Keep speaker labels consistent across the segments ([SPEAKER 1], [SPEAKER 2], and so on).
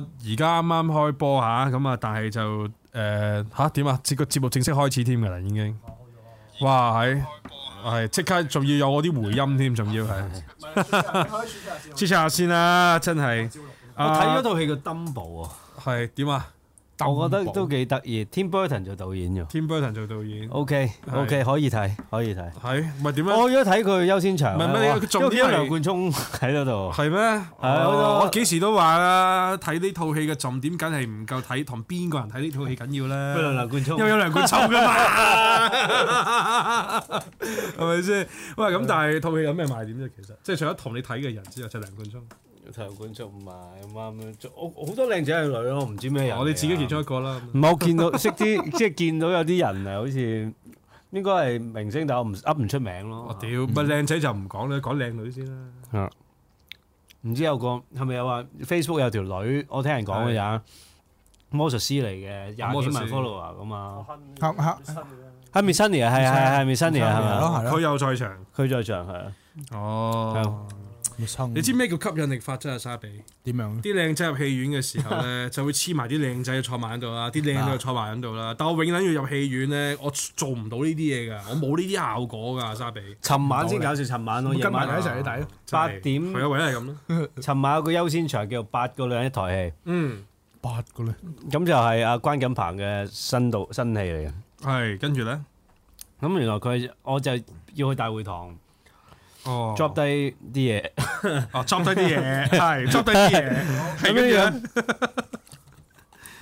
[SPEAKER 1] 而家啱啱開波吓，咁啊，但係就誒吓點啊？節個節目正式開始添㗎啦，已經。哇，係係即刻，仲要有我啲回音添，仲要係。支持下先啦，真係。啊
[SPEAKER 2] 我睇咗套戲叫《Dumbo》啊，
[SPEAKER 1] 係點啊
[SPEAKER 2] 我覺得都幾得意。Tim Burton 做導演咗
[SPEAKER 1] ？Tim Burton 做導演，
[SPEAKER 2] ，OK OK 可以睇，可以睇。
[SPEAKER 1] 係咪點啊？
[SPEAKER 2] 我咗睇佢優先場
[SPEAKER 1] 唔係
[SPEAKER 2] 啊，
[SPEAKER 1] 唔係
[SPEAKER 2] 哇
[SPEAKER 1] 佢重點
[SPEAKER 2] 因
[SPEAKER 1] 係
[SPEAKER 2] 為梁冠聰喺嗰度。
[SPEAKER 1] 係咩？
[SPEAKER 2] 我
[SPEAKER 1] 哦我幾時都話啦，睇呢套戲嘅重點梗係唔夠睇同邊個人睇呢套戲緊要
[SPEAKER 2] 不如
[SPEAKER 1] 啦。
[SPEAKER 2] 梁冠
[SPEAKER 1] 因為
[SPEAKER 2] 聰
[SPEAKER 1] 有梁冠聰噶嘛， 係咪先？喂，咁但係套戲有咩賣點啫？其實即係除咗同你睇嘅人之外，就係梁冠中，
[SPEAKER 2] 梁冠聰唔係啱啱，我好多靚仔靚女咯，我唔知咩人。
[SPEAKER 1] 我哋哦自己其中一個啦。
[SPEAKER 2] 唔係我見到識啲，即係見到有啲人係好似應該係明星，但我唔噏唔出名
[SPEAKER 1] 我
[SPEAKER 2] 咯。
[SPEAKER 1] 屌，咪靚仔就唔講啦，講靚女先啦。
[SPEAKER 2] 唔知有個係咪有話 Facebook 有條女，我聽人講嘅咋，魔術師嚟嘅，
[SPEAKER 1] 魔
[SPEAKER 2] 廿
[SPEAKER 1] 術師
[SPEAKER 2] 幾萬 follower 噶嘛。
[SPEAKER 3] 合合
[SPEAKER 2] 係 m i s s o n y 啊，係係係 m i s s o n y 啊，係咪
[SPEAKER 3] 係
[SPEAKER 2] 啊？
[SPEAKER 3] 咯係咯
[SPEAKER 1] 佢又在場。
[SPEAKER 2] 佢在場係啊，
[SPEAKER 1] 哦，你知咩叫吸引力法則啊？沙比
[SPEAKER 3] 點樣？
[SPEAKER 1] 啲靚仔入戲院嘅時候 咧，就會黐埋啲靚仔坐埋喺度啦，啲靚女又坐埋喺度啦。但我永撚要入戲院咧，我做唔到呢啲嘢㗎，我冇呢啲效果㗎，沙比。
[SPEAKER 2] 尋晚先搞笑，尋晚我夜
[SPEAKER 3] 今晚
[SPEAKER 2] 晚
[SPEAKER 3] 一齊去睇咯。
[SPEAKER 2] 八
[SPEAKER 1] 真係
[SPEAKER 2] 點
[SPEAKER 1] 係啊，唯一係咁咯。
[SPEAKER 2] 尋晚有個優先場叫做八個兩一台
[SPEAKER 1] 嗯。
[SPEAKER 3] 八個咧，
[SPEAKER 2] 戲，咁就係阿關錦鵬嘅新導新戲嚟嘅。
[SPEAKER 1] 係，跟住咧，
[SPEAKER 2] 咁原來佢我就要去大會堂
[SPEAKER 1] 哦
[SPEAKER 2] drop 低啲嘢。
[SPEAKER 1] 哦，drop 低啲 嘢，係 drop 低啲嘢，係跟住咧，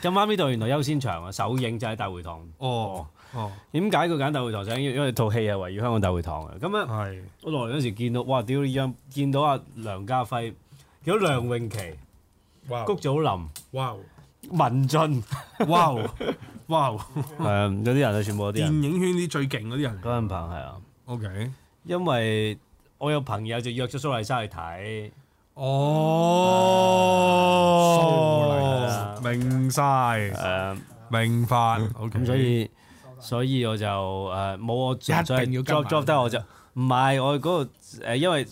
[SPEAKER 2] 咁啱呢度原來優先場啊，首映就喺大會堂。
[SPEAKER 1] 哦，哦，
[SPEAKER 2] 點解佢揀大會堂上？因為因為套戲係圍繞香港大會堂嘅。咁啊，
[SPEAKER 1] 係，
[SPEAKER 2] 我落嚟嗰時見到，哇！屌你樣，見到阿梁家輝，見到梁詠琪、
[SPEAKER 1] 哇
[SPEAKER 2] 谷祖林、
[SPEAKER 1] 哇，
[SPEAKER 2] 文俊，
[SPEAKER 1] 哇，哇，
[SPEAKER 2] 係啊，有啲人啊，全部有 啲
[SPEAKER 1] 電
[SPEAKER 2] 人。
[SPEAKER 1] 影圈啲最勁嗰啲人
[SPEAKER 2] 關錦鵬係啊，
[SPEAKER 1] ，OK，
[SPEAKER 2] 因為我有朋友就約咗蘇麗莎去睇，
[SPEAKER 1] 哦
[SPEAKER 2] 蘇麗，
[SPEAKER 1] 明
[SPEAKER 2] 誒、
[SPEAKER 1] 晒，明白，OK，
[SPEAKER 2] 咁 所以所以我就誒冇我純粹
[SPEAKER 3] 一定要跟
[SPEAKER 2] drop
[SPEAKER 3] 埋
[SPEAKER 2] drop 低我就唔係我嗰度誒，因為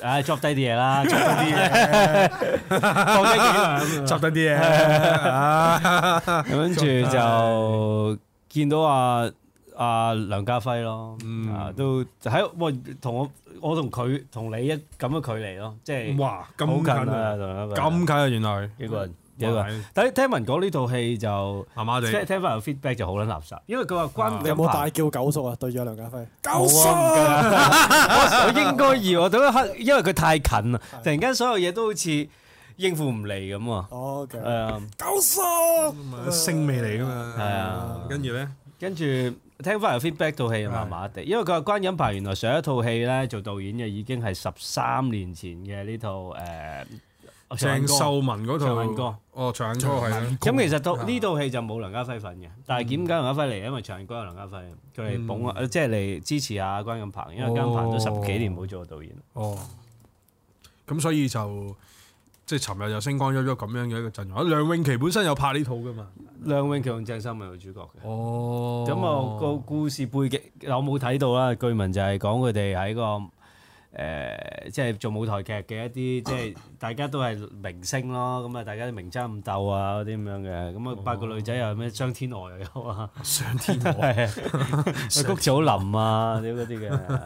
[SPEAKER 2] 誒 drop 低啲嘢啦，drop 低啲嘢，放低幾兩咁樣
[SPEAKER 1] drop 低 啲嘢，
[SPEAKER 2] 跟住就見到阿阿梁家輝咯，啊都喺喂同我我同佢同你一咁嘅距離咯，即係
[SPEAKER 1] 哇，
[SPEAKER 2] 好
[SPEAKER 1] 咁
[SPEAKER 2] 近
[SPEAKER 1] 近
[SPEAKER 2] 啊，
[SPEAKER 1] 啊，
[SPEAKER 2] 同梁家輝
[SPEAKER 1] 咁近啊，原來
[SPEAKER 2] 一個人一個人。
[SPEAKER 1] 哇
[SPEAKER 2] 但係聽聞講呢套戲就
[SPEAKER 1] 麻麻
[SPEAKER 2] 聽
[SPEAKER 1] 地，
[SPEAKER 2] 聽翻個 feedback 就好撚垃圾，因為佢話關
[SPEAKER 4] 啊有
[SPEAKER 2] 錦
[SPEAKER 4] 冇大
[SPEAKER 2] 鵬
[SPEAKER 4] 叫九叔啊？對住梁家輝，
[SPEAKER 2] 冇啊，唔該我應該要我到一刻，因為佢太近啦，突然間所有嘢都好似應付唔嚟咁啊，
[SPEAKER 4] 哦，OK，
[SPEAKER 2] 係啊，
[SPEAKER 1] 星味嚟噶嘛，
[SPEAKER 2] 係啊。
[SPEAKER 1] 跟住咧，
[SPEAKER 2] 跟住聽翻嚟 feedback 套戲
[SPEAKER 4] 啊
[SPEAKER 2] 麻麻地，因為佢話關錦鵬原來上一套戲咧做導演嘅已經係十三年前嘅呢套誒
[SPEAKER 1] 鄭秀文嗰
[SPEAKER 2] 哦長恨
[SPEAKER 1] 套
[SPEAKER 2] 歌，
[SPEAKER 1] 哦，長恨歌係啊。
[SPEAKER 2] 咁其實到呢套戲就冇梁家輝份嘅，但係點解梁家輝嚟？因為長恨歌有梁家輝，佢嚟捧啊，即係嚟支持下關錦鵬，因為關錦鵬都十幾年冇做過導演。
[SPEAKER 1] 哦，咁所以就即係尋日又星光熠熠咁樣嘅一個陣容。啊梁詠琪本身有拍呢套噶嘛？
[SPEAKER 2] 梁詠琪同鄭秀文做主角嘅。
[SPEAKER 1] 哦
[SPEAKER 2] 咁啊個故事背景我冇睇到啦，據聞就係講佢哋喺個誒、呃即係做舞台劇嘅一啲，即係大家都係明星咯，咁啊大家明爭暗鬥啊嗰啲咁樣嘅，咁啊八個女仔又有咩張天愛又有啊，
[SPEAKER 1] 上天 鵝，
[SPEAKER 2] 係啊谷祖林啊啲嗰啲嘅，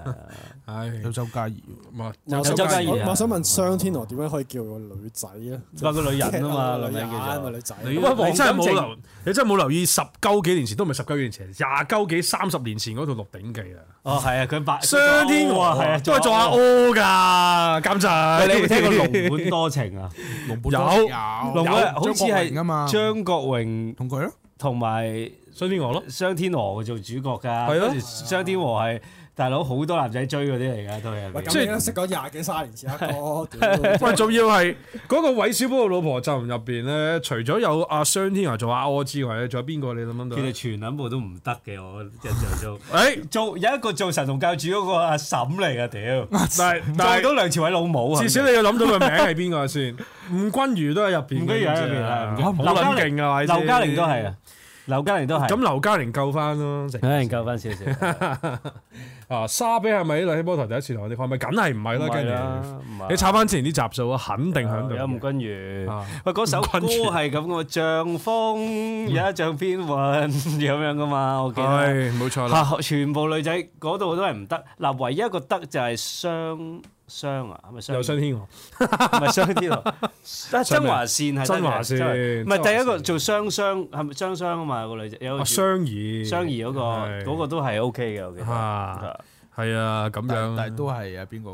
[SPEAKER 1] 唉，
[SPEAKER 3] 有周嘉怡，
[SPEAKER 1] 咁啊
[SPEAKER 4] 有
[SPEAKER 2] 周嘉怡啊
[SPEAKER 4] 我我想問雙天鵝點樣可以叫個女仔咧？
[SPEAKER 2] 八個女人啊嘛，
[SPEAKER 4] 女
[SPEAKER 2] 女
[SPEAKER 4] 人
[SPEAKER 2] 人叫
[SPEAKER 4] 咪
[SPEAKER 2] 做。
[SPEAKER 4] 女仔。
[SPEAKER 1] 你
[SPEAKER 2] 咁啊黃
[SPEAKER 1] 你真係冇
[SPEAKER 2] 金
[SPEAKER 1] 留，你真係冇留意十鳩幾年前都唔係十鳩幾年前，廿鳩幾三十年前嗰套《鹿鼎記》啊，
[SPEAKER 2] 哦，係啊，佢八
[SPEAKER 1] 雙天鵝
[SPEAKER 2] 啊，係
[SPEAKER 1] 啊
[SPEAKER 2] 啊，
[SPEAKER 1] 都係做阿
[SPEAKER 2] 我。
[SPEAKER 1] O 㗎，監製。
[SPEAKER 2] 喂你有冇聽過 《龍本多情》啊？
[SPEAKER 3] 龍本
[SPEAKER 1] 有
[SPEAKER 3] 多有
[SPEAKER 2] 龍本好似
[SPEAKER 3] 張國榮啊嘛
[SPEAKER 2] 係張國榮
[SPEAKER 3] 同佢咯，
[SPEAKER 2] 同埋。
[SPEAKER 1] 雙天鵝咯？
[SPEAKER 2] 雙天鵝做主角㗎，
[SPEAKER 1] 係咯
[SPEAKER 2] 跟住雙天鵝係大佬好多男仔追嗰啲嚟㗎，都
[SPEAKER 4] 喂，
[SPEAKER 2] 係。
[SPEAKER 4] 咁你都識講廿幾卅年前一個， 屌
[SPEAKER 1] 喂，仲要係嗰個韋小寶嘅老婆陣容入邊咧，除咗有阿雙天鵝做阿柯之外咧，仲有邊個你諗唔諗到
[SPEAKER 2] 佢哋全撚部都唔得嘅，我印象中。
[SPEAKER 1] 誒，
[SPEAKER 2] 做有一個做神童教主嗰個阿嬸嚟㗎，屌！
[SPEAKER 1] 但係但係
[SPEAKER 2] 撞。到梁朝偉老母啊！
[SPEAKER 1] 至少你要諗到個名係邊個先？吳君如都喺入邊嘅，
[SPEAKER 2] 吳君如喺入邊啊
[SPEAKER 1] 好
[SPEAKER 2] 劉嘉
[SPEAKER 1] 撚
[SPEAKER 2] 玲
[SPEAKER 1] 勁啊！係
[SPEAKER 2] 劉
[SPEAKER 1] 咪先
[SPEAKER 2] 嘉玲都係啊，劉嘉玲都係。
[SPEAKER 1] 咁劉嘉玲救翻咯，成
[SPEAKER 2] 唉，救翻少少。
[SPEAKER 1] 啊，沙比係咪喺麗希波台第一次同我哋開咪？梗係唔係啦，
[SPEAKER 2] 唔係
[SPEAKER 1] 跟住
[SPEAKER 2] 啦，唔係
[SPEAKER 1] 你查翻前啲集數啊，肯定喺度
[SPEAKER 2] 有吳
[SPEAKER 1] 嘅。
[SPEAKER 2] 君如。
[SPEAKER 1] 啊
[SPEAKER 2] 喂，嗰首歌係咁嘅，像風有一像偏雲 咁樣噶嘛，我記得。
[SPEAKER 1] 係冇錯啦，
[SPEAKER 2] 嚇！全部女仔嗰度都係唔得，嗱，唯一一個得就係雙雙啊，係咪雙？
[SPEAKER 1] 有新天鵝，
[SPEAKER 2] 唔係 雙天羅，啊曾華倩係得嘅
[SPEAKER 1] 曾華倩
[SPEAKER 2] 真係唔係第一個
[SPEAKER 1] 曾華倩
[SPEAKER 2] 做雙雙係咪雙雙啊嘛？個女仔有個
[SPEAKER 1] 啊雙兒，
[SPEAKER 2] 雙兒嗰個
[SPEAKER 1] 係
[SPEAKER 2] 嗰個都係 OK 嘅，我記得。
[SPEAKER 1] 啊，係啊，咁
[SPEAKER 3] 但但係
[SPEAKER 1] 樣
[SPEAKER 3] 都係啊，邊個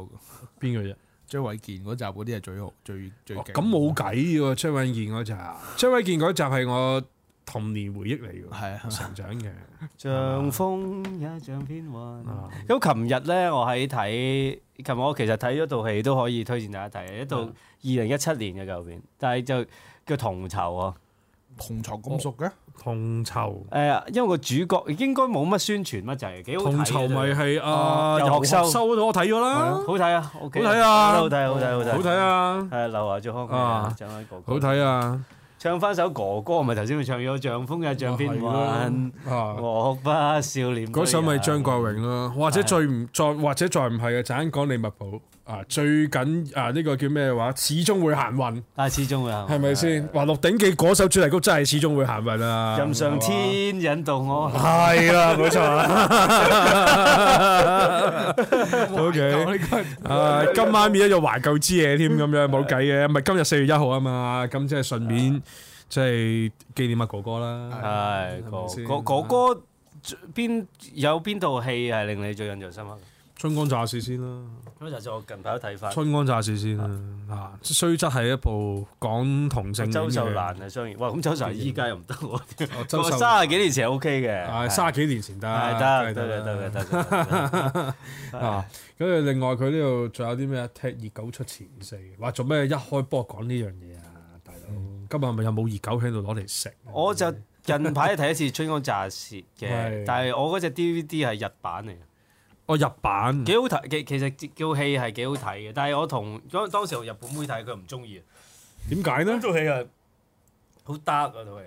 [SPEAKER 1] 邊個啫？
[SPEAKER 3] 張偉健嗰集嗰啲係最好最最
[SPEAKER 1] 哇
[SPEAKER 3] 勁。
[SPEAKER 1] 哦
[SPEAKER 3] 啊
[SPEAKER 1] 咁冇計喎，張偉健嗰集，張偉健嗰集係我童年回憶嚟嘅，
[SPEAKER 3] 係啊，
[SPEAKER 1] 成長嘅。
[SPEAKER 2] 像風也像片雲。
[SPEAKER 1] 啊
[SPEAKER 2] 咁琴日咧，我喺睇，琴日我其實睇咗套戲都可以推薦大家睇，一
[SPEAKER 1] 嗯
[SPEAKER 2] 套二零一七年嘅舊片，但係就叫同酬啊。
[SPEAKER 3] 紅床咁熟嘅，
[SPEAKER 1] 同酬，
[SPEAKER 2] 誒、呃因為個主角應該冇乜宣傳乜滯，幾好睇嘅。
[SPEAKER 1] 同酬咪係啊
[SPEAKER 2] 哦
[SPEAKER 1] 游
[SPEAKER 2] 游
[SPEAKER 1] 學
[SPEAKER 2] 學
[SPEAKER 1] 修
[SPEAKER 2] 修
[SPEAKER 1] 嗰套我睇咗啦，
[SPEAKER 2] 好睇啊，OK，
[SPEAKER 1] 好睇啊
[SPEAKER 2] 好睇，好睇，好睇，
[SPEAKER 1] 好睇！啊，
[SPEAKER 2] 係劉華做康
[SPEAKER 1] 啊
[SPEAKER 2] 嘅，唱翻哥哥，
[SPEAKER 1] 好，睇啊，
[SPEAKER 2] 唱翻首哥哥，咪頭先咪唱咗《像風也像片雲》，
[SPEAKER 1] 啊。
[SPEAKER 2] 我不啊笑臉。
[SPEAKER 1] 嗰首咪張國榮咯，或者最唔再或者再唔係嘅，陣間講利物浦啊，最緊啊呢個叫咩話？始終會行運，
[SPEAKER 2] 但係始終會行
[SPEAKER 1] 係咪先？話《鹿鼎記》嗰首主題曲真係始終會行運啊！
[SPEAKER 2] 任上天引導我。
[SPEAKER 1] 係
[SPEAKER 2] 啊
[SPEAKER 1] 啦，冇錯啦。O
[SPEAKER 3] 我
[SPEAKER 1] K，
[SPEAKER 3] 呢個
[SPEAKER 1] 啊，今晚變咗做懷舊之夜添，咁樣冇計嘅，咪今日四月一號啊嘛，咁即係順便即係紀念阿哥哥啦。
[SPEAKER 2] 啊係啊
[SPEAKER 1] 咪先
[SPEAKER 2] 哥哥哥哥邊有邊套戲係令你最印象深刻？
[SPEAKER 1] 春光乍泄先啦。
[SPEAKER 2] 咁就係我近排都睇翻
[SPEAKER 1] 《春光乍泄》先啦，啊，雖則係一部講同性戀嘅
[SPEAKER 2] 周秀蘭嘅商業，哇！咁周秀蘭依家又唔得喎，
[SPEAKER 1] 哦周秀
[SPEAKER 2] 我三十幾年前係 OK 嘅，
[SPEAKER 1] 啊，卅幾年前得，
[SPEAKER 2] 係得得
[SPEAKER 1] 梗係
[SPEAKER 2] 嘅得嘅
[SPEAKER 1] 啦
[SPEAKER 2] 得嘅。
[SPEAKER 1] 啊，跟住另外佢呢度仲有啲咩啊？踢熱狗出前四，話做咩一開波講呢樣嘢啊，大佬，
[SPEAKER 2] 嗯
[SPEAKER 1] 今日係咪有冇熱狗喺度攞嚟食？
[SPEAKER 2] 我就近排睇一次《春光乍泄》
[SPEAKER 1] 係
[SPEAKER 2] 嘅，但係我嗰只 DVD 係日版嚟嘅，
[SPEAKER 1] 哦，日版
[SPEAKER 2] 幾好睇。其其實叫戲係幾好睇嘅，但係我同當當時我日本妹睇，佢唔中意。
[SPEAKER 1] 點解呢？
[SPEAKER 2] 套戲啊係好 dark 啊，套戲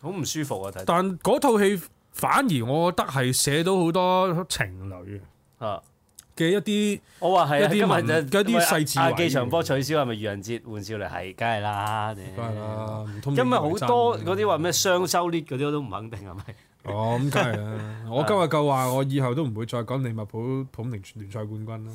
[SPEAKER 2] 好唔舒服啊睇。
[SPEAKER 1] 但嗰套戲反而我覺得係寫到好多情侶
[SPEAKER 2] 啊！
[SPEAKER 1] 嘅一啲
[SPEAKER 2] 我話係啊，
[SPEAKER 1] 一啲文
[SPEAKER 2] 今日就
[SPEAKER 1] 一啲細緻位
[SPEAKER 2] 阿記場波取消係咪愚人節換笑嚟？係，梗係啦。
[SPEAKER 1] 梗係啦，唔通
[SPEAKER 2] 因為好多
[SPEAKER 1] 真
[SPEAKER 2] 嗰啲話咩雙收 lift 嗰啲我都唔肯定係咪？
[SPEAKER 1] 哦，咁梗係啦！ 我今日夠話，我以後都唔會再講利物浦捧聯聯賽冠 軍啦。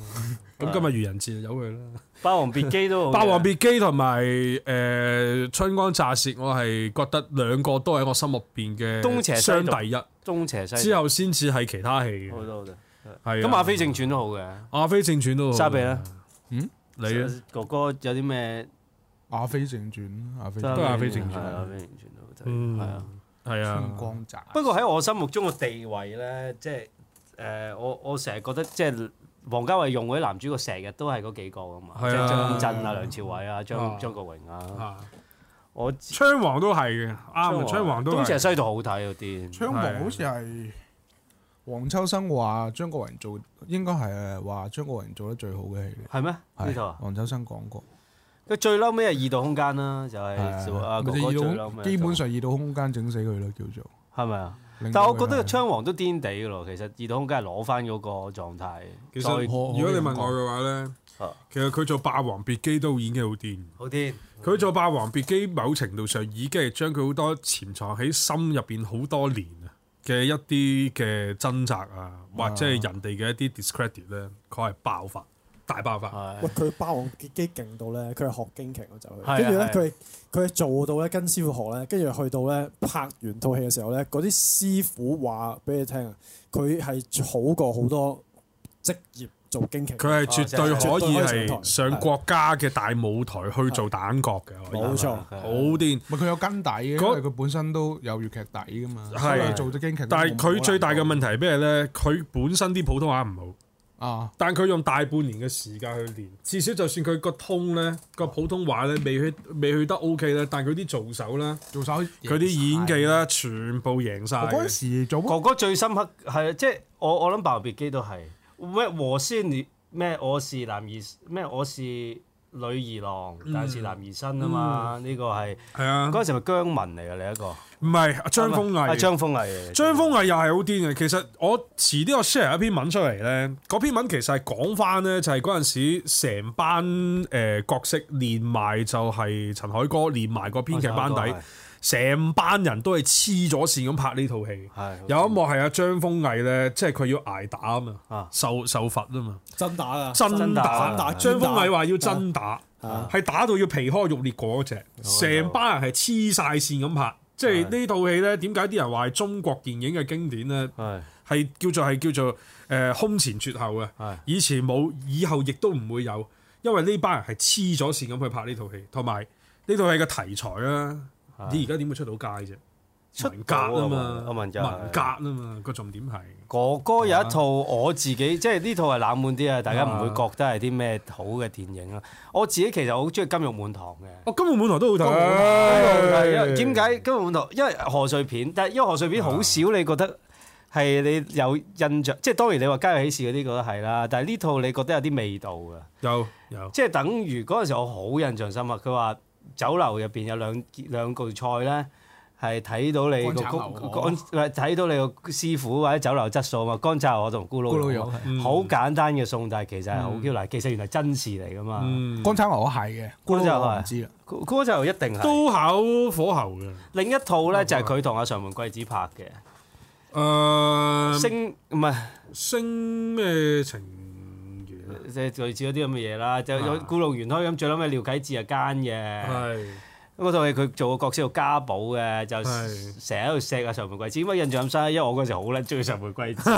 [SPEAKER 1] 咁今日愚人節由佢啦，
[SPEAKER 2] 《霸王別姬》都
[SPEAKER 1] 《
[SPEAKER 2] 好嘅
[SPEAKER 1] 霸王別姬》同埋誒《春光乍泄》，我係覺得兩個都係我心入邊嘅
[SPEAKER 2] 東邪西
[SPEAKER 1] 雙
[SPEAKER 2] 毒
[SPEAKER 1] 第一，
[SPEAKER 2] 中邪西
[SPEAKER 1] 之後先至係其他戲嘅。
[SPEAKER 2] 好多好多。
[SPEAKER 1] 係啊
[SPEAKER 2] 咁《馬飛正傳》都好嘅。
[SPEAKER 1] 阿飛正傳都好嗯
[SPEAKER 2] 沙比啦，
[SPEAKER 1] 你啊咧
[SPEAKER 2] 哥哥有啲咩？
[SPEAKER 3] 阿飛正傳，阿飛
[SPEAKER 2] 都
[SPEAKER 1] 係
[SPEAKER 3] 正傳啊
[SPEAKER 1] 阿飛正傳
[SPEAKER 2] 係啊阿飛正傳都好睇，
[SPEAKER 1] 嗯
[SPEAKER 2] 係啊。
[SPEAKER 1] 係
[SPEAKER 3] 春
[SPEAKER 1] 啊，
[SPEAKER 3] 光乍。
[SPEAKER 2] 不過喺我心目中嘅地位咧，即係誒，我我成日覺得即係王家衞用嗰啲男主角成日都係嗰幾個啊嘛，即
[SPEAKER 1] 係啊
[SPEAKER 2] 係張震啊、梁朝偉啊、
[SPEAKER 1] 啊
[SPEAKER 2] 張張國榮啊，
[SPEAKER 1] 啊
[SPEAKER 2] 我
[SPEAKER 1] 槍王都係嘅，啱啊，槍王都
[SPEAKER 2] 東邪
[SPEAKER 1] 係
[SPEAKER 2] 西毒好睇嗰啲，
[SPEAKER 3] 槍王好似係黃秋生話張國榮做，應該係誒話張國榮做得最好嘅戲嚟。
[SPEAKER 2] 係咩？呢套
[SPEAKER 3] 係
[SPEAKER 2] 啊，
[SPEAKER 3] 黃秋生講過，啊
[SPEAKER 2] 佢最嬲尾係異度空間啦，就係做阿哥
[SPEAKER 3] 咪就
[SPEAKER 2] 哥最
[SPEAKER 3] 異
[SPEAKER 2] 嬲
[SPEAKER 3] 度
[SPEAKER 2] 尾，
[SPEAKER 3] 基本上異度空間整死佢啦，叫做。
[SPEAKER 2] 係咪啊？但
[SPEAKER 3] 令到
[SPEAKER 2] 係我覺得
[SPEAKER 3] 佢係
[SPEAKER 2] 槍王都癲地嘅咯，其實異度空間係攞翻嗰個狀態，
[SPEAKER 1] 其
[SPEAKER 2] 再
[SPEAKER 1] 實如果你問我嘅話咧
[SPEAKER 2] 啊，
[SPEAKER 1] 其實佢做霸王別姬都已經好癲。
[SPEAKER 2] 好癲。
[SPEAKER 1] 佢做《霸王別姬》，某程度上已經係將佢好多潛藏喺心入邊好多年啊嘅一啲嘅掙扎啊，或者係人哋嘅一啲 discredit 咧，佢係爆發，大爆發。
[SPEAKER 2] 係
[SPEAKER 4] 喂，佢霸王別姬勁到咧，佢係學京劇我就去，
[SPEAKER 2] 係啊
[SPEAKER 4] 跟住咧
[SPEAKER 2] 係啊
[SPEAKER 4] 佢係佢係做到咧跟師傅學咧，跟住去到咧拍完套戲嘅時候咧，嗰啲師傅話俾你聽啊，佢係好過好多職業做京劇，
[SPEAKER 1] 啊佢係絕對可以係上啊國家嘅大舞台去做蛋角嘅，可以
[SPEAKER 4] 冇錯。
[SPEAKER 2] 啊
[SPEAKER 1] 好癲。
[SPEAKER 3] 咪佢有根底嘅，因
[SPEAKER 1] 嗰
[SPEAKER 3] 為佢本身都有粵劇底噶嘛。
[SPEAKER 1] 係
[SPEAKER 3] 所以做咗京劇都冇，
[SPEAKER 1] 但係佢最大嘅問
[SPEAKER 3] 題
[SPEAKER 1] 題係咩咧？佢本身啲普通話唔好，
[SPEAKER 3] 啊，
[SPEAKER 1] 但佢用大半年嘅時間去練，至少就算佢個通咧個普通話咧未去未去得 OK 咧，但佢啲做手咧。
[SPEAKER 3] 做手
[SPEAKER 1] 佢啲演技，咧，全部贏晒
[SPEAKER 3] 我嗰陣
[SPEAKER 1] 嘅。
[SPEAKER 3] 時做
[SPEAKER 2] 哥哥最深刻係啊即係我我諗《霸王別姬》都係咩和仙女咩我是男兒咩我是女兒郎，但是男兒身啊嘛，呢個係
[SPEAKER 1] 係啊，
[SPEAKER 2] 嗰陣時咪姜文嚟嘅另一個，
[SPEAKER 1] 唔係張豐
[SPEAKER 2] 啊
[SPEAKER 1] 毅，
[SPEAKER 2] 張豐毅，
[SPEAKER 1] 張豐毅又係好癲嘅。其實我遲啲我 share 一篇文出嚟咧，嗰篇文其實係講翻咧，就係嗰陣時成班誒、呃角色連埋就係陳凱歌，連埋個編劇班底，成班人都係黐咗線咁拍呢套戲。
[SPEAKER 2] 係
[SPEAKER 1] 有一幕係阿張豐毅咧，即係佢要挨打啊嘛，
[SPEAKER 2] 啊
[SPEAKER 1] 受受罰啊嘛，
[SPEAKER 4] 真打啊！
[SPEAKER 1] 真
[SPEAKER 2] 真
[SPEAKER 1] 打。
[SPEAKER 2] 打
[SPEAKER 1] 張豐毅話要真打，
[SPEAKER 4] 啊
[SPEAKER 1] 係打到要皮開肉裂嗰只，成班人係黐晒線咁拍。即係呢套戲咧，點解啲人話係中國電影嘅經典咧？
[SPEAKER 2] 係
[SPEAKER 1] 係叫做係叫做誒、呃空前絕後嘅。
[SPEAKER 2] 係
[SPEAKER 1] 以前冇，以後亦都唔會有，因為呢班人係黐咗線咁去拍呢套戲，同埋呢套戲嘅題材啦、
[SPEAKER 2] 係
[SPEAKER 1] 你而家點會出到街啫？
[SPEAKER 2] 出
[SPEAKER 1] 文革
[SPEAKER 2] 到啊
[SPEAKER 1] 啊嘛，
[SPEAKER 2] 文革
[SPEAKER 1] 文革啊嘛，個重點係
[SPEAKER 2] 哥哥有一套我自己，即係呢套係冷門啲啊，大家唔會覺得係啲咩好嘅電影啦。啊我自己其實好中意《金玉滿堂》嘅。
[SPEAKER 1] 哦，金玉滿堂都好睇，
[SPEAKER 2] 因為點解金玉滿堂？因為賀歲片，但係因為賀歲片好
[SPEAKER 1] 啊
[SPEAKER 2] 少，你覺得係你有印象，即係當然你話《家有喜事》嗰啲覺得係啦，但係呢套你覺得有啲味道嘅，
[SPEAKER 1] 有有
[SPEAKER 2] 即係等於嗰陣時我好印象深刻，佢話酒樓入邊有兩兩道菜咧。係睇到你
[SPEAKER 3] 乾炒牛
[SPEAKER 2] 個
[SPEAKER 3] 河
[SPEAKER 2] 乾，睇到你個師傅或者酒樓質素啊嘛，乾炒牛河同咕嚕
[SPEAKER 3] 咕嚕
[SPEAKER 2] 肉
[SPEAKER 3] 肉，
[SPEAKER 2] 好簡單嘅餸，但係其實係好 Q 難，其實原來真事嚟噶嘛。
[SPEAKER 1] 嗯，
[SPEAKER 3] 乾炒牛河係嘅，咕嚕肉我唔知啦。
[SPEAKER 2] 咕咕就一定係。
[SPEAKER 1] 都考火候嘅。
[SPEAKER 2] 另一套咧就係佢同阿常門貴子拍嘅
[SPEAKER 1] 誒星
[SPEAKER 2] 《星》，唔係
[SPEAKER 1] 星咩情緣啊？
[SPEAKER 2] 即係類似嗰啲咁嘅嘢啦，就有
[SPEAKER 1] 啊
[SPEAKER 2] 故弄玄虛咁，最撚尾廖啟智係奸嘅。
[SPEAKER 1] 係
[SPEAKER 2] 咁嗰套戲佢做個角色叫家寶嘅，就
[SPEAKER 1] 係
[SPEAKER 2] 成日喺度錫阿常門貴子。點解印象咁深？因為我嗰時好撚中意常 門貴子。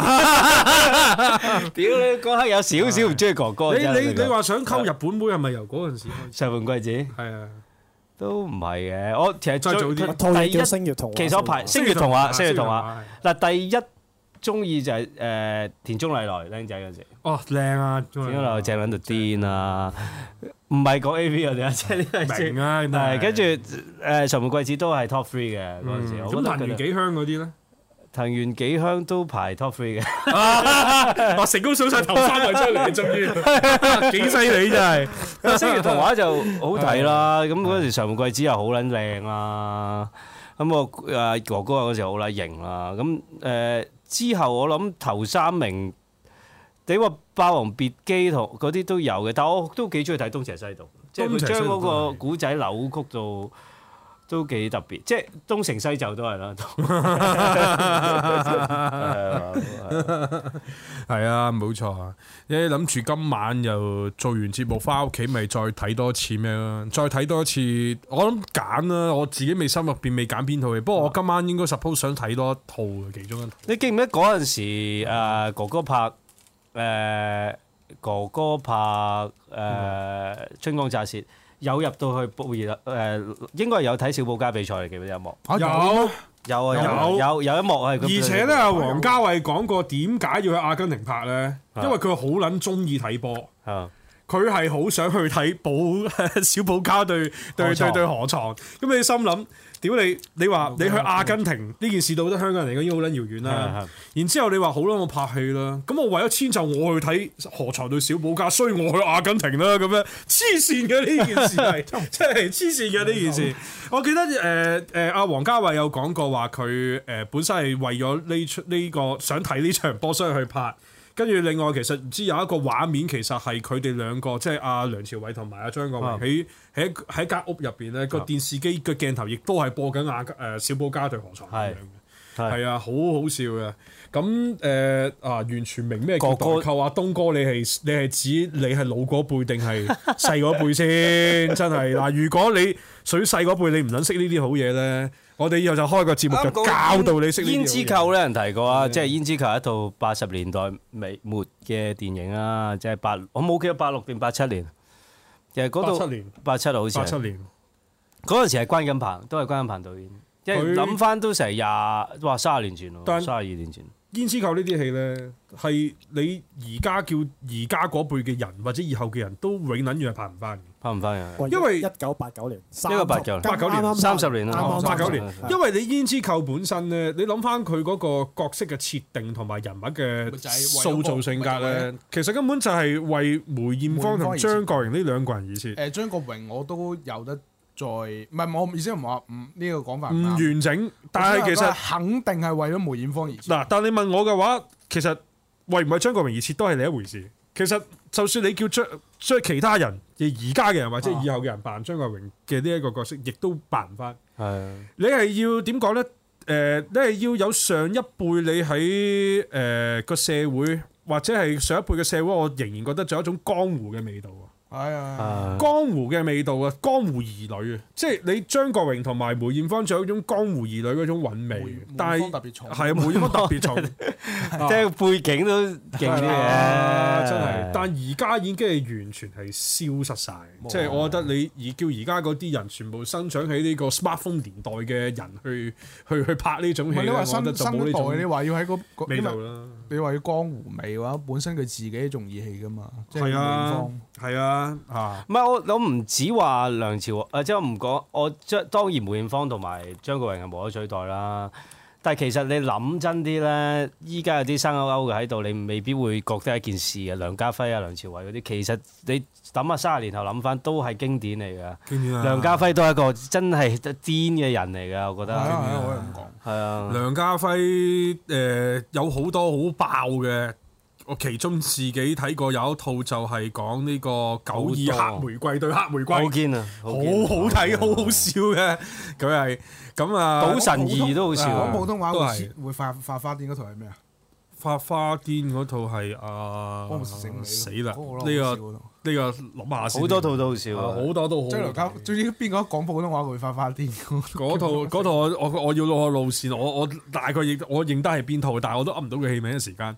[SPEAKER 2] 屌你嗰刻有少少唔中意哥哥。真係
[SPEAKER 1] 你你
[SPEAKER 2] 覺得
[SPEAKER 1] 你話想溝日本妹係咪由嗰陣時開始？
[SPEAKER 2] 常門貴子
[SPEAKER 1] 係啊，
[SPEAKER 2] 都唔係嘅，我其實
[SPEAKER 1] 再早啲
[SPEAKER 2] 最
[SPEAKER 4] 套嘢
[SPEAKER 2] 第
[SPEAKER 4] 叫
[SPEAKER 2] 一
[SPEAKER 4] 《星月同》，
[SPEAKER 2] 其實我排星月童話，星月童話。嗱，第一中意就係誒田中麗來僆仔嗰陣時，
[SPEAKER 1] 哦，靚啊！
[SPEAKER 2] 田
[SPEAKER 1] 點
[SPEAKER 2] 中麗來正撚到癲啊！唔係講 A V 我哋啊，即係呢個係最
[SPEAKER 1] 明啊？咁
[SPEAKER 2] 係
[SPEAKER 1] 係
[SPEAKER 2] 跟住誒上門貴子都係 top three 嘅
[SPEAKER 1] Ừ.
[SPEAKER 2] 嗰陣時，我覺
[SPEAKER 1] 咁
[SPEAKER 2] 得
[SPEAKER 1] 藤
[SPEAKER 2] 佢
[SPEAKER 1] 原
[SPEAKER 2] 哋
[SPEAKER 1] 幾香嗰啲咧？
[SPEAKER 2] 藤原紀香都排 top three 嘅，
[SPEAKER 1] 我成功數晒頭三位出嚟，終於幾犀利真係。
[SPEAKER 2] 咁星月童話就好睇啦。咁嗰陣時上門貴子又好撚靚啦，咁我誒哥哥嗰時好撚型啦。咁誒之後我諗頭三名。你話《霸王別姬》同嗰啲都有嘅，但我都幾中意睇《東邪西毒》，即係佢將嗰個古仔扭曲到都幾特別，即係東成西就都係啦。
[SPEAKER 1] 係啊，冇錯啊！你諗住今晚又做完節目，翻屋企咪再睇多次咩咯？再睇多次，我諗揀啦，我自己未心入邊未揀邊套嘅。不過
[SPEAKER 2] 啊
[SPEAKER 1] 我今晚應該 suppose 想睇多一套嘅其中一套。
[SPEAKER 2] 你記唔記得嗰陣時誒、哥哥拍誒、呃哥哥拍誒、春光乍泄，有入到去布熱誒、呃應該係有睇小保加比賽嚟嘅有一幕，
[SPEAKER 3] 啊
[SPEAKER 1] 有，
[SPEAKER 2] 有啊
[SPEAKER 1] 有
[SPEAKER 2] 有有有一幕係咁，
[SPEAKER 1] 而且咧，
[SPEAKER 2] 啊
[SPEAKER 1] 王家衛講過點解要去阿根廷拍咧？因為佢好撚中意睇波。
[SPEAKER 2] 啊
[SPEAKER 1] 佢係好想去睇保 小保加對對對
[SPEAKER 2] 河床
[SPEAKER 1] 對河床，咁你心諗，屌你！你話你去阿根廷呢件事對好多香港人嚟講已經好撚遙遠啦。然之後你話好啦，我拍戲啦，咁我為咗遷就我去睇河床對小保加，所以我去阿根廷啦咁樣，黐線嘅呢 件事係真係黐線嘅呢件事。我記得誒誒阿王家衛有講過話佢誒本身係為咗呢出呢個想睇呢場波，所以去拍。跟住另外其實唔知有一個畫面，其實係佢哋兩個，即係阿梁朝偉同埋阿張國
[SPEAKER 2] 啊
[SPEAKER 1] 榮喺喺喺間屋入邊咧，個電視機嘅鏡頭亦都係播緊阿誒小保加對河床咁樣
[SPEAKER 2] 係
[SPEAKER 1] 嘅，
[SPEAKER 2] 係
[SPEAKER 1] 係啊，好好笑嘅。咁誒、呃啊，完全明咩叫代
[SPEAKER 2] 哥哥
[SPEAKER 1] 溝啊！東哥你係你係指你係老嗰輩定 係細嗰輩先？真係嗱，如果你屬於細嗰輩，你唔撚識呢啲好嘢咧，我哋以後就開個節目就教到你識呢啲好嘢。
[SPEAKER 2] 胭脂扣咧，人提過啊，即係胭脂扣係一套八十年代尾末嘅電影啊，即係八我冇記得八六定八七年，其實嗰
[SPEAKER 1] 八
[SPEAKER 2] 度
[SPEAKER 1] 七年，
[SPEAKER 2] 八七好似
[SPEAKER 1] 八
[SPEAKER 2] 係
[SPEAKER 1] 七年。
[SPEAKER 2] 嗰陣時係關錦鵬，都係關錦鵬導演。即
[SPEAKER 1] 佢
[SPEAKER 2] 係諗翻都成廿，哇三十年前
[SPEAKER 1] 但
[SPEAKER 2] 喎，三十二年前。
[SPEAKER 1] 胭脂扣呢啲戲呢，係你而家叫而家嗰輩嘅人或者以後嘅人都永撚樣係拍唔翻嘅。
[SPEAKER 2] 翻唔啊翻嘅？
[SPEAKER 4] 喂
[SPEAKER 3] 因為
[SPEAKER 4] 一九八九年，三
[SPEAKER 2] 一九八九
[SPEAKER 4] 十
[SPEAKER 1] 八九年
[SPEAKER 4] 啱啱
[SPEAKER 2] 三十年啦
[SPEAKER 4] 啱啱
[SPEAKER 1] 八九
[SPEAKER 4] 三十
[SPEAKER 1] 年
[SPEAKER 2] 係
[SPEAKER 1] 因為你胭脂扣本身咧，你諗翻佢嗰個角色嘅設定同埋人物
[SPEAKER 3] 咪就
[SPEAKER 1] 嘅
[SPEAKER 3] 係為咗
[SPEAKER 1] 塑造性格
[SPEAKER 3] 咪就係
[SPEAKER 1] 咧，其實根本就係為梅艷芳
[SPEAKER 3] 梅艷芳
[SPEAKER 1] 同
[SPEAKER 3] 而設
[SPEAKER 1] 張國榮呢兩個人而設，
[SPEAKER 3] 誒張國榮我都有得再，唔係我意思唔係話唔呢個講法
[SPEAKER 1] 唔
[SPEAKER 3] 啱，
[SPEAKER 1] 完整。但係其
[SPEAKER 3] 我
[SPEAKER 1] 實
[SPEAKER 3] 想話肯定係為咗梅艷芳而設。
[SPEAKER 1] 嗱，但你問我嘅話，其實為唔為張國榮而設都係另一回事。其實就算你叫張將其他人，而而家嘅人或者
[SPEAKER 3] 啊
[SPEAKER 1] 以後嘅人扮張國榮嘅呢一個角色，亦都扮唔翻。
[SPEAKER 2] 啊，
[SPEAKER 1] 你係要點講呢？誒、你係要有上一輩你喺誒個社會，或者係上一輩嘅社會，我仍然覺得仲有一種江湖嘅味道啊！
[SPEAKER 3] 係啊，
[SPEAKER 2] 啊
[SPEAKER 1] 江湖嘅味道啊，江湖兒女啊，即係你張國榮同埋梅艷芳仲有一種江湖兒女嗰種韻
[SPEAKER 3] 梅
[SPEAKER 1] 味
[SPEAKER 3] 梅，
[SPEAKER 1] 但
[SPEAKER 3] 艷芳
[SPEAKER 1] 係
[SPEAKER 3] 特別重，
[SPEAKER 1] 係啊，梅艷芳特別重，
[SPEAKER 2] 即係背景都勁啲
[SPEAKER 1] 啊
[SPEAKER 2] 嘅，
[SPEAKER 1] 真係。但而家已經係完全係消失晒，即係我覺得你而叫而家嗰啲人全部生長喺呢個 smartphone 年代嘅人去去去拍呢種
[SPEAKER 3] 唔
[SPEAKER 1] 戲
[SPEAKER 3] 係你
[SPEAKER 1] 咧，我
[SPEAKER 3] 話
[SPEAKER 1] 覺
[SPEAKER 3] 新
[SPEAKER 1] 得就
[SPEAKER 3] 新
[SPEAKER 1] 冇
[SPEAKER 3] 一
[SPEAKER 1] 呢
[SPEAKER 3] 代，
[SPEAKER 1] 種
[SPEAKER 3] 你話要喺個個
[SPEAKER 1] 味
[SPEAKER 3] 因為
[SPEAKER 1] 道啦。
[SPEAKER 3] 你話要江湖味嘅話，本身佢自己仲義氣噶嘛，即係梅
[SPEAKER 1] 係
[SPEAKER 3] 艷
[SPEAKER 1] 啊
[SPEAKER 3] 芳。，
[SPEAKER 1] 係啊，嚇
[SPEAKER 2] 唔係我我唔止話梁朝偉，誒即係我唔講，我將當然梅艷芳同埋張國榮係無可取代啦。但係其實你諗真啲咧，依家有啲生勾勾嘅喺度，你未必會覺得係一件事嘅。梁家輝啊、梁朝偉嗰啲，其實你諗下三十年後諗翻都係經典嚟㗎。
[SPEAKER 1] 經典啊！
[SPEAKER 2] 梁家輝都係一個真係癲嘅人嚟㗎，我覺
[SPEAKER 3] 係啊，係
[SPEAKER 2] 得
[SPEAKER 3] 啊我係咁講。
[SPEAKER 2] 係啊。
[SPEAKER 1] 梁家輝誒、呃有好多好爆嘅，我其中自己睇過有一套就係講呢個九
[SPEAKER 2] 好
[SPEAKER 1] 二
[SPEAKER 2] 多
[SPEAKER 1] 黑玫瑰對黑玫瑰，
[SPEAKER 2] 好堅啊！
[SPEAKER 1] 好好
[SPEAKER 2] 堅
[SPEAKER 1] 睇，好好笑嘅，佢係咁啊！
[SPEAKER 2] 賭神二都好笑
[SPEAKER 3] 講
[SPEAKER 2] 啊。
[SPEAKER 3] 普通話
[SPEAKER 1] 都
[SPEAKER 3] 會
[SPEAKER 1] 係
[SPEAKER 3] 切會發發花癲嗰台係咩啊？
[SPEAKER 1] 發花癲嗰套係啊
[SPEAKER 3] 幫成尾
[SPEAKER 1] 死啦！
[SPEAKER 3] 嗰
[SPEAKER 1] 呢個
[SPEAKER 3] 個
[SPEAKER 1] 呢個諗下先，
[SPEAKER 2] 好多套都好笑
[SPEAKER 1] 啊
[SPEAKER 2] 啊！
[SPEAKER 1] 好多都好
[SPEAKER 3] 即係梁家，
[SPEAKER 1] 睇
[SPEAKER 3] 最知邊個一講普通話會發花癲
[SPEAKER 1] 嗰套嗰套我我我要攞個路線，我我大概認我認得係邊套，但係我都噏唔到佢戲名嘅時間。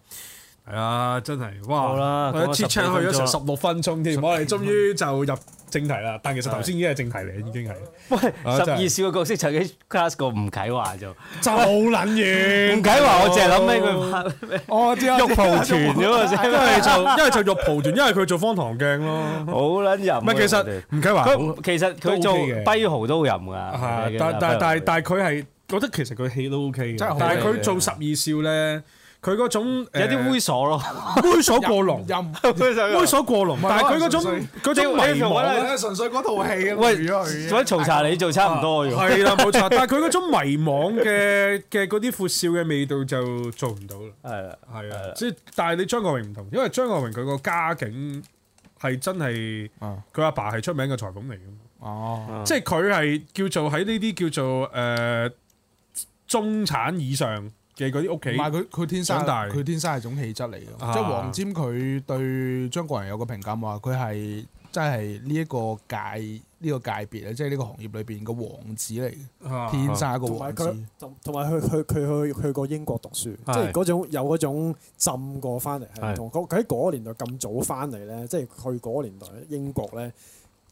[SPEAKER 1] 係啊，真係哇！
[SPEAKER 2] 好啦
[SPEAKER 1] 我
[SPEAKER 2] 講咗
[SPEAKER 1] 切
[SPEAKER 2] 10
[SPEAKER 1] 槍去咗成
[SPEAKER 2] 分鐘
[SPEAKER 1] 十六分鐘添，我哋終於就入正題啦。但其實頭先已經係正題嚟，已經係
[SPEAKER 2] 喂，
[SPEAKER 1] 啊
[SPEAKER 2] 十
[SPEAKER 1] 真係
[SPEAKER 2] 二少嘅角色曾經 class 過吳啟華就。
[SPEAKER 1] 就撚完。
[SPEAKER 2] 唔解話，我淨係諗起佢拍
[SPEAKER 3] 我 知啊
[SPEAKER 2] 玉蒲團啫嘛，真
[SPEAKER 1] 因為就因 為就肉蒲團，因為佢做方唐鏡咯。
[SPEAKER 2] 好撚淫啊。
[SPEAKER 1] 唔係，其實吳啟華好
[SPEAKER 2] 佢其實佢
[SPEAKER 1] 都
[SPEAKER 2] 做
[SPEAKER 1] OK 嘅
[SPEAKER 2] 跛豪都淫㗎
[SPEAKER 1] 啊，
[SPEAKER 2] 其實
[SPEAKER 1] 但但
[SPEAKER 2] 跛豪
[SPEAKER 1] 但但佢係覺得其實佢戲都 OK
[SPEAKER 3] 真係
[SPEAKER 1] 嘅
[SPEAKER 3] 好，
[SPEAKER 1] 但係佢
[SPEAKER 2] 嘅
[SPEAKER 1] 做十二少咧，佢嗰種
[SPEAKER 2] 有啲猥瑣咯，
[SPEAKER 1] 猥瑣過龍。
[SPEAKER 3] 任
[SPEAKER 1] 猥瑣過龍，
[SPEAKER 3] 係
[SPEAKER 1] 但係佢嗰種
[SPEAKER 3] 可能
[SPEAKER 1] 嗰種迷
[SPEAKER 2] 你
[SPEAKER 1] 惘
[SPEAKER 2] 你
[SPEAKER 1] 咧，
[SPEAKER 3] 純粹嗰套戲啊
[SPEAKER 2] 喂，
[SPEAKER 3] 如果佢
[SPEAKER 2] 嗰啲嘈茶你做差唔多嘅喎，
[SPEAKER 1] 係啦冇錯，但係佢嗰種迷惘嘅嘅嗰啲闊笑嘅味道就做唔到啦，
[SPEAKER 2] 係啊，
[SPEAKER 1] 係
[SPEAKER 2] 係
[SPEAKER 1] 啊
[SPEAKER 2] 啦，
[SPEAKER 1] 即係但係你張國榮唔同，因為張國榮佢個家境係真係
[SPEAKER 3] 啊
[SPEAKER 1] 佢阿爸係出名嘅裁縫嚟嘅嘛，
[SPEAKER 3] 哦，
[SPEAKER 1] 即係佢係叫做喺呢啲叫做誒中產以上嘅嗰啲屋
[SPEAKER 3] 唔
[SPEAKER 1] 企
[SPEAKER 3] 係佢佢天生
[SPEAKER 1] 長大
[SPEAKER 3] 佢天生係種氣質嚟嘅，
[SPEAKER 1] 啊
[SPEAKER 3] 即係黃沾佢對張國人有個評價話佢係真係呢一個界呢個界別啊咧，即係呢個行業裏邊個王子嚟嘅，
[SPEAKER 1] 啊
[SPEAKER 3] 天生一個
[SPEAKER 4] 同埋
[SPEAKER 3] 王
[SPEAKER 4] 佢
[SPEAKER 3] 子。
[SPEAKER 4] 同同埋佢佢佢去去過英國讀書，即係嗰種有嗰種浸過翻嚟係唔同。佢喺嗰個年代咁早翻嚟咧，即係去嗰個年代英國咧，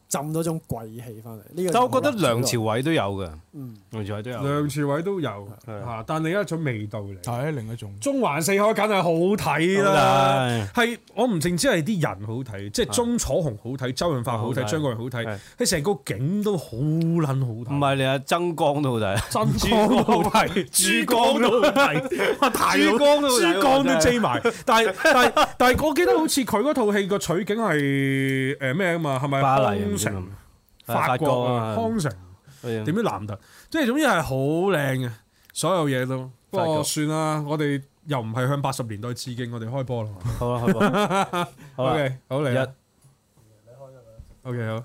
[SPEAKER 4] 浸咗種貴氣翻嚟。呢個
[SPEAKER 2] 但我覺得梁朝偉都有嘅，
[SPEAKER 4] 嗯
[SPEAKER 2] 梁朝偉都有，
[SPEAKER 1] 梁朝偉都有
[SPEAKER 2] 係啊
[SPEAKER 1] 嚇，但係另一種味道嚟。
[SPEAKER 3] 係啊另一種，
[SPEAKER 1] 中環四海梗係好睇啦。
[SPEAKER 2] 係
[SPEAKER 1] 係我唔淨止係啲人好睇，即係
[SPEAKER 2] 係
[SPEAKER 1] 鐘楚紅好睇，周潤發好
[SPEAKER 2] 好
[SPEAKER 1] 睇，
[SPEAKER 2] 睇
[SPEAKER 1] 張國榮好睇
[SPEAKER 2] 係，
[SPEAKER 1] 係成個景都好撚好
[SPEAKER 2] 唔
[SPEAKER 1] 睇，
[SPEAKER 2] 係你阿曾江都好睇，
[SPEAKER 1] 真光都好睇，珠江都好睇，哇大佬
[SPEAKER 2] 珠江都好睇
[SPEAKER 1] 珠江都
[SPEAKER 2] 真係
[SPEAKER 1] J 埋，但係但係但係我記得好似佢嗰套戲個取景係誒咩啊嘛，係咪
[SPEAKER 2] 巴黎唔
[SPEAKER 1] 康
[SPEAKER 2] 知
[SPEAKER 1] 城
[SPEAKER 2] 咁、
[SPEAKER 1] 法國啊、
[SPEAKER 2] 啊，
[SPEAKER 1] 康城
[SPEAKER 2] 點
[SPEAKER 1] 點樣南特，即係總之係好靚嘅，所有嘢都。不
[SPEAKER 2] 法
[SPEAKER 1] 過
[SPEAKER 2] 國
[SPEAKER 1] 算啦，我哋又唔係向八十年代致敬，我哋開波啦。
[SPEAKER 2] 好啦，好啦， 好啦，
[SPEAKER 1] OK，好嚟啦。OK，好。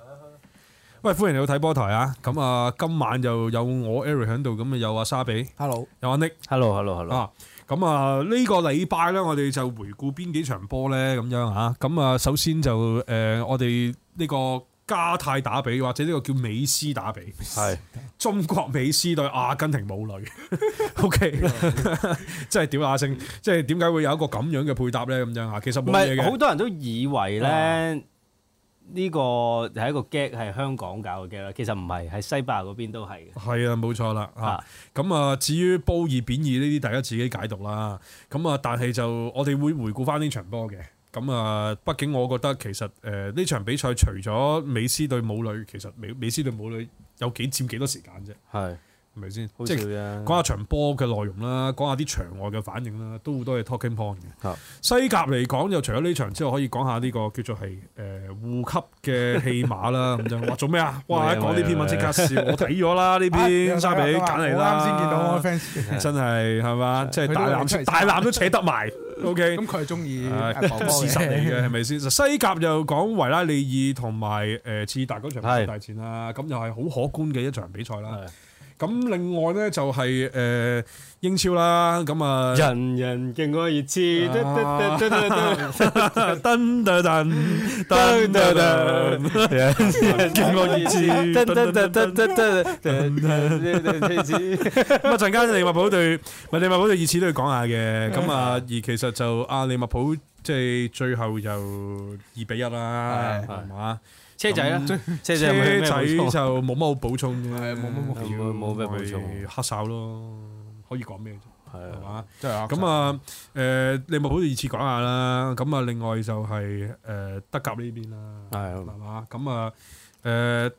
[SPEAKER 1] 喂，歡迎你去睇波台啊！咁啊，今晚就有我 Eric 喺度，咁啊有阿沙比，
[SPEAKER 3] Hello，
[SPEAKER 1] 有阿 Nick
[SPEAKER 2] Hello，Hello，Hello，
[SPEAKER 1] 啊。咁啊，呢個禮拜咧，我哋就回顧邊幾場波咧，咁樣啊。咁啊，首先就誒、呃我哋呢個加泰打比，或者呢個叫美斯打比，
[SPEAKER 2] 係
[SPEAKER 1] 中國美斯對阿根廷母女。OK，真係
[SPEAKER 2] 嗯
[SPEAKER 1] 屌乸聲，即係點解會有一個咁樣嘅配搭咧？咁樣啊，其實
[SPEAKER 2] 唔
[SPEAKER 1] 冇嘢
[SPEAKER 2] 係
[SPEAKER 1] 嘅
[SPEAKER 2] 好。多人都以為
[SPEAKER 1] 啊
[SPEAKER 2] 咧呢個係一個 gag 係香港搞嘅 gag 啦，其實唔係，係西班牙嗰邊都係嘅。
[SPEAKER 1] 係啊，冇錯啦嚇
[SPEAKER 2] 啊。
[SPEAKER 1] 咁啊，至於褒義貶義呢啲，大家自己解讀啦。咁啊，但係就我哋會回顧翻呢場波嘅。咁啊，畢竟我覺得其實誒呃呢、場比賽除咗美斯對母女，其實美美斯對母女有幾佔幾多時間啫，
[SPEAKER 2] 係
[SPEAKER 1] 係咪先？
[SPEAKER 2] 好
[SPEAKER 1] 即
[SPEAKER 2] 笑
[SPEAKER 1] 係
[SPEAKER 2] 啫。
[SPEAKER 1] 講下場波嘅內容啦，講下啲場外嘅反應啦，都好多嘢 talking point 嘅
[SPEAKER 2] 啊。
[SPEAKER 1] 西甲嚟講，就除咗呢場之外，可以講下呢個叫做係誒護級嘅戲碼 啦。咁樣，哇，做咩啊？哇，
[SPEAKER 2] 冇
[SPEAKER 1] 一
[SPEAKER 2] 嘢
[SPEAKER 1] 講呢篇
[SPEAKER 2] 冇嘢
[SPEAKER 1] 文即刻笑，我睇咗啦呢篇沙比
[SPEAKER 3] 啊
[SPEAKER 1] 簡嚟啦，
[SPEAKER 3] 我啱先見到 我 fans，
[SPEAKER 1] 真係係嘛，即係大
[SPEAKER 3] 佢都出
[SPEAKER 1] 攬
[SPEAKER 3] 嚟
[SPEAKER 1] 大攬都扯得埋。OK，
[SPEAKER 3] 咁佢係中意
[SPEAKER 1] 啊
[SPEAKER 3] 阿寶寶
[SPEAKER 1] 事
[SPEAKER 3] 嘅
[SPEAKER 1] 實嚟嘅係咪先？西甲又講維拉利爾同埋呃誒次達嗰場比賽大戰啦，咁又係好可觀嘅一場比賽啦。咁另外咧就係誒英超啦，咁啊
[SPEAKER 2] 人人敬我熱切，
[SPEAKER 1] 啊
[SPEAKER 2] 得得得得得
[SPEAKER 1] 噔噔噔噔噔噔，見我熱刺，
[SPEAKER 2] 得
[SPEAKER 1] 噔
[SPEAKER 2] 得
[SPEAKER 1] 噔
[SPEAKER 2] 得
[SPEAKER 1] 噔
[SPEAKER 2] 得
[SPEAKER 1] 噔
[SPEAKER 2] 得得得得得
[SPEAKER 1] 咁啊陣間利物浦對咪利物浦對熱刺都要講下嘅，咁啊而其實就啊利物浦即係最後就二比一啦，
[SPEAKER 3] 係
[SPEAKER 1] 係嘛？
[SPEAKER 2] 車仔啦，車
[SPEAKER 1] 車
[SPEAKER 2] 仔有冇咩
[SPEAKER 1] 仔
[SPEAKER 2] 補充
[SPEAKER 1] 就冇乜好補充嘅，
[SPEAKER 3] 係冇乜目
[SPEAKER 2] 標冇咩補充
[SPEAKER 1] 咪黑哨咯，可以講咩啫，
[SPEAKER 2] 係
[SPEAKER 1] 係
[SPEAKER 2] 啊
[SPEAKER 1] 嘛？
[SPEAKER 3] 真係
[SPEAKER 1] 咁啊，誒利物浦二次講下啦，咁啊另外就係誒德甲呢邊啦，
[SPEAKER 2] 係
[SPEAKER 1] 係嘛？咁啊誒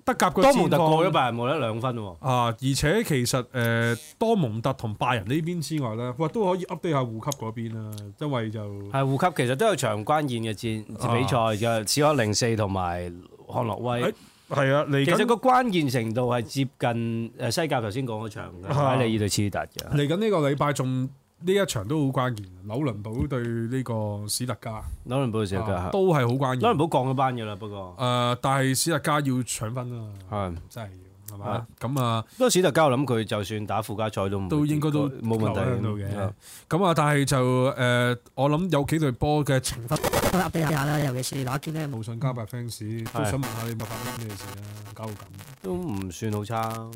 [SPEAKER 1] 德甲嘅
[SPEAKER 2] 多蒙特過
[SPEAKER 1] 戰
[SPEAKER 2] 咗
[SPEAKER 1] 況
[SPEAKER 2] 拜仁冇得兩分喎，
[SPEAKER 1] 啊，而且其實誒多蒙特同拜仁呢邊之外咧，哇都可以 update 下護級嗰邊啦，因為就。
[SPEAKER 2] 係護級其實都有場關鍵嘅戰比賽嘅，史可零四同埋漢諾
[SPEAKER 1] 誒。
[SPEAKER 2] 威
[SPEAKER 1] 係啊，嚟
[SPEAKER 2] 其實
[SPEAKER 1] 緊
[SPEAKER 2] 個關鍵程度係接近誒西甲頭先講嗰場嘅，
[SPEAKER 1] 啊
[SPEAKER 2] 喺利爾對切爾達嘅。
[SPEAKER 1] 嚟緊呢個禮拜仲呢一場都好關鍵，紐倫堡對呢個史特加。
[SPEAKER 2] 紐倫堡嘅時候
[SPEAKER 1] 啊
[SPEAKER 2] 嘅，
[SPEAKER 1] 都係好關鍵。
[SPEAKER 2] 紐倫
[SPEAKER 1] 誒、
[SPEAKER 2] 堡降咗班嘅啦，不過
[SPEAKER 1] 但係史特加要搶分啊，
[SPEAKER 2] 係。
[SPEAKER 1] 真係要係嘛？咁啊，
[SPEAKER 2] 不過史特加我諗佢就算打附加賽都唔
[SPEAKER 1] 都應該都
[SPEAKER 2] 冇問題
[SPEAKER 1] 留喺度嘅
[SPEAKER 2] 啊。
[SPEAKER 1] 咁啊，但係就誒、我諗有幾隊波嘅情況，
[SPEAKER 5] 都 update 下啦，尤其是那邊咧冇
[SPEAKER 1] 無信加拜 fans 都
[SPEAKER 2] 係
[SPEAKER 1] 想問下你咪發生咩事啦，搞到咁。
[SPEAKER 2] 都唔算好差。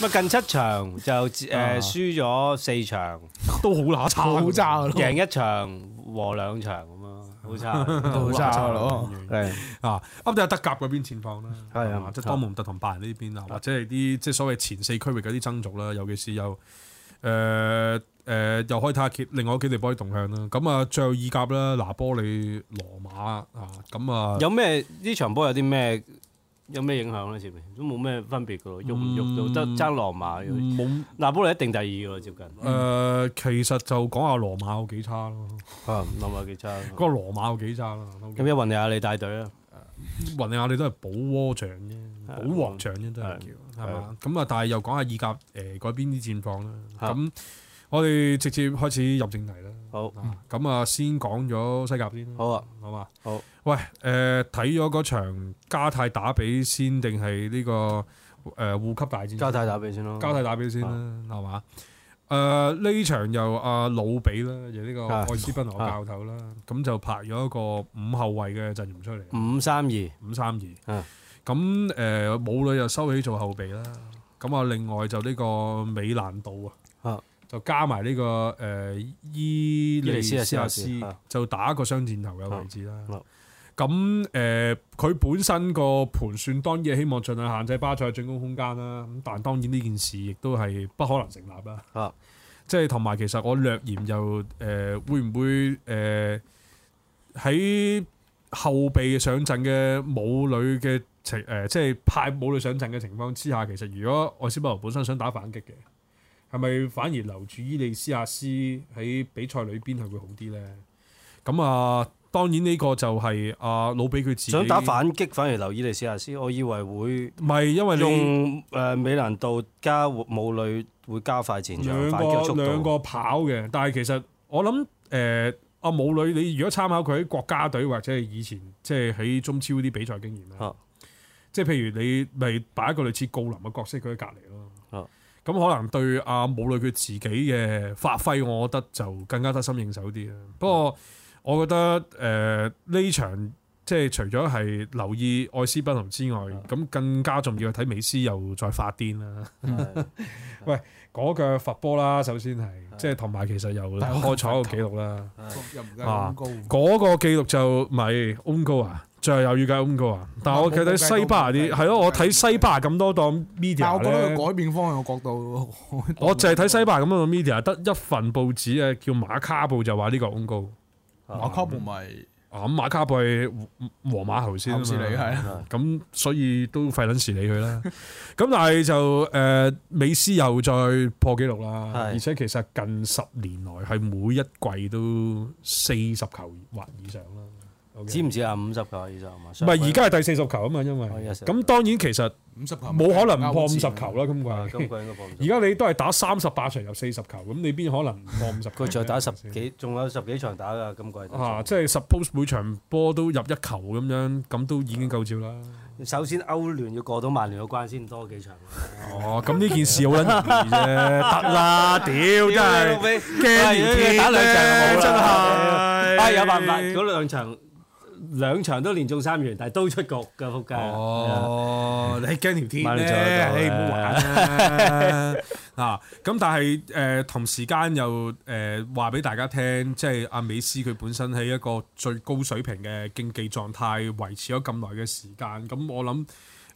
[SPEAKER 2] 咪近七場就誒
[SPEAKER 1] 啊
[SPEAKER 2] 輸咗四場，
[SPEAKER 1] 都好啊乸差，
[SPEAKER 3] 好渣啊嘅咯，
[SPEAKER 2] 贏一場和兩場咁咯，好 差。
[SPEAKER 3] 好渣嗯嘅咯。
[SPEAKER 2] 係
[SPEAKER 1] 啊，噏到德甲嗰邊戰況啦，
[SPEAKER 2] 係啊
[SPEAKER 1] 係嘛即係多蒙特同拜仁呢邊啊，或者係啲即係所謂前四區域嗰啲爭逐啦，尤其是又誒誒呃又可以睇下其另外幾隊波啲動向啦。咁啊，最後意甲啦，拿波里、羅馬啊，咁啊，
[SPEAKER 2] 有咩呢場波有啲咩有咩影響咧？前面都冇咩分別嘅咯，
[SPEAKER 1] 嗯
[SPEAKER 2] 喐唔喐到得爭羅馬嘅。
[SPEAKER 1] 冇
[SPEAKER 2] 拿波利一定第二嘅喎，接近。
[SPEAKER 1] 啊誒，呃其實就講下羅馬有幾差咯，
[SPEAKER 2] 啊，羅馬幾差。
[SPEAKER 1] 嗰個羅馬有幾差啦。
[SPEAKER 2] 咁一混下你帶隊啊啦，
[SPEAKER 1] 雲利亞你都係保鍋獎啫，保王獎啫都啊係叫係嘛？咁啊，但係又講下意甲誒嗰邊啲戰況啦。
[SPEAKER 2] 係
[SPEAKER 1] 咁我哋直接開始入正題啦。
[SPEAKER 2] 好，
[SPEAKER 1] 啊咁啊，先講咗西甲先啦，
[SPEAKER 2] 好啊，
[SPEAKER 1] 好嘛？
[SPEAKER 2] 好。
[SPEAKER 1] 喂，誒睇咗嗰場加泰打比先，定係呢個誒護級大戰？
[SPEAKER 2] 交替打俾先咯。
[SPEAKER 1] 交替打比先
[SPEAKER 2] 啊
[SPEAKER 1] 啦，係嘛？誒呢場又阿魯比啦，就呢個
[SPEAKER 2] 啊
[SPEAKER 1] 愛斯賓羅教頭啦，咁就拍咗一個五後衞嘅陣容出嚟。
[SPEAKER 2] 五三二。
[SPEAKER 1] 五三二
[SPEAKER 2] 嗯。
[SPEAKER 1] 咁誒母女又收起做後備啦。咁啊，另外就呢個美蘭道啊
[SPEAKER 2] 啊，
[SPEAKER 1] 就加埋呢個誒伊利斯亞斯
[SPEAKER 2] 伊利斯亞斯啊，
[SPEAKER 1] 就打一個雙箭頭嘅位置啦
[SPEAKER 2] 啊。
[SPEAKER 1] 咁誒，佢本身個盤算當然希望盡量限制巴塞嘅進攻空間啦。咁但當然呢件事亦都係不可能成立啦。
[SPEAKER 2] 啊
[SPEAKER 1] 即係同埋其實我略嫌又誒、呃、會唔會誒喺、後備上陣嘅母女嘅情誒、呃即係派母女上陣嘅情況之下，其實如果愛斯巴羅本身想打反擊嘅，係咪反而留住伊利斯亞斯喺比賽裏邊係會好啲咧？咁啊，當然呢個就係阿老比佢自己
[SPEAKER 2] 想打，反擊，反而留意利斯亞斯，我以為會
[SPEAKER 1] 唔係因為你
[SPEAKER 2] 用誒美蘭道加母女會加快前場
[SPEAKER 1] 兩
[SPEAKER 2] 反擊速
[SPEAKER 1] 個兩
[SPEAKER 2] 度。
[SPEAKER 1] 個跑嘅，但係其實我諗誒阿母女，你如果參考佢喺國家隊或者係以前即係喺中超啲比賽經驗啦
[SPEAKER 2] 啊，
[SPEAKER 1] 即係譬如你咪擺一個類似郜林嘅角色佢喺隔離
[SPEAKER 2] 啊
[SPEAKER 1] 咯。咁可能對阿母女佢自己嘅發揮，我覺得就更加得心應手啲啦。啊不過我覺得呃誒呢、場即係除咗係留意愛斯賓奴之外，
[SPEAKER 3] 啊
[SPEAKER 1] 咁更加重要係睇美斯又再發癲啦。 嗰腳罰波啦，首先係即係同埋其實又
[SPEAKER 3] 但係
[SPEAKER 1] 開採個記錄啦。
[SPEAKER 3] 又唔夠咁高，
[SPEAKER 1] 嗰個記錄就咪 o n g o 啊，最後有預計 o n g o 啊。但係我睇睇西班牙啲係咯，我睇西班牙咁多檔
[SPEAKER 3] 但
[SPEAKER 1] media
[SPEAKER 3] 我覺得
[SPEAKER 1] 咧，
[SPEAKER 3] 佢改變方向 嘅角度，
[SPEAKER 1] 我就係睇西班牙咁多檔 media，得一份報紙啊叫馬卡報就話呢個 o n g o
[SPEAKER 3] 馬卡布咪
[SPEAKER 1] 啊咁馬卡貝皇馬頭先啊
[SPEAKER 3] 後
[SPEAKER 1] 嘛
[SPEAKER 3] 是你係啦，
[SPEAKER 1] 咁所以都費撚事理佢啦。 咁但係就誒、呃美斯又再破紀錄啦，
[SPEAKER 2] 係
[SPEAKER 1] 而且其實近十年來係每一季都四十球或以上啦。OK
[SPEAKER 2] 知唔知啊？五十球以上係嘛？
[SPEAKER 1] 唔係而家係第四十球啊嘛，因為
[SPEAKER 2] 哦，yes，
[SPEAKER 1] 咁當然其實
[SPEAKER 3] 五十球，
[SPEAKER 1] 冇可能唔破五十球啦，今季。
[SPEAKER 2] 啊，今季應該破五十。
[SPEAKER 1] 而家你都係打三十八場入四十球，咁你邊可 能唔破五十？
[SPEAKER 2] 佢再打十幾，仲有十幾場打㗎，今季都仲。
[SPEAKER 1] 啊啊，即係 suppose 每場波都入一球咁樣，咁都已經夠照啦。
[SPEAKER 2] 首先歐聯要過到曼聯嘅關先多幾場啊。
[SPEAKER 1] 哦，咁呢件事好撚容易啫，得啦，屌真係驚連
[SPEAKER 2] 打兩場就冇
[SPEAKER 1] 真
[SPEAKER 2] 啦
[SPEAKER 1] 係。
[SPEAKER 2] 啊有辦法，嗰兩場兩場都連中三元，但係都出局㗎，撲街。啊
[SPEAKER 1] 哦，你驚條天
[SPEAKER 2] 買你
[SPEAKER 1] 咧，
[SPEAKER 2] 做得到
[SPEAKER 1] 唉唔好玩啦啊！ 咁但係誒同時間又誒話俾大家聽，即係阿美斯佢本身喺一個最高水平嘅競技狀態維持咗咁耐嘅時間，咁我諗。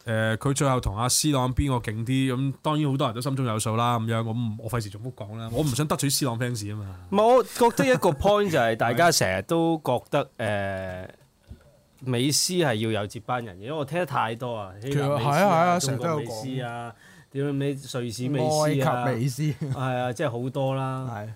[SPEAKER 1] 誒佢、最後同阿斯朗邊個勁啲咁，當然好多人都心中有數啦。咁樣我唔我費事重複講啦， 我唔想得罪斯朗 fans 啊嘛。
[SPEAKER 2] 唔係，我覺得一個 point 就係大家成日都覺得誒、呃美斯係要有接班人嘅，因為我聽得太多啊，希臘美斯
[SPEAKER 3] 係啊係啊成
[SPEAKER 2] 中
[SPEAKER 3] 日都有
[SPEAKER 2] 國
[SPEAKER 3] 講
[SPEAKER 2] 美斯啊，點樣美瑞士美
[SPEAKER 3] 埃
[SPEAKER 2] 斯
[SPEAKER 3] 及
[SPEAKER 2] 啊，
[SPEAKER 3] 美斯
[SPEAKER 2] 係啊，即係好多啦。
[SPEAKER 3] 係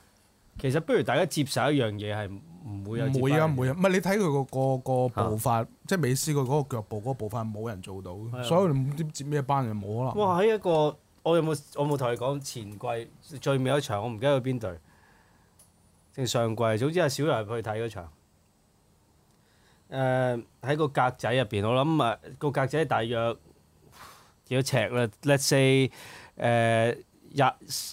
[SPEAKER 2] 其實不如大家接受一樣嘢係唔會有接班
[SPEAKER 3] 唔會
[SPEAKER 2] 人
[SPEAKER 3] 啊唔會啊，唔係你睇佢個個個步伐，即係美斯佢嗰個腳步嗰個步伐冇人做到
[SPEAKER 2] 啊，
[SPEAKER 3] 所以你唔知接咩班人冇可能。
[SPEAKER 2] 哇！喺一個我有冇我冇同你講前季最尾一場，我唔記得去邊隊，定上季，總之係小人去睇嗰場。誒、喺個格仔入邊，我諗啊個格仔大約幾多尺咧？Let's say 誒、廿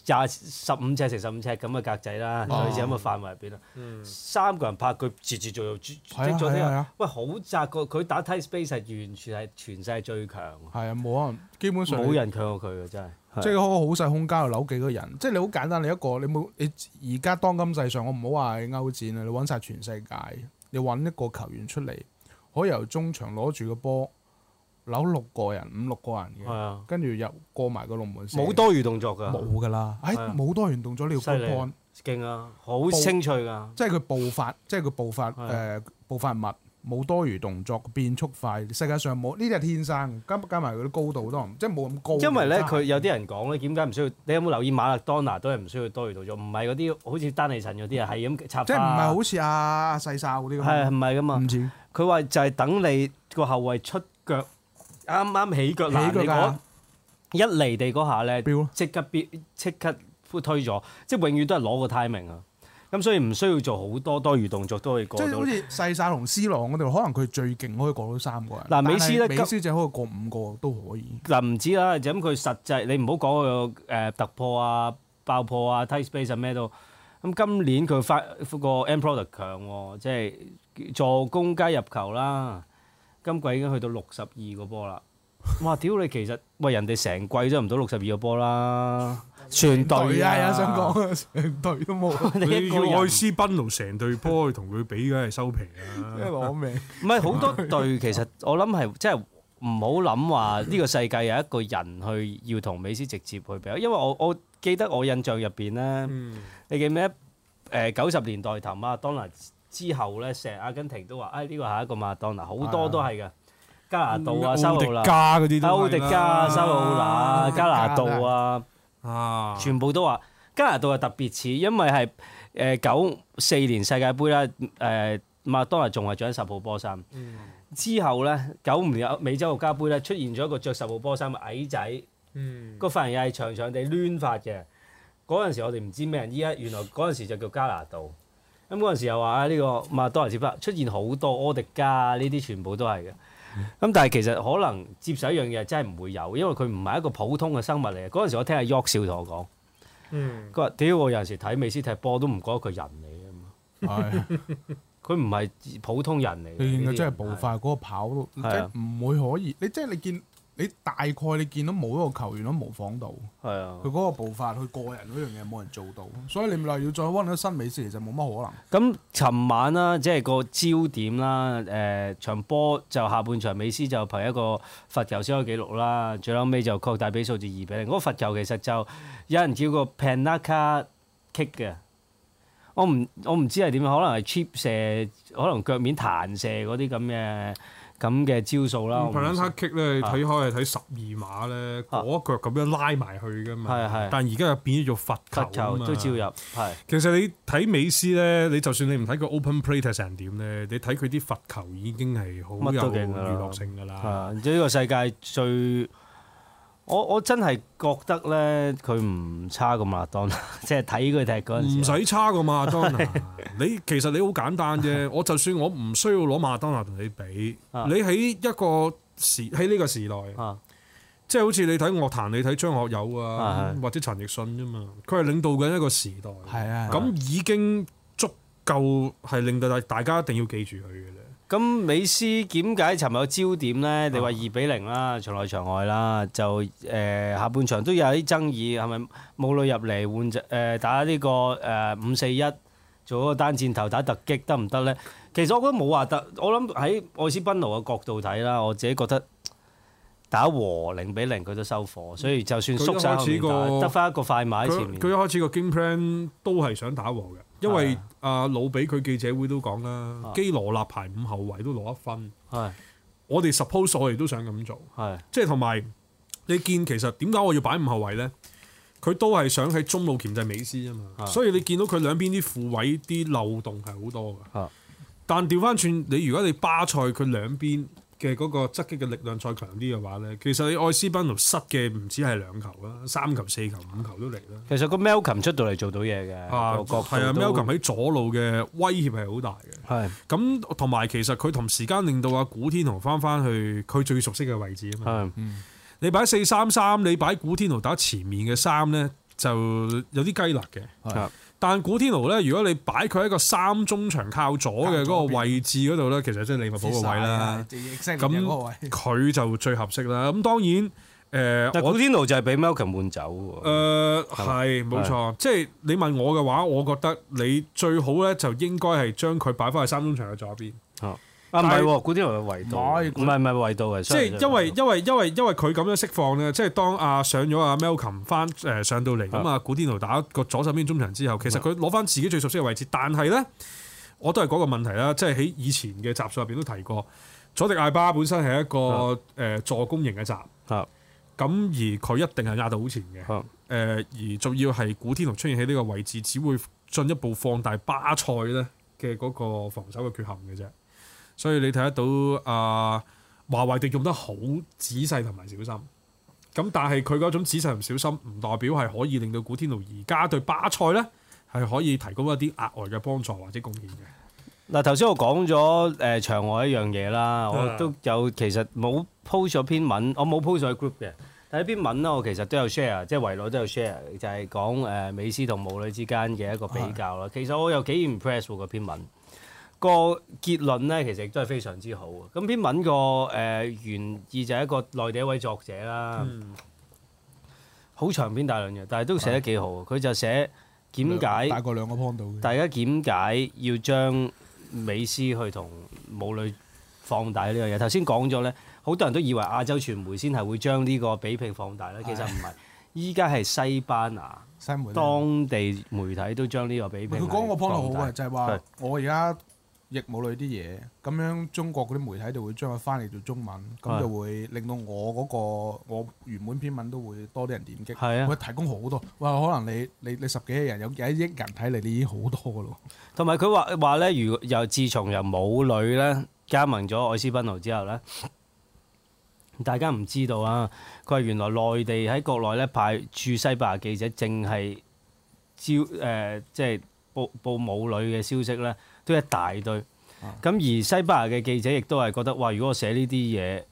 [SPEAKER 2] 廿十五尺乘十五尺咁嘅格仔啦，
[SPEAKER 3] 哦嗯
[SPEAKER 2] 類似咁嘅範圍入邊啦。三個人拍佢，截住做即
[SPEAKER 3] 係啊
[SPEAKER 2] 咗
[SPEAKER 3] 係啊係
[SPEAKER 2] 聽
[SPEAKER 3] 啊。
[SPEAKER 2] 喂，好窄個，佢打 tight space 係完全係全世界最強喎。
[SPEAKER 3] 係啊，冇可能，基本上你
[SPEAKER 2] 冇人強過佢嘅啊真係，
[SPEAKER 3] 即係嗰個好細空間度扭幾個人，即係你好簡單，你一個你冇你而家當今世上，我唔好話係歐戰啊，你揾晒全世界，你揾一個球員出嚟，可以由中場攞住個波扭六個人、五六個人
[SPEAKER 2] 係
[SPEAKER 3] 嘅，
[SPEAKER 2] 啊，
[SPEAKER 3] 跟住入過埋個龍門線，
[SPEAKER 2] 冇多餘動作
[SPEAKER 3] 冇
[SPEAKER 2] 㗎，
[SPEAKER 3] 㗎啦，唉
[SPEAKER 2] 係啊
[SPEAKER 3] 冇多元動作呢
[SPEAKER 2] 犀
[SPEAKER 3] 個 p
[SPEAKER 2] 利
[SPEAKER 3] o
[SPEAKER 2] 勁啊，好清脆㗎，
[SPEAKER 3] 即係佢步伐，即係佢步伐
[SPEAKER 2] 係
[SPEAKER 3] 誒步伐密，冇多餘動作，變速快，世界上冇呢啲係天生嘅，加加埋佢啲高度都唔即係冇咁高，
[SPEAKER 2] 因為咧佢有啲人講咧，點解唔需要？你有冇留意馬勒當拿都係唔需要多餘動作，唔係嗰啲好似丹尼臣嗰啲啊，係咁插花，啊
[SPEAKER 3] 即係唔係好似阿阿細哨嗰啲
[SPEAKER 2] 係
[SPEAKER 3] 咁，嗯
[SPEAKER 2] 唔係㗎嘛
[SPEAKER 3] 唔？似。
[SPEAKER 2] 佢話就係等你個後衞出腳，啱啱起腳嗱，
[SPEAKER 3] 起腳
[SPEAKER 2] 你嗰
[SPEAKER 3] 㗎
[SPEAKER 2] 一離地嗰下咧，
[SPEAKER 3] 標咯
[SPEAKER 2] 即刻變即刻推咗，即係永遠都係攞個 timing 啊。咁所以唔需要做好多多餘動作都可以過
[SPEAKER 3] 即係
[SPEAKER 2] 到
[SPEAKER 3] 好。似細哨同 C 朗嗰度，可能佢最勁可以過到三個人。
[SPEAKER 2] 嗱美斯咧
[SPEAKER 3] 但係美斯淨可以過五個都可以。
[SPEAKER 2] 嗱唔知啦，就咁佢實際，你唔好講佢誒突破啊、爆破啊、tight space 啊咩都。咁今年佢發個 end product 強喎，即係助攻加入球啦。今季已經去到六十二個波啦。哇！屌你其實喂人哋成季都唔到六十二個波啦，全隊
[SPEAKER 3] 係啊，想講成隊都冇，
[SPEAKER 2] 你一
[SPEAKER 1] 你
[SPEAKER 2] 個
[SPEAKER 1] 要
[SPEAKER 2] 人
[SPEAKER 1] 愛斯賓奴成隊波去同佢比，梗係收皮啦
[SPEAKER 3] 即。係攞命。
[SPEAKER 2] 唔係好多 隊其實我諗係即係唔好諗話呢個世界有一個人去要同美斯直接去比，因為我我記得我印象入邊咧，你記唔記得誒九十年代頭馬當拿之後咧，成日阿根廷都話哎誒呢個係一個馬當拿，好多都係嘅，加拿大 啊、修
[SPEAKER 1] 奧
[SPEAKER 2] 奧
[SPEAKER 1] 迪
[SPEAKER 2] 拿、
[SPEAKER 1] 加 嗰啲都
[SPEAKER 2] 歐迪加啊、修奧拿、加拿大
[SPEAKER 3] 加拿
[SPEAKER 2] 啊。
[SPEAKER 1] 啊，
[SPEAKER 2] 全部都話加拿大係特別似，因為係誒九四年世界盃啦，誒、麥當娜仲係着緊十號波衫。之後咧，九五年美洲國家杯咧出現咗一個着十號波衫嘅矮仔，個髮型又係長長地攣髮嘅。嗰陣時我哋唔知咩人，依家原來嗰陣時就叫加拿大。咁嗰陣時又話啊，呢、個麥當娜接不出現好多柯迪加啊，呢啲全部都係嘅。咁但係其實可能接受一樣嘢真係唔會有，因為佢唔係一個普通嘅生物嚟嘅。嗰陣時我聽阿 Yok 笑同我講。佢話：屌，我有陣時睇美斯踢波都唔覺得佢人嚟嘅嘛，
[SPEAKER 3] 係，
[SPEAKER 2] 佢唔係普通人嚟嘅。
[SPEAKER 3] 你見
[SPEAKER 2] 呢
[SPEAKER 3] 佢
[SPEAKER 2] 啲
[SPEAKER 3] 真係
[SPEAKER 2] 人
[SPEAKER 3] 步伐嗰個跑路，即
[SPEAKER 2] 係啊
[SPEAKER 3] 係唔會可以。你即係你見你大概你見到冇一個球員都模仿到
[SPEAKER 2] 係啊
[SPEAKER 3] 佢。嗰個步伐，佢個人嗰樣嘢冇人做到，所以你咪話要再揾到新美斯，其實冇乜可能。
[SPEAKER 2] 咁尋晚啦，即係個焦點啦，誒、場波就下半場美斯就憑一個罰球先開紀錄啦，最後尾就擴大比數至二比零。嗰、個罰球其實就有人叫個 Panaka kick 嘅，我唔我唔知係點樣，可能係 cheap 射，可能腳面彈射嗰啲咁嘅咁嘅招數啦。我唔
[SPEAKER 1] p a n a
[SPEAKER 2] 知
[SPEAKER 1] t a kick 咧，睇開係睇十二碼咧，嗰腳咁樣拉埋去噶嘛。
[SPEAKER 2] 啊係係
[SPEAKER 1] 但而家又變咗做罰球
[SPEAKER 2] 咳
[SPEAKER 1] 啊
[SPEAKER 2] 球
[SPEAKER 1] 嘛
[SPEAKER 2] 都照入，係
[SPEAKER 1] 其實你睇美斯咧，你就算你唔睇佢 open play 踢成點咧，你睇佢啲罰球已經係好
[SPEAKER 2] 乜
[SPEAKER 1] 有
[SPEAKER 2] 都
[SPEAKER 1] 娛
[SPEAKER 2] 勁㗎啦
[SPEAKER 1] 樂性㗎
[SPEAKER 2] 係
[SPEAKER 1] 啦。
[SPEAKER 2] 啊！即係呢個世界最我我真係覺得咧，佢唔差過麥當娜， 即係睇佢踢嗰陣時。啊
[SPEAKER 1] 唔使差過馬當 娜，你其實你好簡單啫。我就算我唔需要攞馬當娜同你比，
[SPEAKER 2] 啊
[SPEAKER 1] 你喺一個時喺呢個時代，
[SPEAKER 2] 啊
[SPEAKER 1] 即係好似你睇樂壇，你睇張學友啊
[SPEAKER 2] 啊，係
[SPEAKER 1] 或者陳奕迅啫嘛，佢係領導緊一個時代。
[SPEAKER 3] 係啊，咁
[SPEAKER 1] 咁已經足夠係令到大大家一定要記住佢嘅啦。
[SPEAKER 2] 咁美斯點解尋日有焦點
[SPEAKER 1] 啊
[SPEAKER 2] 呢？你話二比零啦，場內場外啦，就誒、呃下半場都有啲爭議，係咪母女入嚟換就誒、呃打呢、個誒五四一做嗰個單箭頭打突擊得唔得呢？其實我覺得冇話特，我諗喺愛斯賓奴嘅角度睇啦，我自己覺得打和零比零佢都收貨，所以就算縮晒後
[SPEAKER 1] 嗯佢一開始
[SPEAKER 2] 面
[SPEAKER 1] 個
[SPEAKER 2] 打，得翻一個快馬喺前
[SPEAKER 1] 佢
[SPEAKER 2] 面
[SPEAKER 1] 佢一開始個 game plan 都係想打和嘅，因為阿老比佢記者會都講啦，
[SPEAKER 2] 啊
[SPEAKER 1] 基羅納排五後衞都攞一分，
[SPEAKER 2] 係
[SPEAKER 1] 我哋 suppose 我哋都想咁做，
[SPEAKER 2] 係
[SPEAKER 1] 即係同埋你見其實點解我要擺五後衞呢？佢都係想喺中路鉗制美斯啊嘛，
[SPEAKER 2] 啊
[SPEAKER 1] 所以你見到佢兩邊啲副位啲漏洞係好多嘅。
[SPEAKER 2] 啊
[SPEAKER 1] 但調翻轉，你如果你巴塞佢兩邊嘅嗰個側擊嘅力量再強啲嘅話呢，其實你愛斯賓奴失嘅唔止係兩球啦，三球、四球、五球都嚟啦。
[SPEAKER 2] 其實個 Melkin 出到嚟做到嘢嘅，
[SPEAKER 1] 啊，
[SPEAKER 2] 個角度
[SPEAKER 1] 係啊
[SPEAKER 2] 都
[SPEAKER 1] ，Melkin 喺左路嘅威脅係好大嘅。
[SPEAKER 2] 係
[SPEAKER 1] 咁同埋其實佢同時間令到阿古天奴翻翻去佢最熟悉嘅位置啊嘛。
[SPEAKER 2] 係
[SPEAKER 1] 你擺四三三，你擺古天奴打前面嘅三呢，就有啲雞肋嘅。
[SPEAKER 2] 係
[SPEAKER 1] 但古天奴呢，如果你擺佢喺個三中場靠左嘅嗰個位置嗰度呢，其實即係利物浦個位啦。
[SPEAKER 3] 咁
[SPEAKER 1] 咁
[SPEAKER 3] 嗰個位，
[SPEAKER 1] 佢就最合適啦。咁當然誒、呃
[SPEAKER 2] 但
[SPEAKER 1] 我呃
[SPEAKER 2] 古天奴就係俾 Malcolm 換走喎。
[SPEAKER 1] 誒係冇錯，即係你問我嘅話，我覺得你最好咧就應該係將佢擺翻去三中場嘅左邊，
[SPEAKER 2] 啊，唔
[SPEAKER 1] 但係
[SPEAKER 2] 係喎，古天奴係維度，
[SPEAKER 3] 唔係
[SPEAKER 2] 唔係唔係維度係。
[SPEAKER 1] 即係因為因為因為因為佢咁樣釋放咧，即係當阿、上咗阿 Malcolm 翻誒上到嚟咁啊，古天奴打個左手邊中場之後，其實佢攞翻自己最熟悉嘅位置，但係咧我都係嗰個問題啦，即係喺以前嘅集數入邊都提過，佐迪艾巴本身係一個誒、助攻型嘅集，
[SPEAKER 2] 啊
[SPEAKER 1] 咁而佢一定係壓到好前嘅。
[SPEAKER 2] 啊
[SPEAKER 1] 誒、而仲要係古天奴出現喺呢個位置，只會進一步放大巴塞咧嘅嗰個防守嘅缺陷嘅啫。所以你睇得到啊、華為迪用得好仔細同埋小心。咁但係佢嗰種仔細同小心，唔代表係可以令到古天奴而家對巴塞咧係可以提供一啲額外嘅幫助或者貢獻嘅。
[SPEAKER 2] 嗱，頭先我講咗誒場外一樣嘢啦，我都有其實冇 post 咗篇文，我冇 post 咗 group 嘅，但係篇文咧我其實都有 share，即係圍內都有 share，就係講誒美斯同母女之間嘅一個比較啦。其實我有幾 impress 喎個篇文，個結論咧其實亦都係非常之好嘅。咁篇文個誒原意就係一個內地一位作者啦，好長篇大論嘅，但係都寫得幾好。佢就寫點解
[SPEAKER 3] 大過兩個 point 度嘅？
[SPEAKER 2] 大家點解要將美斯去同母女放大呢樣嘢？頭先講咗咧，好多人都以為亞洲傳媒先係會將呢個比拼放大咧，其實唔係。依家係西班牙
[SPEAKER 3] 西門
[SPEAKER 2] 當地媒體都將呢個比拼
[SPEAKER 3] 嗯佢講個 point 好
[SPEAKER 2] 放
[SPEAKER 3] 啊，
[SPEAKER 2] 大
[SPEAKER 3] 就係話
[SPEAKER 2] 係
[SPEAKER 3] 我而家譯母女啲嘢，咁樣中國嗰啲媒體就會將佢翻譯做中文，咁
[SPEAKER 2] 係
[SPEAKER 3] 就會令到我嗰個我原本篇文都會多啲人點擊，
[SPEAKER 2] 係啊
[SPEAKER 3] 會提供好多。哇！可能你你你十幾億人有有一億人睇你，你已經好多噶咯。
[SPEAKER 2] 同埋佢話話咧，如又自從由母女咧加盟咗愛斯賓奴之後咧，大家唔知道啊，佢係原來內地喺國內咧派駐西班牙記者，淨係招誒即係報報母女嘅消息咧，都一大堆。咁、而西班牙嘅記者亦都係覺得，哇！如果我寫呢啲嘢，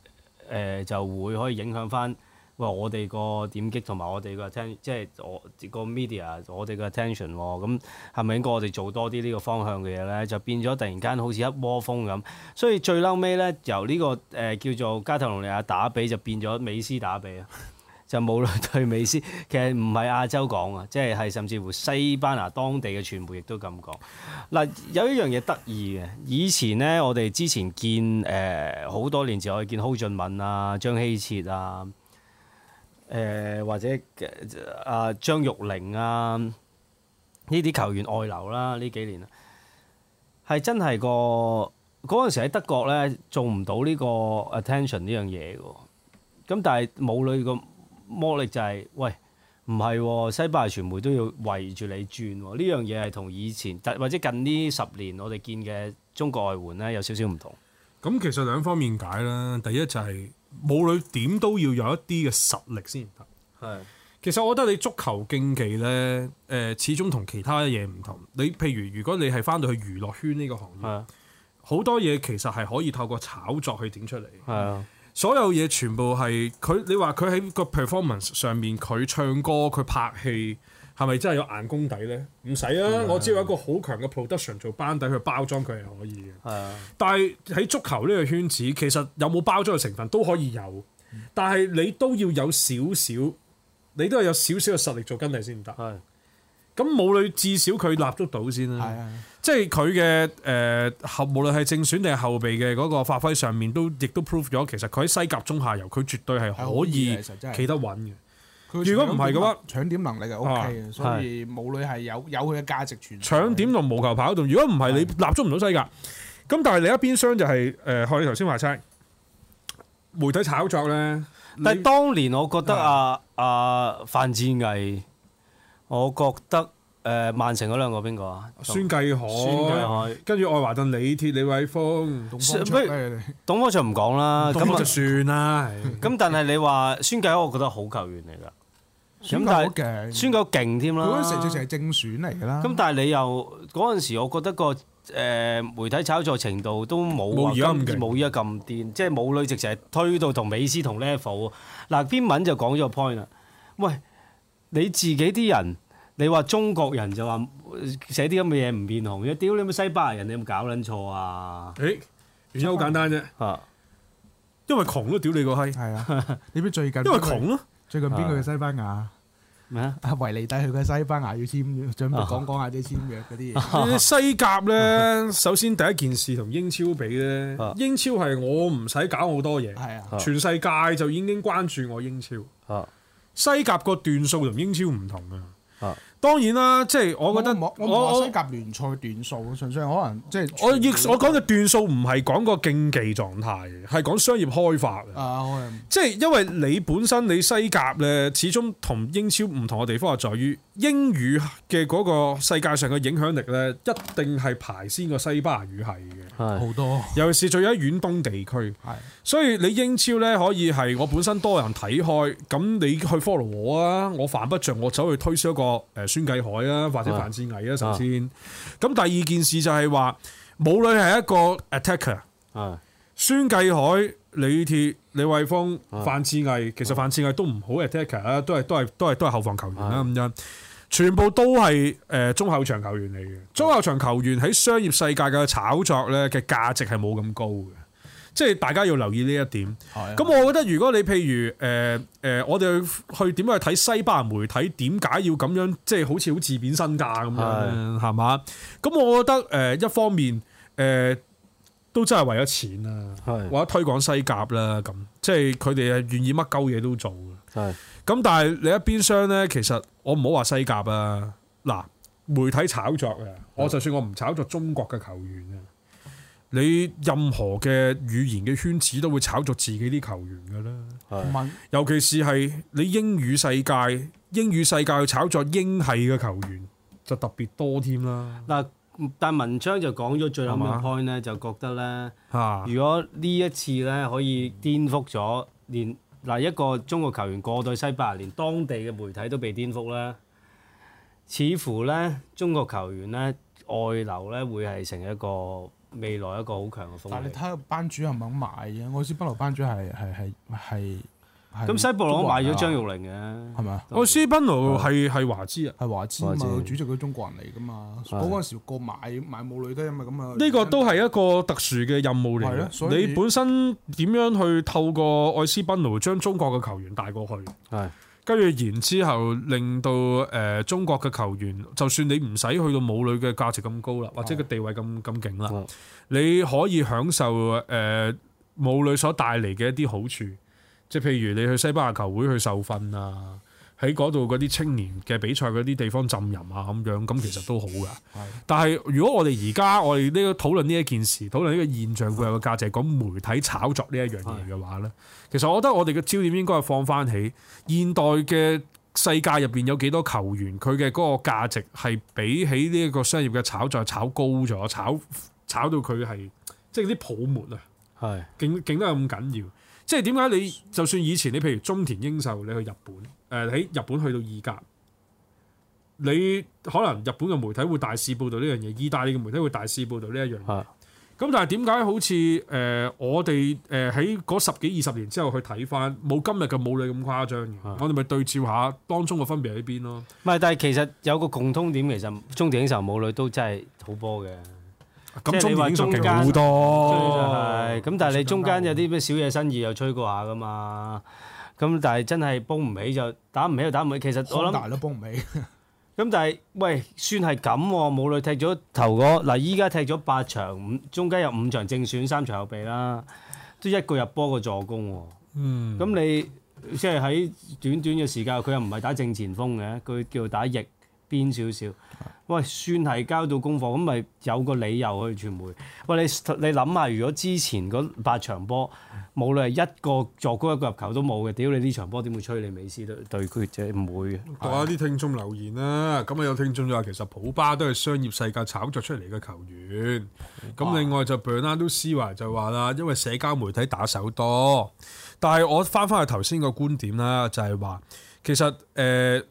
[SPEAKER 2] 誒、就會可以影響翻。喂，我哋個點擊同埋我哋個 attention，即係我個 media，我哋個 attention 喎，咁係咪應該我哋做多啲呢個方向嘅嘢咧？就變咗突然間好似一窩蜂咁，所以最嬲尾咧，由呢、個誒、呃叫做加泰隆尼亞打比就變咗美斯打比啊， 就無論對美斯，其實唔係亞洲講啊，即係係甚至乎西班牙當地嘅傳媒亦都咁講。嗱，有一樣嘢得意嘅，以前咧我哋之前見誒好、多年前我哋見蒿俊敏啊、張希哲啊。呃誒、或者呃啊、張玉玲啊，誒、呢啲球員外流啦，呢幾年係真係個嗰陣時喺德國咧做唔到呢個 attention 呢樣嘢嘅喎。咁但係母女個魔力就係、喂唔係喎，西班牙傳媒都要圍住你轉喎。呢樣嘢係同以前特或者近呢十年我哋見嘅中國外援咧有少少唔同。
[SPEAKER 1] 咁其實兩方面解啦。第一就係母女點都要有一啲嘅實力先得。
[SPEAKER 2] 係
[SPEAKER 1] 其實我覺得你足球競技呢，誒、始終同其他嘢唔同。你譬如如果你係翻到去娛樂圈呢個行
[SPEAKER 2] 係
[SPEAKER 1] 業，
[SPEAKER 2] 啊
[SPEAKER 1] 好多嘢其實係可以透過炒作去整出嚟。
[SPEAKER 2] 係啊
[SPEAKER 1] 所有嘢全部係佢，你話佢喺個 performance 上面，佢唱歌，佢拍戲，係咪真係有硬功底呢？唔使啊，我只要有一個好強嘅 production 做班底去包裝佢係可以嘅。
[SPEAKER 2] 係啊
[SPEAKER 1] 但係喺足球呢個圈子，其實有冇包裝嘅成分都可以有，但係你都要有少少，你都係有少少嘅實力做跟底先得。
[SPEAKER 2] 係
[SPEAKER 1] 咁母女至少佢立足到先
[SPEAKER 3] 係
[SPEAKER 1] 啦，
[SPEAKER 3] 啊，
[SPEAKER 1] 即係佢嘅誒後，無論係正選定係後備嘅嗰個發揮上面，都亦都 prove 咗，其實佢喺西甲中下游，佢絕對係嗯
[SPEAKER 3] 係
[SPEAKER 1] 可
[SPEAKER 3] 易
[SPEAKER 1] 以
[SPEAKER 3] 嘅其實真係
[SPEAKER 1] 企得穩嘅。
[SPEAKER 3] 佢
[SPEAKER 1] 如果唔係嘅話
[SPEAKER 3] 搶點能搶點能力係 O K 嘅，所以母女係有有佢嘅價值存在。
[SPEAKER 1] 搶點同無球跑動，如果唔係你立足唔到西甲。咁但係你一邊廂就係、誒，學、你頭先話齋，媒體炒作咧，
[SPEAKER 2] 但
[SPEAKER 1] 你
[SPEAKER 2] 係當年我覺得啊啊范志毅，我覺得誒、呃曼城嗰兩個邊個啊？
[SPEAKER 1] 孫繼海，
[SPEAKER 2] 孫繼
[SPEAKER 1] 跟住愛華頓李鐵李偉峰，
[SPEAKER 3] 董
[SPEAKER 2] 所以
[SPEAKER 3] 方卓咧，你
[SPEAKER 2] 海，董哥就唔講啦。
[SPEAKER 1] 啊咁嗯就
[SPEAKER 2] 咁啊
[SPEAKER 1] 算啦。
[SPEAKER 2] 咁，但係你話孫繼海，我覺得好球員嚟㗎。咁但
[SPEAKER 3] 孫但
[SPEAKER 2] 係
[SPEAKER 3] 嘅
[SPEAKER 2] 孫繼海勁添啦。
[SPEAKER 3] 佢嗰陣時直情係正選嚟㗎啦。
[SPEAKER 2] 咁但係你又嗰陣時，我覺得個誒、呃媒體炒作程度都冇
[SPEAKER 1] 冇
[SPEAKER 2] 話
[SPEAKER 1] 而家咁
[SPEAKER 2] 今
[SPEAKER 1] 勁
[SPEAKER 2] 冇而家咁癲，即係母女直情係推到同美斯同 level。嗱篇文就講咗個 point 啦，喂你自己啲人，你話中國人就話呃寫啲咁嘅嘢唔變紅嘅，屌你咪西班牙人你有冇搞撚錯啊？
[SPEAKER 1] 誒，原因好簡單啫，
[SPEAKER 2] 啊，
[SPEAKER 1] 因為窮都屌你個閪，
[SPEAKER 3] 係啊，你知最近
[SPEAKER 1] 因為窮咯。
[SPEAKER 3] 最近邊個去西班牙？啊
[SPEAKER 2] 咩啊？
[SPEAKER 3] 維尼蒂去嘅西班牙要簽約，準備講講下啲簽約嗰啲 嘢。
[SPEAKER 1] 你西甲咧，首先第一件事同英超比咧
[SPEAKER 2] 啊，
[SPEAKER 1] 英超係我唔使搞好多嘢，
[SPEAKER 3] 係啊，
[SPEAKER 2] 啊
[SPEAKER 1] 全世界就已經關注我英超。
[SPEAKER 2] 啊
[SPEAKER 1] 西甲個段數同英超唔同啊
[SPEAKER 2] 啊。
[SPEAKER 1] 當然啦，即係我覺得
[SPEAKER 3] 我我話西甲聯賽段數，純粹可能即係
[SPEAKER 1] 我亦我講嘅段數唔係講個競技狀態，係講商業開發嘅。
[SPEAKER 3] 啊，我係
[SPEAKER 1] 即係因為你本身你西甲咧，始終同英超唔同嘅地方係在於英語嘅嗰個世界上嘅影響力咧，一定係排先過西班牙語系嘅。
[SPEAKER 2] 係
[SPEAKER 3] 好多
[SPEAKER 1] 尤其是最喺遠東地區，
[SPEAKER 3] 係
[SPEAKER 1] 所以你英超咧可以係我本身多人睇開，咁你去 follow 我啊，我犯不着我走去推銷一個誒孫繼海啊，或者
[SPEAKER 2] 啊
[SPEAKER 1] 范志毅啊，首先。咁第二件事就係話，武磊係一個 attacker，
[SPEAKER 2] 係
[SPEAKER 1] 孫繼海、李鐵、李慧峰、范志毅，其實范志毅都唔好 attacker 啦，都係都係都係都係後防球員啦
[SPEAKER 2] 啊
[SPEAKER 1] 咁樣，全部都係誒、呃中後場球員嚟嘅。中後場球員喺商業世界嘅炒作咧嘅價值係冇咁高嘅，即係大家要留意呢一點。
[SPEAKER 3] 係
[SPEAKER 1] 咁我覺得如果你譬如誒誒、呃呃我哋去去點樣去睇西班牙媒體點解要咁樣，即係好似好自貶身價咁樣呢，係嘛？咁我覺得誒、呃一方面誒、呃都真係為咗錢啊啦、
[SPEAKER 2] 係
[SPEAKER 1] 或者推廣西甲啦，咁即係佢哋係願意乜鳩嘢都做嘅。
[SPEAKER 2] 係
[SPEAKER 1] 咁但係你一邊廂呢，其實我唔好話西甲啊，嗱媒體炒作啊，我就算我唔炒作中國嘅球員啊，你任何嘅語言嘅圈子都會炒作自己啲球員㗎啦。
[SPEAKER 2] 係
[SPEAKER 3] 問
[SPEAKER 1] 尤其是係你英語世界，英語世界去炒作英系嘅球員就特別多添啦。
[SPEAKER 2] 嗱，但文章就講咗最後尾個
[SPEAKER 1] 係嘛
[SPEAKER 2] point 咧，就覺得咧。
[SPEAKER 1] 嚇，
[SPEAKER 2] 如果呢一次咧可以顛覆咗，連嗱一個中國球員過到西班牙，連當地嘅媒體都被顛覆咧，似乎咧中國球員咧外流咧會係成一個未來一個好強嘅
[SPEAKER 3] 但
[SPEAKER 2] 風
[SPEAKER 3] 係
[SPEAKER 2] 氣
[SPEAKER 3] 你睇。下班主肯唔肯買嘅？啊我知不羅班主係係係係係
[SPEAKER 2] 咁西布
[SPEAKER 3] 啊
[SPEAKER 2] 朗買咗張玉
[SPEAKER 3] 玉
[SPEAKER 2] 玲嘅，
[SPEAKER 3] 係咪啊？
[SPEAKER 1] 我哦斯賓奴係係華資啊，
[SPEAKER 3] 係華資啊
[SPEAKER 2] 華
[SPEAKER 3] 嘛，
[SPEAKER 2] 資
[SPEAKER 3] 主席佢中國人嚟噶嘛，
[SPEAKER 2] 係
[SPEAKER 3] 嗰嗰陣時個買買母女都係因為咁啊。
[SPEAKER 1] 呢個都係一個特殊嘅任務嚟
[SPEAKER 3] 係咯
[SPEAKER 1] 嘅。
[SPEAKER 3] 所以
[SPEAKER 1] 你本身點樣去透過愛斯賓奴將中國嘅球員帶過去，
[SPEAKER 2] 係
[SPEAKER 1] 跟住然之後令到誒、呃中國嘅球員，就算你唔使去到母女嘅價值咁高啦，或者個地位咁咁勁啦
[SPEAKER 2] 嗯，
[SPEAKER 1] 你可以享受誒、呃、母女所帶嚟嘅一啲好處，即係譬如你去西班牙球會去受訓啊。喺嗰度嗰啲青年嘅比賽嗰啲地方浸淫啊咁樣，咁其實都好噶。但係如果我哋而家我哋呢個討論呢一件事，討論呢個現象會有個價值，講媒體炒作呢一樣嘢嘅話咧，其實我覺得我哋嘅焦點應該係放翻起現代嘅。世界入邊有幾多球員，佢嘅嗰個價值係比起呢一個商業嘅炒作炒高咗，炒炒到佢係即係啲泡沫啊！
[SPEAKER 2] 係
[SPEAKER 1] 勁勁得咁緊要。即係點解你就算以前你譬如中田英壽你去日本，誒、呃喺日本去到意甲，你可能日本嘅媒體會大肆報導呢樣嘢，意大利嘅媒體會大肆報導呢一樣嘢。
[SPEAKER 2] 係
[SPEAKER 1] 咁但係點解好似誒、呃我哋誒喺嗰十幾二十年之後去睇翻，冇今日嘅武磊咁誇張嘅，我哋咪對照下當中嘅分別喺邊咯。
[SPEAKER 2] 唔係？但係其實有個共通點，其實中田英壽母女都真係好波嘅。即
[SPEAKER 1] 咁
[SPEAKER 2] 係
[SPEAKER 1] 中
[SPEAKER 2] 你
[SPEAKER 1] 田
[SPEAKER 2] 話
[SPEAKER 1] 英壽
[SPEAKER 2] 中
[SPEAKER 1] 勁
[SPEAKER 2] 間
[SPEAKER 1] 好多，
[SPEAKER 2] 係咁，但係你中間有啲咩小嘢新意又吹過下噶嘛？咁但係真係煲唔起就打唔起就打唔起。其實我
[SPEAKER 3] 康
[SPEAKER 2] 諗
[SPEAKER 3] 大都幫唔起。
[SPEAKER 2] 咁但係，喂，算係咁喎。武磊踢咗頭嗰嗱，依家踢咗八場，五中間有五場正選，三場後備啦，都一個入波個助攻喎。
[SPEAKER 1] 嗯，
[SPEAKER 2] 咁你即係喺短短嘅時間，佢又唔係打正前鋒嘅，佢叫打翼邊少少。喂，算係交到功課，咁咪有個理由去傳媒。喂，你你諗下，如果之前嗰八場波，無論係一個助攻一個入球都冇嘅，屌你呢場波點會吹你美斯對對決啫？唔會嘅。
[SPEAKER 1] 讀下啲聽眾留言啦，咁啊有聽眾就話其實普巴都係商業世界炒作出嚟嘅球員，咁另外就 Bernardo Silva 就話啦，因為社交媒體打手多，但係我翻翻去頭先個觀點啦，就係話其實誒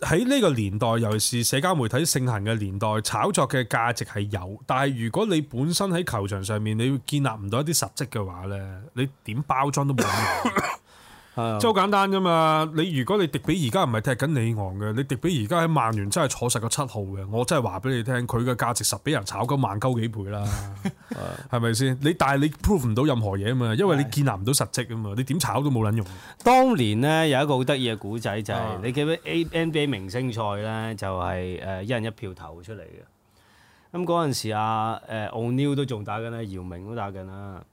[SPEAKER 1] 喺呢個年代，尤其是社交媒體盛行嘅年代，炒作嘅價值係有，但係如果你本身喺球場上面你建立唔到一啲實績嘅話呢，你點包裝都冇用。即係好簡單啫嘛！你如果你迪比而家唔係踢緊里昂嘅，你迪比而家喺曼聯真係坐實個七號嘅，我真係話俾你聽，佢嘅價值實俾人炒緊萬鳩幾倍 啦，係咪先？你但係你 prove 唔到任何嘢啊嘛，因為你建立唔到實績啊嘛，你點炒都冇撚 用。
[SPEAKER 2] 當年咧有一個好得意嘅古仔就係、
[SPEAKER 1] 啊
[SPEAKER 2] 你記唔記得 A NBA 明星賽咧就係、呃誒一人一票投出嚟嘅。咁嗰陣時啊誒 O'Neal 都仲打緊啦，姚明都打緊啦。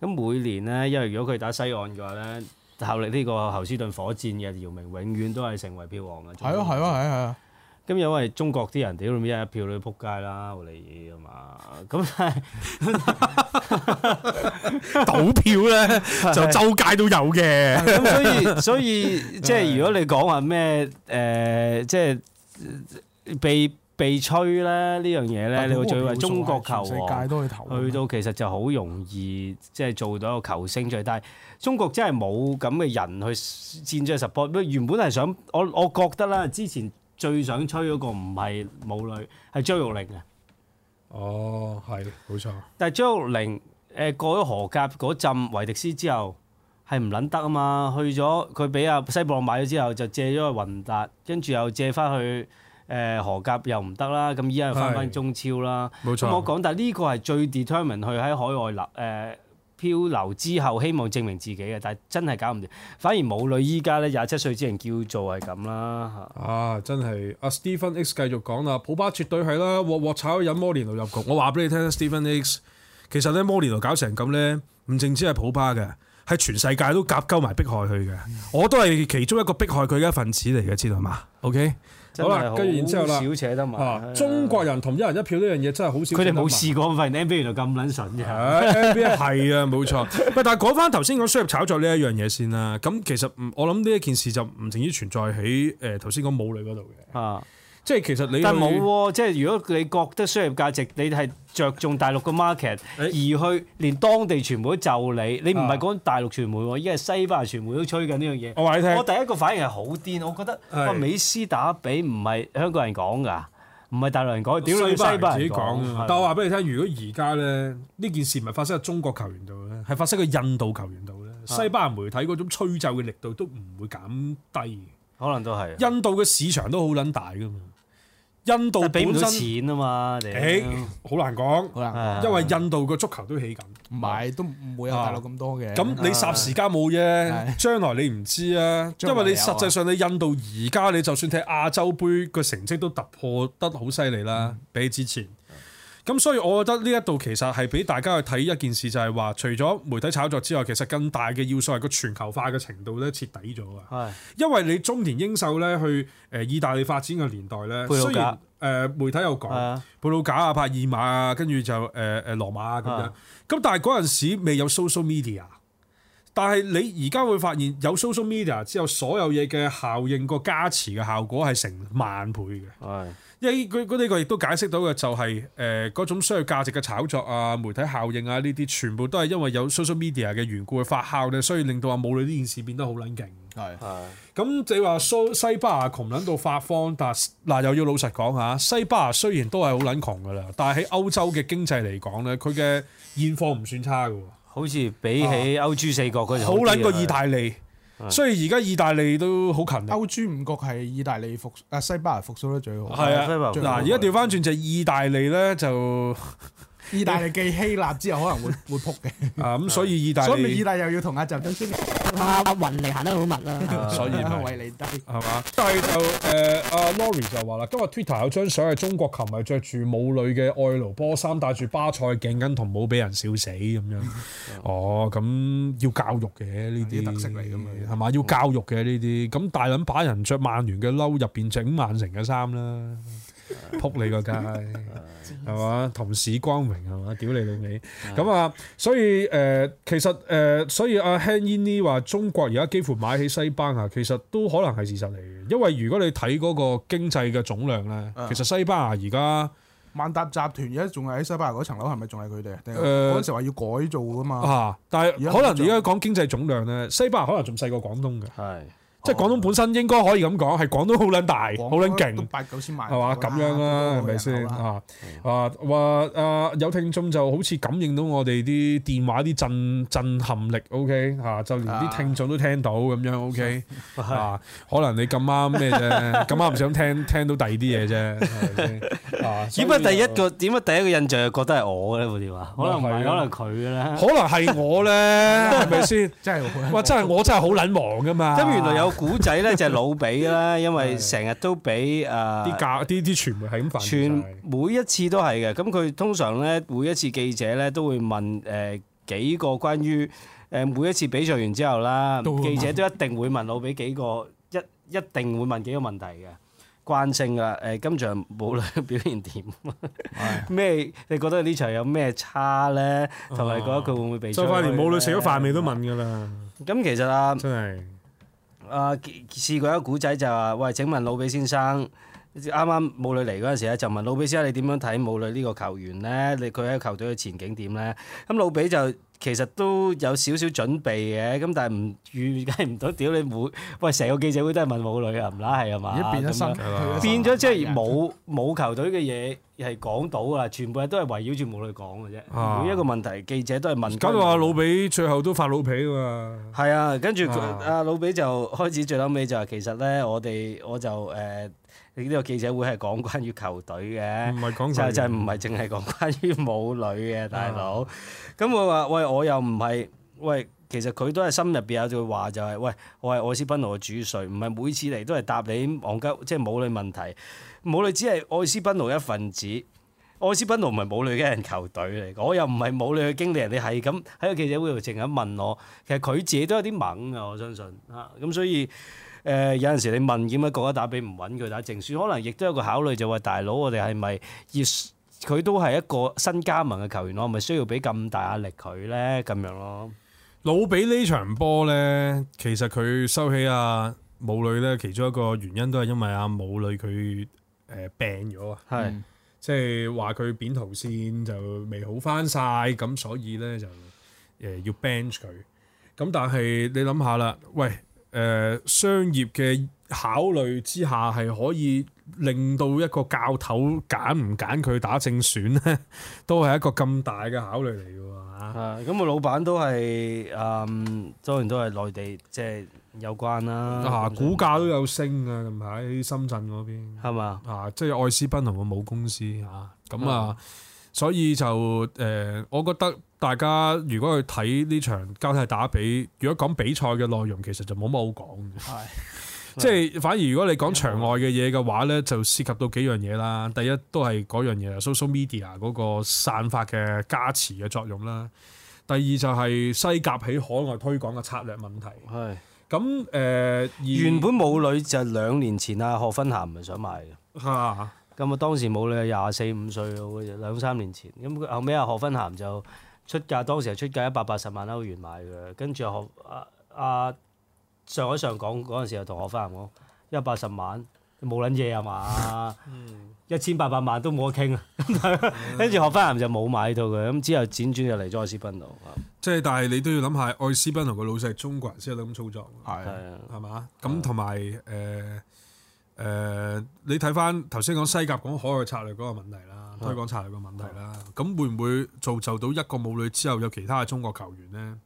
[SPEAKER 2] 咁每年咧，因為如果佢打西岸嘅話咧，效力呢個侯斯頓火箭嘅姚明永遠都係成為票王嘅。
[SPEAKER 3] 係啊係啊係啊係啊！
[SPEAKER 2] 咁因為中國啲人屌你一一票你撲街啦，我哋啊嘛。咁但 係
[SPEAKER 1] 賭票咧就周街都有嘅，
[SPEAKER 2] 咁所以 所以即係如果你講話咩誒，即係呃被被吹咧呢樣嘢咧，你會最話中國球
[SPEAKER 3] 世
[SPEAKER 2] 王
[SPEAKER 3] 界都去投啊，
[SPEAKER 2] 去到其實就好容易即係做到一個球星出嚟，但係中國真係冇咁嘅人去戰咗 support。不過原本係想我我覺得啦，之前最想吹嗰個唔係武磊，係張玉寧啊嘅。
[SPEAKER 1] 哦，係冇錯，
[SPEAKER 2] 但係張玉寧誒過咗荷甲嗰陣維迪斯之後係唔撚得啊嘛，去咗佢俾阿西布朗買咗之後就借咗去雲達，跟住又借翻去誒、呃荷甲又唔得啦，咁依家又翻
[SPEAKER 1] 係
[SPEAKER 2] 翻中超啦。
[SPEAKER 1] 冇
[SPEAKER 2] 咁我
[SPEAKER 1] 錯。
[SPEAKER 2] 講，但係呢個係最 determine 去喺海外流誒、呃漂流之後，希望證明自己嘅，但係真係搞唔掂。反而武磊依家咧廿七歲之前叫做係咁啦
[SPEAKER 1] 啊，真係阿 Stephen X 繼續講啦，普巴絕對係啦，鑊鑊炒引摩連奴入局。我話俾你聽，Stephen 啊 X 其實咧摩連奴搞成咁咧，唔淨止係普巴嘅，係全世界都夾鳩埋迫害佢嘅。我都係其中一個迫害佢嘅一份子嚟嘅，知道嘛？OK，
[SPEAKER 2] 嚇。
[SPEAKER 1] 好啦，跟住然之後
[SPEAKER 2] 後
[SPEAKER 1] 啦，
[SPEAKER 2] 少扯得埋。
[SPEAKER 1] 啊，中國人同一人一票呢樣嘢真係好少。啊
[SPEAKER 2] 佢哋冇。 試過，發現 NBA 原來咁撚筍嘅。
[SPEAKER 1] 係 NBA 係啊，冇錯。 喂，但係講翻頭先講商業炒作呢一樣嘢先啦。咁其實唔我諗呢一件事就唔淨止存在喺誒頭先講武磊嗰度嘅，
[SPEAKER 2] 啊！
[SPEAKER 1] 即係其實你
[SPEAKER 2] 但冇
[SPEAKER 1] 去
[SPEAKER 2] 喎，即係如果你覺得商業價值，你係着重大陸個 market，而去連當地傳媒都就你，你
[SPEAKER 1] 啊
[SPEAKER 2] 唔係講大陸傳媒喎，依家係西班牙傳媒都吹緊呢樣嘢。
[SPEAKER 1] 我話你聽
[SPEAKER 2] 我，第一個反應係好癲，我覺得
[SPEAKER 1] 係
[SPEAKER 2] 哇，美斯打比唔係香港人講㗎，唔係大陸人講，屌你西班牙
[SPEAKER 1] 自
[SPEAKER 2] 人
[SPEAKER 1] 己講
[SPEAKER 2] 講
[SPEAKER 1] 啊！。但我話俾你聽，如果而家咧呢件事唔係發生喺中國球員度咧，係發生喺印度球員度咧，
[SPEAKER 2] 啊
[SPEAKER 1] 西班牙媒體嗰種吹奏嘅力度都唔會減低嘅。
[SPEAKER 2] 可能都係，
[SPEAKER 1] 印度嘅市場都好撚大噶嘛，印度
[SPEAKER 2] 但俾唔
[SPEAKER 1] 本
[SPEAKER 2] 到
[SPEAKER 1] 身
[SPEAKER 2] 錢啊嘛，你
[SPEAKER 1] 誒好難講，
[SPEAKER 3] 好啦，
[SPEAKER 2] 啊
[SPEAKER 1] 因為印度個足球都起緊。
[SPEAKER 3] 唔係都唔會有大陸咁多嘅。
[SPEAKER 1] 啊咁你霎時間冇啫，
[SPEAKER 3] 係
[SPEAKER 1] 將來你唔知啊，因
[SPEAKER 3] 將來
[SPEAKER 1] 為你實際上你印度而家你就算踢亞洲杯個成績都突破得好犀利啦，比起之前。咁所以我覺得呢一度其實係俾大家去睇一件事，就係話除咗媒體炒作之外，其實更大嘅要素係個全球化嘅程度咧徹底咗啊！
[SPEAKER 2] 係
[SPEAKER 1] 因為你中田英秀咧去誒意大利發展嘅年代咧，
[SPEAKER 2] 貝魯賈
[SPEAKER 1] 雖然誒、呃媒體有講。
[SPEAKER 2] 係啊，
[SPEAKER 1] 布魯賈啊、帕爾馬啊，跟住就誒誒、呃、羅馬啊咁樣。咁但係嗰陣時未有 social media，但係你而家會發現有 social media 之後，所有嘢嘅效應個加持嘅效果係成萬倍嘅。
[SPEAKER 2] 係
[SPEAKER 1] 因為佢佢呢個亦都解釋到嘅就係誒嗰種商業價值嘅炒作啊、媒體效應啊呢啲，全部都係因為有 social media 嘅緣故去發酵嘅，所以令到阿母女呢件事變得好撚勁。
[SPEAKER 3] 係
[SPEAKER 2] 係
[SPEAKER 1] 咁你話蘇西班牙窮撚到發慌，但係嗱又要老實講嚇，西班牙雖然都係好撚窮噶啦，但係喺歐洲嘅經濟嚟講咧，佢嘅現況唔算差嘅喎。
[SPEAKER 2] 好似比起歐珠四國嗰陣
[SPEAKER 1] 啊好撚過
[SPEAKER 2] 啲啊
[SPEAKER 1] 意大利。所以而家意大利都好勤力，
[SPEAKER 3] 歐珠五國係意大利復啊西班牙復甦得最好，
[SPEAKER 1] 係啊
[SPEAKER 2] 西班牙
[SPEAKER 1] 嗱而家調翻轉就係意大利咧就
[SPEAKER 3] 意大利繼希臘之後 可能會會撲嘅，
[SPEAKER 1] 啊咁，所以意大
[SPEAKER 3] 所以咪意
[SPEAKER 1] 利
[SPEAKER 3] 大利又要同阿習總書記
[SPEAKER 5] 阿雲嚟行得好密啊啦。
[SPEAKER 1] 啊所以 咪
[SPEAKER 3] 為你低。
[SPEAKER 1] 係嘛？但係就誒阿 Lori 就話啦，今日 Twitter 有張相係中國球迷着住母女嘅愛奴波衫，戴住巴塞頸巾同帽，俾人笑死咁樣。哦，咁要教育嘅呢啲
[SPEAKER 3] 呢啲特色嚟㗎嘛
[SPEAKER 1] 係嘛？要教育嘅呢啲，咁大撚把人着曼聯嘅褸，入邊整曼城嘅衫 啦，撲你個街！係嘛？同市光榮係嘛？屌你老味！咁啊，所以誒、呃其實誒、呃所以阿 Han y i n i 話中國而家幾乎買起西班牙，其實都可能係事實嚟嘅，因為如果你睇嗰個經濟嘅總量咧，
[SPEAKER 3] 嗯
[SPEAKER 1] 其實西班牙而家
[SPEAKER 3] 萬達集團而家仲係喺西班牙嗰層樓，係咪仲係佢哋啊？定係
[SPEAKER 1] 誒
[SPEAKER 3] 嗰陣時話要改造噶嘛？
[SPEAKER 1] 啊，但係
[SPEAKER 3] 而家
[SPEAKER 1] 可能
[SPEAKER 3] 仲
[SPEAKER 1] 而家講經濟總量咧，西班牙可能仲細過廣東嘅，
[SPEAKER 2] 係
[SPEAKER 1] 即係廣東本身應該可以咁講，係廣東好撚大，
[SPEAKER 3] 廣
[SPEAKER 1] 好撚
[SPEAKER 3] 東都
[SPEAKER 1] 勁。
[SPEAKER 3] 八九千萬
[SPEAKER 1] 係嘛咁樣啦，係咪先啊？
[SPEAKER 3] 嗯
[SPEAKER 1] 啊話啊有聽眾就好似感應到我哋啲電話啲震震撼力，OK 嚇、就連啲
[SPEAKER 3] 啊
[SPEAKER 1] 聽眾都聽到咁樣，OK 啊，可能你咁啱咩啫，咁啱唔想聽聽到第二啲嘢啫，係 咪先啊？
[SPEAKER 2] 點
[SPEAKER 1] 所
[SPEAKER 2] 解
[SPEAKER 1] 以
[SPEAKER 2] 第一
[SPEAKER 1] 就
[SPEAKER 2] 個點解第一個印象係覺得係我嘅咧部電話？可能唔係，
[SPEAKER 1] 係啊
[SPEAKER 2] 可能佢嘅啦。
[SPEAKER 1] 可能係我咧，係咪先？
[SPEAKER 3] 真係好
[SPEAKER 1] 哇！真係我真係好撚忙噶嘛，
[SPEAKER 2] 咁原來有古仔咧，就係老比啦，因 為成日都俾誒啊
[SPEAKER 1] 啲價啲啲傳媒係咁煩住
[SPEAKER 2] 全
[SPEAKER 1] 晒
[SPEAKER 2] 每一次都係嘅。咁佢通常咧，每一次記者咧都會問誒、呃、幾個關於誒、呃每一次比賽完之後啦，
[SPEAKER 3] 都會問
[SPEAKER 2] 記者都一定會問老比幾個一一定會問幾個問題嘅。慣性噶，誒、今場無論 表現點，咩你覺得呢場有咩差咧？同埋覺得佢會唔會被
[SPEAKER 1] 就快連母女食咗飯未都
[SPEAKER 2] 問。
[SPEAKER 1] 問噶啦，
[SPEAKER 2] 咁其實啊。
[SPEAKER 1] 真係。
[SPEAKER 2] 啊，試試過一個古仔就話：喂，請問老比先生，啱啱母女嚟嗰陣時咧，啊就問老比先生你點樣睇母女呢個球員呢？你佢喺球隊嘅前景點呢？」咁老比就其實都有少少準備嘅，咁但係唔預計唔到，屌你每 喂成個記者會都係問母女啊，唔乸係啊嘛？
[SPEAKER 3] 而家變咗
[SPEAKER 2] 咁樣
[SPEAKER 3] 新，佢嘅
[SPEAKER 2] 變咗即係
[SPEAKER 3] 新
[SPEAKER 2] 冇冇球隊嘅嘢係講到啊，全部都係圍繞住母女講嘅啫。
[SPEAKER 1] 啊
[SPEAKER 2] 每一個問題記者都係問。
[SPEAKER 1] 搞到
[SPEAKER 3] 啊
[SPEAKER 1] 阿老比最後都發老脾啊嘛。
[SPEAKER 2] 係啊，跟住佢
[SPEAKER 1] 啊
[SPEAKER 2] 阿老比就開始最嬲尾就話其實咧，我哋我就誒呢個記者會係講關於球隊嘅
[SPEAKER 1] 唔。係嗯講
[SPEAKER 2] 就
[SPEAKER 1] 佢
[SPEAKER 2] 就唔係淨係講關於母女嘅大佬，咁我話喂我又唔係喂，其實佢都係心入邊有句話就係、喂我係愛斯賓奴嘅主帥，唔係每次嚟都係答你戇鳩，即係母女問題，母女只係愛斯賓奴一份子。愛斯賓奴唔係母女嘅人球隊嚟，我又唔係母女嘅經理人，你係咁喺個記者會度淨係咁問我，其實佢自己都有啲猛啊嘅，我相信嚇。咁、所以誒、呃有陣時你問點解國家打比唔揾佢打正選，可能亦都有個考慮就話、大佬我哋係咪要佢都係一個新加盟嘅球員，我係咪需要俾咁大壓力佢咧？咁樣咯，
[SPEAKER 1] 老比呢場波咧，其實佢收起阿母女咧，其中一個原因都係因為阿母女佢誒病咗啊，
[SPEAKER 2] 係
[SPEAKER 1] 即係話佢扁桃腺就未好翻晒，咁所以咧就誒、呃要 bench 佢。咁但係你諗下啦，喂誒、呃商業嘅考慮之下係可以令到一個教頭揀唔揀佢打正選咧， 都係一個咁大嘅考慮嚟嘅喎嚇
[SPEAKER 2] 啊，咁個老闆都係誒，當然都係內地即係有關啦。
[SPEAKER 1] 啊，股價都有升啊！近排喺深圳嗰邊
[SPEAKER 2] 係嘛？
[SPEAKER 1] 啊，即係愛斯賓同個母公司啊，咁
[SPEAKER 2] 嗯
[SPEAKER 1] 啊，所以就誒、呃我覺得大家如果去睇呢場交替打比，如果講比賽嘅內容，其實就冇乜好講嘅。
[SPEAKER 3] 係
[SPEAKER 1] 即係
[SPEAKER 2] 嗯
[SPEAKER 1] 反而如果你講場外嘅嘢嘅話咧，就涉及到幾樣嘢啦。第一都係嗰樣嘢，social media 嗰個散發嘅加持嘅作用啦。第二就係西甲喺海外推廣嘅策略問題。
[SPEAKER 2] 係
[SPEAKER 1] 咁誒、呃，而
[SPEAKER 2] 原本母女就兩年前啊，賀芬咸唔係想買嘅。
[SPEAKER 1] 嚇
[SPEAKER 2] 咁啊，當時冇理由廿四五歲咯，好似兩三年前。咁佢後尾阿何芬咸就出價，當時係出價一百八十萬歐元買嘅。跟住何阿阿上海上港嗰陣時，又同何芬咸講一百八十萬冇撚嘢啊嘛，一千八百萬都冇得傾啊。跟住何芬咸就冇買到嘅，咁之後輾轉就嚟咗愛斯賓啊奴。
[SPEAKER 1] 即係但係你都要諗下，愛斯賓奴個老細係中國人先有得咁操作。
[SPEAKER 2] 係
[SPEAKER 3] 係
[SPEAKER 2] 啊，
[SPEAKER 1] 係嘛？咁同埋誒誒，你睇翻頭先講西甲講海外策略嗰個問題
[SPEAKER 3] 啊
[SPEAKER 1] 啦，推廣策略個問題啦，咁會唔會造就到一個母女之後有其他嘅中國球員呢？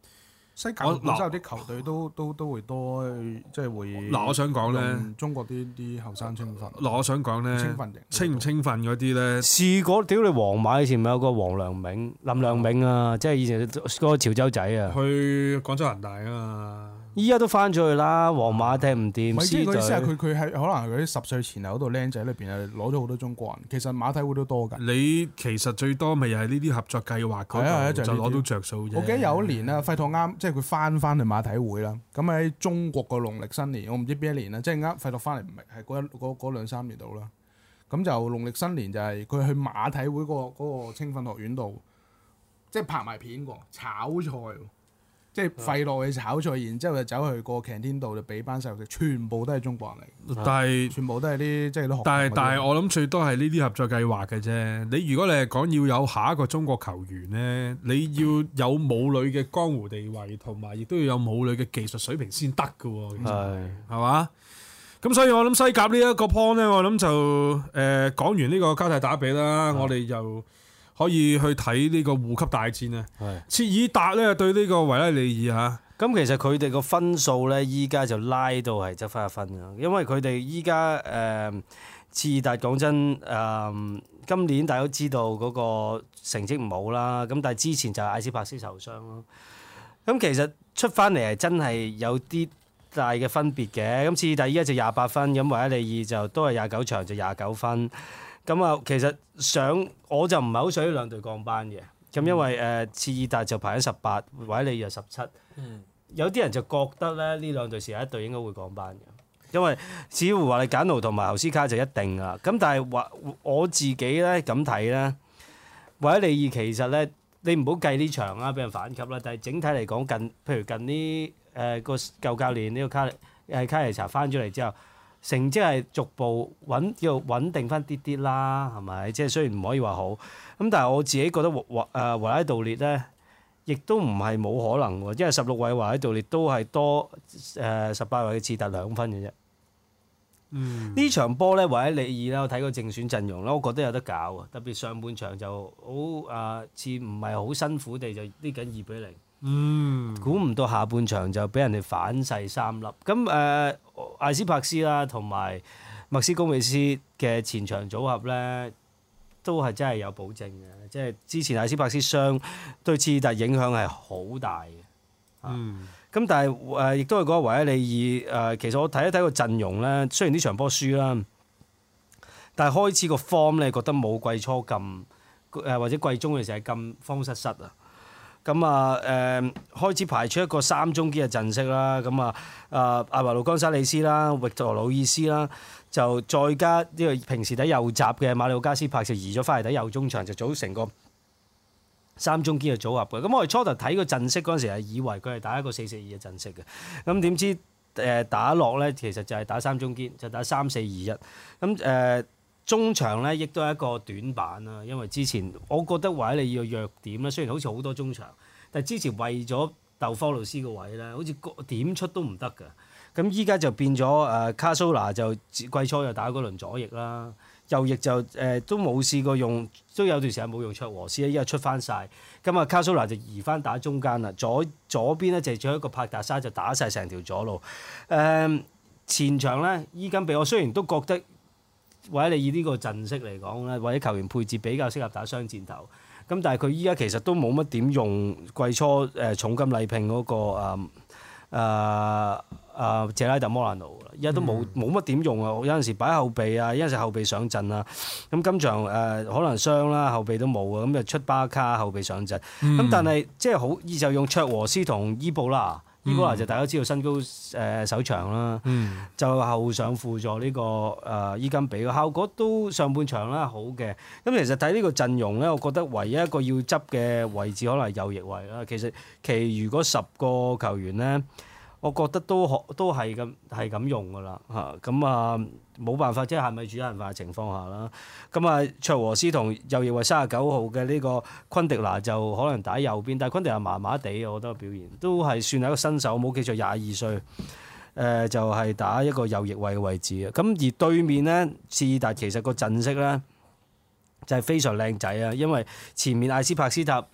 [SPEAKER 3] 西甲
[SPEAKER 1] 我
[SPEAKER 3] 本身有啲球隊都都都會多，即係會
[SPEAKER 1] 嗱，我想講呢，
[SPEAKER 3] 用中國啲啲後生青訓，
[SPEAKER 1] 嗱，我想講
[SPEAKER 3] 青
[SPEAKER 1] 呢，
[SPEAKER 3] 訓型
[SPEAKER 1] 清唔清訓嗰啲呢？
[SPEAKER 2] 試過屌你皇馬以前咪有個黃良銘、林良銘啊，即係以前嗰個潮州仔啊。
[SPEAKER 1] 去廣州恒大啊嘛，
[SPEAKER 2] 依家都翻咗去啦，皇馬踢唔掂，
[SPEAKER 3] 唔係，即係
[SPEAKER 2] 獅
[SPEAKER 3] 佢意思係
[SPEAKER 2] 隊
[SPEAKER 3] 佢佢係可能係嗰啲十歲前後嗰度僆仔裏邊係攞咗好多中國人，其實馬體會都多㗎。
[SPEAKER 1] 你其實最多咪又係呢啲合作計劃
[SPEAKER 3] 係啊
[SPEAKER 1] 嗰度
[SPEAKER 3] 係啊就係
[SPEAKER 1] 就
[SPEAKER 3] 呢啲
[SPEAKER 1] 攞到着數啫。
[SPEAKER 3] 我記得有一年啊啦，費托啱即係佢翻翻去馬體會啦，咁喺中國個農曆新年，我唔知邊一年啊啦，即係啱費托翻嚟唔係係嗰一嗰嗰兩三年度啦。咁就農曆新年就係佢去馬體會嗰、個嗰個青訓學院度，即係拍埋片喎，炒菜喎，即係費落去炒菜，然之後就走去個 canteen 度就俾班細路食，全部都係中國人嚟，
[SPEAKER 1] 但係。
[SPEAKER 3] 全部都係啲即係啲學。
[SPEAKER 1] 但係但係，我諗最多係呢啲合作計劃嘅啫。你如果你係講要有下一個中國球員呢，你要有母女嘅江湖地位，同埋亦都要有母女嘅技術水平先得嘅
[SPEAKER 2] 啊
[SPEAKER 1] 喎，其實
[SPEAKER 2] 係
[SPEAKER 1] 係嘛？咁所以我諗西甲呢一個 point 呢，我諗就誒、呃、講完呢個交替打比
[SPEAKER 2] 啊
[SPEAKER 1] 啦，我哋又可以去睇呢個護級大戰啊。
[SPEAKER 2] 係。
[SPEAKER 1] 切爾達呢對呢個維拉利爾嚇，
[SPEAKER 2] 咁其實佢哋個分數咧，依家就拉到係執翻一分嘅，因為佢哋依家誒次達講真誒、呃今年大家都知道嗰個成績唔好啦，咁但係之前就係艾斯帕斯受傷咯。咁其實出翻嚟係真係有啲大嘅分別嘅。咁次達依家就廿八分，咁維拉利爾就都係廿九場就廿九分。咁啊，其實想我就唔係好想呢兩隊降班嘅，咁因為誒、次爾達就排喺十八，維拉利爾就十七。有啲人就覺得咧，呢兩隊是有一隊應該會降班嘅，因為似乎話你簡奴同埋侯斯卡就一定啦。咁但係話我自己咧咁睇咧，或者利爾其實咧，你唔好計呢場啊啦，俾人反擊啦。但係整體嚟講，近譬如近呢誒個舊教練呢個卡誒卡尼查翻咗嚟之後，成績係逐步穩叫穩定翻啲啲啦，係咪？即係雖然唔可以話好，咁但係我自己覺得維維誒維拉道列咧。亦都唔係冇可能喎，因為十六位話喺度，你都係多誒十八位嘅次達兩分嘅啫。
[SPEAKER 1] 嗯，
[SPEAKER 2] 呢場波咧，或者利爾啦，我睇過正選陣容啦，我覺得有得搞啊！特別上半場就好啊，似唔係好辛苦地就呢緊二比零。
[SPEAKER 1] 嗯，
[SPEAKER 2] 估唔到下半場就俾人哋反勢三粒。咁誒、呃艾斯帕斯啦，同埋麥斯高美斯嘅前場組合咧，都係真係有保證嘅。即係之前艾斯帕斯傷對次達影響係好大嘅。啊
[SPEAKER 1] 嗯，
[SPEAKER 2] 咁但係誒、呃亦都係講維拉利爾誒、呃其實我睇一睇個陣容咧，雖然呢場波輸啦，但係開始個 form 咧覺得冇季初咁誒、呃或者季中嘅時候係咁慌失失啊。咁啊誒開始排出一個三中堅嘅陣式啦，咁啊啊阿華路江沙里斯啦、域陀魯伊斯啦，就再加呢個平時睇右閘嘅馬里奧加斯帕就移咗翻嚟睇右中場，就組成個三中堅嘅組合嘅。咁我哋初頭睇個陣式嗰陣時係以為佢係打一個四四二嘅陣式嘅，咁點知誒、呃打落咧其實就係打三中堅，就打三四二一。咁誒、呃中場咧亦都係一個短板啦，因為之前我覺得維你要弱點咧，雖然好似好多中場，但係之前為咗鬥科路斯個位咧，好似個點出都唔得㗎。咁依家就變咗誒、呃卡蘇拿就季初又打嗰輪左翼啦，右翼就誒、呃都冇試過用，都有段時間冇用卓和斯啦，依家出翻晒。咁啊卡蘇拿就移翻打中間啦，左左邊咧就仲有一個帕達沙就打晒成條左路。誒、呃前場咧伊根比我雖然都覺得或者你以呢個陣式嚟講咧，或者球員配置比較適合打雙箭頭。咁但係佢依家其實都冇乜點用季初誒、呃重金禮聘嗰、個、呃、誒誒啊謝拉特摩蘭奴啦，而家都冇冇乜點用啊！有陣時擺後備啊，有陣時後備上陣啊。咁今場誒、可能傷啦，後備都冇啊，咁就出巴卡後備上陣。咁、但係即係好，就用卓和斯同伊布啦。伊布拉就大家知道身高誒、手長啦，
[SPEAKER 1] 嗯
[SPEAKER 2] 就後上輔助呢、個誒伊金比嘅效果都上半場啦好嘅。咁其實睇呢個陣容咧，我覺得唯一一個要執嘅位置可能係右翼位啦。其實其餘嗰十個球員咧，我覺得都學都係咁係咁用噶啦嚇。咁啊冇辦法，即係係咪主人化嘅情況下啦。咁啊，卓和斯同右翼位三十九號嘅呢個昆迪拿就可能打右邊，但係昆迪拿麻麻地，我覺得表現都係算係一個新手，冇記錯廿二歲。誒、呃就係、打一個右翼位嘅位置啊，咁而對面呢，智達其實個陣式呢，就係非常靚仔啊，因為前面艾斯帕斯塔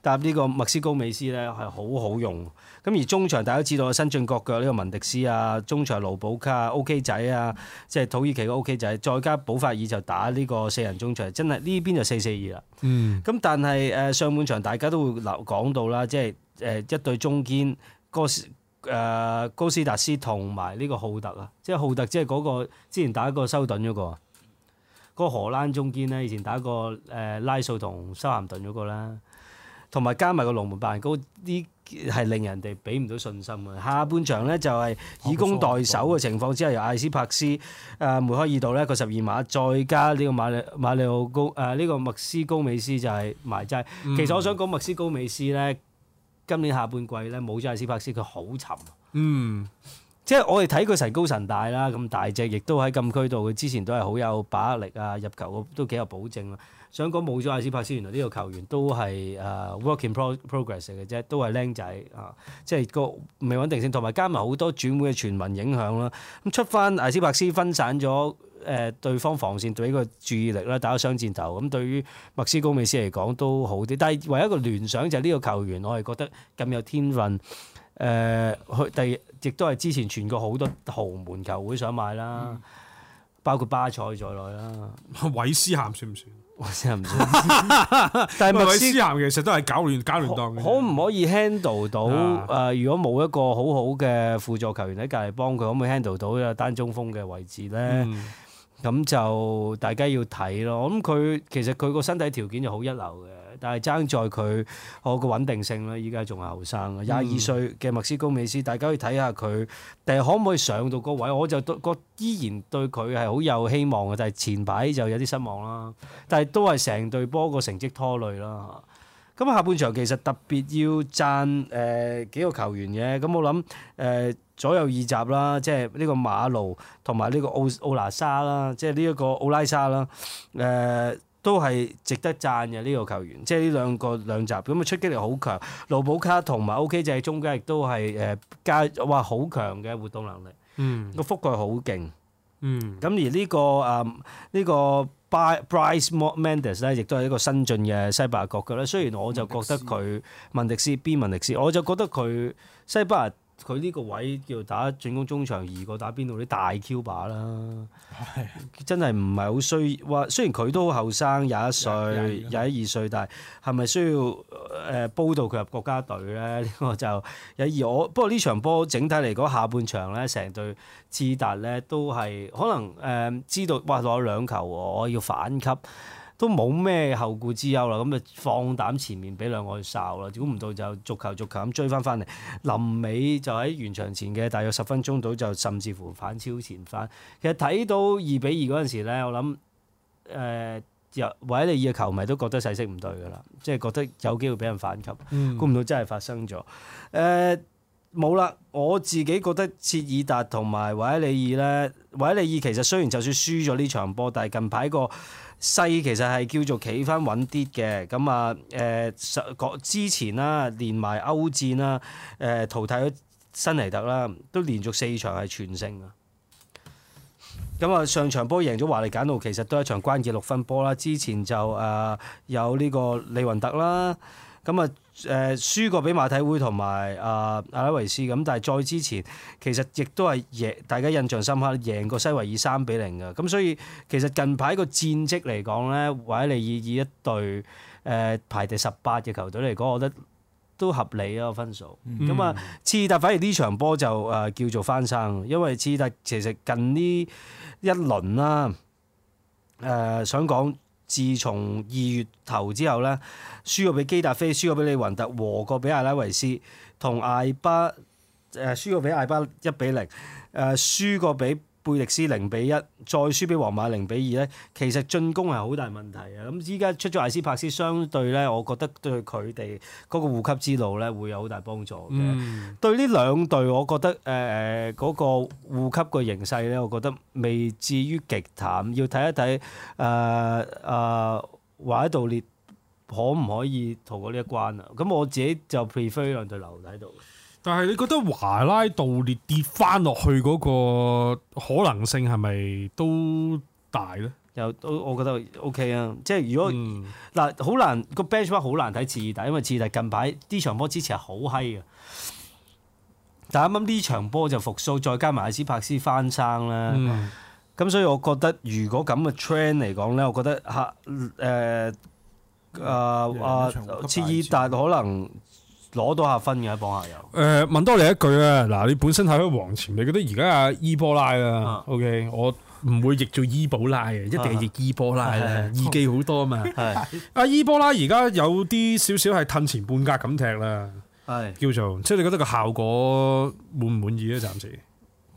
[SPEAKER 2] 搭呢個墨斯高美斯咧係好好用，咁而中場大家都知道新進國腳呢個文迪斯啊，中場盧保卡 O.K. 仔啊，即係土耳其個 O.K. 仔，再加保法爾就打呢個四人中場，真係呢邊就四四二啦。
[SPEAKER 1] 嗯
[SPEAKER 2] 咁但係誒、呃上半場大家都會留講到啦，即係誒、呃一對中堅哥斯誒、呃高斯達斯同埋呢個浩特啊，即係浩特即係嗰個之前打過修頓嗰、個啊，嗰個荷蘭中堅咧，以前打過誒、呃拉素同修咸頓嗰個啦，同埋加埋個龍門辦高啲。係令人哋俾唔到信心嘅。下半場咧就係以攻代守嘅情況之下，由艾斯帕斯誒梅開二度咧個十二碼，再加呢個馬里馬里奧高誒呢、個麥斯高美斯就係埋齋。其實我想講麥斯高美斯咧，今年下半季咧冇咗艾斯帕斯，佢好沉。
[SPEAKER 1] 嗯
[SPEAKER 2] 即係我哋睇佢神高神大啦，咁大隻，亦都喺禁區度，佢之前都係好有把握力啊，入球都幾有保證啦。啊想講冇咗艾斯帕斯，原來呢個球員都係誒、呃 work in pro- progress 嚟嘅啫，都係僆仔啊，即係個未穩定性，同埋加埋好多轉會嘅傳聞影響啦。咁出翻艾斯帕斯分散咗誒、呃、對方防線對呢個注意力啦，打咗雙箭頭，咁對於墨斯高美斯嚟講都好啲。但係唯一一個聯想就係呢個球員，我係覺得咁有天分。誒佢第亦都係之前傳過好多豪門球會想買啦，包括巴塞在內啦，
[SPEAKER 1] 韋斯咸算唔算？
[SPEAKER 2] 我真係唔知。但係
[SPEAKER 1] 韋
[SPEAKER 2] 麥
[SPEAKER 1] 斯咸
[SPEAKER 2] 斯
[SPEAKER 1] 其實都係搞亂搞亂檔嘅啫。
[SPEAKER 2] 可唔可以 handle 到誒、
[SPEAKER 1] 啊
[SPEAKER 2] 如果冇一個好好嘅輔助球員喺隔離幫佢，可唔可以 handle 到呢個單中鋒嘅位置咧？
[SPEAKER 1] 嗯
[SPEAKER 2] 咁就大家要睇咯。咁佢其實佢個身體條件就好一流嘅，但係爭在佢我個穩定性啦。依家仲係後生啊，廿二歲嘅墨斯高美斯，大家可以睇下佢，但係可唔可以上到嗰位？我就對覺依然對佢係好有希望嘅，但係前排就有啲失望啦。但係都係成隊波個成績拖累啦。咁下半場其實特別要讚誒、呃、幾個球員嘅，咁我諗誒、呃左右二閘啦，即係呢個馬路同埋呢個奧奧拿沙啦，即係呢一個奧拉沙啦，誒、都係值得讚嘅呢、個球員，即係呢兩個兩閘咁啊出擊力好強，盧保卡同埋 O.K. 就係中間亦都係誒加哇好強嘅活動能力，
[SPEAKER 1] 嗯
[SPEAKER 2] 個覆蓋好勁。
[SPEAKER 1] 嗯
[SPEAKER 2] 咁而呢、個誒呢、個 Bri- Bryce Mo- Mendes 咧，亦都係一個新進嘅西班牙國腳啦。雖然我就覺得佢文迪斯 B 文迪斯，我就覺得佢西班牙佢呢個位叫打進攻中場，而個打邊度啲大 Q 把啦，真係唔係好需話。雖然佢都好後生，廿一歲、
[SPEAKER 3] 廿
[SPEAKER 2] 廿一二歲，但係係咪需要誒、呃煲到佢入國家隊咧？呢、個就有而我不過呢場波整體嚟講，下半場咧成隊。智達咧都係可能誒、知道，哇攞兩球喎，我要反擊，都冇咩後顧之憂啦。咁就放膽前面俾兩個去哨啦，估唔到就逐球逐球咁追翻翻嚟。臨尾就喺完場前嘅大約十分鐘到就甚至乎反超前翻。其實睇到二比二嗰陣時咧，我諗誒又維利爾嘅球迷都覺得勢色唔對噶啦，即係覺得有機會俾人反擊。估唔到真係發生咗。誒、冇啦，我自己覺得切爾達同埋維埃利爾咧，維埃利爾其實雖然就算輸咗呢場波，但係近排個勢其實係叫做企翻穩啲嘅。咁啊誒，上嗰之前啦，連埋歐戰啦，誒、淘汰咗新尼特啦，都連續四場係全勝啊！咁啊，上場波贏咗華利簡奴，其實都係一場關鍵六分波啦。之前就誒、有呢個利雲特啦，咁啊誒輸過俾馬體會同埋啊阿拉維斯咁，但係再之前其實亦都係贏，大家印象深刻贏過西維爾三比零啊嘅。咁所以其實近排個戰績嚟呃講咧，維埃利爾以一隊誒、排第十八嘅球隊嚟講，我覺得都合理啊個分數。
[SPEAKER 3] 嗯
[SPEAKER 2] 咁啊，刺特反而呢場波就誒、呃叫做翻生，因為刺特其實近呢一輪啦，誒、想講自從二月頭之後咧，輸咗俾基達菲，輸咗俾李雲特，和過俾阿拉維斯，同艾巴誒、呃、輸咗俾艾巴一比零，誒、呃輸過俾貝迪斯零比一，再輸俾皇馬零比二咧，其實進攻係好大問題啊！咁依家出咗艾斯帕斯，相對咧，我覺得對佢哋嗰個護級之路咧會有好大幫助嘅。
[SPEAKER 1] 嗯，
[SPEAKER 2] 對呢兩隊，我覺得誒嗰、個護級嘅形勢咧，我覺得未至於極淡，要睇一睇誒誒華一度列可唔可以逃過呢一關啊？咁我自己就 prefer 呢兩隊留喺度。
[SPEAKER 1] 但係你覺得華拉道列跌翻落去嗰個可能性係咪都大咧？
[SPEAKER 2] 又都我覺得 OK 啊，即係如果
[SPEAKER 1] 嗯
[SPEAKER 2] 嗱好、難個 benchmark 好難睇次弟，因為次弟近排呢場波之前係好閪嘅，但啱啱呢場波就復甦，再加埋阿斯帕斯翻生啦。
[SPEAKER 1] 嗯，
[SPEAKER 2] 咁所以我覺得如果咁嘅 trend 嚟講咧，我覺得嚇誒誒啊切爾達可能攞到下分嘅喺榜下游。
[SPEAKER 1] 誒問多你一句啊，嗱，你本身睇開黃潛，你覺得而家阿伊波拉啊
[SPEAKER 2] 啊
[SPEAKER 1] ，OK，我唔會譯做伊寶拉嘅，一定係譯伊波拉啦，
[SPEAKER 2] 啊
[SPEAKER 1] 意記好多嘛。
[SPEAKER 2] 係
[SPEAKER 1] 阿伊波拉而家有啲少少係褪前半格咁踢啦，
[SPEAKER 2] 係
[SPEAKER 1] 叫做，即係你覺得個效果滿唔滿意咧？暫時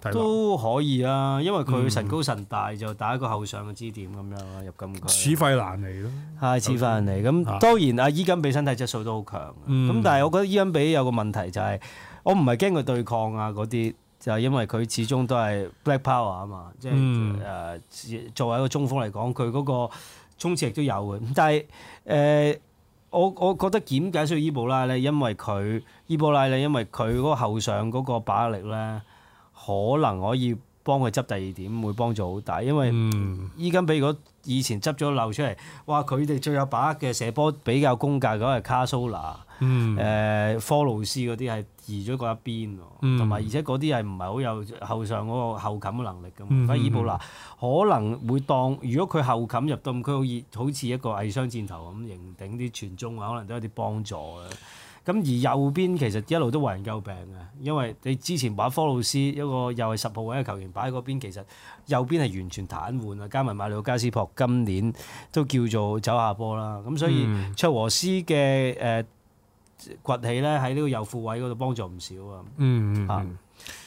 [SPEAKER 1] 睇落，
[SPEAKER 2] 都可以啊，因為佢神高神大就打一個後上嘅支點咁樣啦，入禁
[SPEAKER 1] 似
[SPEAKER 2] 區。
[SPEAKER 1] 費蘭嚟咯。
[SPEAKER 2] 係似翻人嚟，
[SPEAKER 1] 啊
[SPEAKER 2] 咁當然阿伊根比身體質素都好強嘅，咁、
[SPEAKER 1] 嗯
[SPEAKER 2] 但係我覺得伊根比有個問題就係、我唔係驚佢對抗啊嗰啲，就係、因為佢始終都係 black power 啊嘛，即係誒、
[SPEAKER 1] 嗯
[SPEAKER 2] 作為一個中鋒嚟講，佢嗰個衝刺力都有嘅。咁但係誒、呃我我覺得點解需要伊布拉咧？因為佢伊布拉咧，因為佢嗰個後上嗰個把握力咧，可能可以幫佢執第二點，會幫助好大，因為。
[SPEAKER 1] 嗯，
[SPEAKER 2] 依家比如果以前執咗漏出嚟，哇！佢哋最有把握嘅射波比較攻價嗰係卡蘇拿、誒、
[SPEAKER 1] 嗯，
[SPEAKER 2] 科魯斯嗰啲係移咗過一邊喎，
[SPEAKER 1] 嗯
[SPEAKER 2] 同埋、而且嗰啲係唔係好有後上嗰個後冚嘅能力㗎
[SPEAKER 1] 嗯
[SPEAKER 2] 嘛。反而伊布拿可能會當，如果佢後冚入禁區，好似好似一個偽雙箭頭咁迎頂啲傳中啊，可能都有啲幫助嘅。咁而右邊其實一路都為人詬病嘅，啊因為你之前把科魯斯一個又係十號位嘅球員擺喺嗰邊，其實右邊係完全癱瘓啊！加埋馬里奧加斯博今年都叫做走下坡啦，咁所以
[SPEAKER 1] 嗯
[SPEAKER 2] 卓和斯嘅誒呃崛起咧喺呢個右副位嗰度幫助唔少啊！
[SPEAKER 1] 嗯，
[SPEAKER 2] 啊
[SPEAKER 1] 嗯，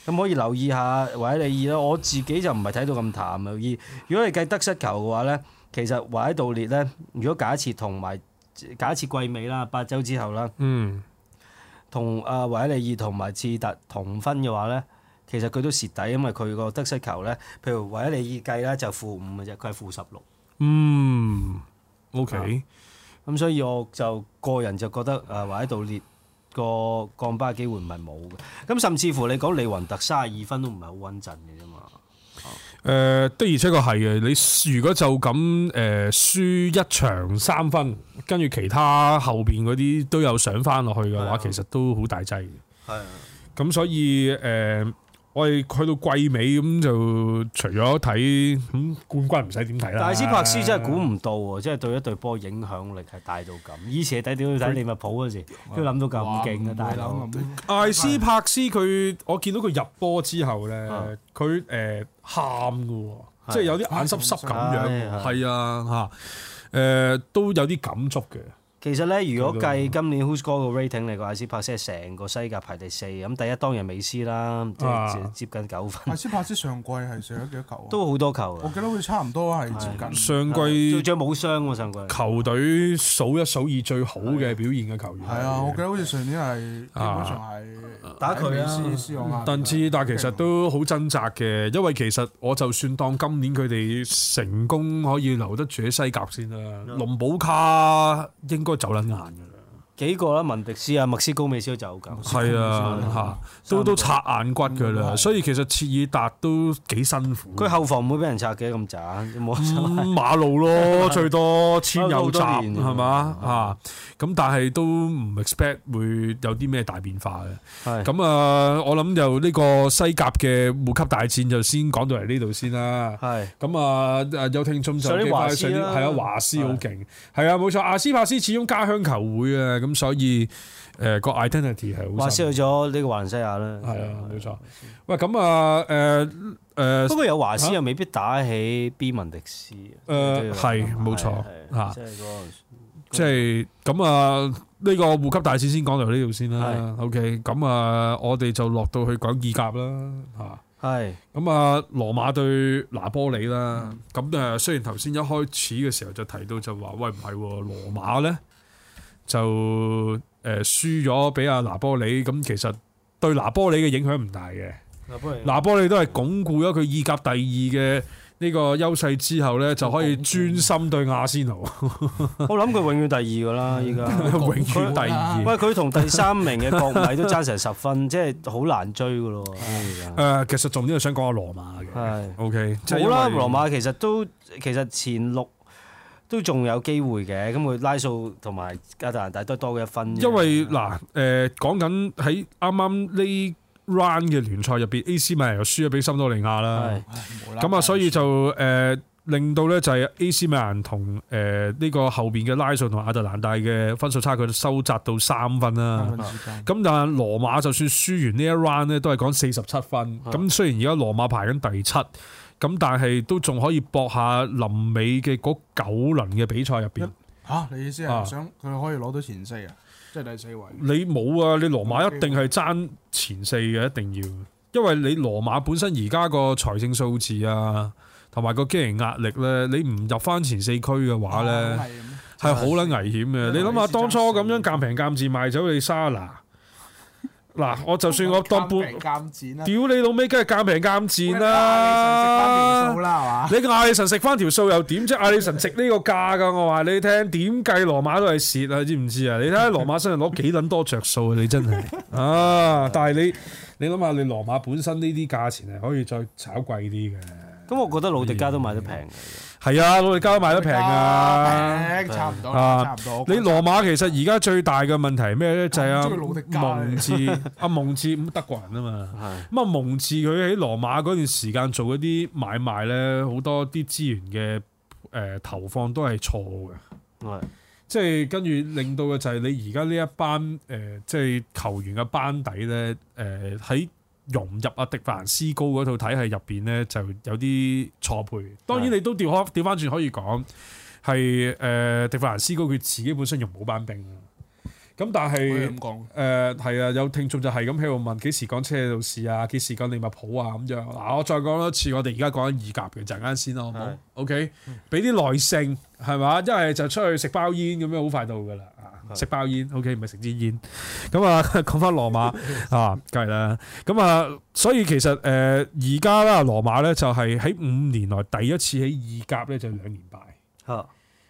[SPEAKER 2] 咁可以留意下維埃利爾啦，我自己就唔係睇到咁淡啊。而如果你計得失球嘅話咧，其實維埃杜列咧，如果假設同埋假設季尾啦，八週之後啦。
[SPEAKER 1] 嗯，
[SPEAKER 2] 同啊維埃利爾同埋次特同分嘅話咧，其實佢都蝕底，因為佢個得失球咧，譬如維埃利爾計咧就負五嘅啫，佢係負十六。
[SPEAKER 1] 嗯，OK，
[SPEAKER 2] 啊咁所以我就個人就覺得啊誒維埃杜列個降班嘅機會唔係冇嘅。咁甚至乎你講利雲特三十二分都唔係好穩陣嘅啫嘛。
[SPEAKER 1] 誒呃的而且確係嘅。你如果就咁誒輸一場三分，跟住其他後邊嗰啲都有上翻落去嘅
[SPEAKER 2] 係
[SPEAKER 1] 話，
[SPEAKER 2] 啊
[SPEAKER 1] 其實都好大劑嘅。
[SPEAKER 2] 係啊，
[SPEAKER 1] 咁所以誒、呃我哋去到季尾咁就除咗睇咁冠軍唔使點睇啦。
[SPEAKER 2] 但係斯帕斯真係估唔到喎，即係對一隊波影響力係大到咁。以前睇屌睇利物浦嗰時，都諗到咁勁嘅啊大佬。
[SPEAKER 1] 艾斯帕斯佢，我見到佢入波之後咧
[SPEAKER 2] 啊，
[SPEAKER 1] 佢誒喊嘅喎，
[SPEAKER 2] 係
[SPEAKER 1] 即係有啲眼濕濕咁樣喎，
[SPEAKER 2] 係係
[SPEAKER 1] 係啊嚇，誒都有啲感觸嘅。
[SPEAKER 2] 其實咧，如果計今年 Who's 哥個 rating 嚟講，艾斯帕斯係成個西甲排第四，咁第一當然係美斯啦，即
[SPEAKER 1] 啊
[SPEAKER 2] 係接近九分，
[SPEAKER 3] 艾斯帕斯上季係射咗幾多球啊？
[SPEAKER 2] 都好多球
[SPEAKER 3] 我
[SPEAKER 2] 啊！
[SPEAKER 3] 記得好似差唔多係接近。
[SPEAKER 1] 上
[SPEAKER 2] 最
[SPEAKER 1] 季
[SPEAKER 2] 最冇傷喎上季，
[SPEAKER 1] 球隊數一數二最好嘅表現嘅球員，
[SPEAKER 3] 係啊，我記得好似上年係基
[SPEAKER 1] 啊
[SPEAKER 3] 本上係
[SPEAKER 2] 打佢啊
[SPEAKER 3] 斯斯朗亞
[SPEAKER 1] 但之但其實都好掙扎嘅，因為其實我就算當今年佢哋成功可以留得住喺西甲先啦，
[SPEAKER 2] 嗯
[SPEAKER 1] 龍寶卡應該走撚硬㗎啦。
[SPEAKER 2] 幾個啦，文迪斯啊、麥斯高美斯都走咁。
[SPEAKER 1] 係啊，嚇都都擦眼骨㗎啦，所以其實切爾達都幾辛苦。
[SPEAKER 2] 嗯佢後防唔會俾人拆嘅咁渣，冇
[SPEAKER 1] 五馬路 咯，最多千有集
[SPEAKER 2] 都好多年
[SPEAKER 1] 係嘛啊？咁但係都唔 expect 會有啲咩大變化嘅。
[SPEAKER 2] 係
[SPEAKER 1] 咁啊，我諗就呢個西甲嘅護級大戰就先講到嚟呢度先啦。
[SPEAKER 2] 係
[SPEAKER 1] 咁啊，誒有聽眾就
[SPEAKER 2] 上啲
[SPEAKER 1] 記翻
[SPEAKER 2] 華斯
[SPEAKER 1] 上啲
[SPEAKER 2] 啦
[SPEAKER 1] 係啊，華斯好勁，係啊，冇錯，阿斯帕斯始終家鄉球會啊，咁咁所以誒個 identity 係好
[SPEAKER 2] 話
[SPEAKER 1] 深
[SPEAKER 2] 先。去咗呢個華倫西亞啦，
[SPEAKER 1] 係啊，冇錯。喂，咁啊，誒誒
[SPEAKER 2] 不過有華
[SPEAKER 1] 嚇
[SPEAKER 2] 師又未必打起 B 文迪斯。
[SPEAKER 1] 誒啊係冇錯嚇
[SPEAKER 2] 嚇，即係嗰
[SPEAKER 1] 即係咁啊！呢個護級大戰先講到呢度先啦。OK，咁啊，我哋就落到去講意甲啦嚇。
[SPEAKER 2] 個係
[SPEAKER 1] 咁啊，羅馬對拿波里啦。咁誒，雖然頭先一開始嘅時候就提到就話，喂唔係喎，羅馬咧就誒輸咗俾阿拿波里。咁其實對拿波里嘅影響唔大嘅。拿波利都係鞏固咗佢意甲第二嘅呢個優勢之後咧，就可以專心對亞仙奴，
[SPEAKER 2] 我諗佢永遠第二噶啦，依家
[SPEAKER 1] 嗯 永遠第
[SPEAKER 2] 佢
[SPEAKER 1] 二。
[SPEAKER 2] 喂，佢同第三名嘅國米都爭成十分，即係好難追噶咯
[SPEAKER 1] 誒、
[SPEAKER 2] 喎。
[SPEAKER 1] 其實重點係想講下羅馬嘅。
[SPEAKER 2] 啊係
[SPEAKER 1] O K，即係
[SPEAKER 2] 好啦，
[SPEAKER 1] 因為
[SPEAKER 2] 羅馬其實都其實前六都仲有機會嘅，咁佢拉素同埋加特蘭大都多過一分啫。
[SPEAKER 1] 因為嗱誒講緊喺啱啱呢 round 嘅聯賽入邊，A C 米蘭又輸咗俾森多利亞啦
[SPEAKER 2] 係。
[SPEAKER 1] 咁啊，所以就誒、令到咧就係 AC 米蘭同誒呢個後邊嘅拉素同亞特蘭大嘅分數差距收窄到三分啦。咁但係羅馬就算輸完呢一 round 咧，都係講四十七分。
[SPEAKER 2] 啊
[SPEAKER 1] 咁雖然而家羅馬排緊第七，咁但係都仲可以搏下臨尾嘅嗰九輪嘅比賽入邊。
[SPEAKER 3] 吓，你意思
[SPEAKER 1] 啊
[SPEAKER 3] 係想佢可以攞到前四啊？即係第四位。
[SPEAKER 1] 你冇啊！你羅馬一定係爭前四嘅，一定要，因為你羅馬本身而家個財政數字啊，同埋個經營壓力咧，你唔入翻前四區嘅話咧。
[SPEAKER 3] 啊係咁
[SPEAKER 1] 係好撚危險嘅。
[SPEAKER 3] 真係
[SPEAKER 1] 你諗下，當初咁樣鑑平鑑賤賣走你沙拿，嗱，我就算我當半，
[SPEAKER 3] 啊監評監展啦，
[SPEAKER 1] 屌你老尾，梗係鑑平鑑賤啦
[SPEAKER 3] 啦，食。啦係嘛？
[SPEAKER 1] 你亞利神食翻條數又點啫？亞利神食呢個價㗎，我話你聽，點計羅馬都係蝕啊！你知唔知啊？你睇下羅馬身上攞幾撚多着數啊！你真 係啊！但係你你諗下，你羅馬本身呢啲價錢係可以再炒貴啲嘅。
[SPEAKER 2] 咁，我覺得魯迪加都買得平嘅。
[SPEAKER 1] 係啊，老力加都賣得平啊！
[SPEAKER 3] 平差唔多
[SPEAKER 1] 啊
[SPEAKER 3] 啦，差唔多。
[SPEAKER 1] 你羅馬其實而家最大嘅問題係咩咧？就係阿
[SPEAKER 3] 啊中意魯迪加
[SPEAKER 1] 蒙 治，阿蒙治咁德國人啊嘛。
[SPEAKER 2] 係
[SPEAKER 1] 咁啊，蒙治佢喺羅馬嗰段時間做嗰啲買賣咧，好多啲資源嘅誒、呃投放都係錯嘅，
[SPEAKER 2] 係
[SPEAKER 1] 即係跟住令到嘅就係你而家呢一班誒、呃即係球員嘅班底咧，誒、喺融入阿迪凡斯高嗰套體系入邊咧，就有啲錯配。當然你都調開調翻轉可以講。係誒、呃迪凡斯高佢自己本身用冇班兵啊。咁但
[SPEAKER 3] 可以
[SPEAKER 1] 係
[SPEAKER 3] 咁講。
[SPEAKER 1] 誒係啊，有聽眾就係咁喺度問幾時講車路士啊，幾時講利物浦啊咁樣。嗱，我再講多次，我哋而家講緊意甲嘅，陣間先啦，好唔好
[SPEAKER 2] 嗯係
[SPEAKER 1] ？OK，俾啲耐性係嘛，一係就出去食包煙咁樣，好快到㗎啦。啊
[SPEAKER 2] 係
[SPEAKER 1] 食包煙，OK，唔係食支煙。咁 啊，講翻羅馬啊，梗係啦。咁啊，所以其實誒而家啦，羅馬咧就係喺五年來第一次喺意甲咧就兩連敗。
[SPEAKER 2] 嚇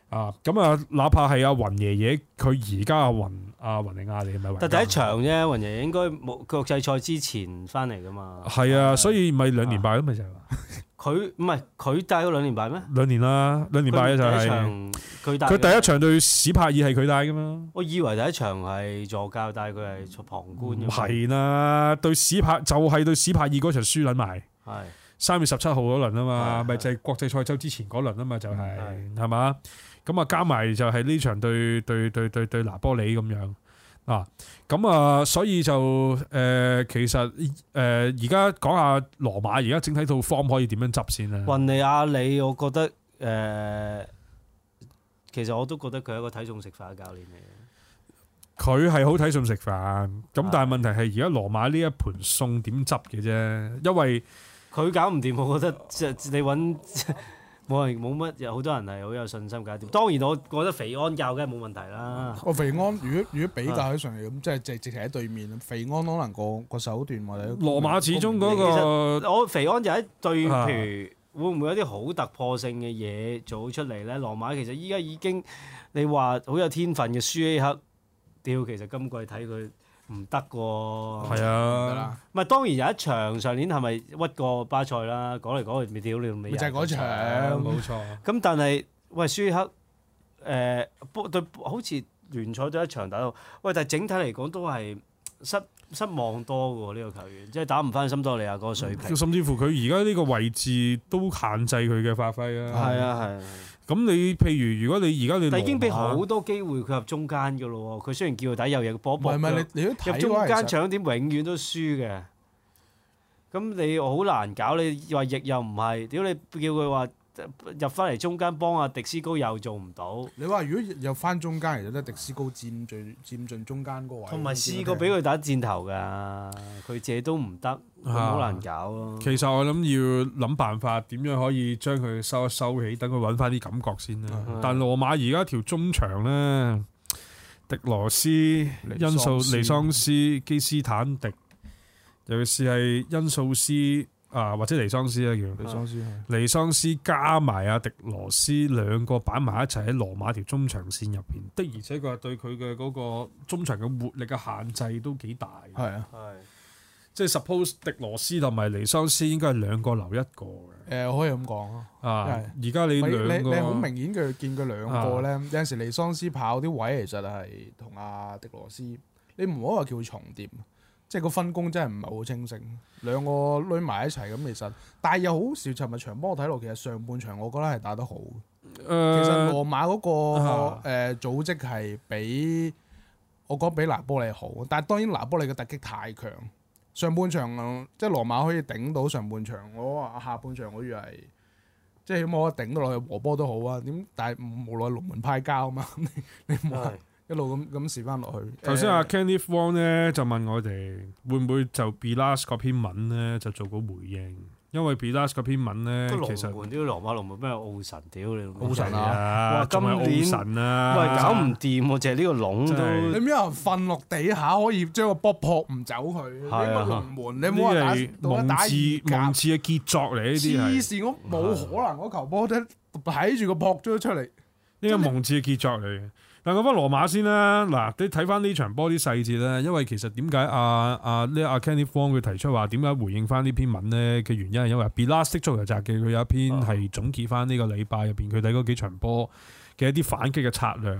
[SPEAKER 1] 啊，咁啊，哪怕係阿雲爺爺，佢而家阿雲阿雲尼亞你咪雲
[SPEAKER 2] 但第一場啫，雲爺應該冇國際賽之前翻嚟噶嘛。
[SPEAKER 1] 係啊，所以咪兩年敗咯，咪就係話
[SPEAKER 2] 佢唔係佢帶咗兩年敗咩？
[SPEAKER 1] 兩年啦，兩年敗咧就
[SPEAKER 2] 佢第一
[SPEAKER 1] 係
[SPEAKER 2] 場佢帶嘅
[SPEAKER 1] 佢第一場對史柏爾係佢帶噶嘛，
[SPEAKER 2] 我以為第一場係助教，但係佢係坐旁觀
[SPEAKER 1] 唔
[SPEAKER 2] 嘅。
[SPEAKER 1] 係啦，對史柏就係對史柏爾嗰場輸撚埋。
[SPEAKER 2] 係
[SPEAKER 1] 三月十七號嗰輪啊嘛，
[SPEAKER 2] 係
[SPEAKER 1] 咪就係國際賽周之前嗰輪啊嘛，就係
[SPEAKER 2] 係
[SPEAKER 1] 係嘛？咁啊加埋就係呢場對對對對對拿波里咁樣啊，咁啊所以就誒、呃其實誒而家講下羅馬而家整體套 form 可以點樣執先啊？
[SPEAKER 2] 雲尼亞里，我覺得誒、呃其實我都覺得佢係一個睇餸食飯嘅教練嚟嘅。
[SPEAKER 1] 佢係好睇餸食飯，咁
[SPEAKER 2] 係
[SPEAKER 1] 但係問題係而家羅馬呢一盤餸點執嘅啫，因為
[SPEAKER 2] 佢搞唔掂，我覺得即係你揾 冇人冇乜，有好多人係好有信心搞掂。當然，我覺得肥安教梗係冇問題啦。
[SPEAKER 3] 我哦肥安 如果如果
[SPEAKER 2] 啊
[SPEAKER 3] 比較起上嚟咁，即係直直情喺對面。肥安可能個個手段或者
[SPEAKER 1] 羅馬始終嗰、
[SPEAKER 2] 其
[SPEAKER 1] 個
[SPEAKER 2] 實我肥安就喺對，
[SPEAKER 1] 啊
[SPEAKER 2] 譬如會唔會有啲好突破性嘅嘢做出嚟咧？羅馬其實依家已經你話好有天分嘅舒希克，屌其實今季睇佢唔得喎。
[SPEAKER 1] 係
[SPEAKER 3] 得
[SPEAKER 1] 啊，
[SPEAKER 3] 啦，
[SPEAKER 2] 唔係當然有一場上年係咪屈過巴塞啦？講嚟講去咪屌你咪
[SPEAKER 3] 咪就係嗰場
[SPEAKER 1] 冇錯，
[SPEAKER 2] 哦咁但係喂舒克誒波對好似聯賽都一場打到，喂但係整體嚟講都係失失望多嘅喎呢個球員，即係打唔翻森多利亞嗰個水平。
[SPEAKER 1] 甚至乎佢而家呢個位置都限制佢嘅發揮啊。
[SPEAKER 2] 係啊係啊，
[SPEAKER 1] 咁你譬如如果你而家你
[SPEAKER 2] 但已經俾
[SPEAKER 1] 羅馬
[SPEAKER 3] 啊
[SPEAKER 2] 好多機會佢入中間嘅咯喎，佢雖然叫佢底有嘢波
[SPEAKER 3] 唔係
[SPEAKER 2] 波，
[SPEAKER 3] 唔係你你都
[SPEAKER 2] 入
[SPEAKER 3] 睇
[SPEAKER 2] 中
[SPEAKER 3] 喎，
[SPEAKER 2] 間
[SPEAKER 3] 其實
[SPEAKER 2] 搶點永遠都輸嘅。咁你好難搞，你話翼又唔係，屌你叫佢話入翻嚟中間幫阿迪斯高又做唔到，
[SPEAKER 3] 你話如果又翻中間，其實咧迪斯高佔最佔盡中間嗰位，
[SPEAKER 2] 同埋試過俾佢打箭頭㗎，佢自己都唔得，
[SPEAKER 3] 啊
[SPEAKER 2] 咁好難搞咯。
[SPEAKER 1] 其實我諗要諗辦法，點樣可以將佢收一收起，等佢揾翻啲感覺先啦。
[SPEAKER 3] 啊
[SPEAKER 2] 嗯
[SPEAKER 1] 但羅馬而家條中場呢，迪羅斯、
[SPEAKER 3] 桑
[SPEAKER 1] 因素、
[SPEAKER 3] 斯
[SPEAKER 1] 尼桑斯、基斯坦迪，尤其是係因素斯啊，或者尼桑斯啊叫。
[SPEAKER 3] 李桑斯係
[SPEAKER 1] 尼桑斯加埋阿迪羅斯兩個擺埋一齊喺羅馬條中場線入邊，的而且確係對佢嘅嗰個中場嘅活力嘅限制都幾大。
[SPEAKER 3] 係啊。
[SPEAKER 2] 係
[SPEAKER 1] 即係 suppose 迪羅斯同埋尼桑斯應該係兩個留一個嘅。
[SPEAKER 3] 誒可以咁講啊，
[SPEAKER 1] 啊！而
[SPEAKER 3] 係
[SPEAKER 1] 家你
[SPEAKER 3] 你
[SPEAKER 1] 兩
[SPEAKER 3] 你
[SPEAKER 1] 個
[SPEAKER 3] 你好明顯佢見佢兩個咧，有陣時尼桑斯跑啲位其實係同阿迪羅斯，你唔好話叫佢重疊，即係個分工真係唔係好清晰，兩個攆埋一齊咁其實，但係又好少。尋日場波我睇落，其實上半場我覺得係打得好，其實
[SPEAKER 1] 誒
[SPEAKER 3] 羅馬嗰
[SPEAKER 1] 呃啊
[SPEAKER 3] 個誒組織係比我講比拿波利好，但係當然拿波利嘅突擊太強。上半場呃即係羅馬可以頂到上半場，我話下半場我以為即係咁，我頂到落去和波都好啊。點但係無奈龍門派交啊嘛， 你你冇話一路咁咁試翻落去。
[SPEAKER 1] 頭先阿啊
[SPEAKER 3] 誒
[SPEAKER 1] Kenneth Wong 咧就問我哋會唔會就 Bilas 嗰篇文咧就做個回應，因為 Bilas 嗰篇文咧
[SPEAKER 2] 個
[SPEAKER 1] 其
[SPEAKER 2] 龍
[SPEAKER 1] 實
[SPEAKER 2] 門屌羅馬龍門咩奧神屌你老母，
[SPEAKER 3] 奧神
[SPEAKER 1] 係
[SPEAKER 3] 啊
[SPEAKER 1] 啊，
[SPEAKER 2] 哇
[SPEAKER 1] 仲係
[SPEAKER 2] 今年
[SPEAKER 1] 奧神啊，
[SPEAKER 2] 喂搞唔掂喎，就係呢個籠
[SPEAKER 1] 真係
[SPEAKER 2] 都
[SPEAKER 3] 呃 你。邊有人瞓落地下可以將個波撲唔走佢？你
[SPEAKER 2] 係啊
[SPEAKER 3] 個龍門你
[SPEAKER 1] 呢
[SPEAKER 3] 冇話打
[SPEAKER 1] 啲係
[SPEAKER 3] 到一打
[SPEAKER 1] 夢
[SPEAKER 3] 二
[SPEAKER 1] 字
[SPEAKER 3] 甲
[SPEAKER 1] 夢字嘅傑作嚟，呢啲
[SPEAKER 3] 黐
[SPEAKER 1] 係
[SPEAKER 3] 線，我冇可能嗰球波都睇住個撲咗出嚟。
[SPEAKER 1] 呢個夢字嘅傑作嚟嘅。嗱，講翻羅馬先啦，嗱，你睇翻呢場波啲細節咧，因為其實點解阿阿呢阿 Kenneth Wong 佢提出話點解回應翻呢篇文咧嘅原因係因為 Belastic 足球雜記佢有一篇係總結翻呢個禮拜入邊佢睇嗰幾場波嘅一啲反擊嘅策略。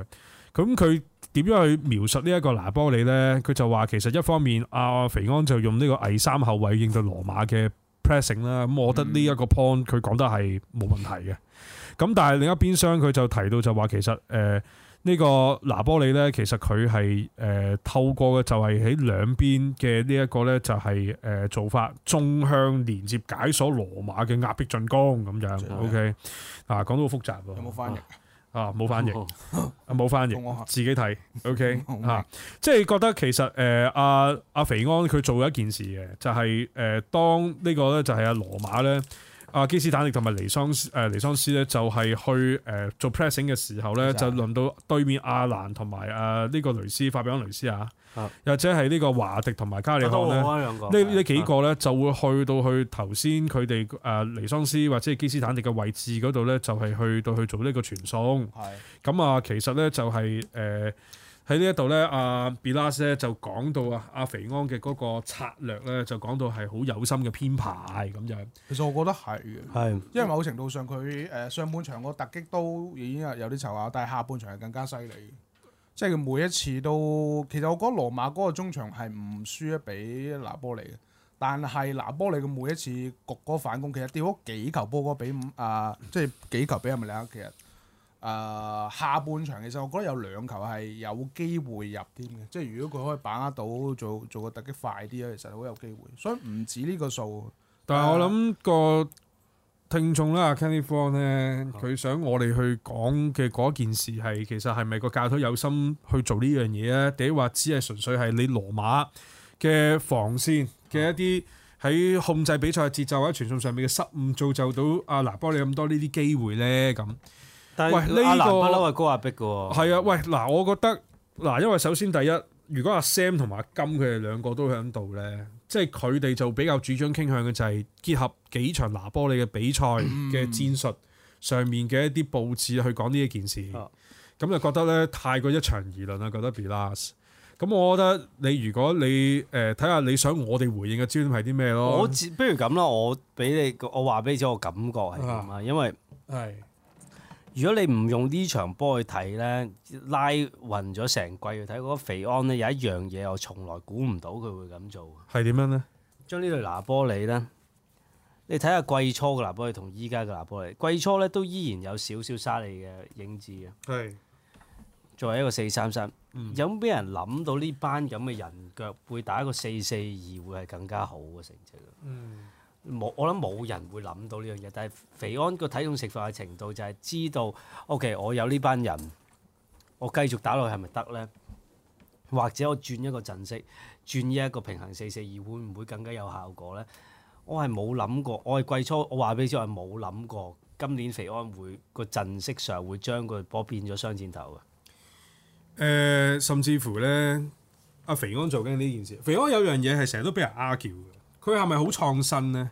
[SPEAKER 1] 咁佢點樣去描述呢一個拿波里咧？佢就話其實一方面阿、肥安就用呢個偽三後衞應對羅馬嘅 pressing 啦，咁我覺得呢一個 point 佢講得係嗯冇問題嘅。咁但係另一邊廂佢就提到就話其實誒。呃呢個拿波里呢，其實佢係誒透過嘅就係喺兩邊嘅呢一個呢，就係、誒、做法，縱向連接解鎖羅馬嘅壓迫進攻咁樣。
[SPEAKER 2] 嗯
[SPEAKER 1] OK，啊講到好複雜喎。
[SPEAKER 3] 有冇翻譯？
[SPEAKER 1] 啊？冇翻譯，啊冇翻譯
[SPEAKER 3] 同。我學
[SPEAKER 1] 自己睇，OK
[SPEAKER 3] 好明
[SPEAKER 1] 啊，即係覺得其實誒阿阿肥安佢做咗一件事嘅，就係、誒、當呢個咧就係阿羅馬咧，阿、基斯坦力同埋尼桑斯誒、呃尼桑斯咧就係、去誒、呃做 pressing 嘅時候咧，就輪到對面阿蘭同埋誒呢個雷斯法比安雷斯啊
[SPEAKER 2] 啊，
[SPEAKER 1] 又或者係呢個華迪同埋卡里
[SPEAKER 2] 都
[SPEAKER 1] 康
[SPEAKER 2] 好
[SPEAKER 1] 咧。
[SPEAKER 2] 啊兩個。
[SPEAKER 1] 呢呢幾個咧就會去到去頭先佢哋誒尼桑斯或者係基斯坦迪嘅位置嗰度咧，就係、去到去做呢個傳送。
[SPEAKER 3] 係
[SPEAKER 1] 咁啊，其實咧就係誒喺呢一度咧，阿 Bilas 咧就講到啊，阿肥安嘅嗰個策略咧，就講到係好有心嘅編排咁樣。
[SPEAKER 3] 其實我覺得係嘅，
[SPEAKER 2] 係
[SPEAKER 3] 因為某程度上佢誒上半場個突擊都已經有啲籌下，但係下半場係更加犀利。即係佢每一次都，其實我覺得羅馬嗰個中場係唔輸得俾拿波利嘅，但係拿波利嘅每一次局嗰個反攻，其實掉咗幾球波嗰個俾五啊，即係幾球俾阿米利克，其實啊下半場其實我覺得有兩球係有機會入添嘅，即係如果佢可以把握到做做個突擊快啲咧，其實好有機會，所以唔止呢個數。
[SPEAKER 1] 但係我諗個聽眾啦，Kenny Fong 咧，佢想我哋去講嘅嗰件事係其實係咪個教頭有心去做呢樣嘢咧？定話只係純粹係你羅馬嘅防線嘅一啲喺控制比賽嘅節奏或者傳送上面嘅失誤，造就到阿拿波利咁多呢啲機會咧咁。
[SPEAKER 2] 但
[SPEAKER 1] 喂呢
[SPEAKER 2] 係阿蘭
[SPEAKER 1] 個
[SPEAKER 2] 不嬲係高壓逼嘅喎。
[SPEAKER 1] 係啊，喂，嗱，我覺得嗱，因為首先第一，如果阿 Sam 同埋阿金佢哋兩個都喺度咧，即係佢哋就比較主張傾向嘅就係結合幾場拿波利嘅比賽
[SPEAKER 2] 嗯
[SPEAKER 1] 嘅戰術上面嘅一啲佈置去講呢一件事，
[SPEAKER 2] 啊
[SPEAKER 1] 咁就覺得咧太過一場而論啦，覺得 Bilas。咁我覺得你如果你誒睇下你想我哋回應嘅焦點係啲咩咯？
[SPEAKER 2] 我自不如咁啦，我俾你個，我話俾你知我感覺係點啊。因為
[SPEAKER 1] 係
[SPEAKER 2] 如果你唔用呢場波去睇咧，拉暈咗成季去睇嗰個肥安咧，有一樣嘢我從來估唔到佢會咁做嘅，啊
[SPEAKER 1] 係點樣咧？
[SPEAKER 2] 將呢對拿波里咧你睇下季初嘅拿波利同依家嘅拿波利，季初咧都依然有少少沙利嘅影子啊嘅。
[SPEAKER 1] 係
[SPEAKER 2] 作為一個四三三
[SPEAKER 1] 嗯，
[SPEAKER 2] 有咩人諗到呢班咁嘅人腳會打一個四四二會係更加好嘅成績啊？冇，我諗冇人會諗到呢樣嘢。但係肥安個體重食飯嘅程度就係知道，OK，我有呢班人，我繼續打落去係咪得呢？或者我轉一個陣式，轉呢一個平衡四四二，會唔會更加有效果呢？我係冇諗過，我係季初，我話俾你知，我係冇諗過今年肥安會個陣式上會將個波變咗雙箭頭嘅。
[SPEAKER 1] 誒，甚至乎咧，阿肥安做緊呢件事。肥安有樣嘢係成日都俾人 argue 嘅，佢係咪好創新咧？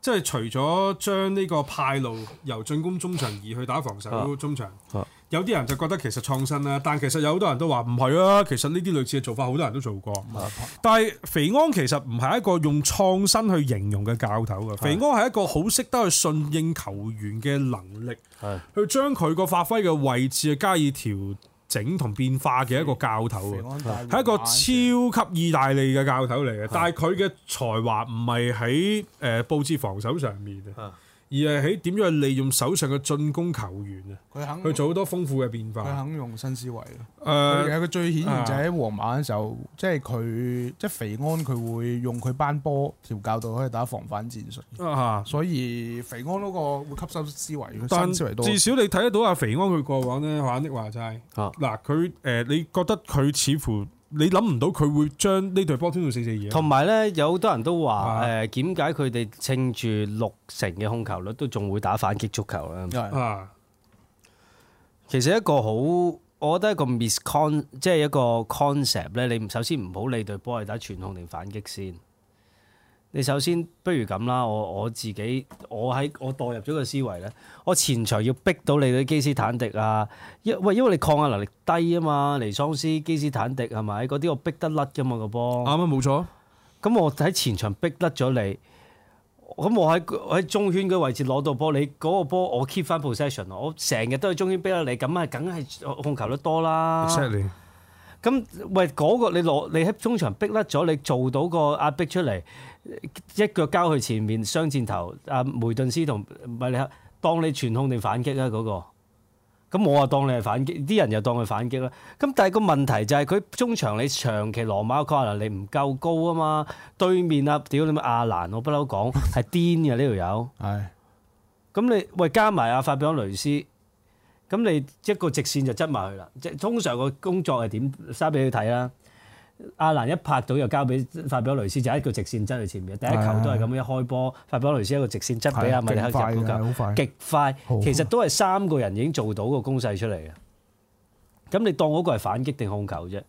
[SPEAKER 1] 即係除咗將呢個派路由進攻中場移去打防守
[SPEAKER 2] 啊
[SPEAKER 1] 中場，
[SPEAKER 2] 啊
[SPEAKER 1] 有啲人就覺得其實創新啦，但其實有好多人都話唔係啊。其實呢啲類似嘅做法好多人都做過，
[SPEAKER 2] 啊
[SPEAKER 1] 但係肥安其實唔係一個用創新去形容嘅教頭
[SPEAKER 2] 啊
[SPEAKER 1] 嘅。肥安係一個好識得去順應球員嘅能力。去將佢個發揮嘅位置加以調整同變化嘅一個教頭
[SPEAKER 3] 肥
[SPEAKER 1] 啊，
[SPEAKER 3] 安大
[SPEAKER 1] 係一個超級意大利嘅教頭嚟嘅，但係佢嘅才華唔係喺誒佈置防守上面啊
[SPEAKER 2] 啊，
[SPEAKER 1] 而係喺點樣去利用手上嘅進攻球員啊，
[SPEAKER 3] 佢肯
[SPEAKER 1] 去做好多豐富嘅變
[SPEAKER 3] 佢
[SPEAKER 1] 化。
[SPEAKER 3] 肯用新思維咯。佢
[SPEAKER 1] 誒啊
[SPEAKER 3] 有個最顯然就係喺皇馬嘅時候，即係佢即係肥安佢會用佢班波調教到可以打防反戰術，
[SPEAKER 1] 啊
[SPEAKER 3] 所以肥安嗰個會吸收思維，佢
[SPEAKER 1] 但
[SPEAKER 3] 新思維多。
[SPEAKER 1] 至少你睇得到阿肥安佢過往咧，玩的話齋
[SPEAKER 2] 啊
[SPEAKER 1] 嗱，佢誒你覺得佢似乎你諗唔到佢會將呢隊波推到四四二
[SPEAKER 2] 同埋咧，有好多人都
[SPEAKER 1] 啊
[SPEAKER 2] 話誒點解佢哋稱住六成嘅控球率都仲會打反擊足球咧？
[SPEAKER 3] 係
[SPEAKER 1] 啊，
[SPEAKER 2] 其實一個好，我覺得一個 miscon 即係一個 concept 咧，你唔首先唔好理對波係打傳控定反擊先。你首先不如咁啦，我我自己我喺我代入咗個思維咧，我前場要逼到你啲基斯坦迪啊，因喂因為你抗壓能力低啊嘛，尼桑斯、基斯坦迪係咪嗰啲我逼得甩噶嘛個波。
[SPEAKER 1] 啱啊冇錯。
[SPEAKER 2] 咁我喺前場逼甩咗你，咁我喺我喺中圈嘅位置攞到波，你嗰個波我 keep 翻 possession，我成日都喺中圈逼甩你，咁啊梗係控球率多
[SPEAKER 3] 啊
[SPEAKER 2] 啦。
[SPEAKER 1] Exactly
[SPEAKER 2] 咁喂嗰、個你攞你喺中場逼甩咗，你做到個壓逼出嚟，一腳交去前面雙箭頭，阿梅頓斯同米利克當你傳控定反擊啊嗰、個。咁我啊當你係反擊，啲人又當佢反擊啦。咁但係個問題就係佢中場你長期羅馬可能你唔夠高啊嘛，對面啊屌你咪亞蘭，我不嬲講係癲嘅呢條友。
[SPEAKER 3] 係
[SPEAKER 2] 咁你喂加埋阿法比安雷斯，咁你一個直線就執埋佢啦。即係通常個工作係點揸俾佢睇啦。阿蘭一拍到又交俾法比安雷斯，就一個直線執去前面。第一球
[SPEAKER 3] 啊
[SPEAKER 2] 都係咁樣一開波，法比安雷斯一個直線執啊俾阿米利克
[SPEAKER 3] 勁快
[SPEAKER 2] 入嗰球
[SPEAKER 3] 嘅，。好快。
[SPEAKER 2] 極快
[SPEAKER 3] 好，
[SPEAKER 2] 其實都係三個人已經做到個攻勢出嚟嘅。咁你當嗰個係反擊定控球啫？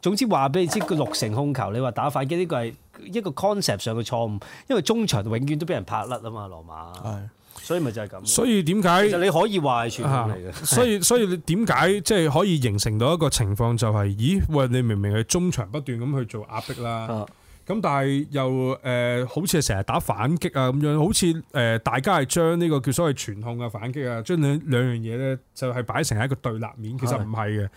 [SPEAKER 2] 總之話俾你知，佢六成控球，你話打反擊呢個係一個 concept 上嘅錯誤，因為中場永遠都俾人拍甩啊嘛，羅馬，
[SPEAKER 3] 係
[SPEAKER 2] 所以咪就係咁。
[SPEAKER 1] 所以點解
[SPEAKER 2] 其實你可以話係傳統嚟嘅，
[SPEAKER 1] 所以所以你點解即係可以形成到一個情況就係、咦喂，你明明係中場不斷咁去做壓迫啦
[SPEAKER 2] 啊，
[SPEAKER 1] 咁但係又誒、呃好似係成日打反擊啊咁樣，好似誒、呃大家係將呢個叫所謂傳控啊、反擊啊，將兩兩樣嘢咧就係擺成一個對立面，其實唔係嘅。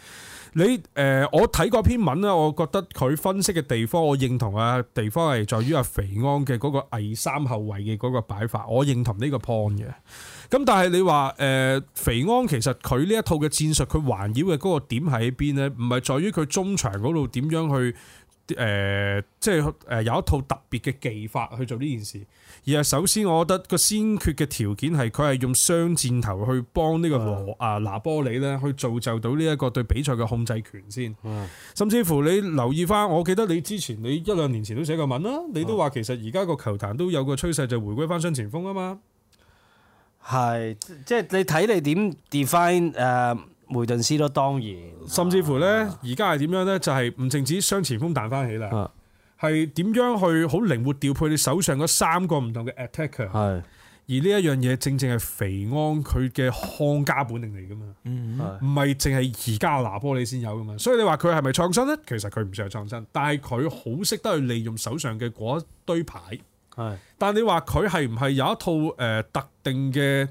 [SPEAKER 1] 你誒、呃我睇過篇文咧，啊我覺得佢分析嘅地方，我認同啊地方係在於阿肥安嘅嗰個偽三後衞嘅嗰個擺法，我認同呢個 point 嘅。咁但係你話誒、呃肥安其實佢呢一套嘅戰術，佢環繞嘅嗰個點喺邊呢？唔係在於佢中場嗰度點樣去誒、呃即係誒、呃有一套特別嘅技法去做呢件事，而係首先我覺得個先決嘅條件係佢係用雙箭頭去幫呢個羅啊拿波里呢去造就到呢一個對比賽嘅控制權先。甚至乎你留意翻，我記得你之前你一兩年前都寫過文啦，你都話其實而家個球壇都有個趨勢就回歸翻雙前鋒啊嘛。
[SPEAKER 2] 係即係你睇你點 define 誒梅頓斯咯，當然
[SPEAKER 1] 甚至乎咧，而家係點樣咧？就係唔淨止雙前鋒彈翻起啦
[SPEAKER 2] 啊，
[SPEAKER 1] 係點樣去好靈活調配你手上嗰三個唔同嘅 attacker？而呢
[SPEAKER 2] 係
[SPEAKER 1] 一樣嘢正正係肥安佢嘅看家本領嚟噶嘛，
[SPEAKER 3] 嗯
[SPEAKER 2] 係
[SPEAKER 1] 唔係淨係而家拿波你先有噶嘛。所以你話佢係咪創新咧？其實佢唔算係創新，但係佢好識得去利用手上嘅嗰一堆牌。
[SPEAKER 2] 係
[SPEAKER 1] 但你話佢係唔係有一套誒、呃特定嘅誒、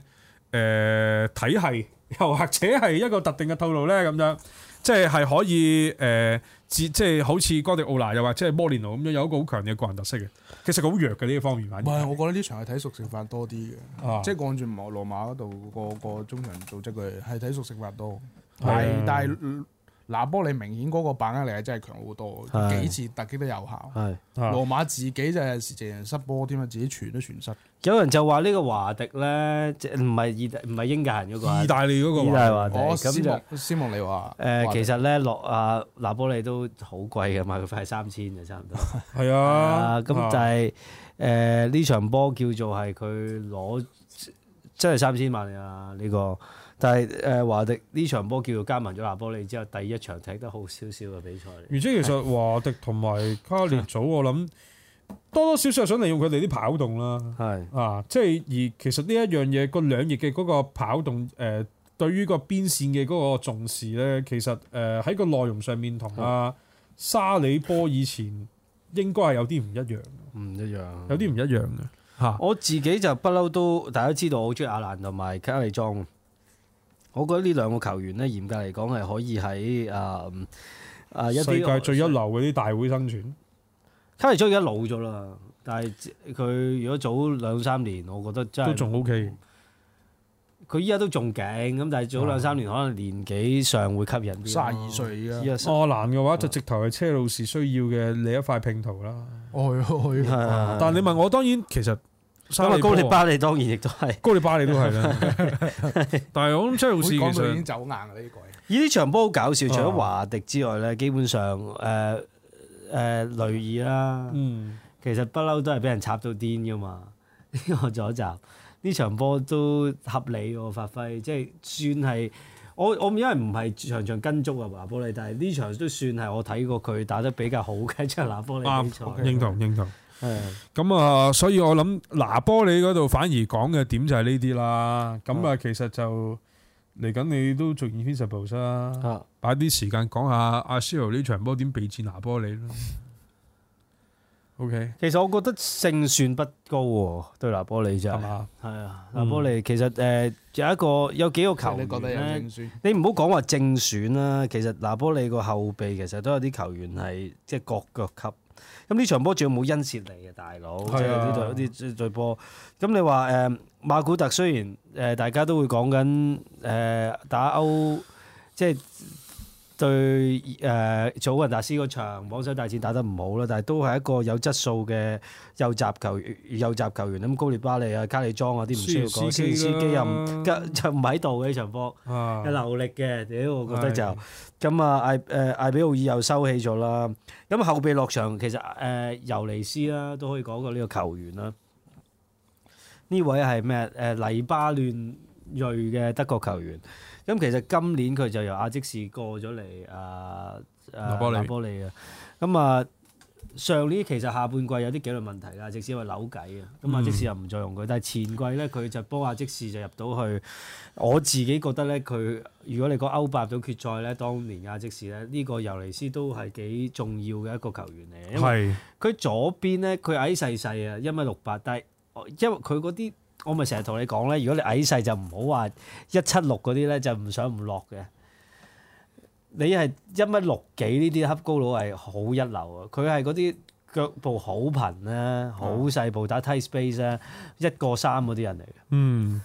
[SPEAKER 1] 呃體系又或者係一個特定嘅套路咧？咁樣即係係可以誒、呃自即係好似哥迪奧拿又或者係摩連奴咁樣有一個好強嘅個人特色嘅。其實佢好弱嘅呢一方面，
[SPEAKER 3] 唔
[SPEAKER 1] 反
[SPEAKER 3] 係，
[SPEAKER 1] 而
[SPEAKER 3] 我覺得呢場係睇熟食飯多啲嘅，
[SPEAKER 1] 啊
[SPEAKER 3] 即係按住羅羅馬嗰度個個中場組織佢係睇熟食飯多，
[SPEAKER 1] 係
[SPEAKER 3] 但
[SPEAKER 1] 啊
[SPEAKER 3] 係但係拿波利明顯嗰個把握力係真係強好多，
[SPEAKER 2] 係
[SPEAKER 3] 幾次突擊都有效。
[SPEAKER 2] 係。
[SPEAKER 1] 啊
[SPEAKER 3] 羅馬自己就係直情失波添啊，自己傳都傳失。
[SPEAKER 2] 有人就話呢個華迪咧，即係唔係意大唔係英格蘭嗰個啊哦
[SPEAKER 1] 意大利嗰個
[SPEAKER 2] 意
[SPEAKER 1] 話
[SPEAKER 2] 大利華迪，
[SPEAKER 3] 我
[SPEAKER 2] 咁
[SPEAKER 3] 斯
[SPEAKER 2] 就誒、
[SPEAKER 3] 莫斯莫利話
[SPEAKER 2] 其實咧落啊拿波利都好貴嘅，買佢快三千嘅差唔多。
[SPEAKER 1] 係啊
[SPEAKER 2] 啊，，咁但係誒呢場波叫做係佢攞真係三千萬啊呢、個，但係誒、華迪呢場波叫做加盟咗拿波利之後，第一場踢得好少少嘅比賽嚟。
[SPEAKER 1] 而且其實華迪同埋卡列祖，我諗多多少少係想利用佢哋啲跑動啦。
[SPEAKER 2] 係
[SPEAKER 1] 啊，即係而其實呢一樣嘢個兩翼嘅嗰個跑動誒、呃，對於個邊線嘅嗰個重視咧，其實誒喺、個內容上面同阿沙里波以前應該係有啲唔一樣，
[SPEAKER 2] 唔一樣。
[SPEAKER 1] 有啲唔一樣嘅嚇。
[SPEAKER 2] 我自己就不嬲都，大家知道我好中意阿蘭同埋卡利莊。我覺得呢兩個球員咧，嚴格嚟講係可以喺啊嗯啊一
[SPEAKER 1] 世
[SPEAKER 2] 啲
[SPEAKER 1] 界最一流嗰啲大會生存，
[SPEAKER 2] 卡利莊而家老咗啦，但係佢如果早兩三年，我覺得真係
[SPEAKER 1] 都仲 O K。
[SPEAKER 2] 佢依家都仲勁咁，但係
[SPEAKER 1] 啊
[SPEAKER 2] 早兩三年可能年紀上會吸引啲。
[SPEAKER 3] 三十二，歲而
[SPEAKER 1] 啊
[SPEAKER 2] 依
[SPEAKER 3] 家，
[SPEAKER 2] 家
[SPEAKER 1] 愛蘭嘅話就直頭係車路士需要嘅另一塊拼圖啦。
[SPEAKER 3] 我去我
[SPEAKER 2] 嗯
[SPEAKER 3] 去，
[SPEAKER 2] 係
[SPEAKER 1] 但係你問我，當然其實沙
[SPEAKER 2] 咁啊
[SPEAKER 1] 利，
[SPEAKER 2] 高
[SPEAKER 1] 波
[SPEAKER 2] 利巴利當然亦都係。
[SPEAKER 1] 高利巴你都係啦。 但係我諗車路士其
[SPEAKER 3] 講到已經
[SPEAKER 1] 實
[SPEAKER 3] 走硬啦呢個。
[SPEAKER 2] 咦？呢場波好搞笑，除
[SPEAKER 1] 啊
[SPEAKER 2] 咗華迪之外咧，基本上誒誒雷爾啦。
[SPEAKER 1] 嗯
[SPEAKER 2] 其實不嬲都係俾人插到癲噶嘛， 呢、個左閘呢場波都合理喎發揮，即係算係我我因為唔係場場跟足啊拿波利，但係呢場都算係我睇過佢打得比較好嘅一場拿波利比
[SPEAKER 1] 啱
[SPEAKER 2] 賽。，
[SPEAKER 1] 啊認同認同。
[SPEAKER 2] 係
[SPEAKER 1] 咁啊，所以我諗拿波里嗰度反而講嘅點就係呢啲啦。咁啊，其實就嚟緊你都做 Invincibles 啦，
[SPEAKER 2] 啊，
[SPEAKER 1] 擺啲時間講下阿 s i r o 呢場波點備戰拿波里啦。OK，
[SPEAKER 2] 其實我覺得勝算不高喎、對拿波利就
[SPEAKER 1] 係
[SPEAKER 2] 係
[SPEAKER 1] 嘛？
[SPEAKER 2] 啊，拿波利其實誒、有一個有幾個球
[SPEAKER 3] 你覺得有
[SPEAKER 2] 員咧
[SPEAKER 3] 正選？
[SPEAKER 2] 你唔好講話正選啦，其實拿波利個後備其實都有啲球員係即係國腳級。咁呢場波仲有冇恩切尼嘅大佬？即
[SPEAKER 1] 係
[SPEAKER 2] 係
[SPEAKER 1] 啊
[SPEAKER 2] 呢隊呢隊隊波。咁你話誒、馬古特雖然誒、大家都會講緊誒打歐，即係對誒祖雲達斯嗰場榜首大戰打得唔好啦，但係都係一個有質素嘅右閘球員右閘球員。咁高列巴利啊、卡利莊啊啲唔需要講，
[SPEAKER 1] 斯耶
[SPEAKER 2] 斯
[SPEAKER 1] 斯基啦
[SPEAKER 2] 基又唔就啊唔喺度嘅呢場波。
[SPEAKER 1] 啊
[SPEAKER 2] 有，流力嘅，屌我覺得
[SPEAKER 1] 係
[SPEAKER 2] 就咁啊！艾誒艾比奧爾又收起咗啦，咁後備落場其實誒、呃尤尼斯啦都可以講過呢個球員啦。呢位係咩？誒黎巴嫩裔嘅德國球員，咁其實今年佢就由亞積士過咗嚟啊啊
[SPEAKER 1] 拿波利
[SPEAKER 2] 拿波利啊，咁啊。上年其實下半季有啲紀律問題啦，即使因為扭計啊，咁
[SPEAKER 1] 嗯
[SPEAKER 2] 亞積士又唔再用佢，但係前季咧佢就幫亞積士就入到去，我自己覺得咧佢如果你講歐霸入到決賽咧，當年亞積士咧呢、個尤尼斯都係幾重要嘅一個球員嚟嘅，因為
[SPEAKER 1] 係
[SPEAKER 2] 佢左邊咧佢矮細細啊，一米六八，但係我因為佢嗰啲我咪成日同你講咧，如果你矮細就唔好話一七六嗰啲咧就唔上唔落嘅。你係一米六幾呢啲黑高佬係好一流啊！佢係嗰啲腳步好頻啦，好細步打 tight space 啦，一個三嗰啲人嚟嘅。
[SPEAKER 1] 嗯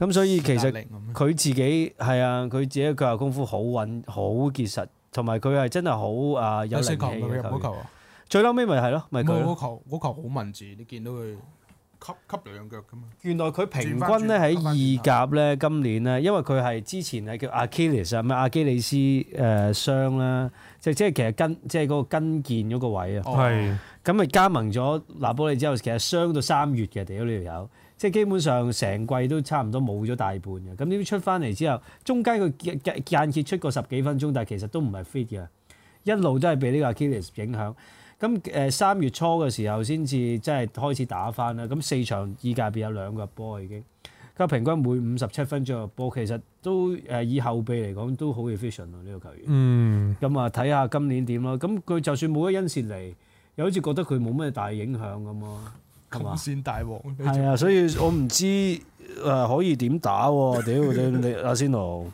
[SPEAKER 2] 咁所以其實
[SPEAKER 3] 達寧咁樣
[SPEAKER 2] 佢自己係啊，佢自己嘅腳下功夫好穩、好結實，同埋佢係真係好啊有
[SPEAKER 3] 有
[SPEAKER 2] 靈氣
[SPEAKER 3] 四球
[SPEAKER 2] 嘅
[SPEAKER 3] 佢入
[SPEAKER 2] 球
[SPEAKER 3] 嗰
[SPEAKER 2] 員。
[SPEAKER 3] 球啊！
[SPEAKER 2] 最嬲尾咪係咯，
[SPEAKER 3] 唔
[SPEAKER 2] 咪
[SPEAKER 3] 係
[SPEAKER 2] 佢
[SPEAKER 3] 嗰
[SPEAKER 2] 咯。
[SPEAKER 3] 球，嗰球好文字，你見到佢吸吸兩腳啊噶嘛？
[SPEAKER 2] 原來佢平
[SPEAKER 3] 轉返
[SPEAKER 2] 均
[SPEAKER 3] 轉
[SPEAKER 2] 咧
[SPEAKER 3] 翻轉
[SPEAKER 2] 喺意甲咧，今年咧，因為佢係之前係叫 Achilles 啊，咩阿基里斯誒傷啦，即即係其實跟即係嗰個跟腱嗰個位啊。
[SPEAKER 1] 係
[SPEAKER 2] 咁咪加盟咗拿波利之後，其實傷到三月嘅，屌呢條友，即係基本上成季都差唔多冇咗大半嘅。咁點知出翻嚟之後，中間佢間間間歇出過十幾分鐘，但係其實都唔係 fit 嘅，一路都係被呢個 Achilles 影響。咁誒三月初嘅時候先至真係開始打翻啦。咁四場意甲入邊有兩個入波已經，咁平均每五十七分鐘入波，其實都誒以後備嚟講都好 efficient 咯呢個球員。
[SPEAKER 1] 嗯
[SPEAKER 2] 咁啊睇下今年點咯。咁佢就算冇咗恩切尼，又好似覺得佢冇咩大影響咁咯。係嘛
[SPEAKER 3] 咁先大王。你
[SPEAKER 2] 係啊，所以我唔知誒可以點打 喎，屌你你阿仙奴。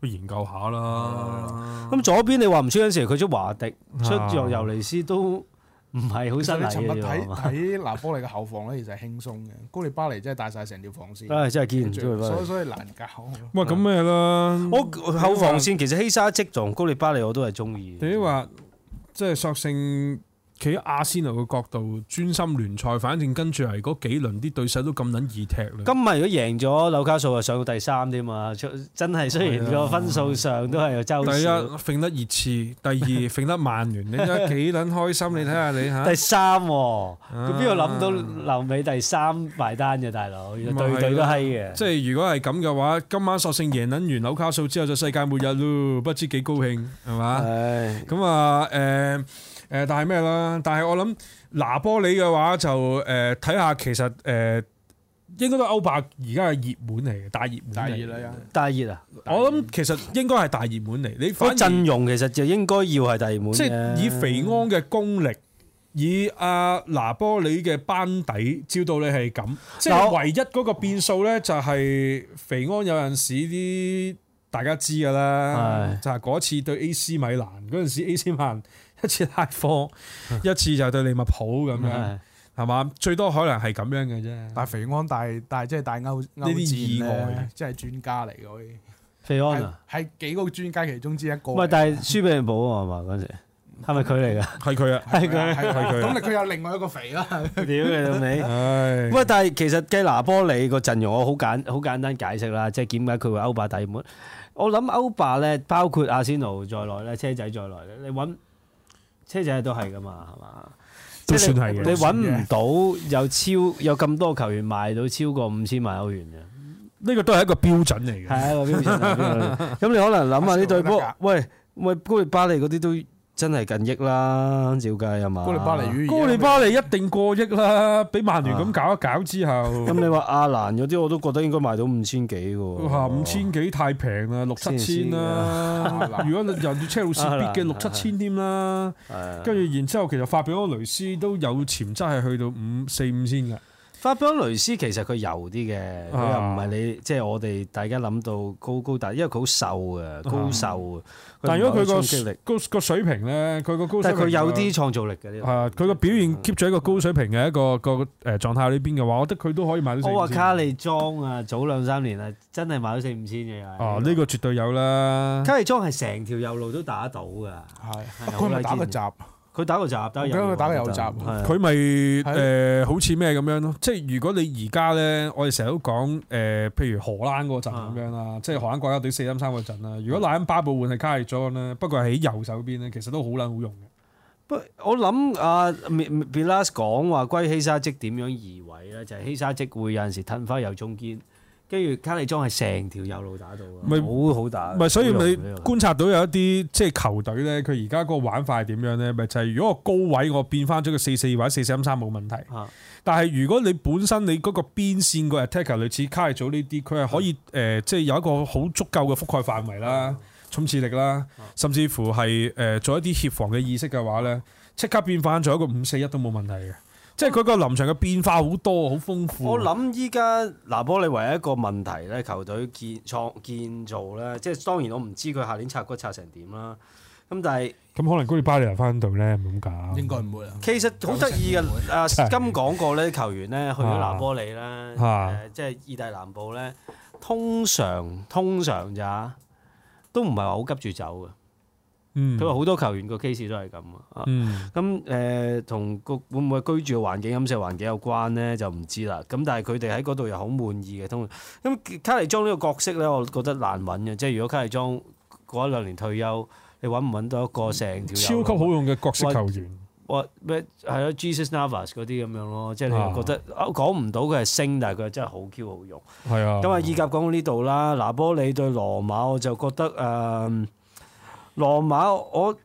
[SPEAKER 1] 喂研究下啦。
[SPEAKER 2] 咁左邊你話唔出嗰陣時，佢出華迪、出
[SPEAKER 1] 啊
[SPEAKER 2] 若尤尼斯都唔係好
[SPEAKER 3] 其
[SPEAKER 2] 失
[SPEAKER 3] 實你
[SPEAKER 2] 禮
[SPEAKER 3] 尋
[SPEAKER 2] 嘅
[SPEAKER 3] 日睇
[SPEAKER 2] 啫嘛。
[SPEAKER 3] 睇拿波利嘅後防咧，其實係輕鬆嘅。高利巴黎真係帶晒成條防線，
[SPEAKER 2] 唉，真係見唔出佢
[SPEAKER 3] 所
[SPEAKER 2] 翻
[SPEAKER 3] 以。所以難搞。
[SPEAKER 1] 喂，咁咩啦？
[SPEAKER 2] 我後防線其實希沙積同高利巴利我都係中意。
[SPEAKER 1] 你話即係索性企喺阿仙奴嘅角度專心聯賽，反正跟住係嗰幾輪啲對手都咁撚易踢啦。
[SPEAKER 2] 今日如果贏咗紐卡素，就上到第三添嘛。出真係雖然個分數上都係有周
[SPEAKER 1] 第一
[SPEAKER 2] 少。
[SPEAKER 1] 揈得熱刺，第二 揈得曼聯，你睇 下幾撚開心？你睇下你嚇
[SPEAKER 2] 第，三喎，佢邊度諗到留尾第三埋單嘅大佬？原來對對都閪嘅。
[SPEAKER 1] 即係如果係咁嘅話，今晚索性贏撚完紐卡素之後就世界末日咯，不知幾高興係嘛？
[SPEAKER 2] 唉，
[SPEAKER 1] 咁啊，誒、誒、但係咩啦？但係我諗拿波里嘅話就誒睇下，其實誒、應該都歐霸而家係熱門嚟嘅，大熱門嚟嘅
[SPEAKER 3] 大熱啦，
[SPEAKER 2] 大熱啊！
[SPEAKER 1] 我諗其實應該係大熱門嚟，你反
[SPEAKER 2] 個
[SPEAKER 1] 而
[SPEAKER 2] 陣容其實就應該要係第二門
[SPEAKER 1] 即係以肥安嘅功力，以阿拿波里嘅班底，照到你係咁，即
[SPEAKER 2] 嗱
[SPEAKER 1] 係
[SPEAKER 2] 我
[SPEAKER 1] 唯一嗰個變數咧，就係肥安有陣時啲大家知㗎啦，
[SPEAKER 2] 係
[SPEAKER 1] 就係嗰次對 AC 米蘭嗰陣時，AC 米蘭一次拉 科，一次就對利物浦咁樣，
[SPEAKER 2] 係
[SPEAKER 1] 係嘛？最多可能係咁樣嘅啫。
[SPEAKER 3] 但係肥安帶帶即係帶歐歐
[SPEAKER 1] 呢啲意
[SPEAKER 3] 戰
[SPEAKER 1] 外
[SPEAKER 3] 咧，即係專家嚟嘅可以，
[SPEAKER 2] 肥安
[SPEAKER 3] 係
[SPEAKER 2] 啊！
[SPEAKER 3] 係幾個專家其中之一個
[SPEAKER 2] 唔
[SPEAKER 3] 嚟。
[SPEAKER 2] 係，但係輸俾人保啊嘛嗰陣時，係咪佢嚟㗎？
[SPEAKER 1] 係佢啊，
[SPEAKER 2] 係
[SPEAKER 3] 佢
[SPEAKER 2] 佢。啊
[SPEAKER 3] 係
[SPEAKER 1] 係佢
[SPEAKER 3] 佢，咁你佢有另外一個肥啊啦，
[SPEAKER 2] 屌你老味！
[SPEAKER 1] 唉，
[SPEAKER 2] 喂，但係其實計拿波利個陣容，我好簡好簡單解釋啦，即係點解佢會歐霸底門。我諗歐霸咧，包括阿仙奴在內咧，車仔在內咧，你揾車仔都係噶嘛，係嘛？
[SPEAKER 1] 都
[SPEAKER 2] 即係你
[SPEAKER 1] 算係嘅
[SPEAKER 2] 你揾唔到有超有咁多球員賣到超過五千萬歐元嘅。
[SPEAKER 1] 呢個都係一個標準嚟嘅。
[SPEAKER 2] 係啊，個標準係邊個咁你可能 諗下呢隊
[SPEAKER 3] 阿仙奴都得㗎
[SPEAKER 2] 波，喂喂，高利巴利嗰啲都真係近億啦，照計係嘛？
[SPEAKER 3] 高利巴黎魚
[SPEAKER 1] 高利巴利一定過億啦，俾曼聯咁搞一搞之後，
[SPEAKER 2] 啊咁你話阿蘭嗰啲我都覺得應該賣到五千幾嘅喎。
[SPEAKER 1] 哇五千幾太平啊啦，六七千啦。如果你由車路士必嘅六七千添啦，
[SPEAKER 2] 係啊，
[SPEAKER 1] 跟住然之後其實法比安雷斯都有潛質係去到五四五千嘅，
[SPEAKER 2] 法比安雷斯其實佢油啲嘅，佢又唔
[SPEAKER 1] 啊
[SPEAKER 2] 係你即係我哋大家諗到高高大，因為佢好瘦嘅，高瘦嘅。
[SPEAKER 1] 啊但係如果
[SPEAKER 2] 唔係好衝擊
[SPEAKER 1] 佢
[SPEAKER 2] 力，
[SPEAKER 1] 個高個水平咧，佢個高水
[SPEAKER 2] 但係
[SPEAKER 1] 平
[SPEAKER 2] 佢有啲嗯創造力嘅呢個。
[SPEAKER 1] 啊，佢個表現 keep 咗一個高水平嘅一個個誒狀態呢邊嘅話，我覺得佢都可以買到四
[SPEAKER 2] 我
[SPEAKER 1] 五
[SPEAKER 2] 話卡
[SPEAKER 1] 千。
[SPEAKER 2] 利莊啊，早兩三年啊，真係買到四五千嘅。
[SPEAKER 1] 哦，呢個絕對有啦。
[SPEAKER 2] 卡利莊係成條右路都打到㗎，
[SPEAKER 3] 係
[SPEAKER 2] 係
[SPEAKER 3] 佢咪打個
[SPEAKER 2] 好
[SPEAKER 3] 閘，
[SPEAKER 2] 佢打個閘，打個
[SPEAKER 3] 我記
[SPEAKER 2] 右
[SPEAKER 3] 得
[SPEAKER 2] 路
[SPEAKER 3] 佢打個右閘
[SPEAKER 2] 係啊
[SPEAKER 1] 佢咪
[SPEAKER 3] 係
[SPEAKER 1] 誒好似咩咁樣咯？即係如果你而家咧，我哋成日都講誒、呃譬如荷蘭嗰陣咁樣啦，即係荷蘭國家隊四三三嗰陣啦。如果賴恩巴布換係卡利莊咧，不過喺右手邊咧，其實都好撚好用嘅。
[SPEAKER 2] 不，我諗阿 Bilas 講話歸希沙積點樣移位咧，就係希沙積會有陣時褪翻右中堅，跟住卡利莊係成條右路打到
[SPEAKER 1] 咪
[SPEAKER 2] 嘅，好好打。
[SPEAKER 1] 唔係，所以
[SPEAKER 2] 好
[SPEAKER 1] 你
[SPEAKER 2] 用呢個
[SPEAKER 1] 觀察到有一啲即係球隊咧，佢而家嗰個玩法係點樣咧？咪就係、如果我高位我變翻咗個四四或者四四三三冇問題，
[SPEAKER 2] 啊
[SPEAKER 1] 但係如果你本身你嗰個邊線個 attacker 類似卡利祖呢啲，
[SPEAKER 2] 啊
[SPEAKER 1] 佢係可以誒、呃即係有一個好足夠嘅覆蓋範圍啦、
[SPEAKER 2] 啊
[SPEAKER 1] 衝刺力啦，甚至乎係誒、呃做一啲協防嘅意識嘅話咧，即刻變翻咗一個五四一都冇問題嘅。即係佢個臨場嘅變化好多，好豐富。
[SPEAKER 2] 我諗依家拿波利唯一一個問題咧，球隊建創建造咧，即係當然我唔知佢下年拆骨拆成點啦。咁但係
[SPEAKER 1] 咁可能高利巴利嚟翻到咧，唔咁搞。
[SPEAKER 3] 應該唔會啊啦。
[SPEAKER 2] 其
[SPEAKER 1] 嗯
[SPEAKER 2] 實好得意嘅，啊
[SPEAKER 1] 真係
[SPEAKER 2] 金講過咧，球員咧去咗
[SPEAKER 1] 啊
[SPEAKER 2] 拿波利咧，誒、
[SPEAKER 1] 啊
[SPEAKER 2] 即係意大利南部咧，通常通常咋都唔係話好急住走嘅。
[SPEAKER 1] 嗯
[SPEAKER 2] 佢話好多球員個 case 都係咁啊。
[SPEAKER 1] 嗯
[SPEAKER 2] 咁誒同個會唔會居住嘅環境、飲食環境有關咧，就唔知啦。咁但係佢哋喺嗰度又好滿意嘅，通常咁卡利莊呢個角色咧，我覺得難揾嘅。即係如果卡利莊過一兩年退休，你揾唔揾到一個成條
[SPEAKER 1] 超
[SPEAKER 2] 友
[SPEAKER 1] 級好用嘅角色球員。
[SPEAKER 2] 哇咩係咯，Jesus Navas 嗰啲咁樣咯，即係
[SPEAKER 1] 啊
[SPEAKER 2] 你又覺得啊講唔到佢係升，但係佢真係好 Q 好用。
[SPEAKER 1] 係啊，
[SPEAKER 2] 咁啊，意甲講到呢度啦，拿波里對羅馬，我就覺得誒、嗯羅馬我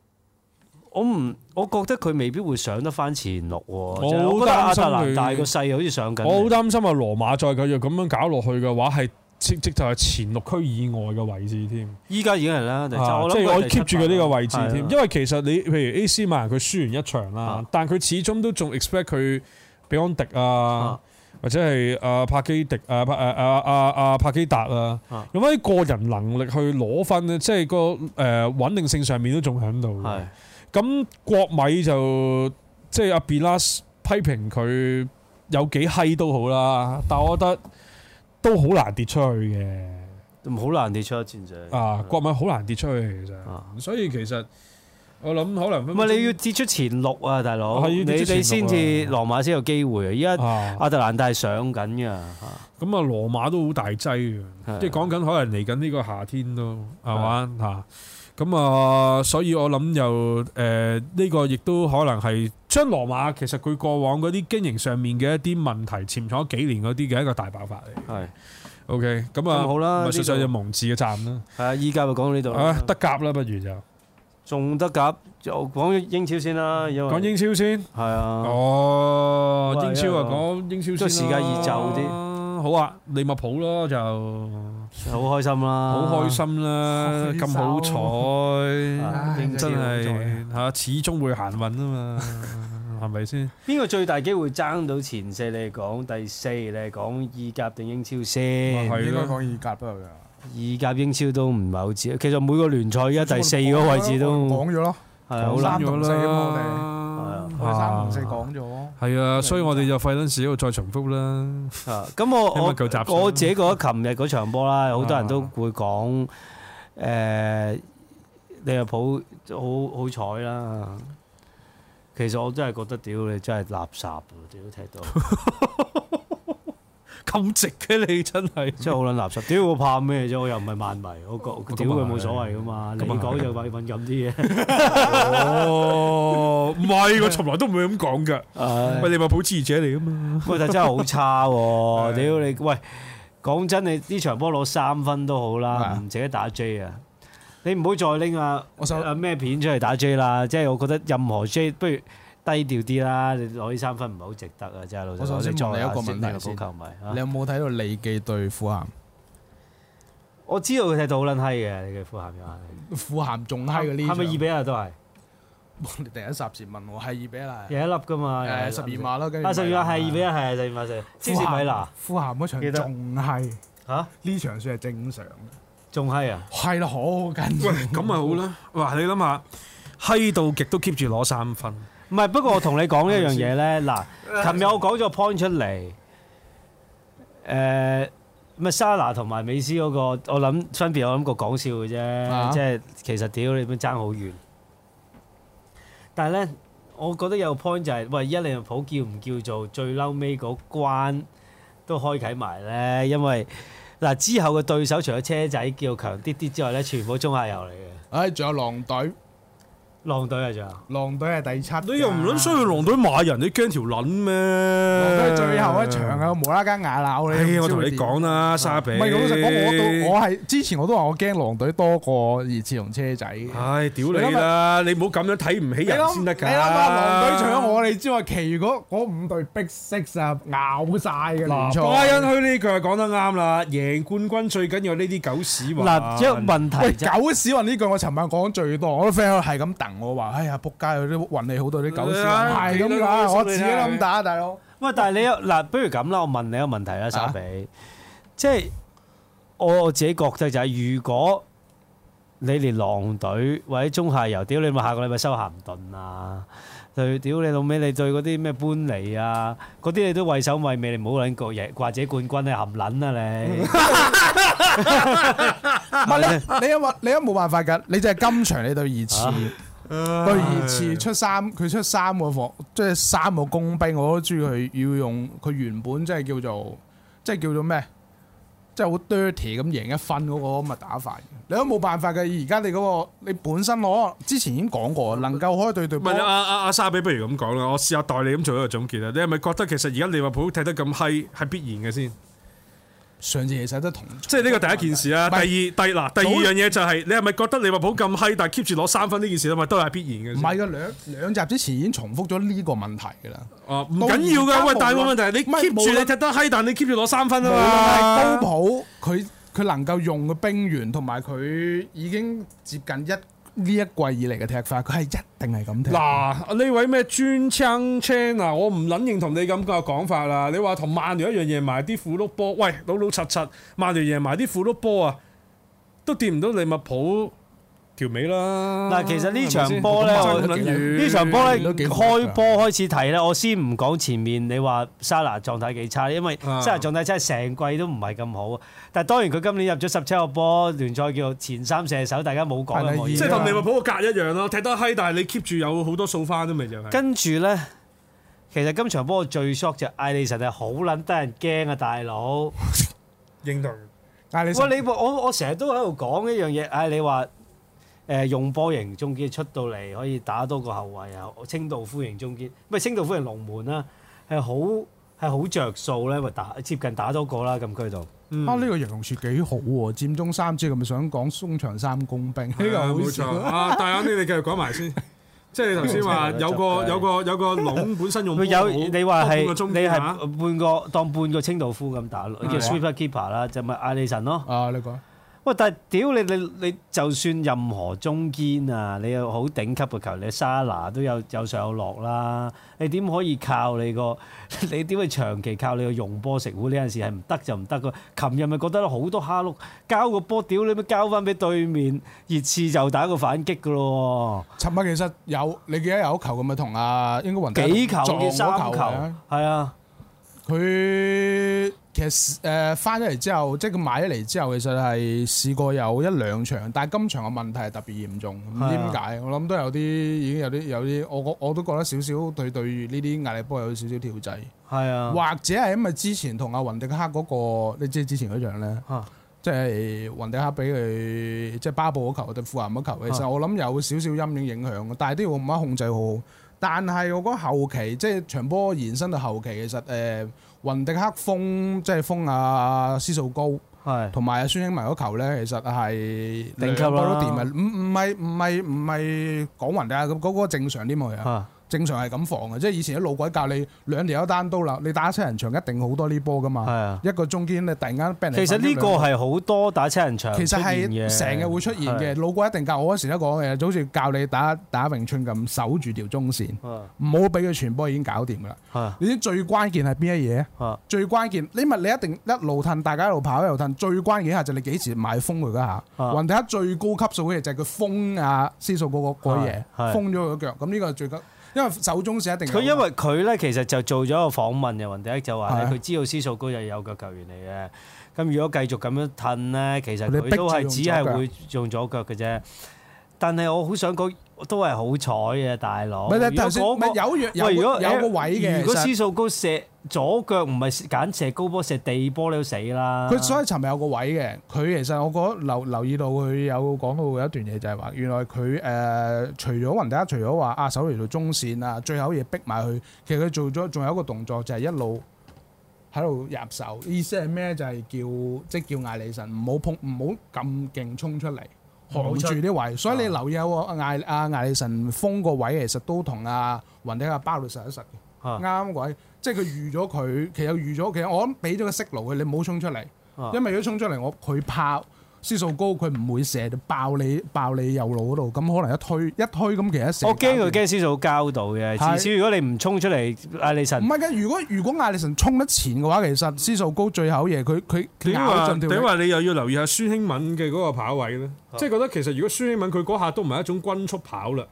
[SPEAKER 2] 我唔，我覺得佢未必會上得翻前六喎。即係
[SPEAKER 1] 好
[SPEAKER 2] 我覺得亞
[SPEAKER 1] 擔
[SPEAKER 2] 特
[SPEAKER 1] 心佢
[SPEAKER 2] 蘭大個勢好似上緊嚟。
[SPEAKER 1] 我好擔心啊！羅馬再繼續咁樣搞落去嘅話，係即即就係前六區以外嘅位置添。
[SPEAKER 2] 依家已經係啦，第七
[SPEAKER 1] 啊
[SPEAKER 2] 我
[SPEAKER 1] 即
[SPEAKER 2] 諗
[SPEAKER 1] 係
[SPEAKER 2] 佢
[SPEAKER 1] 我
[SPEAKER 2] 係第
[SPEAKER 1] keep 住佢呢個位置
[SPEAKER 2] 係啊
[SPEAKER 1] 添，因為其實你譬如 AC 米蘭佢輸完一場啦
[SPEAKER 2] 啊，
[SPEAKER 1] 但佢始終都仲 expect 佢。比安迪啊
[SPEAKER 2] 啊，
[SPEAKER 1] 或者係啊帕基迪啊帕誒啊啊啊帕基達啊
[SPEAKER 2] 啊，
[SPEAKER 1] 用翻啲個人能力去攞分咧，即係個誒穩定性上面都仲喺度。
[SPEAKER 2] 係
[SPEAKER 1] 咁國米就即係阿 Bilas 批評佢有幾閪都好啦，但我覺得都好難跌出去嘅。
[SPEAKER 2] 好難跌出一戰就
[SPEAKER 1] 啊，國米好難跌出去嘅其實，
[SPEAKER 2] 嗯啊
[SPEAKER 1] 所以其實我諗可能
[SPEAKER 2] 唔
[SPEAKER 1] 分
[SPEAKER 2] 係
[SPEAKER 1] 分
[SPEAKER 2] 你要跌出前六啊，大佬，
[SPEAKER 1] 係
[SPEAKER 2] 你
[SPEAKER 1] 要跌出前六啊
[SPEAKER 2] 你先至羅馬先有機會啊！依家
[SPEAKER 1] 鐘啊
[SPEAKER 2] 亞特蘭大係上緊㗎，啊
[SPEAKER 1] 咁啊，羅馬都好大劑嘅，
[SPEAKER 2] 係
[SPEAKER 1] 即係講緊可能嚟緊呢個夏天都係嘛嚇。咁啊，所以我諗又誒呢、個亦都可能係將羅馬其實佢過往嗰啲經營上面嘅一啲問題潛藏咗幾年嗰啲嘅一個大爆發嚟。
[SPEAKER 2] 係
[SPEAKER 1] OK，咁啊
[SPEAKER 2] 咁好啦
[SPEAKER 1] 咪
[SPEAKER 2] 呢度
[SPEAKER 1] 實上就蒙字嘅站啦，
[SPEAKER 2] 係啊！依家就講到呢度
[SPEAKER 1] 啊
[SPEAKER 2] 啦，
[SPEAKER 1] 德甲啦，不如就
[SPEAKER 2] 仲得夾就講英超先啦，因
[SPEAKER 1] 嗯
[SPEAKER 2] 為
[SPEAKER 1] 講英超先。
[SPEAKER 2] 係啊，
[SPEAKER 1] 哦，
[SPEAKER 2] 喂
[SPEAKER 1] 英超啊，
[SPEAKER 2] 因為
[SPEAKER 1] 講英超先啦
[SPEAKER 2] 即係時間易就啲。
[SPEAKER 1] 好啊，利物浦咯就
[SPEAKER 2] 好開心啦，
[SPEAKER 1] 好開心啦，
[SPEAKER 3] 開
[SPEAKER 1] 咁好彩。
[SPEAKER 2] 啊，英超
[SPEAKER 1] 真
[SPEAKER 2] 好彩
[SPEAKER 1] 係嚇，始終會行運啊嘛， 係咪先？
[SPEAKER 2] 邊個最大機會爭到前四？你係講第四，你係講意甲定英超
[SPEAKER 1] 咪
[SPEAKER 2] 先？
[SPEAKER 1] 係
[SPEAKER 3] 應該
[SPEAKER 1] 咯，
[SPEAKER 3] 講意甲都有㗎。
[SPEAKER 2] 意甲、英超都唔係好知。其實每個聯賽而家第四個位置都
[SPEAKER 3] 講咗咯，
[SPEAKER 2] 係好難啊
[SPEAKER 3] 三。同四啊
[SPEAKER 1] 啦
[SPEAKER 2] 我
[SPEAKER 3] 我哋三同四講咗。
[SPEAKER 1] 啊係啊，所以我哋就費撚事喺度再重複 啦。
[SPEAKER 2] 啊咁
[SPEAKER 1] 希望夠集啊
[SPEAKER 2] 我
[SPEAKER 1] 數
[SPEAKER 2] 我我自己覺得琴日嗰場波啦，好多人都會講誒利物浦好好彩啦。其實我真係覺得屌你真係垃圾喎！屌踢 到
[SPEAKER 1] 咁直嘅你真係，
[SPEAKER 2] 真係好撚垃圾。屌我怕咩啫？我又唔係曼迷，我
[SPEAKER 1] 哦
[SPEAKER 2] 覺屌佢冇所謂噶嘛。你
[SPEAKER 1] 啊咁啊係
[SPEAKER 2] 講就敏敏感啲嘅。
[SPEAKER 1] 哦，唔係，我從來都唔會咁講㗎。
[SPEAKER 2] 唉
[SPEAKER 1] 喂，你咪保持者嚟㗎嘛？
[SPEAKER 2] 喂，但真係好差 喎！
[SPEAKER 1] 係
[SPEAKER 2] 屌你，喂，講真，你呢場波攞三分都好
[SPEAKER 3] 係
[SPEAKER 2] 啦，
[SPEAKER 3] 啊
[SPEAKER 2] 唔值得打 J 啊！你唔好再拎啊
[SPEAKER 3] 我手
[SPEAKER 2] 啊咩片出嚟打 J 啦，即係我覺得任何 J 不如低調啲啦，你攞呢三分唔係好值得啊！真係老實講，
[SPEAKER 3] 我首先
[SPEAKER 2] 作為
[SPEAKER 3] 問你一個
[SPEAKER 2] 阿仙奴
[SPEAKER 3] 問題先
[SPEAKER 2] 球迷啊
[SPEAKER 3] 你有冇睇到利記對富咸？
[SPEAKER 2] 我知道佢踢到好撚閪嘅，你嘅富咸又係，
[SPEAKER 3] 富咸仲閪嘅呢
[SPEAKER 2] 啊係
[SPEAKER 3] 場？
[SPEAKER 2] 咪二比一都係？
[SPEAKER 3] 你第一霎時問我係二比一啦，
[SPEAKER 2] 有一粒噶嘛？有一
[SPEAKER 3] 誒
[SPEAKER 2] 粒
[SPEAKER 3] 十二碼啦，跟住
[SPEAKER 2] 啊啊十二碼係二比一
[SPEAKER 3] 一。
[SPEAKER 2] 係啊十二碼四，芝
[SPEAKER 3] 富
[SPEAKER 2] 士米
[SPEAKER 3] 咸
[SPEAKER 2] 拿
[SPEAKER 3] 富咸嗰場
[SPEAKER 2] 記得
[SPEAKER 3] 仲係
[SPEAKER 2] 嚇
[SPEAKER 3] 呢場算係正常嘅，
[SPEAKER 2] 仲閪啊！
[SPEAKER 3] 係啦，好
[SPEAKER 1] 喂
[SPEAKER 3] 緊
[SPEAKER 1] 咁
[SPEAKER 3] 要。，
[SPEAKER 1] 咪好啦。 哇，你諗下，閪到極都 keep 住攞三分。
[SPEAKER 2] 唔係，不過我同你講一樣嘢咧，嗱，琴日我講咗個 point 出嚟，誒，咪沙拿同埋美斯嗰個，我諗分別我諗個講笑嘅啫，
[SPEAKER 3] 啊
[SPEAKER 2] 即係其實屌你都爭好遠。但係咧，我覺得有個 point 就係，喂，一利物浦叫唔叫做最嬲尾嗰關都開啓埋咧？因為嗱之後嘅對手除咗車仔叫強啲啲之外咧，全部中下游嚟嘅，
[SPEAKER 3] 唉，仲有狼隊，
[SPEAKER 2] 狼隊啊仲有。
[SPEAKER 3] 狼隊係第七㗎。
[SPEAKER 1] 你又唔撚需要狼隊買人，你驚條撚咩？
[SPEAKER 3] 狼
[SPEAKER 1] 狼
[SPEAKER 3] 隊係最後一場啊，無啦啦牙鬧你。
[SPEAKER 1] 哎
[SPEAKER 3] 唔知
[SPEAKER 1] 我同
[SPEAKER 3] 會
[SPEAKER 1] 你
[SPEAKER 3] 點
[SPEAKER 1] 講啦，沙比。
[SPEAKER 3] 唔係，老實講，我都我係之前我都話我驚狼隊多過熱刺同車仔。你
[SPEAKER 1] 唉，屌你啦！你唔好咁樣睇唔起啊人
[SPEAKER 3] 諗
[SPEAKER 1] 先
[SPEAKER 3] 你
[SPEAKER 1] 得㗎。
[SPEAKER 3] 諗下，狼隊除咗我哋之外，其餘嗰嗰五隊 Big Six 啊，咬晒嘅聯
[SPEAKER 1] 嗱，巴
[SPEAKER 3] 賽。
[SPEAKER 1] 恩區呢句係講得啱啦，贏冠軍最緊要呢啲狗屎話。
[SPEAKER 2] 嗱，一問題
[SPEAKER 3] 喂，
[SPEAKER 2] 就
[SPEAKER 3] 狗屎運呢句我尋晚講最多，我啲 friend 係咁等我話：哎呀，仆街，佢啲運氣好到啲狗屎運
[SPEAKER 1] 唉
[SPEAKER 3] 係咁
[SPEAKER 1] 啊你
[SPEAKER 3] 㗎，
[SPEAKER 1] 都
[SPEAKER 3] 我自己都咁打，大佬。
[SPEAKER 2] 喂，但係你有嗱，不如咁啦，我問你一個問題啦，沙比，即係我我自己覺得就係，如果你連狼隊或者中下游，屌你咪下個禮拜收咸頓啊，對，屌你老尾，你對嗰啲咩搬尼啊，嗰啲你都畏首畏尾，你唔好撚過嘢，或者冠軍你含撚啊你，
[SPEAKER 3] 唔係你你有冇你有冇辦法㗎？你就係今場你對熱刺，對熱刺出三佢出三個防，即係三個工兵，我都中意佢要用佢原本即係叫做即係叫做咩？即係好 dirty 咁贏一分嗰個咁嘅打法，你都冇辦法嘅。而家你嗰個你本身攞之前已經講過，能夠開對對
[SPEAKER 1] 唔
[SPEAKER 3] 波
[SPEAKER 1] 係，啊阿阿阿沙比，不如咁講啦，我試下代你咁做一個總結啊。你係咪覺得其實而家利物浦踢得咁閪係必然嘅先？
[SPEAKER 3] 上次其實都同
[SPEAKER 1] 即係呢個第一件事啦。
[SPEAKER 3] 唔
[SPEAKER 1] 第
[SPEAKER 3] 係
[SPEAKER 1] 二第嗱第二樣嘢就係你係咪覺得利物浦咁閪，但係 keep 住攞三分呢件事係咪都係必然嘅
[SPEAKER 3] 唔
[SPEAKER 1] 先？
[SPEAKER 3] 係嘅兩兩集之前已經重複咗呢個問題㗎啦。
[SPEAKER 1] 哦，唔緊要㗎。喂，
[SPEAKER 3] 到而家
[SPEAKER 1] 但係個問題係你
[SPEAKER 3] 無論
[SPEAKER 1] keep
[SPEAKER 3] 唔係無
[SPEAKER 1] 住
[SPEAKER 3] 論
[SPEAKER 1] 你踢得閪，但你 keep 住攞三分啊
[SPEAKER 3] 無論係
[SPEAKER 1] 嘛。
[SPEAKER 3] 高普，佢佢能夠用嘅兵源同埋佢已經接近一呢一季以嚟嘅踢法，佢係一定係咁踢。
[SPEAKER 1] 嗱，呢位咩專槍 Chan 啊，我唔撚認同你咁嘅講法啦。你話同曼聯一樣贏埋啲苦碌波，喂，老老柒柒，曼聯贏埋啲苦碌波啊，都掂唔到利物浦條尾啦。
[SPEAKER 2] 嗱其實呢場波呢
[SPEAKER 1] 係咪先
[SPEAKER 2] 我
[SPEAKER 1] 咁撚遠
[SPEAKER 2] 呢場波咧，
[SPEAKER 3] 都
[SPEAKER 1] 啊
[SPEAKER 3] 幾
[SPEAKER 2] 開波開始睇咧，我先唔講前面你話沙拿狀態幾差，因為
[SPEAKER 1] 啊
[SPEAKER 2] 沙拿狀態真係成季都唔係咁好。啊但係當然佢今年入咗十七個波，聯賽叫做前三射手，大家冇講任何
[SPEAKER 3] 係
[SPEAKER 2] 嘢
[SPEAKER 1] 即係啊同利物浦個格一樣咯，踢得閪，但係你 keep 住有好多數翻都咪就係。
[SPEAKER 2] 跟住咧，其實今場波我最 shock 就係艾利臣係好撚得人驚啊，大佬！
[SPEAKER 1] 認同
[SPEAKER 3] 但係你
[SPEAKER 2] 喂，你我我成日都喺度講一樣嘢，唉，你話誒、用波型中堅出到嚟可以打多個後衞啊，清道夫型中堅，唔係清道夫型龍門啦，係好係好着數咧，咪打接近打多個啦，咁佢度。
[SPEAKER 3] 啊呢個形容詞幾好喎，佔中三支咁咪想講中場三工兵呢個 好
[SPEAKER 1] 冇錯
[SPEAKER 3] 笑。
[SPEAKER 1] 啊！大眼，你哋繼續講埋先。即係你頭先 話有個有個有個籠本身用
[SPEAKER 2] 佢
[SPEAKER 1] 波
[SPEAKER 2] 有
[SPEAKER 1] 好
[SPEAKER 2] 你話係
[SPEAKER 1] 多半個中
[SPEAKER 2] 你
[SPEAKER 1] 堅
[SPEAKER 2] 係
[SPEAKER 1] 啊
[SPEAKER 2] 半個當半個清道夫咁打，叫
[SPEAKER 1] 啊
[SPEAKER 2] sweeper keeper 啦，就咪艾利臣咯。
[SPEAKER 3] 啊你講
[SPEAKER 2] 喂，但係屌你你你，就算任何中堅啊，你有好頂級嘅球，你沙拿都有有上有落啦，你點可以靠你個？ 你點會長期靠你個用波食糊？呢陣時係唔得就唔得噶。琴日咪覺得好多蝦碌，交個波屌你咪交翻俾對面，熱刺就打個反擊噶咯
[SPEAKER 3] 尋日其實有你記得有一球咁咪同阿應該
[SPEAKER 2] 喎，
[SPEAKER 3] 雲迪
[SPEAKER 2] 幾球
[SPEAKER 3] 撞
[SPEAKER 2] 嘅
[SPEAKER 3] 嗰
[SPEAKER 2] 三
[SPEAKER 3] 球啊嘅
[SPEAKER 2] 球，係啊，
[SPEAKER 3] 佢其實誒翻咗嚟之後，即係佢買咗嚟之後，其實係試過有一兩場，但係今場嘅問題係特別嚴重，唔知點解。啊我諗都有啲已經有啲有啲，我我我都覺得少少對對呢啲壓力波有少少調劑，
[SPEAKER 2] 係啊，
[SPEAKER 3] 或者係因為之前同阿雲迪克嗰個，你知之前嗰場咧
[SPEAKER 2] 啊，
[SPEAKER 3] 即係雲迪克俾佢即係巴布嗰球對富咸嗰球，
[SPEAKER 2] 啊
[SPEAKER 3] 其實我諗有少少陰影影響嘅，但係都要冇乜控制好好。但係我覺得後期即係場波延伸到後期，其實誒、呃、雲迪克封即係封阿施素高
[SPEAKER 2] 係
[SPEAKER 3] 同埋阿孫興文嗰球咧，其實係
[SPEAKER 2] 頂級啦
[SPEAKER 3] 兩個都掂啊！唔唔係唔係唔係講雲迪克咁嗰個正常啲嘛，其實
[SPEAKER 2] 嚇
[SPEAKER 3] 正常係啊咁防嘅，即係以前啲老鬼教你兩條一單刀啦，你打七人場一定好多呢波噶
[SPEAKER 2] 係
[SPEAKER 3] 嘛，
[SPEAKER 2] 啊。
[SPEAKER 3] 一個中堅你突然間俾人
[SPEAKER 2] 其
[SPEAKER 3] 哋
[SPEAKER 2] 實
[SPEAKER 3] 反擊
[SPEAKER 2] 呢個
[SPEAKER 3] 兩
[SPEAKER 2] 係好多打七人場
[SPEAKER 3] 其實
[SPEAKER 2] 出現嘅
[SPEAKER 3] 係成日會出現嘅，老鬼一定教我嗰時都講嘅，就好似教你打打詠春咁，守住條中線，
[SPEAKER 2] 係啊
[SPEAKER 3] 唔好俾佢傳波已經搞掂噶啦。
[SPEAKER 2] 係啊
[SPEAKER 3] 你知最關鍵係邊一嘢？
[SPEAKER 2] 啊
[SPEAKER 3] 最關鍵，你咪你一定一路褪，大家一路跑一路褪。最關鍵一下就係你幾時埋封佢嗰下。
[SPEAKER 2] 啊
[SPEAKER 3] 雲迪克最高級數嘅嘢就係佢封啊斯數嗰個嗰嘢
[SPEAKER 2] 係係，
[SPEAKER 3] 封咗佢個腳。咁呢個係最急，因為守中線一定有啊
[SPEAKER 2] 佢因為佢咧其實就做咗一個訪問嘅，雲迪克就話咧
[SPEAKER 3] 係
[SPEAKER 2] 佢知道施素高係有腳球員嚟嘅，咁如果繼續咁樣褪咧，其實佢都係只係會用左腳嘅啫。但係我好想講，都係好彩嘅大佬。
[SPEAKER 3] 唔係
[SPEAKER 2] 如
[SPEAKER 3] 頭
[SPEAKER 2] 果
[SPEAKER 3] 先
[SPEAKER 2] 嗰
[SPEAKER 3] 唔
[SPEAKER 2] 個
[SPEAKER 3] 係有樣
[SPEAKER 2] 喂
[SPEAKER 3] 有
[SPEAKER 2] 如
[SPEAKER 3] 個
[SPEAKER 2] 果
[SPEAKER 3] 有個位嘅，
[SPEAKER 2] 如果
[SPEAKER 3] 其實
[SPEAKER 2] 施素高射左腳唔係揀射高波，射地波你都死啦。
[SPEAKER 3] 佢所以尋日有個位嘅，佢其實我覺得留留意到佢有講到有一段嘢就係話，原來佢誒、呃除咗雲迪克，除咗話啊手嚟到中線啊，最後嘢逼埋佢，其實佢做咗仲有一個動作就係一路喺度入手，意思係咩？就係叫即係叫艾利臣唔好碰，唔好咁勁衝出嚟。
[SPEAKER 2] 冇
[SPEAKER 3] 攔
[SPEAKER 2] 出
[SPEAKER 3] 住啲位，所以你留意有個艾阿艾利臣封個位，其實都同阿雲迪克包到實一實嘅。
[SPEAKER 2] 啊
[SPEAKER 3] 啱位，即係佢預咗佢，其實預咗，其實我諗俾咗個息路佢，你唔好衝出嚟，
[SPEAKER 2] 啊
[SPEAKER 3] 因為如果衝出嚟，我佢炮輸數高，佢唔會射到爆你爆你右腦嗰度，咁可能一推一推咁，其實一射
[SPEAKER 2] 我驚佢
[SPEAKER 3] 搞掂
[SPEAKER 2] 驚施素高交到嘅，
[SPEAKER 3] 係
[SPEAKER 2] 至少如果你唔衝出嚟，艾利臣
[SPEAKER 3] 唔係嘅，如果如果艾利臣衝得前嘅話，其實輸數高最後嘢，佢佢佢
[SPEAKER 1] 點
[SPEAKER 3] 咬
[SPEAKER 2] 啊
[SPEAKER 1] 話
[SPEAKER 3] 盡條
[SPEAKER 1] 點
[SPEAKER 3] 力
[SPEAKER 1] 話你又要留意下孫興敏嘅嗰個跑位咧？
[SPEAKER 2] 啊
[SPEAKER 1] 即係覺得其實如果孫興敏佢嗰下都唔係一種均速跑啦，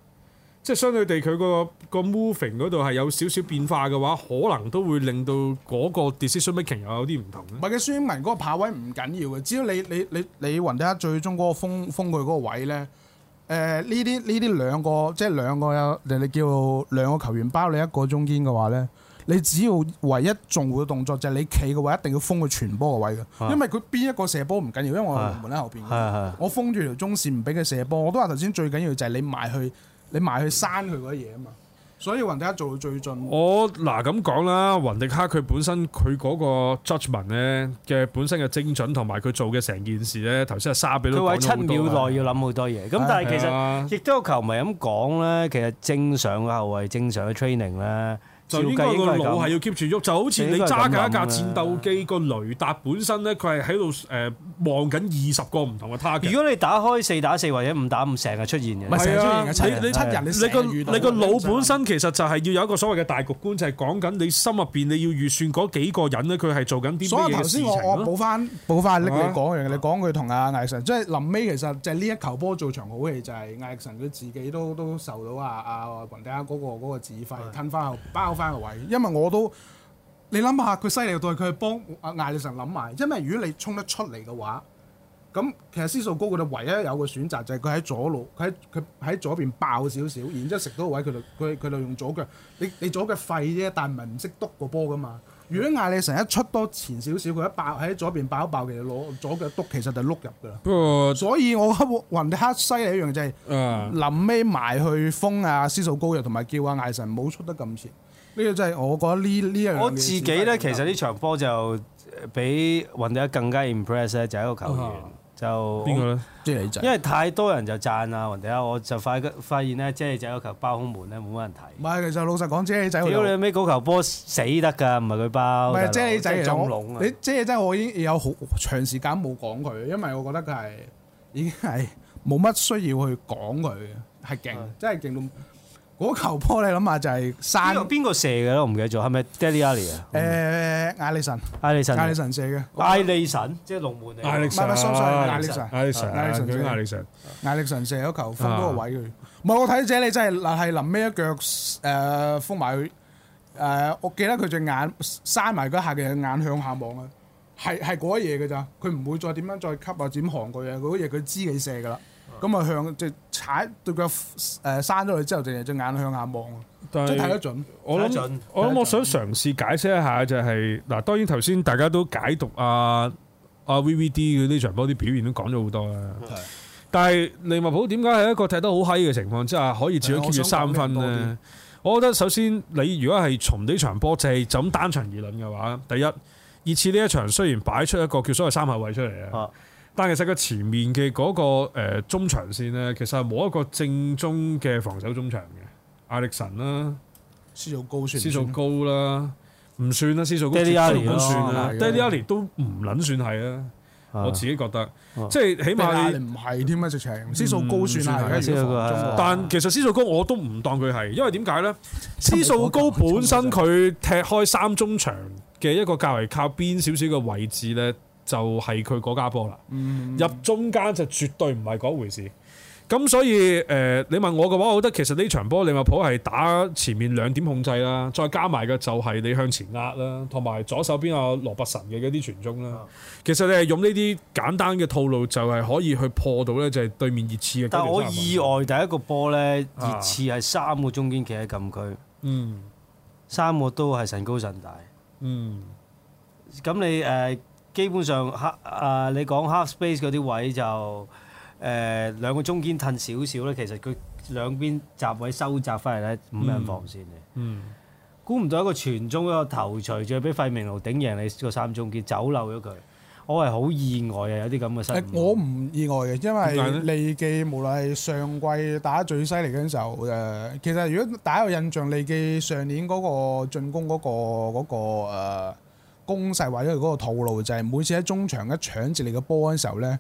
[SPEAKER 1] 即係相對地佢個個 moving 嗰度係有少少變化嘅話，可能都會令到嗰個 decision making 又有啲唔同
[SPEAKER 3] 唔
[SPEAKER 1] 咧。
[SPEAKER 3] 係嘅，孫興文嗰個跑位唔緊要嘅，只要你你你你雲迪克最終嗰個封封佢嗰個位咧，誒呢啲呢啲兩個即係兩個有你你叫兩個球員包你一個中堅嘅話咧，你只要唯一重要嘅動作就係你企嘅位一定要封佢傳波嘅位嘅，因為佢邊一個射波唔緊要，因為我
[SPEAKER 2] 係
[SPEAKER 3] 龍門喺後邊
[SPEAKER 2] 係
[SPEAKER 3] 嘅，
[SPEAKER 2] 係
[SPEAKER 3] 我封住條中線唔俾佢射波。我都話頭先最緊要就係你埋去你埋去閂佢嗰啲嘢啊嘛，所以雲迪克做到最盡。
[SPEAKER 1] 我嗱咁講啦，雲迪克佢本身佢嗰個 judgement 咧嘅本身嘅精準同埋佢做嘅成件事咧，頭先阿沙比都
[SPEAKER 2] 佢話
[SPEAKER 1] 講咗
[SPEAKER 2] 七
[SPEAKER 1] 好
[SPEAKER 2] 秒
[SPEAKER 1] 多啊啦
[SPEAKER 2] 內要諗好多嘢，咁但係其實。
[SPEAKER 1] 係啊
[SPEAKER 2] 亦都有球迷咁講咧，其實正常嘅後衞、正常嘅 training 咧，
[SPEAKER 1] 就應
[SPEAKER 2] 照計
[SPEAKER 1] 該
[SPEAKER 2] 應
[SPEAKER 1] 個
[SPEAKER 2] 該係咁
[SPEAKER 1] 腦係要 keep 住喐，就好似你揸緊一架戰鬥機，個雷達本身咧，佢係喺度誒望緊二十個唔同嘅 target。
[SPEAKER 2] 如果你打開四打四或者五打五，成日出現嘅。
[SPEAKER 3] 唔係成日出現嘅
[SPEAKER 1] 係啊
[SPEAKER 3] 七人
[SPEAKER 1] 你
[SPEAKER 3] 七人，你
[SPEAKER 1] 你個
[SPEAKER 3] 成日遇到
[SPEAKER 1] 你個腦本身其實就係要有一個所謂嘅大局觀，就係講緊你心入邊你要預算嗰幾個人咧，佢係做緊啲
[SPEAKER 3] 所以
[SPEAKER 1] 咩
[SPEAKER 3] 頭
[SPEAKER 1] 嘢事
[SPEAKER 3] 先
[SPEAKER 1] 情
[SPEAKER 3] 我我
[SPEAKER 1] 咯。
[SPEAKER 3] 補翻補翻拎你
[SPEAKER 1] 係啊
[SPEAKER 3] 講一樣嘢，你講佢同阿艾神，即係臨尾其實就係呢一球波做場好戲，就係艾神佢自己都都受到阿阿雲迪亞嗰個嗰個指揮，吞翻後包翻個位，因為我都。你諗下佢犀利到佢係幫阿艾力神諗埋，因為如果你衝得出嚟嘅話，咁其實斯素高佢哋唯一有個選擇就係佢喺左路，佢喺佢喺左邊爆少少，然之後食到個位佢就佢佢就用左腳，你你左腳廢啫，但唔係唔識篤個波噶嘛。如果艾力神一出多前少少，佢一爆喺左邊爆一爆，其實攞左腳篤其實就碌入噶啦。
[SPEAKER 1] 不過
[SPEAKER 3] 所以我覺得雲迪克犀利一樣嘢就係、
[SPEAKER 1] 誒。
[SPEAKER 3] 臨尾埋去封啊，斯素高又同埋叫啊艾神唔好出得咁前，呢、個真係我覺得呢呢樣嘢
[SPEAKER 2] 我自己咧，其實呢場波就呃比雲迪更加 impress 咧，就係一個球員
[SPEAKER 1] 啊
[SPEAKER 2] 就
[SPEAKER 1] 邊個咧？
[SPEAKER 3] 即係你仔
[SPEAKER 2] 因為太多人就讚啊雲迪我就發發現咧，即係就有一球包空門咧，冇乜人
[SPEAKER 3] 唔
[SPEAKER 2] 睇。
[SPEAKER 3] 係，其實老實講，啫喱仔我就
[SPEAKER 2] 屌你尾嗰球波死得㗎，唔係佢包。
[SPEAKER 3] 唔係
[SPEAKER 2] 大佬
[SPEAKER 3] 啫
[SPEAKER 2] 真
[SPEAKER 3] 喱仔其
[SPEAKER 2] 係
[SPEAKER 3] 實
[SPEAKER 2] 中
[SPEAKER 3] 我
[SPEAKER 2] 籠啊！
[SPEAKER 3] 你啫喱仔我已經有好長時間冇講佢，因為我覺得佢係已經係冇乜需要去講佢嘅，係勁，真係勁到嗰球波你諗下就係山
[SPEAKER 2] 邊個邊個射嘅咧？我唔記得咗，係咪 Deli Ali 啊？
[SPEAKER 3] 誒艾力神，
[SPEAKER 2] 艾利神啊，
[SPEAKER 3] 艾力神射嘅，
[SPEAKER 2] 艾利神，即係龍門嚟。
[SPEAKER 1] 艾力神，
[SPEAKER 3] 唔係唔係，sorry，sorry，艾力神
[SPEAKER 1] 艾力神，
[SPEAKER 3] 艾力神
[SPEAKER 1] 佢艾力神，
[SPEAKER 3] 艾力神射咗球封嗰個位佢。唔係我睇啫喱仔係係臨尾一腳誒封埋佢誒，我記得佢隻眼閂埋嗰下嘅眼向下望啊，係係嗰一嘢嘅咋，佢唔會再點樣再吸啊點行佢啊，嗰一嘢佢知你射㗎啦。咁啊向即係踩對腳誒閂咗佢之後，淨係隻眼向下望啊，
[SPEAKER 1] 但
[SPEAKER 3] 即係睇得
[SPEAKER 1] 係
[SPEAKER 3] 準。
[SPEAKER 1] 我
[SPEAKER 2] 睇得
[SPEAKER 1] 諗我
[SPEAKER 2] 準，
[SPEAKER 3] 睇
[SPEAKER 1] 諗，
[SPEAKER 3] 得
[SPEAKER 1] 我
[SPEAKER 3] 準
[SPEAKER 1] 想嘗試解釋一下就係嗱，當然頭先大家都解讀啊啊 VVD 佢呢場波啲表現都講咗好多啦。但係利物浦點解喺一個踢得好閪嘅情況之下，可以自己
[SPEAKER 3] 係啊
[SPEAKER 1] keep 住
[SPEAKER 3] 我想
[SPEAKER 1] 三分
[SPEAKER 3] 講呢個多
[SPEAKER 1] 呢？我覺得首先你如果係從呢場波就係就咁單場而論嘅話，第一熱刺呢一場雖然擺出一個叫所謂三後位出嚟啊
[SPEAKER 2] 啊，
[SPEAKER 1] 但其實佢前面嘅嗰、個、呃、中場線呢，其實係冇一個正宗嘅防守中場嘅，艾力神啦、
[SPEAKER 3] 思數高算唔
[SPEAKER 1] 斯
[SPEAKER 3] 算
[SPEAKER 1] 數高啦，唔算啦，斯數高
[SPEAKER 2] Dele
[SPEAKER 1] 絕對
[SPEAKER 2] Alli
[SPEAKER 1] 唔撚算啦
[SPEAKER 3] 咯
[SPEAKER 1] ，Dele Alli 都唔撚算係啊，
[SPEAKER 2] 啊
[SPEAKER 1] 我自己覺得，即係起
[SPEAKER 3] 比
[SPEAKER 1] 碼
[SPEAKER 3] 亞
[SPEAKER 1] 你
[SPEAKER 3] 利唔係添啊，直情思數高算
[SPEAKER 1] 嗯
[SPEAKER 3] 啦，而家
[SPEAKER 2] 算係
[SPEAKER 3] 如果防
[SPEAKER 2] 知道佢係
[SPEAKER 3] 中
[SPEAKER 1] 但其實斯素高我都唔當佢係，因為點解呢？斯素高
[SPEAKER 3] 真係冇
[SPEAKER 1] 本身佢踢開三中場嘅一個較為靠邊少少嘅位置呢，就係佢嗰家波啦。
[SPEAKER 2] 嗯
[SPEAKER 1] 入中間就絕對唔係嗰回事。咁所以誒、呃你問我嘅話，我覺得其實呢場波利物浦係打前面兩點控制啦，再加埋嘅就係你向前壓啦，同埋左手邊有羅伯神嘅嗰啲傳
[SPEAKER 2] 啊
[SPEAKER 1] 中啦。其實你係用呢啲簡單嘅套路，就係可以去破到呢，就係對面熱刺嘅。
[SPEAKER 2] 但我意，外第一個波咧，
[SPEAKER 1] 啊
[SPEAKER 2] 熱刺係三個中堅企喺禁區，
[SPEAKER 1] 嗯
[SPEAKER 2] 三個都係神高神大。
[SPEAKER 1] 嗯。
[SPEAKER 2] 咁你誒、呃基本上黑誒、呃你講 half space 嗰啲位就誒、呃、兩個中堅褪少少咧，其實佢兩邊閘位收窄翻嚟咧，五人防線嘅。
[SPEAKER 1] 嗯
[SPEAKER 2] 估唔到一個傳中一個頭槌，最俾費明奴頂贏你個三中堅，走漏咗佢。我係好意外啊，有啲咁嘅失
[SPEAKER 3] 誒
[SPEAKER 2] 誤。
[SPEAKER 3] 我唔意外嘅，因
[SPEAKER 1] 點解呢
[SPEAKER 3] 為利記無論係上季打最犀利嗰陣時候，誒、其實如果大家有印象，利記上年嗰個進攻嗰、個嗰、個、呃、攻勢或者佢嗰個套路，就係每次喺中場一搶住你嘅波嗰陣時候咧，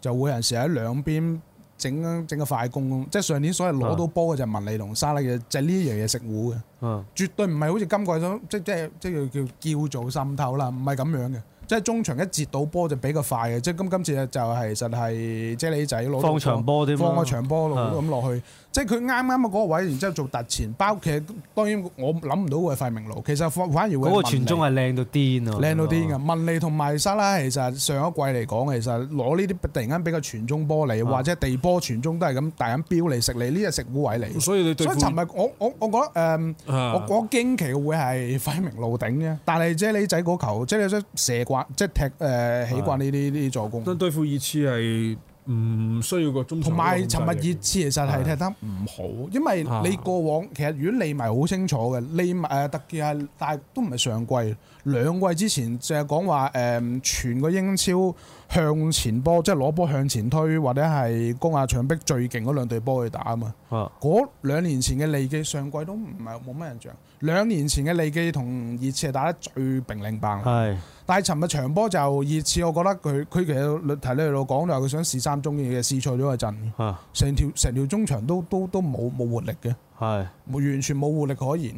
[SPEAKER 3] 就會有陣時喺兩邊整整個快攻，即係上年所謂攞到波嘅就係文利同沙拉嘅，就係呢樣嘢食糊嘅。
[SPEAKER 2] 嗯
[SPEAKER 3] 絕對唔係好似今季咁，即即即叫叫叫做滲透啦，唔係咁樣嘅。即係中場一截到波就比較快嘅，即係今今次就係其實係即係你仔攞到
[SPEAKER 2] 放長波添啦
[SPEAKER 3] 放個長波路
[SPEAKER 2] 啊
[SPEAKER 3] 咁落去，即係佢啱啱嘅嗰個位，然之後做突前包。其實當然我諗唔到會係費明路，其實反反而會
[SPEAKER 2] 嗰個
[SPEAKER 3] 係文
[SPEAKER 2] 傳中
[SPEAKER 3] 利
[SPEAKER 2] 係靚到癲啊！
[SPEAKER 3] 靚到癲嘅。文利同埋沙拉其實上一季嚟講，其實攞呢啲突然間俾個傳中波嚟，
[SPEAKER 2] 啊
[SPEAKER 3] 或者地波傳中都係咁大咁飆嚟食你，呢隻食糊位嚟。
[SPEAKER 1] 所以你對
[SPEAKER 3] 所以
[SPEAKER 1] 付
[SPEAKER 3] 尋日我我我覺得誒。
[SPEAKER 1] 啊
[SPEAKER 3] 我我驚奇會係費明路頂啫， 但係啫喱仔呃
[SPEAKER 1] 啊
[SPEAKER 3] 嗰球，啫喱仔射慣，即係踢誒起慣呢啲呢啲助攻。
[SPEAKER 1] 但對付熱刺係唔需要個中場
[SPEAKER 3] 同埋
[SPEAKER 1] 嗰個
[SPEAKER 3] 尋
[SPEAKER 1] 控
[SPEAKER 3] 日
[SPEAKER 1] 制力
[SPEAKER 3] 熱刺其實係踢得唔好，因為
[SPEAKER 1] 啊
[SPEAKER 3] 你過往其實如果利迷好清楚嘅，利迷誒特別係但係都唔係上季兩季之前就係講話誒全個英超向前波，即係攞波向前推或者係高壓長逼最勁嗰兩隊波去打啊嘛。
[SPEAKER 2] 啊
[SPEAKER 3] 嗰兩年前嘅利記上季都唔係冇乜印象，兩年前嘅利記同熱刺係打得最並零棒。
[SPEAKER 2] 係
[SPEAKER 3] 但係尋日場波就熱刺，我覺得佢佢其實提你老講就話佢想試三中嘅嘢，試錯咗一陣，
[SPEAKER 2] 啊
[SPEAKER 3] 成條成條中場都都都冇冇活力嘅，
[SPEAKER 2] 係
[SPEAKER 3] 冇完全冇活力可言。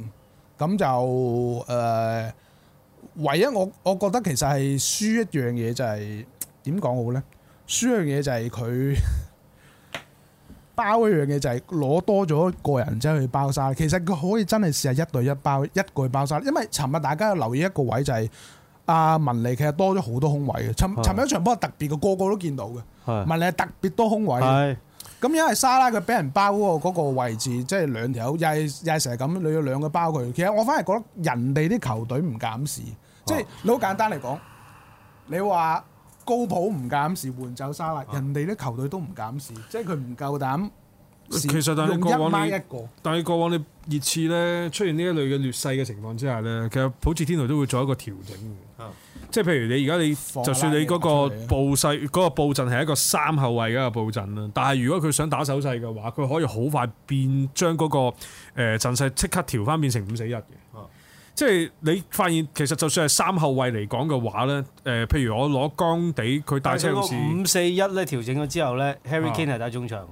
[SPEAKER 3] 咁就誒、呃唯一我我覺得其實係輸一樣嘢就係點講好呢？輸一樣嘢就係佢 包一樣嘢就係攞多咗個人走去包沙。其實佢可以真係試下一對一包一個去包沙，因為尋日大家有留意一個位就係、阿、文尼其實多咗好多空位嘅，尋
[SPEAKER 2] 係
[SPEAKER 3] 尋日一場波係特別嘅，個個都見到嘅。
[SPEAKER 2] 係
[SPEAKER 3] 文尼係特別多空位嘅，
[SPEAKER 2] 係
[SPEAKER 3] 咁因為沙拉佢俾人包嗰個嗰個位置，即係兩條友又係又係成日咁，你要兩個包佢。其實我反而覺得人哋啲球隊唔減視，即
[SPEAKER 1] 哦
[SPEAKER 3] 係你好簡單嚟講，你話高普唔減視換走沙
[SPEAKER 1] 啊
[SPEAKER 3] 拉，人哋啲球隊都唔減視，即係佢唔夠膽試。
[SPEAKER 1] 其實但係
[SPEAKER 3] 用
[SPEAKER 1] 過往
[SPEAKER 3] 一孖
[SPEAKER 1] 你
[SPEAKER 3] 一個，
[SPEAKER 1] 但係過往你熱刺咧出現呢一類嘅劣勢嘅情況之下咧，其實普治天奴都會做一個調整嘅
[SPEAKER 2] 啊
[SPEAKER 1] 即係譬如你而家你
[SPEAKER 3] 放
[SPEAKER 1] 就算你嗰個
[SPEAKER 3] 拉你
[SPEAKER 1] 布勢嗰個布陣係一個三後衞嘅一個布陣啦，但係如果佢想打手勢嘅話，佢可以好快變將嗰、個誒、呃、陣勢即刻調翻變成五四一嘅
[SPEAKER 2] 啊。
[SPEAKER 1] 即係你發現其實就算係三後衞嚟講嘅話咧，誒、譬如我攞江地佢帶車路士，
[SPEAKER 2] 五四一咧調整咗之後咧，Harry Kane 係打中場嘅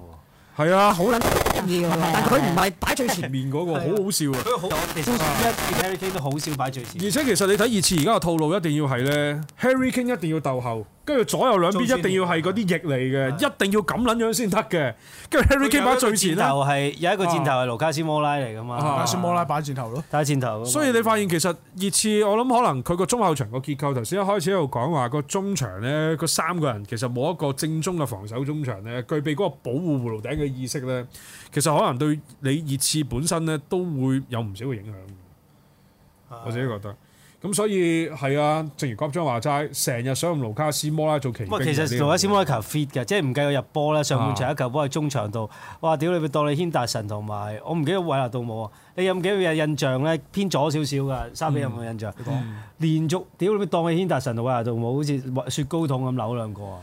[SPEAKER 1] 係啊，
[SPEAKER 5] 好撚得意嘅喎，但佢唔係擺最前
[SPEAKER 1] 前面嗰、個好好笑啊！
[SPEAKER 2] 喎，佢好其實一 Harry Kane 都好少擺最前
[SPEAKER 1] 而且。其實你睇熱刺而家嘅套路一定要係咧，Harry Kane 一定要鬥後，跟住左右兩邊一定要係嗰啲翼嚟嘅，
[SPEAKER 2] 中線
[SPEAKER 1] 一定要咁撚樣先得嘅。跟住 Harry Kane 擺最前啦，
[SPEAKER 2] 頭係有一個箭頭係盧卡斯摩拉嚟噶嘛，
[SPEAKER 1] 啊
[SPEAKER 3] 阿斯摩拉擺箭頭咯。
[SPEAKER 2] 打箭頭㗎嘛。
[SPEAKER 1] 所以你發現其實熱刺我諗可能佢個中後場個結構，頭先一開始喺度講話個中場咧，個三個人其實冇一個正宗嘅防守中場咧，具備嗰個保護葫蘆頂嘅意識咧，其實可能對你熱刺本身咧都會有唔少嘅影響。
[SPEAKER 2] 啊
[SPEAKER 1] 我自己覺得。咁所以係啊，正如郭章話齋，成日想用盧卡斯摩拉做奇兵
[SPEAKER 2] 唔
[SPEAKER 1] 嘅呢樣嘢。
[SPEAKER 2] 啊其實做一斯摩拉球 fit 嘅，即係唔計佢入波啦。上半場一球波喺中場度，哇！屌你咪當你軒達臣同埋我唔記得韋納杜姆啊！你有唔記得有印象咧？偏左少少㗎，沙比有冇印象？連續屌你咪當你軒達臣同韋納杜姆好似雪糕筒咁扭兩個啊！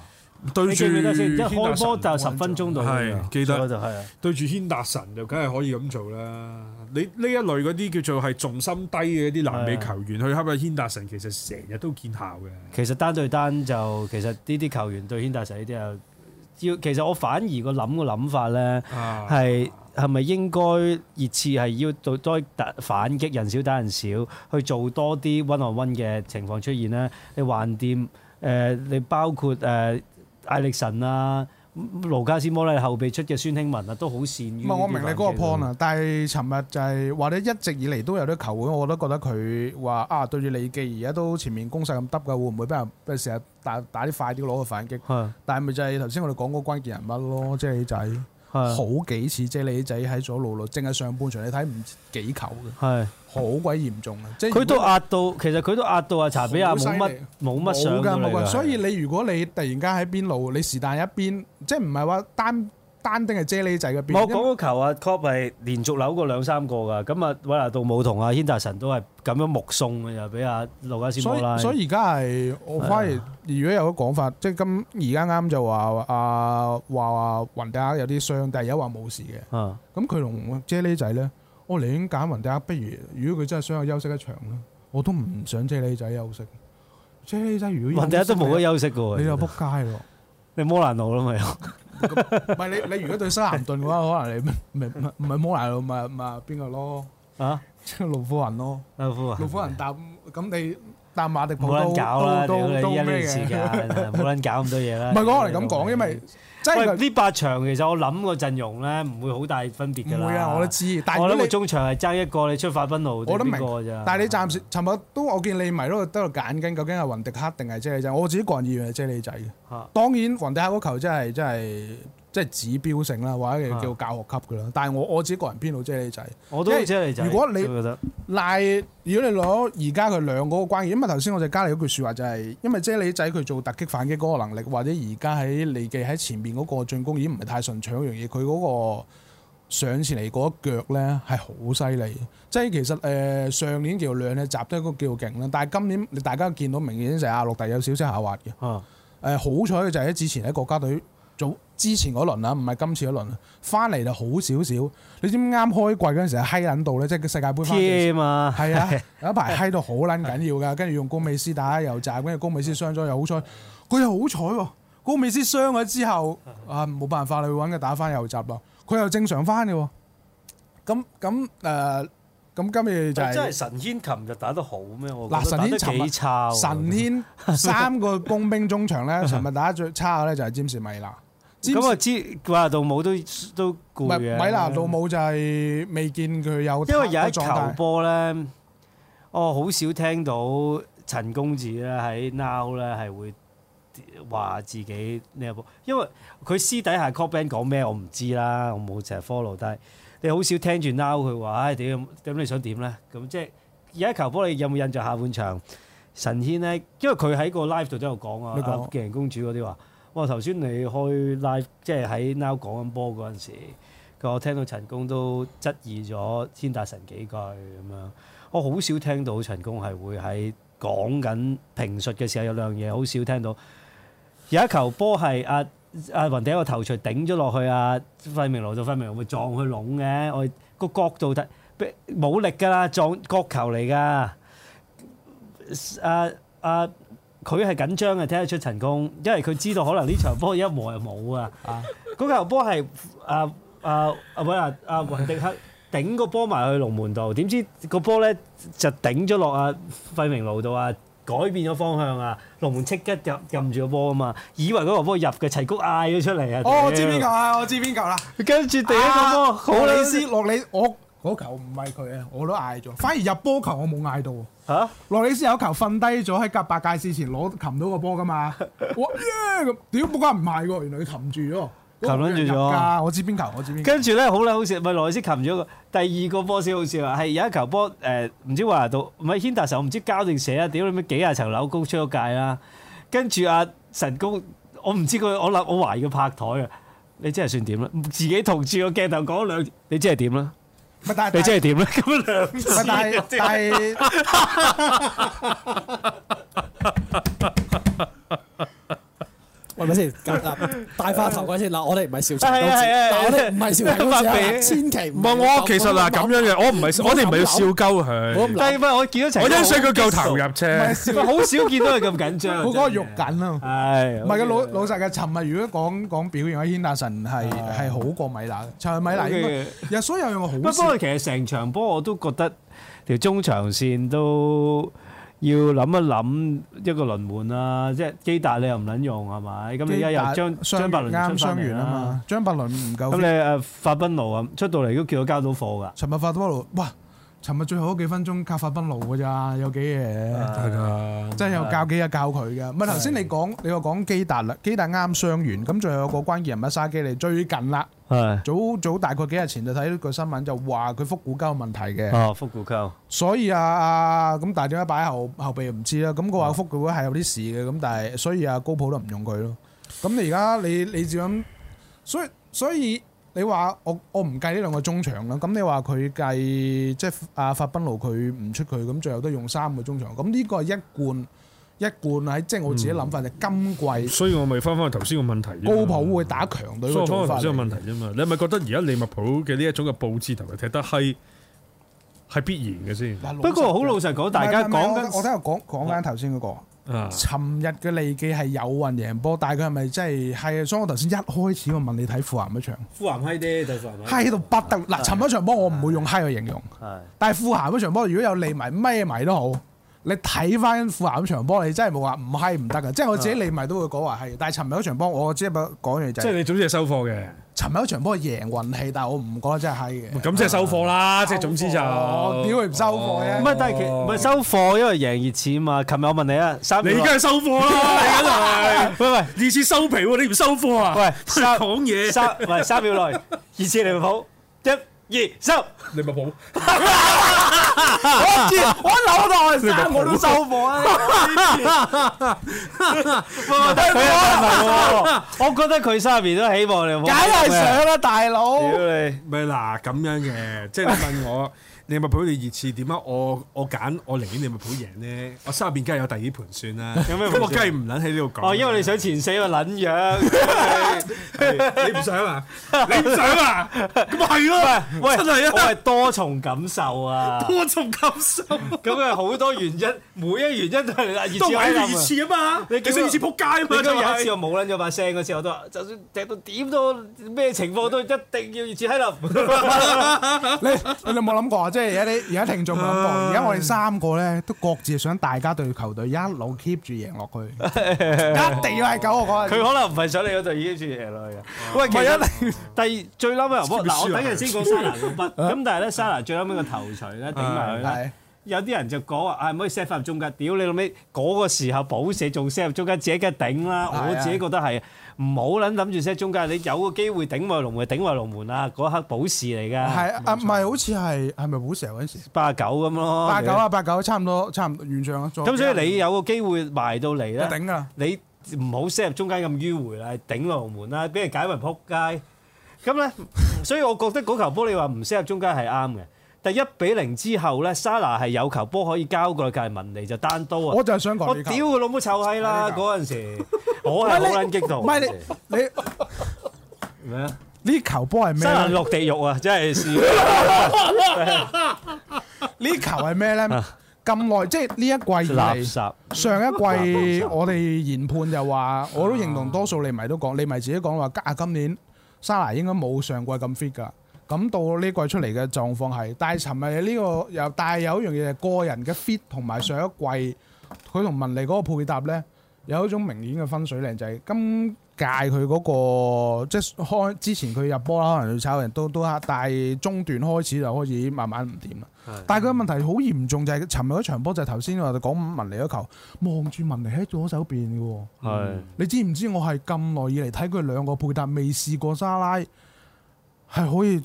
[SPEAKER 1] 對
[SPEAKER 2] 你
[SPEAKER 1] 住
[SPEAKER 2] 記唔記得先？一
[SPEAKER 1] 軒
[SPEAKER 2] 開波就
[SPEAKER 1] 達
[SPEAKER 2] 十
[SPEAKER 1] 臣
[SPEAKER 2] 分鐘度㗎
[SPEAKER 1] 係，記得
[SPEAKER 2] 就係啊！
[SPEAKER 1] 對住軒達臣就梗係可以咁做啦。你呢一類嗰啲叫做係重心低嘅一啲南美
[SPEAKER 2] 係啊
[SPEAKER 1] 球員去恰下軒達臣，其實成日都見效嘅。
[SPEAKER 2] 其實單對單就其實呢啲球員對軒達臣呢啲啊，要其實我反而個諗個諗法咧。
[SPEAKER 1] 啊，
[SPEAKER 2] 係係咪應該熱刺係要做多打反擊，人少打人少，去做多啲 one on one 嘅情況出現咧？你橫掂誒、呃你包括誒、呃、艾力神啊、盧卡斯摩拉後備出嘅孫興文啊，都好善於
[SPEAKER 3] 唔
[SPEAKER 2] 呢
[SPEAKER 3] 係
[SPEAKER 2] 啲
[SPEAKER 3] 我明你嗰個
[SPEAKER 2] 反擊啊
[SPEAKER 3] point 啊，但係尋日就係或者一直以嚟都有啲球會，我都覺得佢話啊對住利記而家都前面攻勢咁耷㗎，會唔會俾人俾人成日打打啲快啲攞個反擊？
[SPEAKER 2] 係
[SPEAKER 3] 但係咪就係頭先我哋講嗰個關鍵人物咯，即係你仔
[SPEAKER 2] 係
[SPEAKER 3] 好幾次，即係你仔喺左路路，淨係上半場你睇唔幾球嘅，
[SPEAKER 2] 係。
[SPEAKER 3] 好鬼嚴重啊！即係
[SPEAKER 2] 佢都壓到，其實佢都壓到啊！查比亞冇
[SPEAKER 3] 好
[SPEAKER 2] 乜
[SPEAKER 3] 犀利
[SPEAKER 2] 冇
[SPEAKER 3] 冇
[SPEAKER 2] 乜上
[SPEAKER 3] 㗎
[SPEAKER 2] 到
[SPEAKER 3] 冇
[SPEAKER 2] 嚟㗎
[SPEAKER 3] 㗎，所以你如果你突然間喺邊路，你是但一邊，即係唔係話單單丁係遮你仔嘅邊？
[SPEAKER 2] 我講個球啊，Cop 係連續扭過兩三個㗎，咁啊，韋拿杜姆同阿軒達臣都係咁樣目送嘅，又俾阿盧卡斯
[SPEAKER 3] 所
[SPEAKER 2] 摩拉。
[SPEAKER 3] 以所以而家係啊我反而，如果有個講法，即係今而家啱就話啊話話雲迪克有啲傷，但係而家話冇事嘅。
[SPEAKER 2] 啊，
[SPEAKER 3] 咁佢同啫喱仔咧，我寧願揀雲迪克，不如如果佢真係想休息一場啦，我都唔想啫喱仔休息。啫喱仔如果
[SPEAKER 2] 雲迪克都冇得休
[SPEAKER 3] 休
[SPEAKER 2] 息嘅喎，
[SPEAKER 3] 息，你就
[SPEAKER 2] 其實
[SPEAKER 3] 仆街咯。
[SPEAKER 2] 你摩蘭奴啦咪有，
[SPEAKER 3] 唔係你你如果對西南頓嘅話，可能你咪咪咪摩蘭路咪咪邊個咯？
[SPEAKER 2] 啊，
[SPEAKER 3] 即係路夫人咯，
[SPEAKER 2] 老夫啊
[SPEAKER 3] 路，夫人搭咁你搭馬迪普
[SPEAKER 2] 冇
[SPEAKER 3] 都
[SPEAKER 2] 撚搞啦，屌
[SPEAKER 3] 都
[SPEAKER 2] 你
[SPEAKER 3] 都
[SPEAKER 2] 一
[SPEAKER 3] 都
[SPEAKER 2] 年
[SPEAKER 3] 咩
[SPEAKER 2] 時
[SPEAKER 3] 嘅？
[SPEAKER 2] 間，冇撚搞咁多嘢啦。
[SPEAKER 3] 唔係講我嚟咁講，因為即係
[SPEAKER 2] 喂
[SPEAKER 3] 佢
[SPEAKER 2] 呢八場其實我諗個陣容咧唔會好大分別㗎啦。
[SPEAKER 3] 唔會啊，我都知。但係
[SPEAKER 2] 我
[SPEAKER 3] 如
[SPEAKER 2] 諗
[SPEAKER 3] 果
[SPEAKER 2] 個
[SPEAKER 3] 你
[SPEAKER 2] 中場係爭一個，你出法賓奴定
[SPEAKER 3] 我都明
[SPEAKER 2] 邊個㗎咋？
[SPEAKER 3] 但係你暫時尋日都我見你咪都都喺度揀緊，究竟係雲迪克定係啫喱仔？我自己個人意願係啫喱仔嘅。
[SPEAKER 2] 嚇
[SPEAKER 3] 當然雲迪克嗰球真係真係即係指標性啦，或者叫教學級嘅啦。但係我我自己個人偏好啫喱仔，
[SPEAKER 2] 我都好知你就
[SPEAKER 3] 如果你
[SPEAKER 2] 覺得
[SPEAKER 3] 賴如果你攞而家佢兩個關鍵，因為頭先我就加你嗰句説話就係、因為啫喱仔佢做突擊反擊嗰個能力，或者而家喺利記喺前面嗰個進攻已經唔係太順暢一樣嘢，佢嗰個上前嚟嗰一腳咧係好犀利。即係其實誒、呃上年叫兩咧集得個叫勁啦，但係今年大家見到明顯就係阿洛特有少少下滑嘅。
[SPEAKER 2] 啊
[SPEAKER 3] 誒好彩嘅就係喺之前喺國家隊早之前嗰輪啊，唔係今次嗰輪啊，翻嚟就好少少。你知唔知啱開季嗰陣時係閪撚到咧，即係世界盃翻嚟。
[SPEAKER 2] 貼嘛，
[SPEAKER 3] 係啊，有一排閪到好撚緊要噶，跟住用高美斯打右閘，跟住高美斯傷咗又好彩，佢又好彩喎。高美斯傷咗之後，啊冇辦法啦，去揾佢打翻右閘咯。佢又正常翻嘅喎。咁咁誒，咁今日就係、
[SPEAKER 2] 真係啊神軒琴日打得好咩？我
[SPEAKER 3] 嗱
[SPEAKER 2] 覺得
[SPEAKER 3] 神軒
[SPEAKER 2] 打得
[SPEAKER 3] 尋日
[SPEAKER 2] 幾差喎，
[SPEAKER 3] 神軒三個工兵中 場咧，尋日打得最差嘅咧就係詹士米拿。詹
[SPEAKER 2] 咁
[SPEAKER 3] 士
[SPEAKER 2] 啊知話杜姆都都
[SPEAKER 3] 唔
[SPEAKER 2] 攰
[SPEAKER 3] 係
[SPEAKER 2] 嘅，
[SPEAKER 3] 米拿老母就係未見佢有
[SPEAKER 2] 因為有一
[SPEAKER 3] 個
[SPEAKER 2] 球
[SPEAKER 3] 狀態
[SPEAKER 2] 波咧，我好少聽到陳公子咧喺 Now 咧係會話自己呢一波，因為佢私底下 c o b a n 講咩我唔知啦，我冇成日 follow，但係你好少聽住 Now 佢話，唉屌咁你想點咧？咁即係有一球波，你有冇印象下半場神軒咧？因為佢喺個 live 度都有講啊
[SPEAKER 3] 你，講
[SPEAKER 2] 啊寄人公主嗰啲話，哇頭先你開 live 即係喺 Now 講緊波嗰陣時。佢話我聽到陳工都質疑咗天達神幾句咁樣，我好少聽到陳工係會喺講緊評述嘅時候有兩樣嘢，好少聽到有一球波係阿阿雲頂個頭槌頂咗落去啊，費明羅到費明羅會撞佢籠嘅，我個角度睇俾冇力㗎啦，撞角球嚟㗎。啊啊！佢係緊張嘅，睇得出陳工，因為佢知道可能呢場波一和又冇啊。嗰球波係啊啊啊喂啊啊雲迪克頂個波埋去龍門度，點知個波咧就頂咗落啊費明路度啊，改變咗方向啊，龍門即刻入撳住個波啊嘛，以為嗰球波入嘅，齊谷嗌咗出嚟啊！
[SPEAKER 3] 哦，我知邊球啊！我知邊球啦。
[SPEAKER 2] 屌跟住第一個波好
[SPEAKER 3] 好
[SPEAKER 2] 撚
[SPEAKER 3] 意思，洛里我嗰球唔係佢啊，我都嗌咗。反而入波球我冇嗌到喎。
[SPEAKER 2] 嚇！
[SPEAKER 3] 洛里斯有球瞓低咗喺隔八界線前攞擒到個波噶嘛？我耶咁，屌冇關唔係喎，原來佢擒住咗，
[SPEAKER 2] 擒撚住咗
[SPEAKER 3] 嗰個入㗎。我知邊球，我知邊球。
[SPEAKER 2] 跟住咧好啦，好笑，咪羅斯擒咗個第二個波先好笑啊！係有一球波誒，呃唔、知華到唔係軒達臣，我唔知交定射啊！屌你咩幾廿層樓高出咗界啦！跟住阿神功，我唔知佢，我諗我懷疑佢拍台啊！你真係算點啦？自己同住個鏡頭講兩，你真係點啦？
[SPEAKER 3] 唔係但
[SPEAKER 2] 你
[SPEAKER 3] 係
[SPEAKER 2] 真係點啦？咁樣兩
[SPEAKER 3] 唔係但係
[SPEAKER 2] 次，
[SPEAKER 3] 但係。
[SPEAKER 4] 喂，咪先，嗱嗱大花頭嗰先嗱，我哋唔係笑陳
[SPEAKER 2] 係
[SPEAKER 4] 公
[SPEAKER 2] 啊
[SPEAKER 4] 子，
[SPEAKER 2] 係啊
[SPEAKER 4] 嗱我哋唔係笑陳公子
[SPEAKER 2] 發
[SPEAKER 4] 啊，
[SPEAKER 2] 脾氣
[SPEAKER 4] 千祈唔
[SPEAKER 1] 唔
[SPEAKER 4] 係
[SPEAKER 1] 係我其實嗱咁樣嘅，我唔係我哋唔係要笑鳩
[SPEAKER 4] 我
[SPEAKER 1] 佢，
[SPEAKER 4] 諗
[SPEAKER 2] 但係唔係我見到陳，
[SPEAKER 1] 我欣賞佢夠投入，啫。
[SPEAKER 2] 我好少見到佢咁緊張。
[SPEAKER 3] 佢嗰個
[SPEAKER 2] 真
[SPEAKER 3] 肉
[SPEAKER 2] 係
[SPEAKER 3] 緊啊！
[SPEAKER 2] 係
[SPEAKER 3] 唔係嘅，老老實嘅，尋日如果講講表現，阿軒達臣係係好過米娜嘅，尋日米娜應該
[SPEAKER 2] OK
[SPEAKER 3] 有所有樣我
[SPEAKER 2] 不
[SPEAKER 3] 好
[SPEAKER 2] 過
[SPEAKER 3] 少。
[SPEAKER 2] 其實成場波我都覺得條中場線都要諗一諗一個輪換啦，即係基達你又唔撚用係咪？咁你而家又將
[SPEAKER 3] 雙
[SPEAKER 2] 張伯倫
[SPEAKER 3] 啱
[SPEAKER 2] 出
[SPEAKER 3] 傷
[SPEAKER 2] 翻嚟
[SPEAKER 3] 完啊
[SPEAKER 2] 啦，
[SPEAKER 3] 嘛，張伯倫唔夠
[SPEAKER 2] 咁你。誒法賓奴啊出到嚟都叫佢交到貨㗎。
[SPEAKER 3] 尋日法多路，哇！尋日最後嗰幾分鐘靠法賓路㗎咋，有幾嘢，
[SPEAKER 1] 係啊㗎，
[SPEAKER 3] 真係有教幾日教佢嘅。唔係頭先你講，你又講基達啦，基達啱傷完，咁仲有個關鍵人物沙基利最近啦，
[SPEAKER 2] 係
[SPEAKER 3] 早早大概幾日前就睇到個新聞就話佢腹股溝問題嘅。
[SPEAKER 2] 哦，福古溝
[SPEAKER 3] 所以啊啊咁，但係點解擺喺後後備唔知啦。
[SPEAKER 2] 嗯
[SPEAKER 3] 咁佢話福佢會係有啲事嘅，咁但係所以啊高普都唔用佢咯。咁你而家你你照咁，所以所以你話我我唔計呢兩個中場啦。咁你話佢計即係阿法賓奴佢唔出佢，咁最後都用三個中場。咁呢個係一貫一貫喺即係我自己諗法
[SPEAKER 2] 嗯
[SPEAKER 3] 就係今季
[SPEAKER 1] 所以我咪翻翻頭先個問題啫
[SPEAKER 3] 高
[SPEAKER 1] 嘛。
[SPEAKER 3] 普會打強隊
[SPEAKER 1] 所以
[SPEAKER 3] 嘅
[SPEAKER 1] 我方
[SPEAKER 3] 做法
[SPEAKER 1] 頭
[SPEAKER 3] 嚟
[SPEAKER 1] 先個問
[SPEAKER 3] 嘅。
[SPEAKER 1] 題啫嘛。你係咪覺得而家利物浦嘅呢一種嘅佈置同埋踢得閪係必然嘅先？
[SPEAKER 3] 嗱
[SPEAKER 2] 不過好老
[SPEAKER 3] 實
[SPEAKER 2] 實講，
[SPEAKER 3] 講
[SPEAKER 2] 大家
[SPEAKER 3] 唔係唔
[SPEAKER 2] 講
[SPEAKER 3] 係我
[SPEAKER 2] 緊
[SPEAKER 3] 我聽我講講緊頭先嗰個。
[SPEAKER 1] 啊，
[SPEAKER 3] 尋日嘅利記係有運贏波，但係佢係咪真係係啊？所以我頭先一開始我問你睇富咸嗰場，
[SPEAKER 2] 富鹹閪啲就富鹹
[SPEAKER 3] 嗨到不得了嗱！尋日嗰場波我唔會用嗨去形容，
[SPEAKER 2] 係
[SPEAKER 3] 但係富咸嗰場波如果有利迷咩迷都好，你睇翻富咸嗰場波，你真係冇話唔嗨唔得㗎。即係我自己利迷都會講話嗨，但係尋日嗰場波我只不過講嘢就
[SPEAKER 1] 即係
[SPEAKER 3] 係
[SPEAKER 1] 你總之係收貨嘅。
[SPEAKER 3] 尋日嗰場波係贏運氣，但係我唔覺得真係閪嘅。
[SPEAKER 1] 咁即係收貨啦，即係
[SPEAKER 3] 收貨
[SPEAKER 1] 總之就
[SPEAKER 3] 屌佢唔收貨啫
[SPEAKER 2] 唔係，但係其唔係收貨，因為贏熱錢嘛。琴日我問你啊，三
[SPEAKER 1] 你
[SPEAKER 2] 秒內
[SPEAKER 1] 梗係收貨啦，你梗係
[SPEAKER 2] 喂喂
[SPEAKER 1] 二次收皮喎，你唔收貨啊？
[SPEAKER 2] 喂，三
[SPEAKER 1] 講嘢
[SPEAKER 2] 三唔係三秒內熱錢利物浦，一二收。
[SPEAKER 1] 你咪好。
[SPEAKER 2] 我知我扭到我三我都收貨啊！佢係我覺得佢三入面都希望你，梗
[SPEAKER 3] 梗係想啦，大佬。
[SPEAKER 2] 屌你！
[SPEAKER 1] 咪嗱咁樣嘅，即係你問我 利物浦你熱刺點啊？我我揀我寧願利物浦贏呢，我心入邊梗係有第二盤算啦。
[SPEAKER 2] 有咩盤
[SPEAKER 1] 咁
[SPEAKER 2] 算
[SPEAKER 1] 我梗係唔撚喺呢度講。
[SPEAKER 2] 哦，因為你想前四個撚 樣，
[SPEAKER 1] 你你唔想 啊？你唔想啊？咁咪係咯，
[SPEAKER 2] 喂，
[SPEAKER 1] 真係
[SPEAKER 2] 我
[SPEAKER 1] 啊！
[SPEAKER 2] 係多重感受啊！
[SPEAKER 1] 多重感受，
[SPEAKER 2] 咁啊，好多原因，每一原因都係熱
[SPEAKER 1] 都
[SPEAKER 2] 刺
[SPEAKER 1] 係
[SPEAKER 2] 喺
[SPEAKER 1] 熱
[SPEAKER 2] 度。
[SPEAKER 1] 刺啊嘛！
[SPEAKER 2] 你
[SPEAKER 1] 你
[SPEAKER 2] 見
[SPEAKER 1] 想熱刺撲街啊
[SPEAKER 2] 你
[SPEAKER 1] 嘛！
[SPEAKER 2] 記
[SPEAKER 1] 就
[SPEAKER 2] 得有一次
[SPEAKER 1] 係
[SPEAKER 2] 我冇撚咗把聲嗰次，我都話就算踢到點都咩情況都一定要熱 刺喺度。
[SPEAKER 3] 你你有冇諗過啊？即係而家啲而家聽眾有冇諗過？而家我哋三個咧都各自想大家對球隊一路 keep 住贏落 去，一定要係九我講。
[SPEAKER 2] 佢可能唔係想你嗰隊已經住贏落去嘅。喂，其
[SPEAKER 1] 啊
[SPEAKER 2] 實第二最嬲 尾波，嗱我等陣先講沙拿嗰筆，咁但係咧沙拿最嬲尾個頭槌咧頂埋佢咧。
[SPEAKER 3] 係
[SPEAKER 2] 有啲人就講話啊，唔可以 set 翻入中間，屌你老味！嗰個時候補射仲 set 入中間，自己梗係頂啦。
[SPEAKER 3] 係啊
[SPEAKER 2] 我自己覺得係唔好撚諗住 set 中間，你有個機會頂埋龍門，頂埋龍門啦！嗰刻補時嚟㗎，
[SPEAKER 3] 係啊，唔係好似係係咪好蛇嗰陣時？
[SPEAKER 2] 八九咁咯。
[SPEAKER 3] 八九啊，八九差唔多，差唔多完場啊。再
[SPEAKER 2] 哦咁所以你啊有個機會埋到嚟
[SPEAKER 3] 就
[SPEAKER 2] 咧，
[SPEAKER 3] 頂㗎啦。
[SPEAKER 2] 你唔好 set 入中間咁迂迴啦，頂龍門啦，俾人解圍撲街。咁咧，所以我覺得嗰球波你話唔 set 入中間係啱嘅。但一比零之後咧，沙拿係有球波可以交過去，但係文尼就單刀啊！
[SPEAKER 3] 我就係想講
[SPEAKER 2] 我
[SPEAKER 3] 呢
[SPEAKER 2] 屌
[SPEAKER 3] 球
[SPEAKER 2] 佢老母臭閪啦！嗰陣時我係好撚激動。
[SPEAKER 3] 唔係你
[SPEAKER 2] 咩啊？
[SPEAKER 3] 你呢球波係咩
[SPEAKER 2] 沙拿
[SPEAKER 3] 呢？
[SPEAKER 2] 落地獄啊！真係試
[SPEAKER 3] 呢球係咩咧？咁耐 即係呢一季以
[SPEAKER 2] 啊垃
[SPEAKER 3] 嚟。
[SPEAKER 2] 圾。
[SPEAKER 3] 上一季我哋研判就話，我都認同多數你咪都講，你咪自己講話，啊今年沙拿應該冇上季咁 fit 㗎。咁到呢季出嚟嘅狀況係，但係尋日呢個又，但係有一樣嘢係個人嘅 fit 同埋上一季佢同文利嗰個配搭呢，有一種明顯嘅分水嶺，就係、今屆佢嗰、個即係開之前佢入波啦，可能要炒人都都黑，但係中段開始就開始慢慢唔掂啦。但係佢嘅問題好嚴重，就係尋日嗰場波就係頭先我哋講文尼嗰球，望住文尼喺左手邊嘅喎。
[SPEAKER 2] 係
[SPEAKER 3] 你知唔知我係咁耐以嚟睇佢兩個配搭，未試過沙拉係可以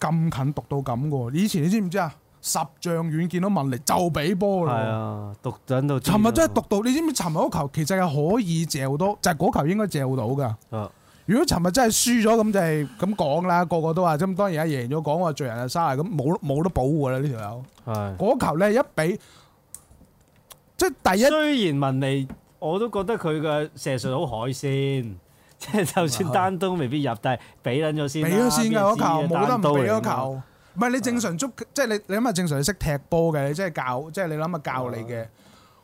[SPEAKER 3] 咁近讀到咁嘅喎。以前你知唔知啊？十丈遠見到文尼就俾
[SPEAKER 2] 係
[SPEAKER 3] 波啦。
[SPEAKER 2] 啊，讀緊到。
[SPEAKER 3] 尋日真係讀到，你知唔知尋日嗰球其實係可以嚼到，就係、嗰球應該嚼到㗎。
[SPEAKER 2] 啊
[SPEAKER 3] 如果尋日真係輸咗咁就係咁講啦，個個都話咁。當然啊，贏咗講話罪人係沙拉咁，冇冇得保護㗎啦呢條友。
[SPEAKER 2] 係。
[SPEAKER 3] 嗰球咧一比，即係第一
[SPEAKER 2] 雖然文尼我都覺得佢嘅射術好海鮮， 即係就算單刀未必入，但係俾撚咗先啊啦。
[SPEAKER 3] 啊俾咗先㗎嗰球，冇得唔俾
[SPEAKER 2] 嗰
[SPEAKER 3] 嗰。球。唔係你正常足，即係你你諗下正常你識踢波嘅，你即係教，即係你諗下教你嘅。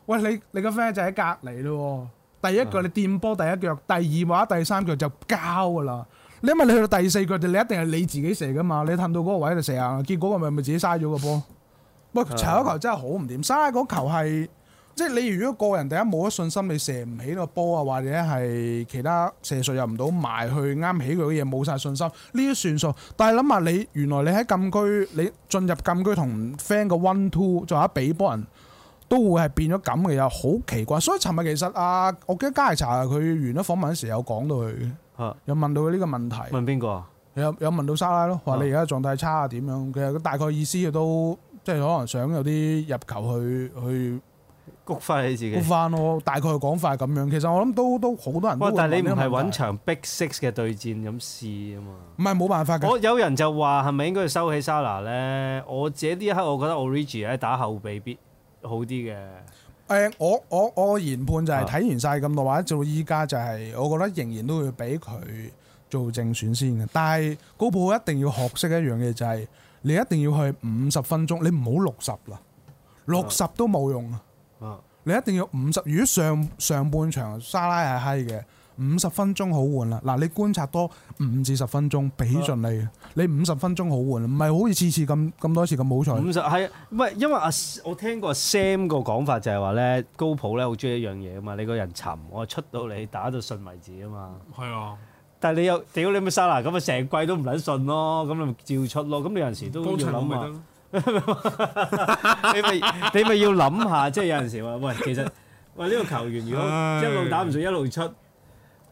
[SPEAKER 3] 喂，你你個 friend 就喺隔離咯喎，第一腳你掂波第一腳，第二話第三腳就交㗎啦。你因為你去到第四腳，你一定係你自己射㗎嘛，你氹到嗰個位就射啊，結果咪咪自己嘥咗個波。喂，查嗰球真係好唔掂，嘥嗰球係即係你如果個人第一冇咗信心，你射唔起個波啊，或者係其他射術入唔到埋去啱起佢嘅嘢，冇晒信心，呢啲算數。但係諗下你原來你喺禁區，你進入禁區同 friend 嘅 one two，再一俾波人。都會係變咗咁嘅，又好奇怪。所以尋日其實啊，我記得加利查佢完咗訪問嗰時有講到佢嘅，
[SPEAKER 2] 啊
[SPEAKER 3] 有問到佢呢個問題。
[SPEAKER 2] 問邊個啊？
[SPEAKER 3] 有有問到沙拉咯，話你而家狀態差啊點樣？其實佢大概意思佢都即係可能想有啲入球去去
[SPEAKER 2] 谷翻你自己
[SPEAKER 3] 補。翻咯，大概嘅講法係咁樣。其實我諗都都好多人都
[SPEAKER 2] 哇！
[SPEAKER 3] 會
[SPEAKER 2] 但係
[SPEAKER 3] 問
[SPEAKER 2] 你唔
[SPEAKER 3] 呢個
[SPEAKER 2] 係
[SPEAKER 3] 問
[SPEAKER 2] 揾
[SPEAKER 3] 題
[SPEAKER 2] 場 Big Six 嘅對戰咁試啊嘛。
[SPEAKER 3] 唔係冇辦法嘅。
[SPEAKER 2] 我有人就話係咪應該要收起沙拿咧？我自己呢一刻我覺得 Origi 咧打後備必好啲嘅。
[SPEAKER 3] 誒，我我我嘅研判就
[SPEAKER 2] 啊
[SPEAKER 3] 係睇完晒咁耐，或者做到依家就係，我覺得仍然都要俾佢做正選先嘅。但係高普一定要學識一樣嘢，就係你一定要去五十分鐘，你唔好六十啦，六十都冇用啊。
[SPEAKER 2] 啊，
[SPEAKER 3] 你一定要五十。如果上上半場沙拉係閪嘅，五十分鐘好換啦。嗱，你觀察多五至十分鐘，俾
[SPEAKER 2] 啊
[SPEAKER 3] 盡你。你五十分鐘好換，唔係好似次次咁咁多次咁好彩。
[SPEAKER 2] 五十係啊唔係？因為阿我聽過 Sam 個講法就係話咧，高普咧好中意一樣嘢啊嘛，你個人沉，我出到你打到信為止啊嘛。
[SPEAKER 1] 係啊，
[SPEAKER 2] 但係你又屌你咪沙拿咁啊，成季都唔撚信咯，咁你咪照出咯。咁你有陣時都要
[SPEAKER 1] 幫襯我
[SPEAKER 2] 諗
[SPEAKER 1] 咪
[SPEAKER 2] 下
[SPEAKER 1] 得。咯。
[SPEAKER 2] 你咪你咪要諗下，即係有陣時話喂， 其實喂呢個球員如果
[SPEAKER 1] 唉
[SPEAKER 2] 一路打唔上一路出，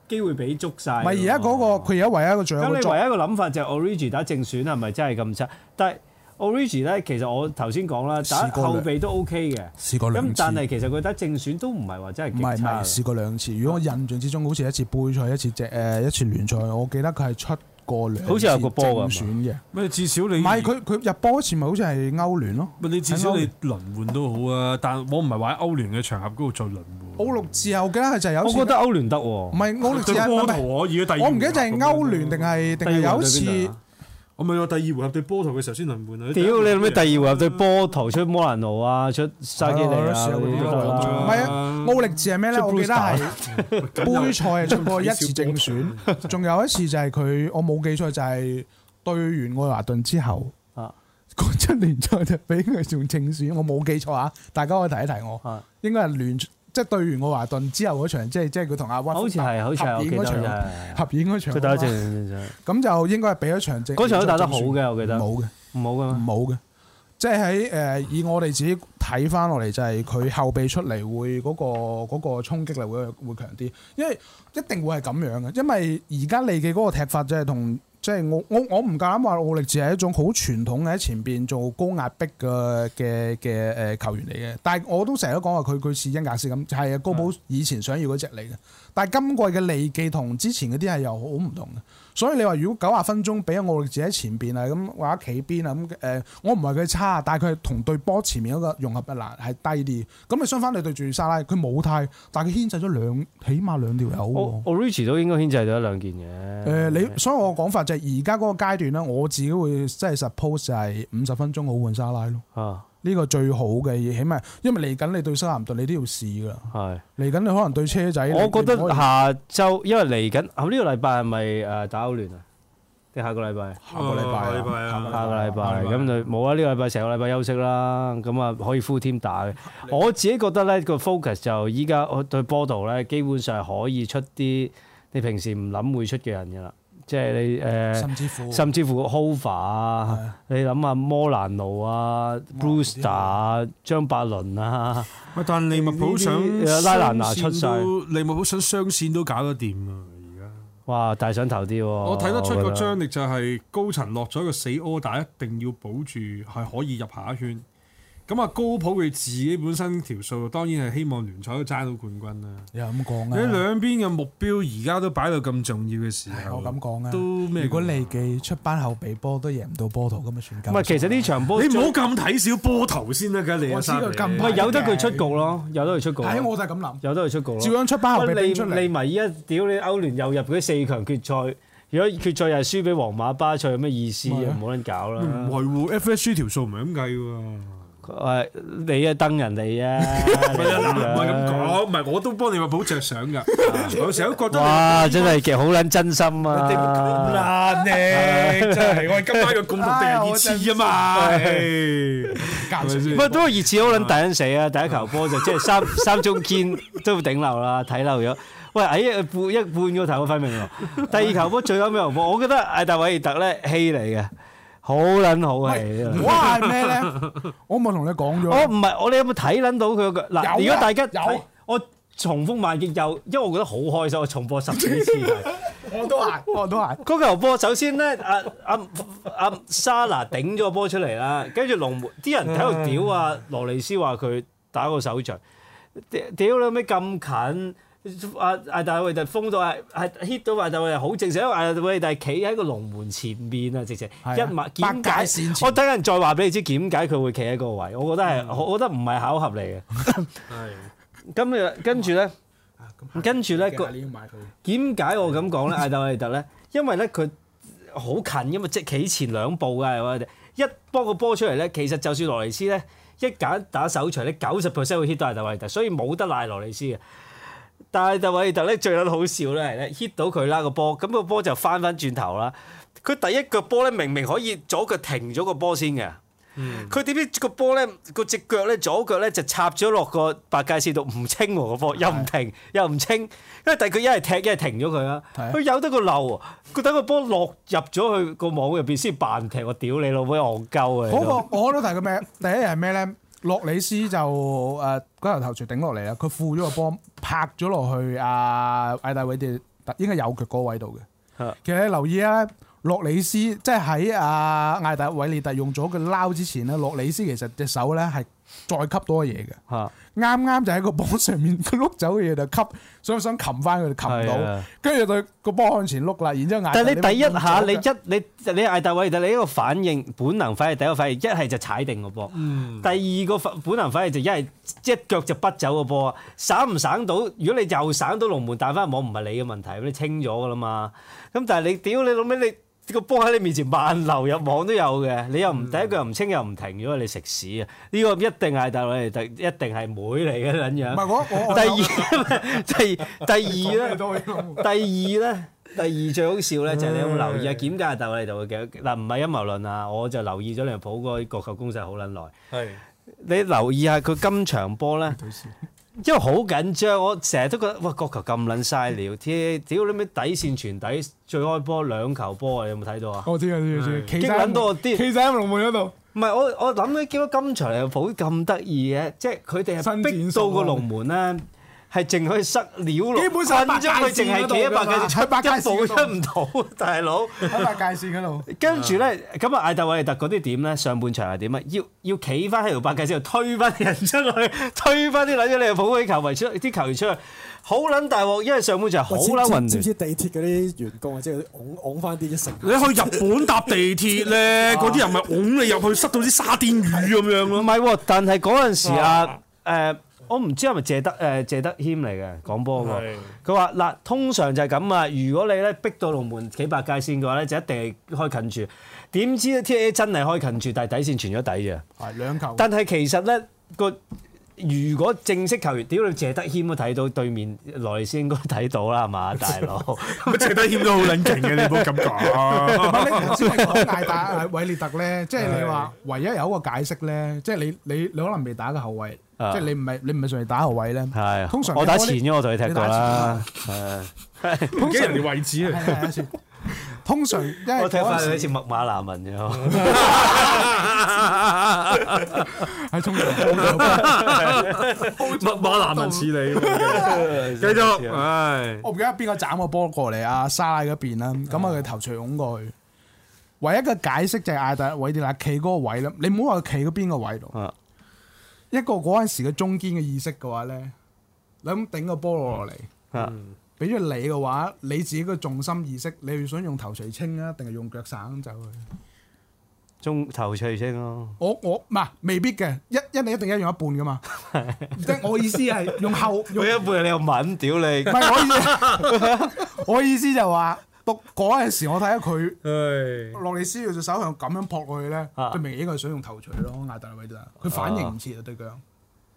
[SPEAKER 2] 機會俾捉晒。
[SPEAKER 3] 唔係而家嗰個，佢而家唯一一個最有
[SPEAKER 2] 啊咁
[SPEAKER 3] 一個
[SPEAKER 2] 你
[SPEAKER 3] 作
[SPEAKER 2] 唯一一個諗法就係 Origi 打正選係咪真係咁差？但係 Origi 咧，其實我頭先講啦，打
[SPEAKER 3] 試過
[SPEAKER 2] 後
[SPEAKER 3] 兩
[SPEAKER 2] 備都 OK 嘅。
[SPEAKER 3] 試過
[SPEAKER 2] 咁
[SPEAKER 3] 兩次，
[SPEAKER 2] 但係
[SPEAKER 3] 唔
[SPEAKER 2] 其實佢打正選都唔係話真係
[SPEAKER 3] 係
[SPEAKER 2] 極
[SPEAKER 3] 唔
[SPEAKER 2] 差啊
[SPEAKER 3] 係
[SPEAKER 2] 嘅。
[SPEAKER 3] 試過兩次。如果我印象之中，好似一次杯賽，一次隻誒一次聯賽，我記得佢係出過兩次
[SPEAKER 2] 好似有個波㗎
[SPEAKER 3] 正選嘅。
[SPEAKER 1] 咩至少你
[SPEAKER 3] 唔係佢佢入波嗰次咪好似係歐聯咯。
[SPEAKER 1] 唔係你至少
[SPEAKER 3] 喺歐
[SPEAKER 1] 你
[SPEAKER 3] 聯
[SPEAKER 1] 輪換都好啊，但我唔係話喺歐聯嘅場合嗰度再輪換。
[SPEAKER 3] 奧陸自由嘅係就係有
[SPEAKER 2] 我
[SPEAKER 3] 一次
[SPEAKER 2] 覺得歐聯得
[SPEAKER 3] 唔
[SPEAKER 2] 喎，
[SPEAKER 3] 係奧陸自
[SPEAKER 1] 對
[SPEAKER 3] 由，
[SPEAKER 1] 波
[SPEAKER 3] 唔
[SPEAKER 1] 圖可
[SPEAKER 3] 係
[SPEAKER 2] 啊
[SPEAKER 1] 以嘅，第二
[SPEAKER 3] 我唔記得
[SPEAKER 1] 回合
[SPEAKER 3] 就係
[SPEAKER 1] 咁樣
[SPEAKER 3] 歐聯定係
[SPEAKER 2] 第
[SPEAKER 3] 定係
[SPEAKER 2] 二回
[SPEAKER 3] 有一
[SPEAKER 2] 合對邊
[SPEAKER 3] 次
[SPEAKER 2] 度。啊
[SPEAKER 1] 我咪話第二回合對波圖嘅時候先輪換啊。
[SPEAKER 2] 屌你老味！第二回合對
[SPEAKER 1] 係
[SPEAKER 2] 波圖出摩蘭奴啊，出沙基利啊，
[SPEAKER 3] 係啊試下
[SPEAKER 2] 嗰
[SPEAKER 3] 嗰
[SPEAKER 2] 啲
[SPEAKER 3] 啲
[SPEAKER 2] 都得
[SPEAKER 3] 啦
[SPEAKER 2] 啦
[SPEAKER 3] 唔。係啊，奧力治係咩咧？
[SPEAKER 2] 出
[SPEAKER 3] 我記得
[SPEAKER 2] Brewster
[SPEAKER 3] 係杯賽係出 過一次正選，仲有一次就係佢，我冇記錯就係對完愛華頓之後
[SPEAKER 2] 啊，
[SPEAKER 3] 嗰七聯賽就俾佢做正選，我冇記錯啊！大家可以提一提我
[SPEAKER 2] 啊，
[SPEAKER 3] 應該係聯即係對完愛華頓之後嗰場，即係即係佢同阿屈
[SPEAKER 2] 好似係，好似係，我記得
[SPEAKER 3] 合演嗰場
[SPEAKER 2] 係。
[SPEAKER 3] 合演嗰場，啊
[SPEAKER 2] 佢打正，
[SPEAKER 3] 咁就應該係俾咗場正，
[SPEAKER 2] 嗰場都打得好嘅，我記得。
[SPEAKER 3] 冇嘅。
[SPEAKER 2] 唔好噶嘛。
[SPEAKER 3] 冇嘅，即係喺誒以我哋自己睇翻落嚟，就係佢後備出嚟會嗰、個嗰、個衝擊力會會強啲，因為一定會係咁樣嘅，因為而家利記嗰個踢法就係同。即係我我我唔夠膽話奧力治係一種好傳統嘅喺前邊做高壓逼嘅嘅嘅誒呃球員嚟嘅，但係我都成日都講話佢佢似英格斯咁，係啊高普以前想要嗰只嚟嘅，但係今季嘅利記同之前嗰啲係又好唔同嘅。所以你話如果九十分鐘俾我哋自己喺前邊啊，咁或者企邊啊，咁誒、呃我唔係佢差，但係佢係同對波前面嗰個融合嘅難係低啲。咁你相反你對住沙拉，佢冇太，但係佢牽制咗兩，起碼兩條友
[SPEAKER 2] 我
[SPEAKER 3] 喎。
[SPEAKER 2] 我 Rich 都應該牽制咗一兩件嘅。
[SPEAKER 3] 誒、你所以我講法就係而家嗰個階段咧，我自己會即係 suppose 就係五十分鐘好換沙拉咯，
[SPEAKER 2] 啊
[SPEAKER 3] 呢個最好嘅嘢，起碼因為嚟緊你對修咸頓你都要試㗎，
[SPEAKER 2] 係，
[SPEAKER 3] 嚟緊你可能對車仔，
[SPEAKER 2] 我
[SPEAKER 3] 你
[SPEAKER 2] 覺
[SPEAKER 3] 你唔
[SPEAKER 2] 得
[SPEAKER 3] 可以
[SPEAKER 2] 下週因為嚟緊，啊呢個禮拜係咪誒打歐聯啊？定下個禮拜？
[SPEAKER 3] 下個禮拜
[SPEAKER 1] 下個禮拜啊
[SPEAKER 3] 啊，下個禮
[SPEAKER 2] 下個禮
[SPEAKER 1] 下
[SPEAKER 2] 拜
[SPEAKER 1] 個禮拜
[SPEAKER 2] 咁就冇啦，啊呢個禮拜成個禮拜休息啦，咁啊可以 full team 打 嘅。我自己覺得咧個 focus 就依家我對波圖咧，基本上係可以出啲你平時唔諗會出嘅人噶啦，即係你誒。
[SPEAKER 3] 拜甚至乎
[SPEAKER 2] 甚至乎 Hofer
[SPEAKER 3] 係
[SPEAKER 2] 啊，你諗下摩蘭奴啊、Brewster 啊、張伯倫啊，
[SPEAKER 1] 喂，但利物浦想
[SPEAKER 2] 呢啲呃拉蘭拿
[SPEAKER 1] 雙線
[SPEAKER 2] 出晒
[SPEAKER 1] 都利物浦想雙線都搞得掂啊！而家
[SPEAKER 2] 哇！大上頭啲喎，
[SPEAKER 1] 我睇得出
[SPEAKER 2] 哦覺
[SPEAKER 1] 個張力就係高層落咗一個死 order，一定要保住係可以入下一圈。咁啊，高普佢自己本身條數當然係希望聯賽都爭到冠軍啦。
[SPEAKER 3] 你又咁
[SPEAKER 1] 你
[SPEAKER 3] 講啊。
[SPEAKER 1] 兩邊嘅目標而家都擺到咁重要嘅時
[SPEAKER 3] 唉
[SPEAKER 1] 候，
[SPEAKER 3] 我咁講啊，
[SPEAKER 1] 都咩㗎
[SPEAKER 3] 如果利記出班後備波都贏唔到波圖，咁咪算鳩。
[SPEAKER 2] 唔係其實呢場波
[SPEAKER 1] 你唔好咁睇小波頭先得㗎，你
[SPEAKER 3] 我
[SPEAKER 1] 阿
[SPEAKER 3] 知
[SPEAKER 1] 生
[SPEAKER 3] 佢咁
[SPEAKER 2] 唔係由得佢出局咯，由得佢出局
[SPEAKER 3] 係
[SPEAKER 2] 咯，
[SPEAKER 3] 我就係咁諗，
[SPEAKER 2] 由得佢出局咯。
[SPEAKER 3] 照樣出班後備
[SPEAKER 2] 喂
[SPEAKER 3] 兵出
[SPEAKER 2] 你
[SPEAKER 3] 嚟。
[SPEAKER 2] 咪依家屌你歐聯又入嗰啲四強決賽，如果決賽又係輸俾皇馬巴塞，有咩意思
[SPEAKER 3] 咪
[SPEAKER 2] 啊
[SPEAKER 3] 啊？
[SPEAKER 2] 唔好撚搞
[SPEAKER 1] 唔
[SPEAKER 2] 啦！
[SPEAKER 1] 係喎，FSG 條數唔係咁計喎。
[SPEAKER 2] 誒，你啊登人哋啊，
[SPEAKER 1] 唔
[SPEAKER 2] 你
[SPEAKER 1] 係啊，
[SPEAKER 2] 樣
[SPEAKER 1] 唔係咁講，唔係我都幫利物浦着想㗎。有時候都覺得
[SPEAKER 2] 哇！真係極好撚真心
[SPEAKER 1] 你唔咁
[SPEAKER 2] 啊！
[SPEAKER 1] 啦，你真係我哋今晚嘅共同敵人熱刺啊嘛。唉
[SPEAKER 3] 搞笑
[SPEAKER 2] 不過都係熱刺好撚抵撚死啊！第一球波就即係三三中堅都頂流啦，睇漏咗。喂，矮一半一半個頭都分明喎。第二球波最後尾球波，我覺得艾達維爾特咧戲嚟嘅，好撚好戲。真係
[SPEAKER 3] 我係咩咧？我咪同你講
[SPEAKER 2] 我
[SPEAKER 3] 咗，
[SPEAKER 2] 哦唔係，我哋有冇睇撚到佢個
[SPEAKER 3] 有
[SPEAKER 2] 嗱？
[SPEAKER 3] 啊
[SPEAKER 2] 如果大家
[SPEAKER 3] 有
[SPEAKER 2] 睇我重複萬極又，因為我覺得好開心，我重播十幾次睇。
[SPEAKER 3] 我都係，我都係。
[SPEAKER 2] 嗰球波首先啊咧，阿阿阿莎啊拿頂咗個波出嚟啦，跟住龍門啲人喺度
[SPEAKER 3] 嗯
[SPEAKER 2] 屌啊，羅尼斯話佢打個手掌，屌屌你咩咁近？啊阿阿大衛特封到係係 hit 到阿大衛特好正常，因為阿大衛特企喺個龍門前面啊，直情
[SPEAKER 3] 係啊
[SPEAKER 2] 一碼點
[SPEAKER 3] 百佳
[SPEAKER 2] 解
[SPEAKER 3] 線？前
[SPEAKER 2] 我等陣再話俾你知點解佢會企喺個位，我覺得係，
[SPEAKER 3] 嗯
[SPEAKER 2] 我覺得唔係巧合嚟嘅。咁啊，跟住咧，跟住咧個。
[SPEAKER 3] 你要買佢，
[SPEAKER 2] 點
[SPEAKER 3] 嗯
[SPEAKER 2] 解我咁講咧？艾特利特咧，因為咧佢好近㗎嘛，即係企前兩步㗎，我哋一波個波出嚟咧，其實就算羅尼斯咧一揀打手場咧，九十 percent 會 hit 到艾特利特，所以冇得賴羅尼斯嘅。但係艾特利特咧最撚好笑咧係咧 hit 到佢啦個波，咁個波就翻翻轉頭啦。佢第一腳波咧明明可以左腳停咗個波先嘅，佢點知個波咧個只腳咧左腳咧就插咗落個白界線度唔清喎個波，又唔停又唔清，因為第佢一係踢一係停咗佢啦，
[SPEAKER 3] 係啊
[SPEAKER 2] 佢有得個漏喎，佢等個波落入咗去個網入邊先扮踢，我屌你老妹戇鳩啊！
[SPEAKER 3] 嗰個我都提佢咩？第一日係咩咧？洛里斯就誒嗰頭頭槌頂落嚟啦，佢負咗個波，拍咗落去啊艾大偉迪特應該右腳嗰位度嘅
[SPEAKER 2] 啊。
[SPEAKER 3] 其實你留意啊，洛里斯即係喺啊艾大偉利特用咗個撈之前咧，洛里斯其實隻手咧係再吸多嘢嘅。
[SPEAKER 2] 嚇
[SPEAKER 3] 啱啱就喺個波上面，佢碌走嘅嘢就吸，所以想擒翻佢就擒唔
[SPEAKER 2] 係
[SPEAKER 3] 到
[SPEAKER 2] 啊，
[SPEAKER 3] 跟住就個波向前碌啦，然之後艾達
[SPEAKER 2] 但係你
[SPEAKER 3] 咪
[SPEAKER 2] 第一下
[SPEAKER 3] 用
[SPEAKER 2] 你
[SPEAKER 3] 左腳
[SPEAKER 2] 一你你艾大偉，但你一個反應本能反應，第一個反應一係就踩定個波，第二個反本能反應就一係一腳就不走個波啊！省唔省到？如果你又省到龍門彈翻網，唔係你嘅問題，你清咗噶啦嘛。咁但係你屌你老尾你。個波喺你面前慢流入網都有嘅，你又唔第一腳唔清又唔停咗，你食屎啊！呢、個一定係大偉，第一定係妹嚟嘅撚
[SPEAKER 3] 唔
[SPEAKER 2] 樣。
[SPEAKER 3] 係我我我
[SPEAKER 2] 第二， 第第二咧。
[SPEAKER 3] 我有
[SPEAKER 2] 第二咧，第二最好笑咧就係你有冇留意啊？檢價鬥嚟度嘅嗱，唔係陰謀論啊，我就留意咗利物浦嗰個角球攻勢好撚耐。
[SPEAKER 1] 係
[SPEAKER 2] 你留意下佢今場波咧，因為好緊張，我成日都覺得哇角球咁撚嘥料，屌屌你咩底線傳底最開波兩球波啊！你有冇睇到啊？
[SPEAKER 3] 我哦知我知我知，企
[SPEAKER 2] 激
[SPEAKER 3] 晒
[SPEAKER 2] 撚到我啲
[SPEAKER 3] 企晒喺龍門嗰度，
[SPEAKER 2] 唔係我我諗咧，見到今場利物浦咁得意嘅，即係佢哋係
[SPEAKER 3] 伸展
[SPEAKER 2] 逼
[SPEAKER 3] 數
[SPEAKER 2] 到
[SPEAKER 3] 啊
[SPEAKER 2] 個龍門咧。係淨可以塞料落，
[SPEAKER 3] 基本上
[SPEAKER 2] 困咗佢，淨係企喺
[SPEAKER 3] 白界線嗰度㗎嘛喺
[SPEAKER 2] 百
[SPEAKER 3] 白界
[SPEAKER 2] 幾，一
[SPEAKER 3] 線
[SPEAKER 2] 步
[SPEAKER 3] 嗰度
[SPEAKER 2] 一唔到，大佬。
[SPEAKER 3] 喺塊界線嗰度。
[SPEAKER 2] 跟住咧，咁啊，艾特維特嗰啲點咧？上半場係點啊？要要企翻喺條白界線度，推翻啲人出去，推翻啲撚咗你又抱起球迷出，啲球員出去，好撚大鑊，因為上半場好
[SPEAKER 4] 喂知唔
[SPEAKER 2] 撚
[SPEAKER 4] 知
[SPEAKER 2] 混
[SPEAKER 4] 知唔
[SPEAKER 2] 亂。
[SPEAKER 4] 知地鐵嗰啲員工啊，即係拱拱翻啲食物。
[SPEAKER 1] 你去日本搭地鐵咧，嗰啲人咪拱你入去，塞到啲沙甸魚咁樣
[SPEAKER 2] 唔
[SPEAKER 1] 咯。
[SPEAKER 2] 係喎，但係嗰陣時啊，誒，我唔知係咪謝德誒謝德謙嚟嘅講波嗰
[SPEAKER 1] 係
[SPEAKER 2] 個，佢話嗱，通常就係咁啊，如果你咧逼到龍門企白界線嘅話咧，就一定係開近住。點知咧 T A 真係開近住，但係底線傳咗底嘅。
[SPEAKER 3] 係兩球，
[SPEAKER 2] 但係其實咧個如果正式球員，屌你謝德軒都睇到，對面內先應該睇到啦，係嘛，大佬？
[SPEAKER 1] 乜謝德謙都好撚勁嘅，你唔好咁
[SPEAKER 3] 唔
[SPEAKER 1] 講。
[SPEAKER 3] 係你頭先係講艾達艾韋列特咧，即係你話唯一有一個解釋咧，即係你你你可能未打嘅後衞，
[SPEAKER 2] 啊
[SPEAKER 3] 即係你唔係你唔係上嚟打後衞咧，
[SPEAKER 2] 係，啊
[SPEAKER 3] 通常
[SPEAKER 2] 我打
[SPEAKER 3] 你
[SPEAKER 2] 前咗，我同你踢過啦。啊
[SPEAKER 1] 唔記得人哋位置啊！
[SPEAKER 3] 係係係先通常因為
[SPEAKER 2] 我踢
[SPEAKER 3] 嗰
[SPEAKER 2] 翻你好
[SPEAKER 3] 陣時
[SPEAKER 2] 似麥馬拿文 啫。
[SPEAKER 3] 喺中場，
[SPEAKER 1] 乜馬男文似 你，繼
[SPEAKER 2] Dạ.
[SPEAKER 1] 續。
[SPEAKER 2] 啊
[SPEAKER 1] 唉，
[SPEAKER 3] 我唔記得哦邊個斬個波過嚟啊沙拉嗰邊啦，咁啊佢頭槌擁過去。唯一嘅解釋就係艾達韋列特企嗰個位啦，你唔好話佢企嗰邊個位度。
[SPEAKER 2] 啊
[SPEAKER 3] 一個嗰陣時嘅中堅嘅意識嘅話咧，你咁頂個波落嚟，
[SPEAKER 2] 啊
[SPEAKER 1] 嗯
[SPEAKER 3] 俾咗你嘅話，你自己嘅重心意識，你係想用頭槌清啊，定係用腳省走佢？
[SPEAKER 2] 中頭脆聲咯，
[SPEAKER 3] 我我唔係未必嘅，一一你一定一樣一半噶嘛。即係我意思係用後用，
[SPEAKER 2] 佢
[SPEAKER 3] 唔
[SPEAKER 2] 一半你又敏，屌你！
[SPEAKER 3] 係我意思，我意思就話讀嗰陣時，我睇下佢
[SPEAKER 1] 唉，
[SPEAKER 3] 洛里斯要隻手向咁樣撲過去咧，
[SPEAKER 2] 啊
[SPEAKER 3] 佢明顯係想用頭槌咯，艾特維特，佢反應唔切啊對腳，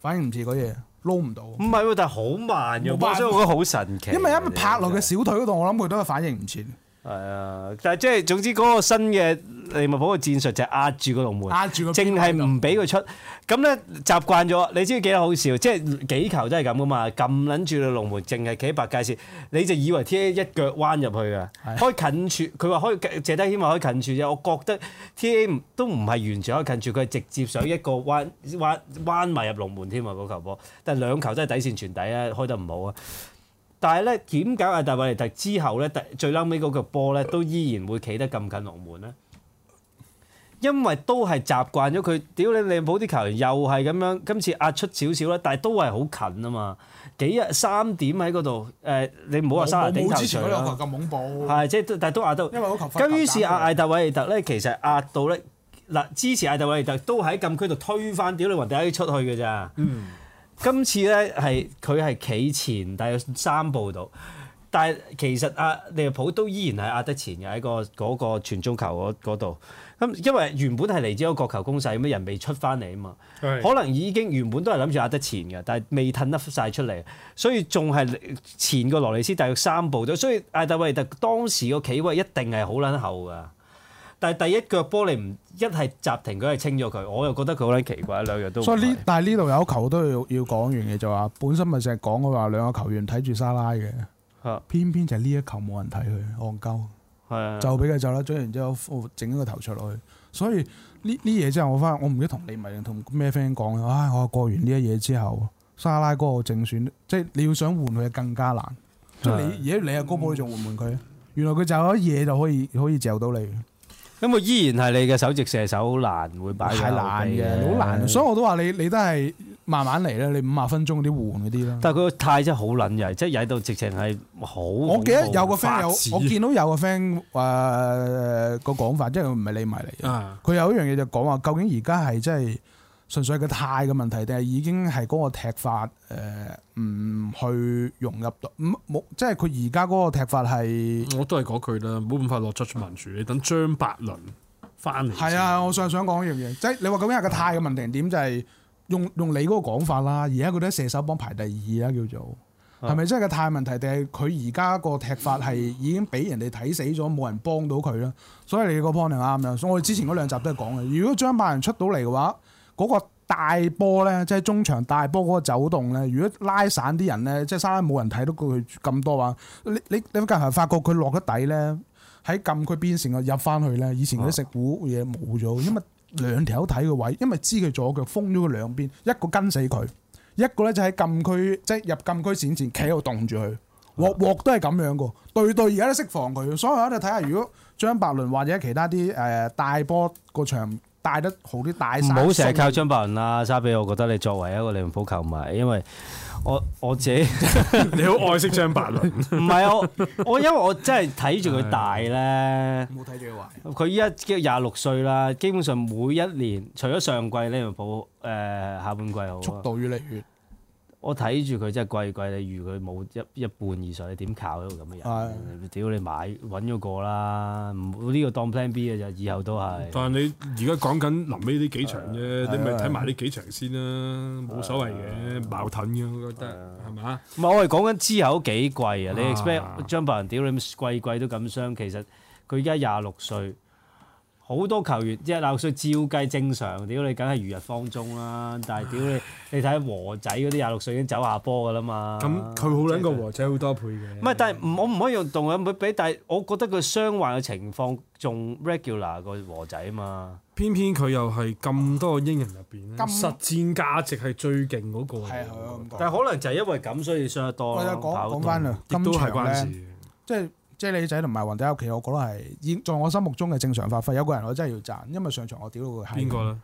[SPEAKER 3] 反應唔切嗰嘢撈唔到。
[SPEAKER 2] 唔係喎，但係好慢
[SPEAKER 3] 冇
[SPEAKER 2] 嘅，
[SPEAKER 3] 辦法
[SPEAKER 2] 所以我覺得好神奇。
[SPEAKER 3] 因為一拍落嘅小腿嗰度，我諗佢都係反應唔切，
[SPEAKER 2] 係啊，但係即係總之嗰個新嘅利物浦嘅戰術就係壓住個龍門。
[SPEAKER 3] 壓住個邊
[SPEAKER 2] 淨係唔俾佢出。咁咧習慣咗，你知幾好笑？即係幾球都係咁噶嘛，撳撚住個龍門，淨係企喺白界線，你就以為 T A 一腳彎入去㗎。開近處，佢話開謝德軒話開近處啫。我覺得 T A 都唔係完全開近處，佢係直接上一個彎彎彎埋入龍門添啊！嗰球波，但係兩球都係底線傳底啊，開得唔好啊！但係咧，點解阿大衛尼特之後咧，第最嬲尾嗰腳波咧，都依然會企得咁近龍門咧？因為都係習慣咗佢，屌你利物浦啲球員又係咁樣，今次壓出少少啦，但係都係好近啊嘛，幾日三點喺嗰度，誒、你唔好話
[SPEAKER 3] 冇
[SPEAKER 2] 沙拿頂
[SPEAKER 3] 冇之
[SPEAKER 2] 頭
[SPEAKER 3] 前
[SPEAKER 2] 槌
[SPEAKER 3] 嗰兩
[SPEAKER 2] 啦，
[SPEAKER 3] 球咁恐怖，
[SPEAKER 2] 係即係都但係都壓到。
[SPEAKER 3] 因為嗰球罰
[SPEAKER 2] 咁於
[SPEAKER 3] 球
[SPEAKER 2] 是
[SPEAKER 3] 打
[SPEAKER 2] 阿
[SPEAKER 3] 過
[SPEAKER 2] 艾特維利特咧，其實壓到咧嗱，之前艾特維利特都喺禁區度推翻屌你雲迪出去嘅咋。
[SPEAKER 3] 嗯
[SPEAKER 2] 今次咧係佢係企前大約三步度，但係其實阿利物浦都依然係壓得前嘅喺個嗰個傳中球嗰嗰度。咁因為原本係嚟自一個角球攻勢，咁人未出翻嚟啊嘛。可能已經原本都係諗住壓得前嘅，但係未褪得晒出嚟，所以仲係前個羅利斯大約三步咗，所以艾特維特當時個企位一定係好撚後㗎。但係第一腳波你唔一係暫停佢係清咗佢，我又覺得佢好撚奇怪，兩樣都唔
[SPEAKER 3] 所以呢
[SPEAKER 2] 係，
[SPEAKER 3] 但係呢度有一球都要要講完嘅就話，本身咪成日講佢話兩個球員睇住沙拉嘅
[SPEAKER 2] 啊，
[SPEAKER 3] 偏偏就係呢一球冇人睇佢，戇鳩
[SPEAKER 2] 係啊
[SPEAKER 3] 就俾佢走啦，追完之後整咗個頭出落去。所以呢呢嘢之後，我翻我唔記得同你咪定同咩 friend 講嘅，唉，我過完呢一嘢之後，沙拉嗰個正選，即係你要想換佢更加難。即係你而家你阿高寶，你仲換唔換佢？原來佢就有一嘢就可以可以嚼到你，
[SPEAKER 2] 咁佢依然係你嘅首席射手，好難會擺
[SPEAKER 3] 係
[SPEAKER 2] 喺後
[SPEAKER 3] 難
[SPEAKER 2] 備
[SPEAKER 3] 嘅，好難。所以我都話你你都係慢慢嚟啦，你五十分鐘嗰啲換嗰啲啦。
[SPEAKER 2] 但係佢個態真係好撚曳，即係曳到直情係好。
[SPEAKER 3] 我記得有個
[SPEAKER 2] 個
[SPEAKER 3] friend 有，我見到有個 friend 誒個講法，即係佢唔係你迷嚟嘅。
[SPEAKER 1] 啊，
[SPEAKER 3] 佢有一樣嘢就講話，究竟而家係真係純粹係個態嘅問題，定係已經係嗰個踢法誒呃唔、去融入到？唔冇，即係佢而家嗰個踢法係
[SPEAKER 1] 我都係嗰句啦，唔好咁快落 judgement 住，你等張伯倫翻嚟。
[SPEAKER 3] 係啊！我，想想講一樣嘢，即係你話究竟係個態嘅問題點就係、用用你嗰個講法啦，而家佢都喺射手榜排第二啦，叫做係咪真係個態問題？定係佢而家個踢法係已經俾人哋睇死咗，冇人幫到佢啦？所以你個 point 係啱嘅。所以我哋之前嗰兩集都係講嘅。如果張伯仁出到嚟嘅話，嗰、個大波咧，即係中場大波嗰個走動咧，如果拉散啲人咧，即係沙拉冇人睇到佢咁多話，你你你近排發覺佢落咗底咧，喺禁區邊成日入翻去咧，以前嗰啲食糊嘢冇咗，因為兩條友睇個位，因為知佢左腳封咗佢兩邊，一個跟死佢，一個咧就喺禁區即係入禁區線前企喺度凍住
[SPEAKER 2] 啊
[SPEAKER 3] 佢。鑊鑊都係咁樣噶，對對而家都識防佢，所以我喺度睇下，如果張伯倫或者其他啲誒、呃、帶波個場帶得好啲，帶
[SPEAKER 2] 唔
[SPEAKER 3] 晒
[SPEAKER 2] 好成日靠張伯倫啦，沙比，我覺得你作為一個利物浦球迷，因為我我自 己。
[SPEAKER 1] 你好愛惜張伯倫，
[SPEAKER 2] 唔係啊我，我因為我真係睇住佢大咧，
[SPEAKER 3] 冇睇住佢壞。
[SPEAKER 2] 佢依家廿六歲啦，基本上每一年除咗上季利物浦誒下半季好啊
[SPEAKER 3] 速度越嚟越
[SPEAKER 2] 我睇住佢真係季季你預佢冇一一半以上，你點靠一個咁嘅
[SPEAKER 3] 係
[SPEAKER 2] 人？屌你買揾咗個啦，唔呢個當 Plan B 嘅咋，以後都係。
[SPEAKER 1] 但係你而家講緊臨尾呢幾場啫，你咪睇埋呢幾場先啦，冇所謂嘅，矛盾嘅，我覺得啊係咪啊？
[SPEAKER 2] 唔係我係講緊之後幾季啊！你
[SPEAKER 1] 啊
[SPEAKER 2] expect 張伯倫屌你季季都咁傷，其實佢而家廿六歲。好多球員即係鬧歲照計正常，屌你梗係如日方中啦！但係屌你，你睇和仔嗰啲廿六歲已經走下坡噶啦嘛。
[SPEAKER 1] 咁佢好撚過和仔好多倍嘅。
[SPEAKER 2] 唔係，但係唔我唔可以用動佢比，但係我覺得佢傷患嘅情況仲 regular 過和仔嘛。
[SPEAKER 1] 偏偏佢又係咁多個英人入邊咧，
[SPEAKER 3] 咁
[SPEAKER 1] 實戰價值係最勁嗰個嚟
[SPEAKER 3] 係啊，係
[SPEAKER 1] 嘅，
[SPEAKER 3] 啊咁講。
[SPEAKER 2] 但係可能就係因為咁，所以傷得多
[SPEAKER 3] 我就
[SPEAKER 2] 咯。
[SPEAKER 3] 講
[SPEAKER 2] 跑動
[SPEAKER 3] 講翻啦，
[SPEAKER 1] 亦
[SPEAKER 3] 今
[SPEAKER 1] 都係
[SPEAKER 3] 場
[SPEAKER 1] 關事
[SPEAKER 3] 咧，
[SPEAKER 1] 嘅。
[SPEAKER 3] 即係即係你仔同埋雲仔屋企，我覺得係已在我心目中嘅正常發揮。有個人我真係要讚，因為上場我屌到佢閪。
[SPEAKER 1] 邊個咧？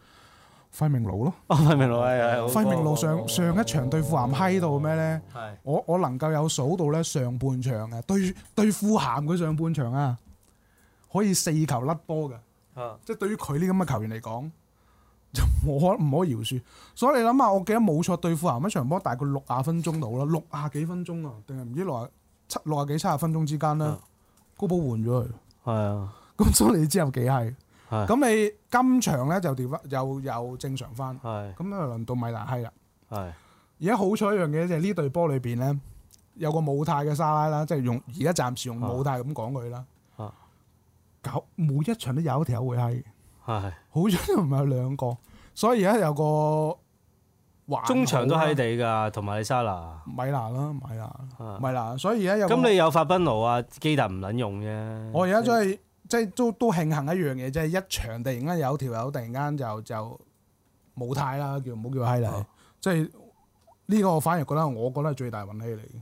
[SPEAKER 3] 費明路咯，
[SPEAKER 2] 哦，費明路係係好
[SPEAKER 3] 費明路
[SPEAKER 2] 好
[SPEAKER 3] 上上一場對富咸閪到咩咧？
[SPEAKER 2] 係
[SPEAKER 3] 我我能夠有數到咧上半場嘅對對富咸佢上半場啊，可以四球甩波嘅。
[SPEAKER 2] 啊
[SPEAKER 3] 即係對於佢呢咁嘅球員嚟講，就冇可唔可以饒恕。所以你諗下，我記得冇錯對付咸一場波，大概六廿分鐘到啦，六廿幾分鐘啊，定係唔知六廿七六廿幾七十分鐘之間啦
[SPEAKER 2] 嗯。
[SPEAKER 3] 高保換咗佢，
[SPEAKER 2] 係啊
[SPEAKER 3] 咁所以你知有幾係。
[SPEAKER 2] 係
[SPEAKER 3] 咁你今場咧就調翻又又正常翻，
[SPEAKER 2] 係
[SPEAKER 3] 咁啊輪到米蘭閪啦。
[SPEAKER 2] 係
[SPEAKER 3] 而家好彩一樣嘢就係呢隊波裏邊咧，有個武泰嘅沙拉啦，即係用而家暫時用武泰咁講佢啦
[SPEAKER 2] 啊。
[SPEAKER 3] 搞每一場都有一條會閪。
[SPEAKER 2] 係
[SPEAKER 3] 好彩唔係有兩個，所以而家有個還好啦
[SPEAKER 2] 中場都喺地㗎，同埋你沙拿。
[SPEAKER 3] 米蘭啦，米蘭，
[SPEAKER 2] 啊
[SPEAKER 3] 米蘭，所以而家有個
[SPEAKER 2] 咁你有法賓奴啊，基特唔撚用啫。
[SPEAKER 3] 我而家真係即係都都慶幸一樣嘢，即係一場突然間有條友突然間就就冇態啦，叫唔好叫閪啦
[SPEAKER 2] 啊，
[SPEAKER 3] 即係呢個我反而覺得我覺得係最大運氣嚟嘅。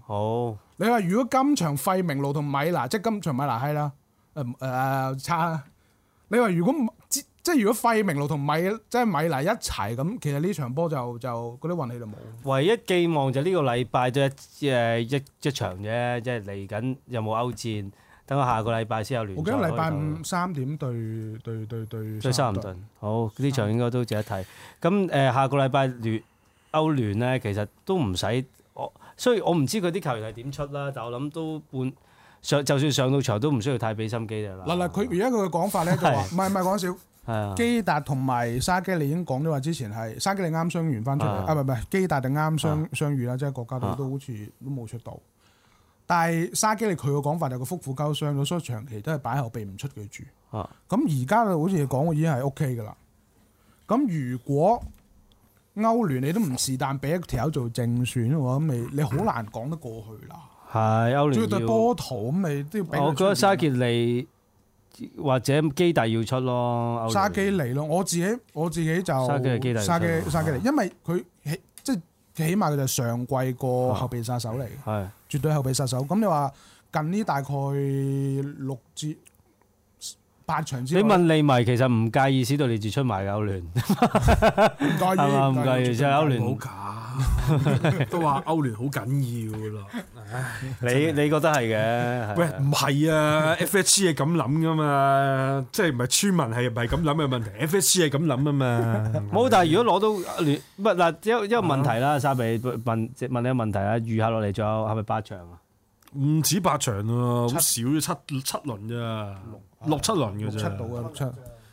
[SPEAKER 2] 好
[SPEAKER 3] 你話如果今場費明路同米拿，即係今場米拿閪啦，誒、呃、差啦。你話如果唔即即係如果費明路同米即係米拿一齊咁，其實呢場波就就嗰啲運氣就冇。
[SPEAKER 2] 唯一寄望就呢個禮拜都一誒一一場啫，即係嚟緊有冇歐戰？等我下個禮拜先有聯賽
[SPEAKER 3] 我記得禮拜
[SPEAKER 2] 開頭
[SPEAKER 3] 五三點對對對對
[SPEAKER 2] 對修咸頓，好呢場應該都值得睇。咁誒、下個禮拜聯歐聯咧，其實都唔使我，雖然我唔知佢啲球員係點出啦，但我諗都半上，就算上到場都唔需要太俾心機㗎啦。
[SPEAKER 3] 嗱嗱，佢而家佢嘅講法咧就話，
[SPEAKER 2] 係
[SPEAKER 3] 唔係唔係講笑，
[SPEAKER 2] 係啊，
[SPEAKER 3] 基達同埋沙基利已經講咗話，之前係沙基利啱傷完翻出嚟，
[SPEAKER 2] 啊
[SPEAKER 3] 啊唔係唔係，基達就啱傷
[SPEAKER 2] 啊
[SPEAKER 3] 傷愈啦，即係國家隊
[SPEAKER 2] 啊
[SPEAKER 3] 都好似都冇出到。但係沙基利佢個講法就個腹股溝傷咗，所以長期都係擺後備唔出佢住。
[SPEAKER 2] 啊
[SPEAKER 3] 咁而家好似你講已經係 O K 噶啦。咁如果歐聯你都唔是但俾一條友做正選嘅話，咁你你好難講得過去啦。
[SPEAKER 2] 係歐
[SPEAKER 3] 仲
[SPEAKER 2] 聯
[SPEAKER 3] 要對
[SPEAKER 2] 要
[SPEAKER 3] 波圖咁，你都要俾佢
[SPEAKER 2] 嗯我覺得
[SPEAKER 3] 出現
[SPEAKER 2] 沙傑利或者基弟要出咯，歐聯
[SPEAKER 3] 沙基利咯，我自己我自己就
[SPEAKER 2] 沙基利基利
[SPEAKER 3] 沙基
[SPEAKER 2] 沙
[SPEAKER 3] 沙基利，因為佢起即係起碼佢就係上季個
[SPEAKER 2] 啊
[SPEAKER 3] 後備殺手嚟嘅，
[SPEAKER 2] 係
[SPEAKER 3] 絕對後備殺手。咁你話近呢大概六至八場之
[SPEAKER 2] 你
[SPEAKER 3] 內，
[SPEAKER 2] 問利迷其實唔介意史道利治出埋嘅歐聯，
[SPEAKER 3] 哎唔介
[SPEAKER 2] 係嘛？唔
[SPEAKER 3] 意
[SPEAKER 2] 介意即係歐聯，
[SPEAKER 1] 唔好 假，都話歐聯好緊要噶啦。
[SPEAKER 2] 你你覺得係嘅？
[SPEAKER 1] 喂，唔係啊，FHC 係咁諗噶嘛，即係唔係村民係唔係咁諗嘅問題，FHC 係咁諗啊嘛。
[SPEAKER 2] 冇，但係如果攞到聯，唔係嗱，一一個問題啦，沙比問即係問你一個問題啦，預下落嚟仲有係咪八場啊？
[SPEAKER 1] 唔止八場啊，好少啫，七七輪咋，六七輪嘅
[SPEAKER 3] 六
[SPEAKER 1] 啫，
[SPEAKER 3] 七到啊，六七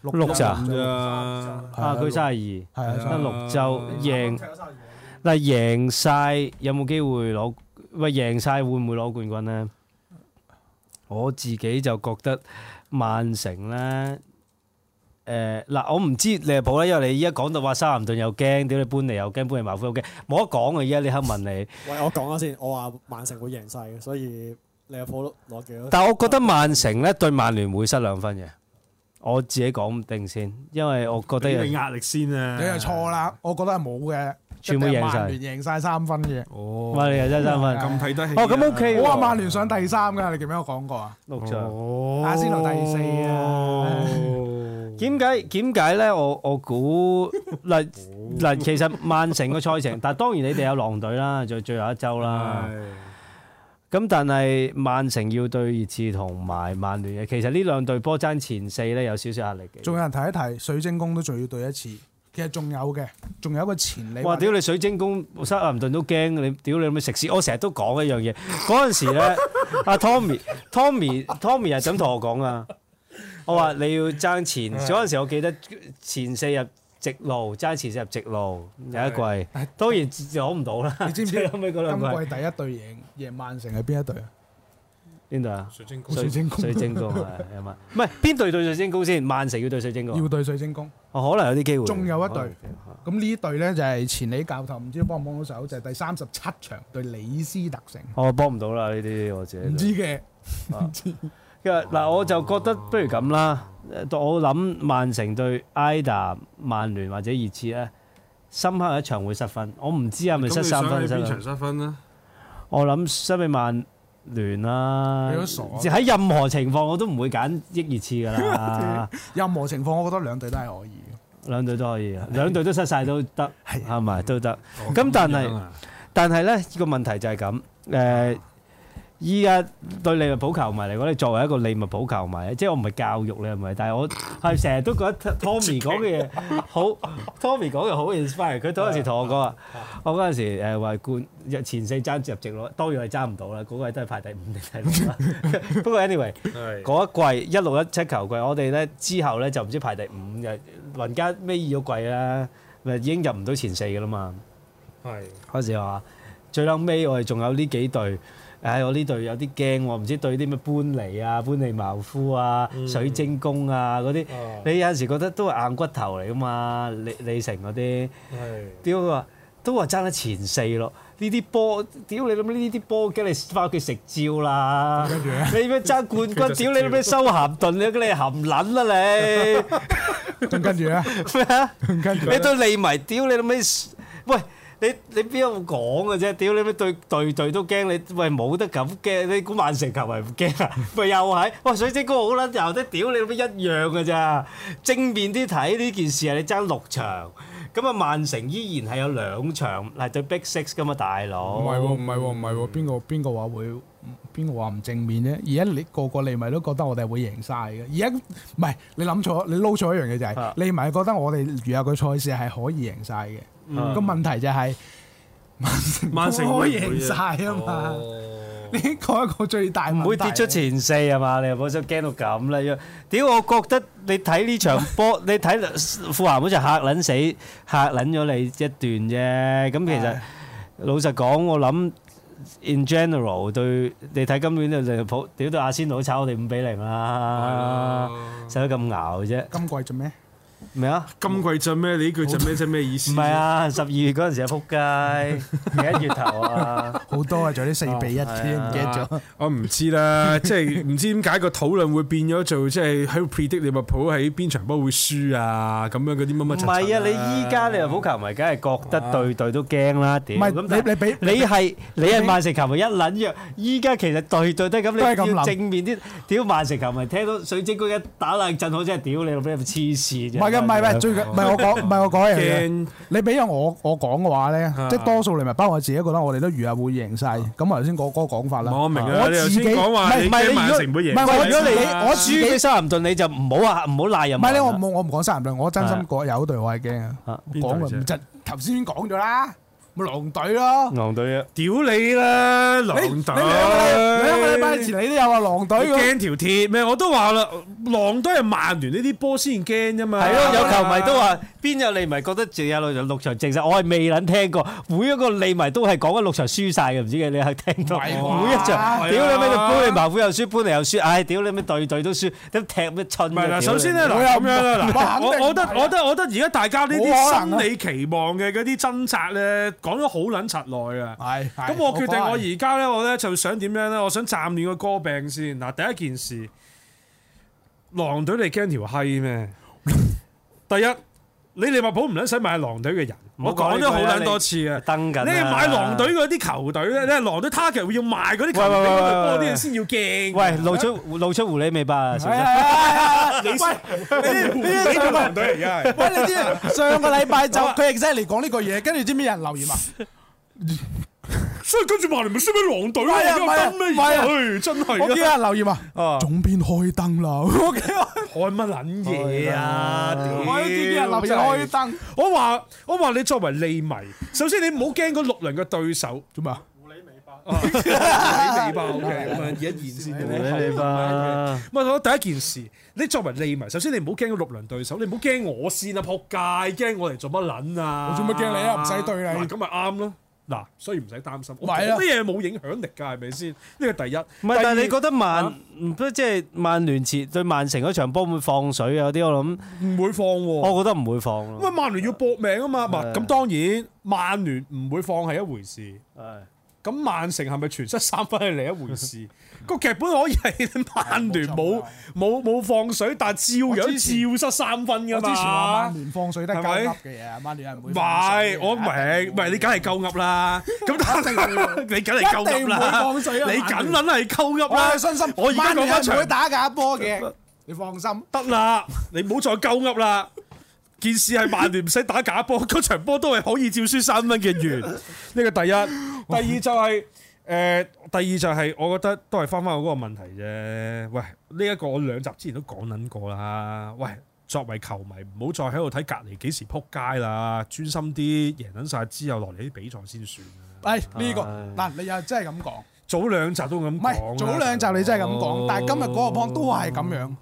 [SPEAKER 2] 六
[SPEAKER 3] 六
[SPEAKER 2] 咋
[SPEAKER 1] 咋
[SPEAKER 3] 啫，
[SPEAKER 2] 啊，佢
[SPEAKER 3] 晒
[SPEAKER 2] 三十
[SPEAKER 3] 係啊
[SPEAKER 2] 二，
[SPEAKER 3] 三
[SPEAKER 2] 得
[SPEAKER 1] 十
[SPEAKER 2] 六就贏，
[SPEAKER 4] 三
[SPEAKER 2] 嗱贏晒有冇機會攞？喂，贏晒會唔會攞冠軍呢？我自己就覺得曼城呢。誒嗱、我唔知利物浦咧，因為你依家講到話沙林頓又驚，屌你搬嚟又驚，搬嚟馬夫又驚，冇得講嘅依家呢刻問你。
[SPEAKER 4] 喂，我講下先，我話曼城會贏晒嘅，所以利物浦攞幾多？
[SPEAKER 2] 但係我覺得曼城咧對曼聯會失兩分嘅，我自己講定先，因為我覺
[SPEAKER 1] 俾
[SPEAKER 2] 得
[SPEAKER 1] 你壓力先啊。
[SPEAKER 3] 你又錯。啦，我覺得係冇嘅，
[SPEAKER 2] 全部贏晒
[SPEAKER 3] 一定係曼聯贏晒三分嘅。
[SPEAKER 1] 哦，
[SPEAKER 2] 哇你又真係三分。
[SPEAKER 1] 咁睇得起啊。
[SPEAKER 2] 哦咁 OK
[SPEAKER 3] 我話
[SPEAKER 2] 喎，
[SPEAKER 3] 曼聯上第三㗎，你記唔記得我講過啊？
[SPEAKER 2] 六場。
[SPEAKER 1] 哦
[SPEAKER 3] 阿仙奴第四啊
[SPEAKER 2] 點解點解咧？我我估嗱嗱，其實曼城個賽程，但係當然你哋有狼隊啦，就最後一周啦。
[SPEAKER 1] 係
[SPEAKER 2] 咁但係曼城要對熱刺同埋曼聯嘅，其實呢兩隊波爭前四咧有少少壓力
[SPEAKER 3] 仲
[SPEAKER 2] 嘅。
[SPEAKER 3] 有人提一提水晶宮都仲要對一次，其實仲有嘅，仲有一個前理。
[SPEAKER 2] 哇！屌你水晶宮、塞林頓都驚你，屌你有冇食屎！我成日都講一樣嘢，嗰陣時 咧，阿 Tommy、Tommy、Tommy 係咁同我講啊，我話你要爭前，嗰陣時我記得前四入直路，爭前四入直路有一季，當然攞唔到啦。
[SPEAKER 3] 你知唔知
[SPEAKER 2] 最後尾嗰
[SPEAKER 3] 今
[SPEAKER 2] 兩季
[SPEAKER 3] 季第一隊贏贏曼城係邊一隊啊？
[SPEAKER 2] 邊隊啊？
[SPEAKER 1] 水晶宮
[SPEAKER 2] 水晶宮，水晶宮啊係嘛？唔係邊隊對水晶宮先？曼城要對水晶宮
[SPEAKER 3] 要，對水晶宮。
[SPEAKER 2] 哦，可能有啲機會。
[SPEAKER 3] 仲有一隊
[SPEAKER 2] 可能機會，
[SPEAKER 3] 咁呢隊呢，就係前理教頭，唔知幫唔幫到手，就係第三十七場對李斯特城。
[SPEAKER 2] 哦我幫唔到啦呢啲我自己。
[SPEAKER 3] 唔知嘅，
[SPEAKER 2] 因為嗱，我就覺得不如咁啦。我諗曼城對 IDA、曼聯或者熱刺咧，深刻有一場會失分。我唔知係咪
[SPEAKER 1] 咁
[SPEAKER 2] 失
[SPEAKER 1] 你
[SPEAKER 2] 三
[SPEAKER 1] 想
[SPEAKER 2] 分
[SPEAKER 1] 喺
[SPEAKER 2] 失
[SPEAKER 1] 邊
[SPEAKER 2] 兩
[SPEAKER 1] 場失分咧？
[SPEAKER 2] 我諗失俾曼聯啦。
[SPEAKER 3] 你都傻啊
[SPEAKER 2] 喺任何情況我都唔會揀益熱刺㗎 啦。
[SPEAKER 3] 任何情況，我覺得兩隊都係可以嘅。
[SPEAKER 2] 兩隊都可以嘅，兩隊都失晒都得，係咪都得？
[SPEAKER 1] 哦
[SPEAKER 2] 咁但係
[SPEAKER 1] 樣啊
[SPEAKER 2] 但係咧，呢個問題就係咁誒。依家對利物浦球迷嚟講，你作為一個利物浦球迷，即係我唔係教育你係咪？但係我係成日都覺得 Tommy 講嘅嘢好，Tommy 講嘅好 inspire。佢嗰陣時同我講話，我嗰陣時誒話冠前四爭入席咯，當然係爭唔到啦，嗰、個都係排第五定第六啦。 不過 anyway，嗰一季一六一七球季，我哋咧之後咧就唔知排第五嘅，雲加尾二嗰季啦，咪已經入唔到前四嘅啦嘛。
[SPEAKER 1] 係
[SPEAKER 2] 嗰時話最撚尾我哋仲有呢幾隊，唉我呢隊有啲驚喎，唔知對啲咩搬尼啊、搬尼茅夫啊、水晶宮啊嗰啲，你有陣時覺得都係硬骨頭嚟噶嘛，李李成嗰啲，
[SPEAKER 1] 係
[SPEAKER 2] 屌佢話都話爭得前四咯。呢啲波，屌你諗呢啲波，梗係翻屋企食蕉啦！你咩爭冠軍？屌你咩收鹹頓，你你鹹撚啦你！
[SPEAKER 3] 咁跟住呢，
[SPEAKER 2] 咩啊？
[SPEAKER 3] 跟住
[SPEAKER 2] 你對利迷，屌你老味！喂，你你邊有講嘅啫？屌你咩對對對都驚你，喂冇得咁驚，你估曼城球迷唔驚啊？ 咪又係，喂水晶宮好撚又得，屌你老味一樣嘅咋？正面啲睇呢件事啊，你爭六場，咁啊曼城依然係有兩場係對 Big Six 噶嘛，大佬。
[SPEAKER 3] 唔係喎，唔係喎，唔係喎，邊個邊個話會邊個話唔正面呢？而家你個個利迷都覺得我哋係會贏晒嘅。而家唔係你諗錯，你撈錯一樣嘢就係、
[SPEAKER 2] 啊
[SPEAKER 3] 利迷覺得我哋餘下個賽事係可以贏晒嘅。
[SPEAKER 2] 嗯
[SPEAKER 3] 個問題就係、
[SPEAKER 1] 曼城
[SPEAKER 3] 可
[SPEAKER 1] 會哦
[SPEAKER 3] 以贏晒啊嘛。呢個一個最大問題
[SPEAKER 2] 唔會跌出前四係嘛？你又冇想驚到咁啦樣。屌，我覺得你睇呢 場波，你睇富咸嗰場嚇撚死，嚇撚咗你一段啫。咁其實老實講，我諗 in general 對你睇今年就利物浦屌到阿仙奴炒我哋五比零啦，使乜咁熬啫？
[SPEAKER 3] 今季做咩？
[SPEAKER 2] 咩啊？
[SPEAKER 1] 今季就咩？你呢句就咩啫？咩意
[SPEAKER 2] 唔
[SPEAKER 1] 思？
[SPEAKER 2] 係，啊，十二月嗰陣時係撲街，幾一月頭啊，
[SPEAKER 3] 好多啊，仲有啲四比一
[SPEAKER 2] 係
[SPEAKER 3] 添，
[SPEAKER 2] 啊
[SPEAKER 3] 唔記得咗。
[SPEAKER 1] 我唔知啦，即係唔知點解個討論會變咗做即係喺度 predict 利物浦喺邊場波會輸啊咁樣嗰啲乜
[SPEAKER 2] 唔
[SPEAKER 1] 乜柒柒
[SPEAKER 2] 係啊！你依家利物浦球迷梗係覺得對對都驚啦，屌
[SPEAKER 3] 唔
[SPEAKER 2] 咁但
[SPEAKER 3] 係你你俾
[SPEAKER 2] 你係你係曼城球迷一撚樣，依家其實對對都係咁，
[SPEAKER 3] 都係咁諗
[SPEAKER 2] 你要正面啲。屌曼城球迷聽到水晶宮一打冷震，我真係屌你老味，黐線
[SPEAKER 3] 唔
[SPEAKER 2] 啫！
[SPEAKER 3] 係嘅，唔係唔係最近唔係我講，唔係我啊講一樣嘢。
[SPEAKER 1] 驚
[SPEAKER 3] 你俾咗我我講嘅話咧
[SPEAKER 1] 啊，
[SPEAKER 3] 即係多數你咪包括我自己覺得我哋都預下會贏晒。咁我頭先嗰嗰個講法啦。
[SPEAKER 1] 我明啊
[SPEAKER 3] 我
[SPEAKER 1] 你頭
[SPEAKER 3] 自
[SPEAKER 1] 先
[SPEAKER 3] 己
[SPEAKER 1] 講話你
[SPEAKER 3] 唔係
[SPEAKER 1] 驚
[SPEAKER 3] 唔
[SPEAKER 1] 曼
[SPEAKER 3] 係
[SPEAKER 1] 城
[SPEAKER 3] 你
[SPEAKER 1] 會贏
[SPEAKER 3] 如果唔係
[SPEAKER 2] 喂，
[SPEAKER 3] 我
[SPEAKER 2] 如果
[SPEAKER 3] 如
[SPEAKER 2] 你
[SPEAKER 3] 果你我自
[SPEAKER 2] 輸
[SPEAKER 3] 己
[SPEAKER 2] 俾修咸頓，你就唔好話唔好賴
[SPEAKER 3] 唔
[SPEAKER 2] 任何
[SPEAKER 3] 係
[SPEAKER 2] 人
[SPEAKER 3] 咧，
[SPEAKER 2] 啦。
[SPEAKER 3] 我冇我唔講三人隊，我真心覺有隊我係驚啊
[SPEAKER 2] 啊！
[SPEAKER 1] 邊
[SPEAKER 3] 講
[SPEAKER 1] 隊啫
[SPEAKER 3] 唔就頭先講咗啦，咪狼隊咯。
[SPEAKER 2] 狼隊啊！
[SPEAKER 1] 屌你啦，
[SPEAKER 3] 你你兩個禮
[SPEAKER 1] 狼隊！
[SPEAKER 3] 兩個禮拜前你都有話狼隊
[SPEAKER 1] 你
[SPEAKER 3] 嘅，
[SPEAKER 1] 驚條鐵咩？我都話啦，狼隊係曼聯呢啲波先驚啫嘛。
[SPEAKER 2] 係咯，有球迷都話邊有利迷覺得淨有六六場正實，我係未撚聽過，每一個利迷都係講緊六場輸晒嘅，唔知嘅你係聽到
[SPEAKER 3] 唔
[SPEAKER 2] 每
[SPEAKER 3] 係啩
[SPEAKER 2] 一場，屌
[SPEAKER 1] 係啊
[SPEAKER 2] 你咩就搬嚟麻虎又輸，搬嚟又輸，唉，屌你咩隊隊都輸，咁踢咩春
[SPEAKER 1] 唔
[SPEAKER 2] 啫？
[SPEAKER 1] 係
[SPEAKER 2] 屌
[SPEAKER 1] 嗱，
[SPEAKER 2] 你
[SPEAKER 1] 首先咧嗱
[SPEAKER 3] 我又
[SPEAKER 1] 咁樣啦
[SPEAKER 3] 唔係
[SPEAKER 1] 嗱，我
[SPEAKER 3] 肯定
[SPEAKER 1] 我覺得
[SPEAKER 3] 唔係啊
[SPEAKER 1] 我覺得我覺得而家大家呢
[SPEAKER 3] 冇可
[SPEAKER 1] 啲
[SPEAKER 3] 能
[SPEAKER 1] 心
[SPEAKER 3] 啊
[SPEAKER 1] 理期望嘅嗰啲掙扎咧，講咗好撚柒耐啊。
[SPEAKER 3] 係
[SPEAKER 1] 咁我決定我而家咧，我咧就想點樣咧？我想暫亂個歌病先。嗱，第一件事，狼隊你驚條閪咩？第一，你利物浦唔撚使買狼隊嘅人，
[SPEAKER 2] 唔好
[SPEAKER 1] 我
[SPEAKER 2] 講
[SPEAKER 1] 講
[SPEAKER 2] 呢
[SPEAKER 1] 咗
[SPEAKER 2] 句
[SPEAKER 1] 好
[SPEAKER 2] 啦
[SPEAKER 1] 撚多次啊。
[SPEAKER 2] 登緊
[SPEAKER 1] 你
[SPEAKER 2] 啊
[SPEAKER 1] 係買狼隊嗰啲球隊咧，你係狼隊 target 要賣嗰啲球隊
[SPEAKER 2] 喂喂喂喂
[SPEAKER 1] 嗰啲波
[SPEAKER 2] 喂
[SPEAKER 1] 啲先要驚。
[SPEAKER 2] 喂露出露出狐狸尾巴啊！小心
[SPEAKER 1] 你你你你個狼隊而家係
[SPEAKER 3] 喂，你知上個禮拜就佢 exactly 講呢個嘢，跟住知唔知有人留言啊？
[SPEAKER 1] 所以跟住曼聯咪輸俾狼隊咯，
[SPEAKER 3] 係啊
[SPEAKER 1] 有得咩而
[SPEAKER 3] 係啊
[SPEAKER 1] 家？唉真
[SPEAKER 3] 我見有
[SPEAKER 1] 係啊！
[SPEAKER 3] 人留言啊，總編開燈啦！ 我見
[SPEAKER 1] 開乜撚嘢啊？
[SPEAKER 3] 我都見有人留
[SPEAKER 1] 真係
[SPEAKER 3] 言開燈，
[SPEAKER 1] 我話我話你作為利迷，首先你唔好驚嗰六輪嘅對手，
[SPEAKER 3] 做咩啊？
[SPEAKER 1] 你未吧？OK，咁 啊，而家現先
[SPEAKER 2] 狐狸尾巴，
[SPEAKER 1] 唔係，我第一件事，你作為利迷，首先你唔好驚嗰六輪對手，你唔好驚我先啊！仆街，驚我嚟做乜撚啊？
[SPEAKER 3] 我做乜驚你啊唔使對你
[SPEAKER 1] 嗱咁咪啱咯。嗱，所以唔使擔心，我
[SPEAKER 3] 咪
[SPEAKER 1] 講
[SPEAKER 3] 啊
[SPEAKER 1] 啲嘢冇影響力㗎，係咪先？呢個第一。啊
[SPEAKER 2] 唔係，但係你覺
[SPEAKER 1] 覺
[SPEAKER 2] 得曼不即係曼聯前對曼城嗰場波會唔會放水啊？有啲我諗，
[SPEAKER 1] 唔會放喎？
[SPEAKER 2] 我覺得唔會放咯
[SPEAKER 1] 喂，。曼聯要搏命啊嘛！嗱，
[SPEAKER 2] 係
[SPEAKER 1] 咁當然曼聯唔會放係一回事。
[SPEAKER 2] 係
[SPEAKER 1] 咁曼城係咪全失三分係另一回事？個劇本可以係曼聯冇冇冇放水，但照
[SPEAKER 3] 我之
[SPEAKER 1] 樣
[SPEAKER 3] 前
[SPEAKER 1] 照失三分
[SPEAKER 3] 我
[SPEAKER 1] 㗎
[SPEAKER 3] 之前話
[SPEAKER 1] 嘛
[SPEAKER 3] 曼。聯放水都係鳩噏嘅嘢啊，曼聯係唔
[SPEAKER 1] 唔
[SPEAKER 3] 會放水
[SPEAKER 1] 係，
[SPEAKER 3] 嘅。
[SPEAKER 1] 我明，唔係你梗係鳩噏啦。 咁但係 你梗係鳩
[SPEAKER 3] 一
[SPEAKER 1] 噏
[SPEAKER 3] 定唔會
[SPEAKER 1] 啦，
[SPEAKER 3] 放水啊
[SPEAKER 1] 你梗撚係鳩噏
[SPEAKER 3] 我係
[SPEAKER 1] 啦。
[SPEAKER 3] 信心，
[SPEAKER 1] 我而家
[SPEAKER 3] 曼
[SPEAKER 1] 講
[SPEAKER 3] 聯
[SPEAKER 1] 翻
[SPEAKER 3] 係唔會
[SPEAKER 1] 場
[SPEAKER 3] 打假波嘅，你放心。
[SPEAKER 1] 得啦，你唔好再鳩噏啦。件事係曼聯唔使打假波，嗰場波都係可以照輸三分嘅完。呢個第一，第二就係、誒、第二就係我覺得都係翻翻我嗰個問題啫。喂，呢、一個我兩集之前都講撚過啦。喂，作為球迷唔好再喺度睇隔離幾時撲街啦，專心啲贏撚晒之後落嚟啲比賽先算啦。
[SPEAKER 3] 喂，呢個
[SPEAKER 2] 唉
[SPEAKER 3] 嗱，你又真係咁講。
[SPEAKER 1] 早兩集都咁
[SPEAKER 3] 唔
[SPEAKER 1] 講啦
[SPEAKER 3] 係早兩集你真係咁講，但係今日嗰個 point 都係咁樣。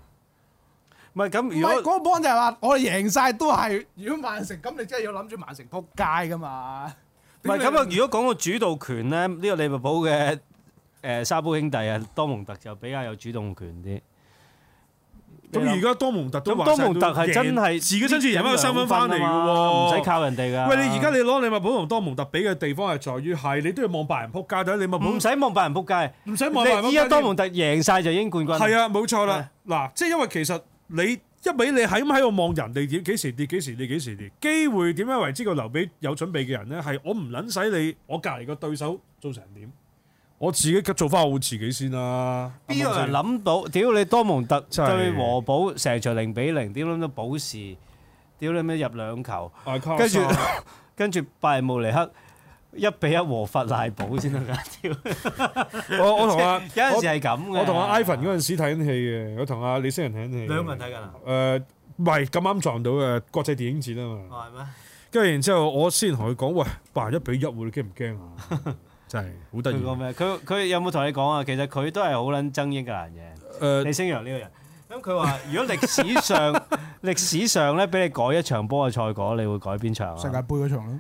[SPEAKER 2] 唔係咁，
[SPEAKER 3] 唔
[SPEAKER 2] 如
[SPEAKER 3] 係嗰
[SPEAKER 2] 果
[SPEAKER 3] 個 point 就係話我哋贏晒都係，如果曼城咁你真係要諗住曼城撲街噶嘛？
[SPEAKER 2] 唔係咁啊！如果講個主導權咧，呢、個利物浦嘅誒沙煲兄弟啊，多蒙特就比較有主動權啲。
[SPEAKER 1] 咁而家多蒙特都
[SPEAKER 2] 咁
[SPEAKER 1] 話
[SPEAKER 2] 多
[SPEAKER 1] 晒
[SPEAKER 2] 蒙特係
[SPEAKER 1] 贏
[SPEAKER 2] 真係
[SPEAKER 1] 自己爭住贏翻個三分翻嚟嘅
[SPEAKER 2] 啊唔
[SPEAKER 1] 喎，
[SPEAKER 2] 使靠人哋㗎。
[SPEAKER 1] 喂，你而家你攞利物浦同多蒙特比嘅地方係在於係你都要望拜仁撲街，但係利物浦
[SPEAKER 2] 唔使望拜仁撲街。
[SPEAKER 1] 唔使望拜仁撲街
[SPEAKER 2] 嗯你依家多蒙特贏晒就已經冠軍。
[SPEAKER 1] 係啊，冇錯啦。嗱，即係因為其實你一味你係咁喺度望人哋點幾時跌幾時跌幾時跌，機會點樣為之個留俾有準備嘅人咧？係我唔撚使你，我隔離個對手做成點，我自己做翻我自己先啦。
[SPEAKER 2] 邊有
[SPEAKER 1] 啱唔啱
[SPEAKER 2] 人
[SPEAKER 1] 先
[SPEAKER 2] 諗到？屌你多蒙特
[SPEAKER 1] 真係
[SPEAKER 2] 對和保成場零比零，屌你諗到保時，屌你咩入兩球，
[SPEAKER 1] 啊卡
[SPEAKER 2] 跟住
[SPEAKER 1] 薩
[SPEAKER 2] 跟住拜仁慕尼黑一比一和法賴保先得㗎。屌，
[SPEAKER 1] 我我同阿
[SPEAKER 2] 有陣時係咁嘅。
[SPEAKER 1] 我同阿 Ivan 嗰陣時睇緊戲嘅，我同阿李星人睇緊戲。
[SPEAKER 2] 兩個人睇緊啊？
[SPEAKER 1] 誒，唔係咁啱撞到嘅國際電影節啊嘛。
[SPEAKER 2] 哦係咩？
[SPEAKER 1] 跟住然之後，我先同佢講：喂，八人一比一喎，你驚唔驚啊？ 真係好得
[SPEAKER 2] 佢
[SPEAKER 1] 意。
[SPEAKER 2] 講咩？佢佢有冇同你講啊？其實佢都係好撚憎英格蘭嘅。李
[SPEAKER 1] 誒，
[SPEAKER 2] 星陽呢個人，咁佢話：如果歷史 上歷史上咧，俾你改一場波嘅賽果，你會改邊場
[SPEAKER 3] 世界
[SPEAKER 2] 啊？
[SPEAKER 3] 盃嗰場咯，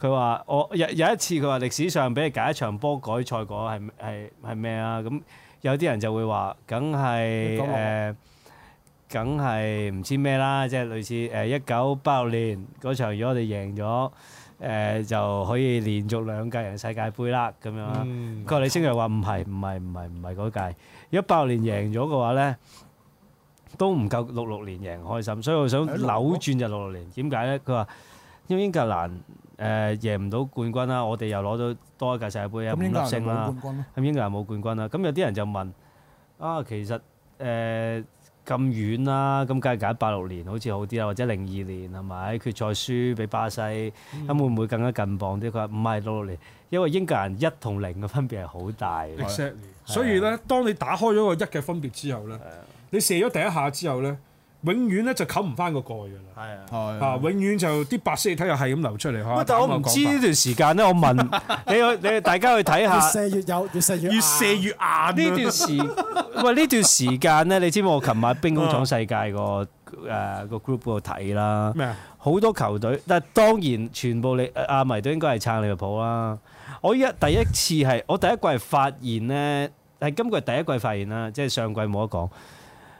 [SPEAKER 2] 佢話我有有一次佢話歷史上俾你揀一場波改賽果係係係咩啊？咁有啲人就會話梗係
[SPEAKER 3] 你講落
[SPEAKER 2] 誒，梗係唔知咩啦，即係類似誒一九八六年嗰場，如果我哋贏咗。誒、就可以連續兩屆人世界盃啦，咁樣
[SPEAKER 1] 啊
[SPEAKER 2] 啦。
[SPEAKER 1] 嗯
[SPEAKER 2] 佢話李星陽話唔係唔係唔係唔係嗰屆，如果八六年贏咗嘅話咧，都唔夠六六年贏開心，所以我想
[SPEAKER 3] 係
[SPEAKER 2] 扭
[SPEAKER 3] 咯
[SPEAKER 2] 轉就六六年。點解咧？佢話因為英格蘭誒、贏唔到冠軍啦，我哋又攞到多一屆世界盃啊，五
[SPEAKER 3] 咁應該
[SPEAKER 2] 粒
[SPEAKER 3] 係
[SPEAKER 2] 星啦。
[SPEAKER 3] 冇冠軍咯。
[SPEAKER 2] 咁英格蘭冇冠軍啦。咁有啲人就問啊，其實誒咁、呃遠啦，咁梗係揀八六年好似好啲啦，或者零二年係咪決賽輸俾巴西？咁、會唔會更加近磅啲？佢話唔係六六年，因為英格蘭一同零嘅啊分別係好大嘅。
[SPEAKER 1] exactly。所以咧，當你打開咗個一嘅分別之後咧，你射咗第一下之後咧，永遠咧就冚唔翻個蓋㗎啦。
[SPEAKER 2] 係啊。
[SPEAKER 3] 係
[SPEAKER 1] 啊，永遠就啲白色體又係咁流出嚟。
[SPEAKER 2] 喂
[SPEAKER 1] 嚇，
[SPEAKER 2] 啊但我唔知呢段時間咧，我問 你去，你大家去睇
[SPEAKER 4] 越
[SPEAKER 2] 下。
[SPEAKER 4] 射越有，越射越
[SPEAKER 1] 越射越硬啊。
[SPEAKER 2] 呢段時，嗯喂呢段時間咧，你知唔知我琴晚兵工廠世界個誒個 group 嗰度睇啦？
[SPEAKER 1] 咩啊？
[SPEAKER 2] 好多球隊，但係當然全部你呃阿迷都應該係撐利物浦啦。我一第一次係我第一季係發現呢，係今季第一季發現啦，即係上季冇得講。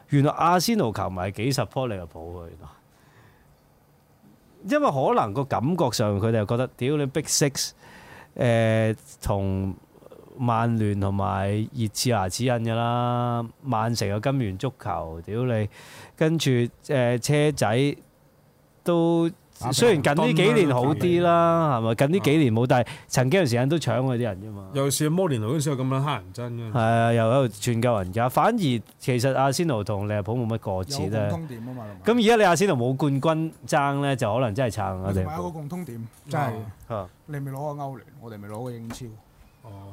[SPEAKER 2] 原來阿仙奴球迷係幾 support 利物浦嘅，原來因為可能個感覺上佢哋又覺得，屌你 Big Six 誒同曼聯同埋熱刺啊牙齒印㗎啦，曼城有金元足球，屌你，跟住誒、車仔都
[SPEAKER 3] 打。平
[SPEAKER 2] 雖然近呢幾年好啲啦，係咪？近呢
[SPEAKER 1] 啊
[SPEAKER 2] 幾年冇，但係曾經有時間都搶過啲人啫嘛。
[SPEAKER 1] 尤其是摩連奴嗰陣時有咁撚黑人憎
[SPEAKER 2] 係
[SPEAKER 1] 嘅。
[SPEAKER 2] 啊，又喺度串鳩人家。反而其實阿仙奴同利物浦冇乜過
[SPEAKER 3] 有
[SPEAKER 2] 節
[SPEAKER 3] 個共
[SPEAKER 2] 咧。
[SPEAKER 3] 通點啊嘛，
[SPEAKER 2] 咁而家你阿仙奴冇冠軍爭咧，就可能真係撐我
[SPEAKER 3] 同埋同埋有個
[SPEAKER 2] 哋。
[SPEAKER 3] 共通點，真係
[SPEAKER 2] 啊
[SPEAKER 3] 你未攞過歐聯，我哋未攞過英超。
[SPEAKER 1] 哦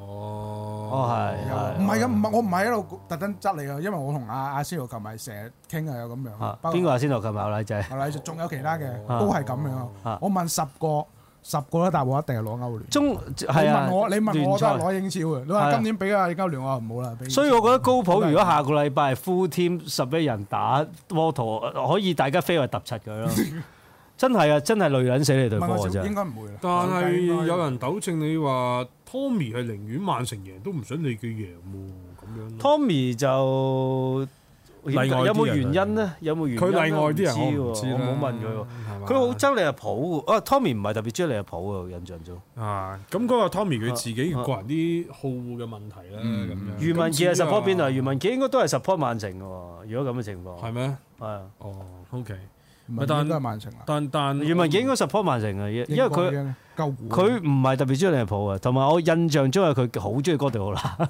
[SPEAKER 2] 哦係
[SPEAKER 3] 有唔係咁，唔係我唔係喺度特登質你啊，因為我同阿阿仙奴琴日成日傾係有咁樣
[SPEAKER 2] 啊，。
[SPEAKER 3] 包括
[SPEAKER 2] 邊個阿仙奴琴日有奶仔？
[SPEAKER 3] 係啦，仲有其他嘅
[SPEAKER 2] 啊
[SPEAKER 3] 都係咁樣
[SPEAKER 2] 啊。
[SPEAKER 3] 我問十個，十個都答我一定係攞歐聯。
[SPEAKER 2] 中係啊
[SPEAKER 3] 你問我，你問我我
[SPEAKER 2] 聯
[SPEAKER 3] 都
[SPEAKER 2] 賽
[SPEAKER 3] 係攞英超嘅。你
[SPEAKER 2] 係啊
[SPEAKER 3] 話今年俾啊歐聯，我話唔好啦。俾
[SPEAKER 2] 所以我覺得高普如果下個禮拜係 full team 十一人打 w a t e 可以大家飛去揼柒佢咯。 真係啊，真係累撚死你隊
[SPEAKER 3] 唔係
[SPEAKER 2] 波
[SPEAKER 3] 我
[SPEAKER 2] 啊
[SPEAKER 3] 少
[SPEAKER 2] 真
[SPEAKER 3] 應
[SPEAKER 2] 係。
[SPEAKER 3] 該唔會啦。
[SPEAKER 1] 但
[SPEAKER 3] 應
[SPEAKER 1] 係
[SPEAKER 3] 該
[SPEAKER 1] 有人糾正你話 Tommy 係寧願曼城贏都唔想你佢贏喎，咁樣咯。
[SPEAKER 2] Tommy 就
[SPEAKER 1] 例外啲人啊
[SPEAKER 2] 有冇原因呢？有冇原因
[SPEAKER 1] 佢
[SPEAKER 2] 呢？
[SPEAKER 1] 例外啲人
[SPEAKER 2] 我
[SPEAKER 1] 我
[SPEAKER 2] 唔
[SPEAKER 1] 唔
[SPEAKER 2] 知
[SPEAKER 1] 知
[SPEAKER 2] 喎，
[SPEAKER 1] 啦
[SPEAKER 2] 我冇問佢喎。
[SPEAKER 1] 係嘛
[SPEAKER 2] 佢好憎利物浦喎，啊 Tommy 唔係特別中意利物浦喎，我印象中。
[SPEAKER 1] 啊！咁嗰個 Tommy 佢自己個人啲好惡嘅問題啦，
[SPEAKER 3] 嗯
[SPEAKER 1] 咁樣。
[SPEAKER 2] 啊余文
[SPEAKER 1] 咁
[SPEAKER 2] 傑係
[SPEAKER 1] 至於啊
[SPEAKER 2] support 邊度啊？余文傑應該都係 support 曼城嘅喎，如果咁嘅情況
[SPEAKER 1] 係。咩？
[SPEAKER 2] 係啊，
[SPEAKER 1] 哦，OK，
[SPEAKER 3] 唔係
[SPEAKER 1] 但
[SPEAKER 3] 應該係曼城啦。
[SPEAKER 1] 但但
[SPEAKER 2] 余文傑應該 support 曼城嘅，因因為佢
[SPEAKER 3] 救護
[SPEAKER 2] 佢唔係特別中意利物浦啊，同埋我印象中係佢好中意哥迪奧拿。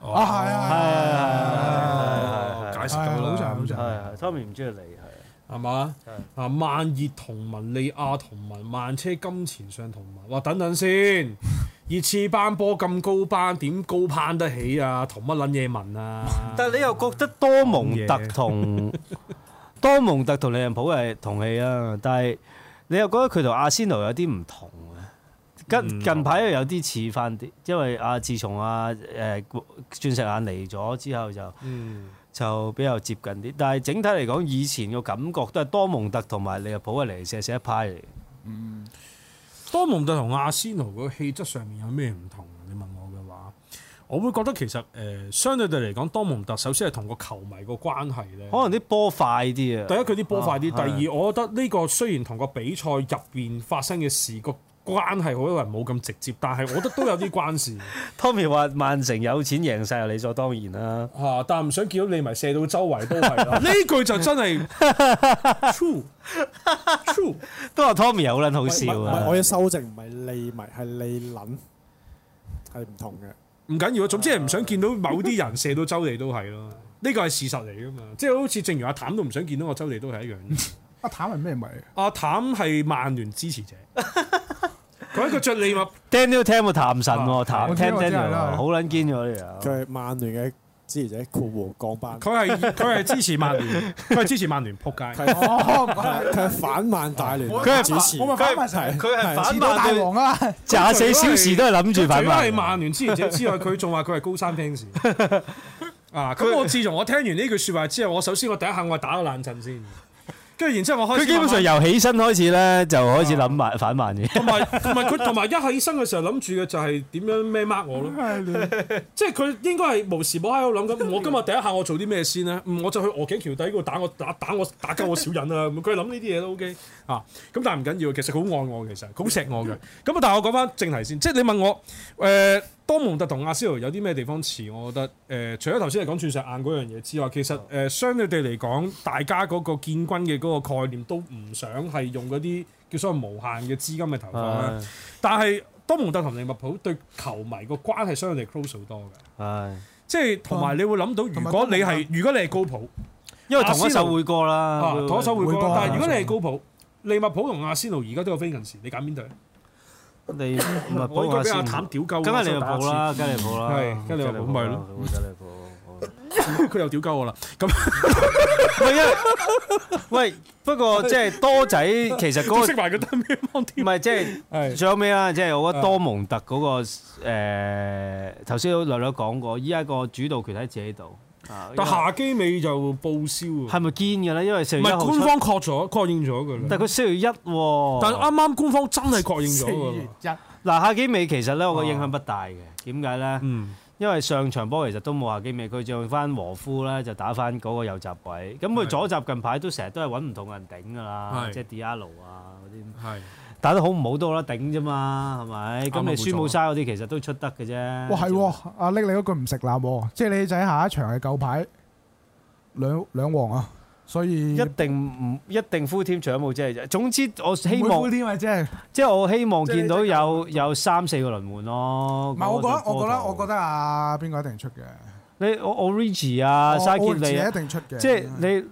[SPEAKER 1] 哦
[SPEAKER 3] 啊係啊
[SPEAKER 1] 哦
[SPEAKER 2] 係係係係係
[SPEAKER 1] 解釋到啦，
[SPEAKER 3] 係好正好
[SPEAKER 2] 係係
[SPEAKER 3] 正
[SPEAKER 2] ，Tommy 唔中意你係。
[SPEAKER 1] 係嘛
[SPEAKER 2] 係？
[SPEAKER 1] 啊，萬熱同盟、利亞同盟、曼車金錢上同盟，哇！等等 先，熱刺班波咁高班，點高攀得起啊？同乜撚嘢文啊？
[SPEAKER 2] 但係你又覺得多蒙特同多蒙特同利物浦係同氣啊，但係你又覺得佢同阿仙奴有啲唔同啊。近
[SPEAKER 1] 嗯
[SPEAKER 2] 近排又有啲似翻啲，因為啊，自從啊誒鑽石眼嚟咗之後就
[SPEAKER 1] 嗯，
[SPEAKER 2] 就比較接近啲，但係整體嚟講，以前個感覺都係多蒙特同埋利物浦係嚟射射一派嚟。
[SPEAKER 1] 多蒙特同阿仙奴個氣質上面有咩唔同？啊你問我嘅話，我會覺得其實誒、呃相對地嚟講，多蒙特首先係同個球迷個關係咧。
[SPEAKER 2] 可能啲波快啲
[SPEAKER 1] 第一
[SPEAKER 2] 啊，
[SPEAKER 1] 佢啲波快啲，
[SPEAKER 2] 啊係
[SPEAKER 1] 第二我覺得呢個雖然同個比賽入邊發生嘅事個關係好多人冇咁直接，但係我覺得都有啲關事。
[SPEAKER 2] Tommy 話曼城有錢贏晒，理所當然啦。
[SPEAKER 1] 嚇、啊但唔想見到你咪射到周圍都係啦。 呢句就真 係 true true。
[SPEAKER 2] 都話 Tommy 有撚好笑
[SPEAKER 4] 唔係
[SPEAKER 2] 啊
[SPEAKER 4] 我，要修正，唔係利迷，係利撚，係唔同嘅。
[SPEAKER 1] 唔緊要啊，總之係唔想見到某啲人射到周地都係咯。呢個係事實嚟噶嘛，即係好似正如阿譚都唔想見到我周地都 係一樣。
[SPEAKER 3] 阿譚係 咩迷？
[SPEAKER 1] 阿譚係曼聯支持者，佢一個着利物
[SPEAKER 2] Daniel 聽冇譚神喎，
[SPEAKER 1] 啊
[SPEAKER 2] 譚
[SPEAKER 3] 我
[SPEAKER 2] 聽
[SPEAKER 3] 知我知
[SPEAKER 2] Daniel
[SPEAKER 3] 係啦
[SPEAKER 2] 好撚堅咗呢樣。
[SPEAKER 4] 佢係曼聯嘅支持者，括弧降班，
[SPEAKER 1] 佢係佢係支持曼聯，佢係支持曼聯，撲街。
[SPEAKER 4] 佢係
[SPEAKER 3] 哦，唔
[SPEAKER 4] 佢
[SPEAKER 3] 該
[SPEAKER 4] 係反曼大聯盟
[SPEAKER 3] 我
[SPEAKER 4] 嘅主持
[SPEAKER 3] 我。咪反問題，
[SPEAKER 2] 佢係
[SPEAKER 3] 遲到大 王啊！
[SPEAKER 2] 廿四小時都係諗
[SPEAKER 1] 除
[SPEAKER 2] 住反
[SPEAKER 1] 咗係
[SPEAKER 2] 曼。
[SPEAKER 1] 曼聯支持者之外，佢仲話佢係高山 fans。啊！咁我自從我聽完呢句説話之後，我首先我第一下我係打個冷震先。跟住然之後我開
[SPEAKER 2] 佢
[SPEAKER 1] 始
[SPEAKER 2] 基本上
[SPEAKER 1] 慢慢
[SPEAKER 2] 由起身開始咧，就開始諗埋反慢嘅。
[SPEAKER 1] 同埋同埋佢同埋一起身嘅時候諗住嘅就係點樣咩 mark 我咯，即係佢應該係無時無刻喺度諗緊，我今日第一下我做啲咩先咧？嗯我就去鵝頸橋底嗰度打我打打我打鳩我小人啊！ 咁佢諗呢啲嘢都 OK 啊，咁但係唔緊要，其實佢好愛我，其實佢好錫我嘅。咁啊，但係我講翻正題先，即係你問我誒、呃、多蒙特同阿仙奴有啲咩地方似？我覺得誒、呃除咗頭先你講鑽石硬嗰樣嘢之外，其實誒、呃相對地嚟講，大家嗰個建軍嘅嗰個概念都唔想係用嗰啲叫所謂無限嘅資金嘅投放啦。
[SPEAKER 2] 啊
[SPEAKER 1] 但係多蒙特同利物浦對球迷個關係相對地 close 好多嘅，
[SPEAKER 2] 係，
[SPEAKER 1] 即係同埋你會諗到，
[SPEAKER 3] 啊同
[SPEAKER 1] 如
[SPEAKER 3] 埋啊
[SPEAKER 1] 果你
[SPEAKER 3] 多蒙
[SPEAKER 1] 係如果你係高普，
[SPEAKER 2] 因為同
[SPEAKER 1] 阿
[SPEAKER 2] 一
[SPEAKER 1] 仙
[SPEAKER 2] 首
[SPEAKER 1] 奴
[SPEAKER 2] 會歌啦，
[SPEAKER 1] 啊，同一手會
[SPEAKER 3] 會
[SPEAKER 1] 講，
[SPEAKER 3] 幫
[SPEAKER 1] 但係
[SPEAKER 3] 下
[SPEAKER 1] 如果你係高普，利物浦同阿仙奴而家都有 vacancy，你揀邊隊？
[SPEAKER 2] 啊 你唔係
[SPEAKER 1] 我應啊該俾阿
[SPEAKER 2] 坦
[SPEAKER 1] 譚，屌鳩，
[SPEAKER 2] 梗係利物浦，啦，梗係利物浦啦，
[SPEAKER 1] 係梗係利物浦咪咯，
[SPEAKER 2] 梗係利物浦。
[SPEAKER 1] 佢又屌鳩我啦。咁
[SPEAKER 2] 唔係因為，喂，不過即係多仔其實嗰
[SPEAKER 1] 佢
[SPEAKER 2] 個
[SPEAKER 1] 識埋個燈咩芒
[SPEAKER 2] 唔
[SPEAKER 1] 添？
[SPEAKER 2] 係即係。
[SPEAKER 1] 係
[SPEAKER 2] 最後尾啦，即係我覺得多蒙特嗰、個誒頭先都略略講過，依家個主導權喺自己度。啊
[SPEAKER 1] 但夏基美就報銷
[SPEAKER 2] 係
[SPEAKER 1] 喎，
[SPEAKER 2] 咪堅嘅咧？因為四
[SPEAKER 1] 唔
[SPEAKER 2] 月一
[SPEAKER 1] 係
[SPEAKER 2] 號出
[SPEAKER 1] 官，方確咗確認咗㗎
[SPEAKER 2] 但
[SPEAKER 1] 啦。
[SPEAKER 2] 係佢四月一喎。
[SPEAKER 1] 但啱啱官方真係確認咗㗎啦。
[SPEAKER 3] 一
[SPEAKER 2] 嗱夏基美其實咧，我覺得影響不大嘅。點解咧？
[SPEAKER 1] 嗯，
[SPEAKER 2] 因為上場波其實都冇夏基美，佢就用翻和夫咧就打翻嗰個右閘位。咁佢
[SPEAKER 1] 係
[SPEAKER 2] 左閘近排都成日都係揾唔同人頂㗎啦
[SPEAKER 1] 係，
[SPEAKER 2] 即係 D L 啊嗰啲。
[SPEAKER 1] 係。
[SPEAKER 2] 打得好唔好都好啦，頂啫嘛，係咪？
[SPEAKER 1] 啱啊
[SPEAKER 2] 咁你
[SPEAKER 1] 冇錯
[SPEAKER 2] 輸冇嘥嗰啲其實都出得嘅啫。
[SPEAKER 3] 哇係
[SPEAKER 2] 啊
[SPEAKER 3] 喎，阿拎你嗰句唔食辣喎，即係你仔下一場係夠牌兩兩黃啊，所以
[SPEAKER 2] 一定唔一定 full team 除咗冇即係，總之我希
[SPEAKER 3] 唔會
[SPEAKER 2] 望
[SPEAKER 3] 灰添啊，即係。
[SPEAKER 2] 即係我希望
[SPEAKER 3] 即係
[SPEAKER 2] 見到
[SPEAKER 3] 即係
[SPEAKER 2] 有有三四個輪換咯。
[SPEAKER 3] 唔係，我覺得我覺得我覺
[SPEAKER 2] 覺
[SPEAKER 3] 得啊，邊個一定出嘅？
[SPEAKER 2] 得你我我 Rigi 啊、
[SPEAKER 3] 我
[SPEAKER 2] 沙
[SPEAKER 3] 哦我
[SPEAKER 2] 傑
[SPEAKER 3] 自己
[SPEAKER 2] 利啊
[SPEAKER 3] 一，定出嘅。
[SPEAKER 2] 即係你誒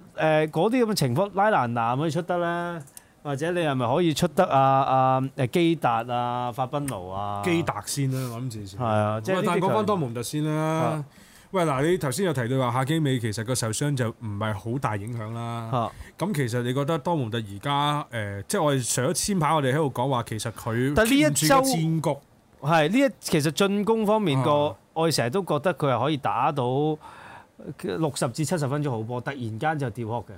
[SPEAKER 2] 嗰啲咁嘅情況，拉蘭南可以出得啦，或者你係咪可以出得啊啊誒基達啊、法賓奴啊？
[SPEAKER 1] 基達先啦，我諗住先。
[SPEAKER 2] 係啊即
[SPEAKER 1] 喂
[SPEAKER 2] 係呢啲
[SPEAKER 1] 但係講
[SPEAKER 2] 強
[SPEAKER 1] 翻多蒙特先啦
[SPEAKER 2] 啊。
[SPEAKER 1] 喂，嗱，你頭先有提到話夏基美其實個受傷就唔係好大影響啦。
[SPEAKER 2] 嚇，
[SPEAKER 1] 咁其實你覺得多蒙特而家誒，即係我哋上一千排我哋喺度講話，其實佢
[SPEAKER 2] 但呢一
[SPEAKER 1] keep 住
[SPEAKER 2] 周
[SPEAKER 1] 嘅戰局
[SPEAKER 2] 係呢一其實進攻方面個
[SPEAKER 1] 啊，
[SPEAKER 2] 我哋成日都覺得佢係可以打到六十至七十分鐘好波，突然間就掉殼嘅。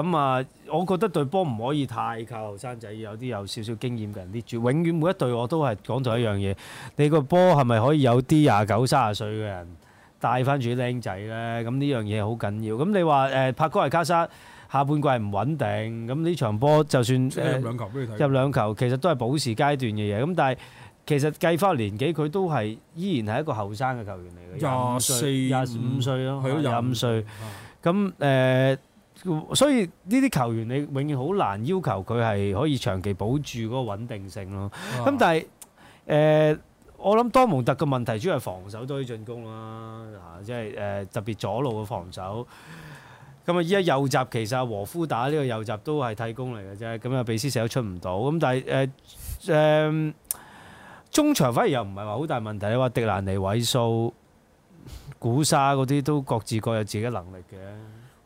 [SPEAKER 2] 咁啊，我覺得對波唔可以太靠後生仔，有啲有少少經驗嘅人 lead 住。永遠每一隊我都係講到一樣嘢，你個波係咪可以有啲廿九、三十歲嘅人帶翻住啲僆仔咧？咁呢樣嘢好緊要。咁你話誒、帕哥係卡沙下半季唔穩定，咁呢場波就算
[SPEAKER 1] 即
[SPEAKER 2] 誒
[SPEAKER 1] 係入兩球俾你
[SPEAKER 2] 入
[SPEAKER 1] 睇。
[SPEAKER 2] 兩球其實都係補時階段嘅嘢，咁但係其實計翻年紀，佢都係依然係一個後生嘅球員嚟嘅，
[SPEAKER 1] 廿四
[SPEAKER 2] 廿五歲咯，
[SPEAKER 1] 係咯，
[SPEAKER 2] 廿五歲。。
[SPEAKER 1] 啊
[SPEAKER 2] 咁誒、呃所以呢啲球員你永遠好難要求佢係可以長期保住嗰個穩定性咯。咁
[SPEAKER 1] 但
[SPEAKER 2] 但係誒、呃我諗多蒙特嘅問題主要係防守多於進攻啦，嚇、即係誒、呃特別左路嘅防守。咁啊，依家右閘其實阿和夫打呢個右閘都係替工嚟嘅啫，咁啊，比斯射都出唔到。咁但係誒誒中場反而又唔係話好大問題。你話迪蘭尼、位數、古沙嗰啲都各自各有自己嘅能力嘅，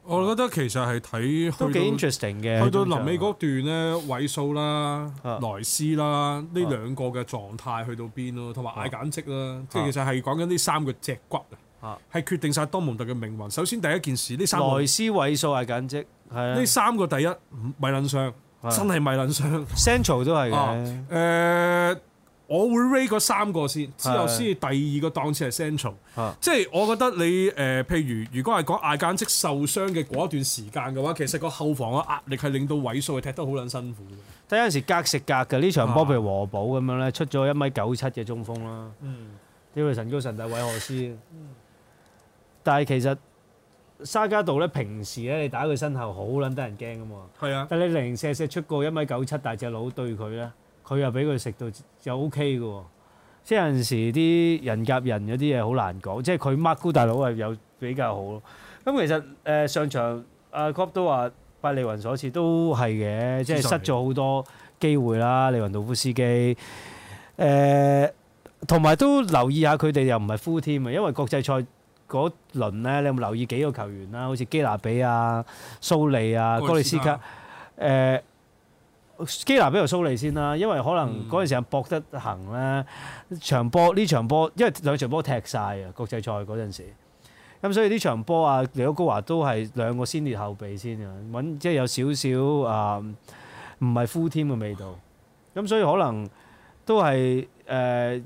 [SPEAKER 1] 我覺得其實係睇
[SPEAKER 2] 都幾
[SPEAKER 1] 去
[SPEAKER 2] interesting 嘅。
[SPEAKER 1] 到去到臨尾嗰段咧，位數啦、
[SPEAKER 2] 啊
[SPEAKER 1] 萊斯啦呢兩個嘅狀態去到邊咯，同埋
[SPEAKER 2] 啊
[SPEAKER 1] 艾簡積啦，即係其實係講緊呢三個脊骨啊
[SPEAKER 2] 啊，
[SPEAKER 1] 係決定晒多蒙特嘅命運。首先第一件事，呢三個
[SPEAKER 2] 萊斯位數係簡直係啊
[SPEAKER 1] 呢三個第一米撚上，真係米撚上。
[SPEAKER 2] ，Central 都係
[SPEAKER 1] 啊
[SPEAKER 2] 嘅。
[SPEAKER 1] 誒，我會 rate 嗰三個先，之後
[SPEAKER 2] 係
[SPEAKER 1] 先至第二個檔次係 central
[SPEAKER 2] 啊。
[SPEAKER 1] 即係我覺得你誒、譬如如果係講艾間即受傷嘅嗰一段時間嘅話，其實個後防嘅壓力係令到位數係踢得好撚辛苦嘅。
[SPEAKER 2] 睇有陣時隔食隔嘅呢場
[SPEAKER 1] 啊
[SPEAKER 2] 波，譬如和寶咁樣咧，出咗一米九七嘅中鋒啦，屌你神高神大韋何斯。但係其實沙加道咧，平時咧你打佢身後好撚得人驚噶嘛，
[SPEAKER 1] 係啊，
[SPEAKER 2] 但係你零零舍舍出個一米九七大隻佬對佢咧，佢又俾佢食到又 OK 嘅喎。即係有陣時啲人夾人嗰啲嘢好難講，即係佢 mark 高大佬係有比較好咯。咁其實誒、呃上場阿 Cop 都話拜利雲所賜都係嘅，即係
[SPEAKER 1] 之
[SPEAKER 2] 失
[SPEAKER 1] 所以
[SPEAKER 2] 咗好多機會啦。利雲道夫斯基誒，同、埋都留意下佢哋又唔係 full team 啊，因為國際賽嗰輪咧，你有冇留意幾個球員啦？好似基拿比啊、蘇利啊、哥利斯卡。誒、基拿比由蘇利先啦，因為可能
[SPEAKER 1] 嗯
[SPEAKER 2] 嗰陣時博得行咧，場波呢場波，因為兩場波踢晒啊，國際賽嗰陣時，咁所以呢場波啊，李高華都係兩個先列後備先啊，揾即係有少少啊唔係 full team 嘅味道。咁所以可能都係誒、呃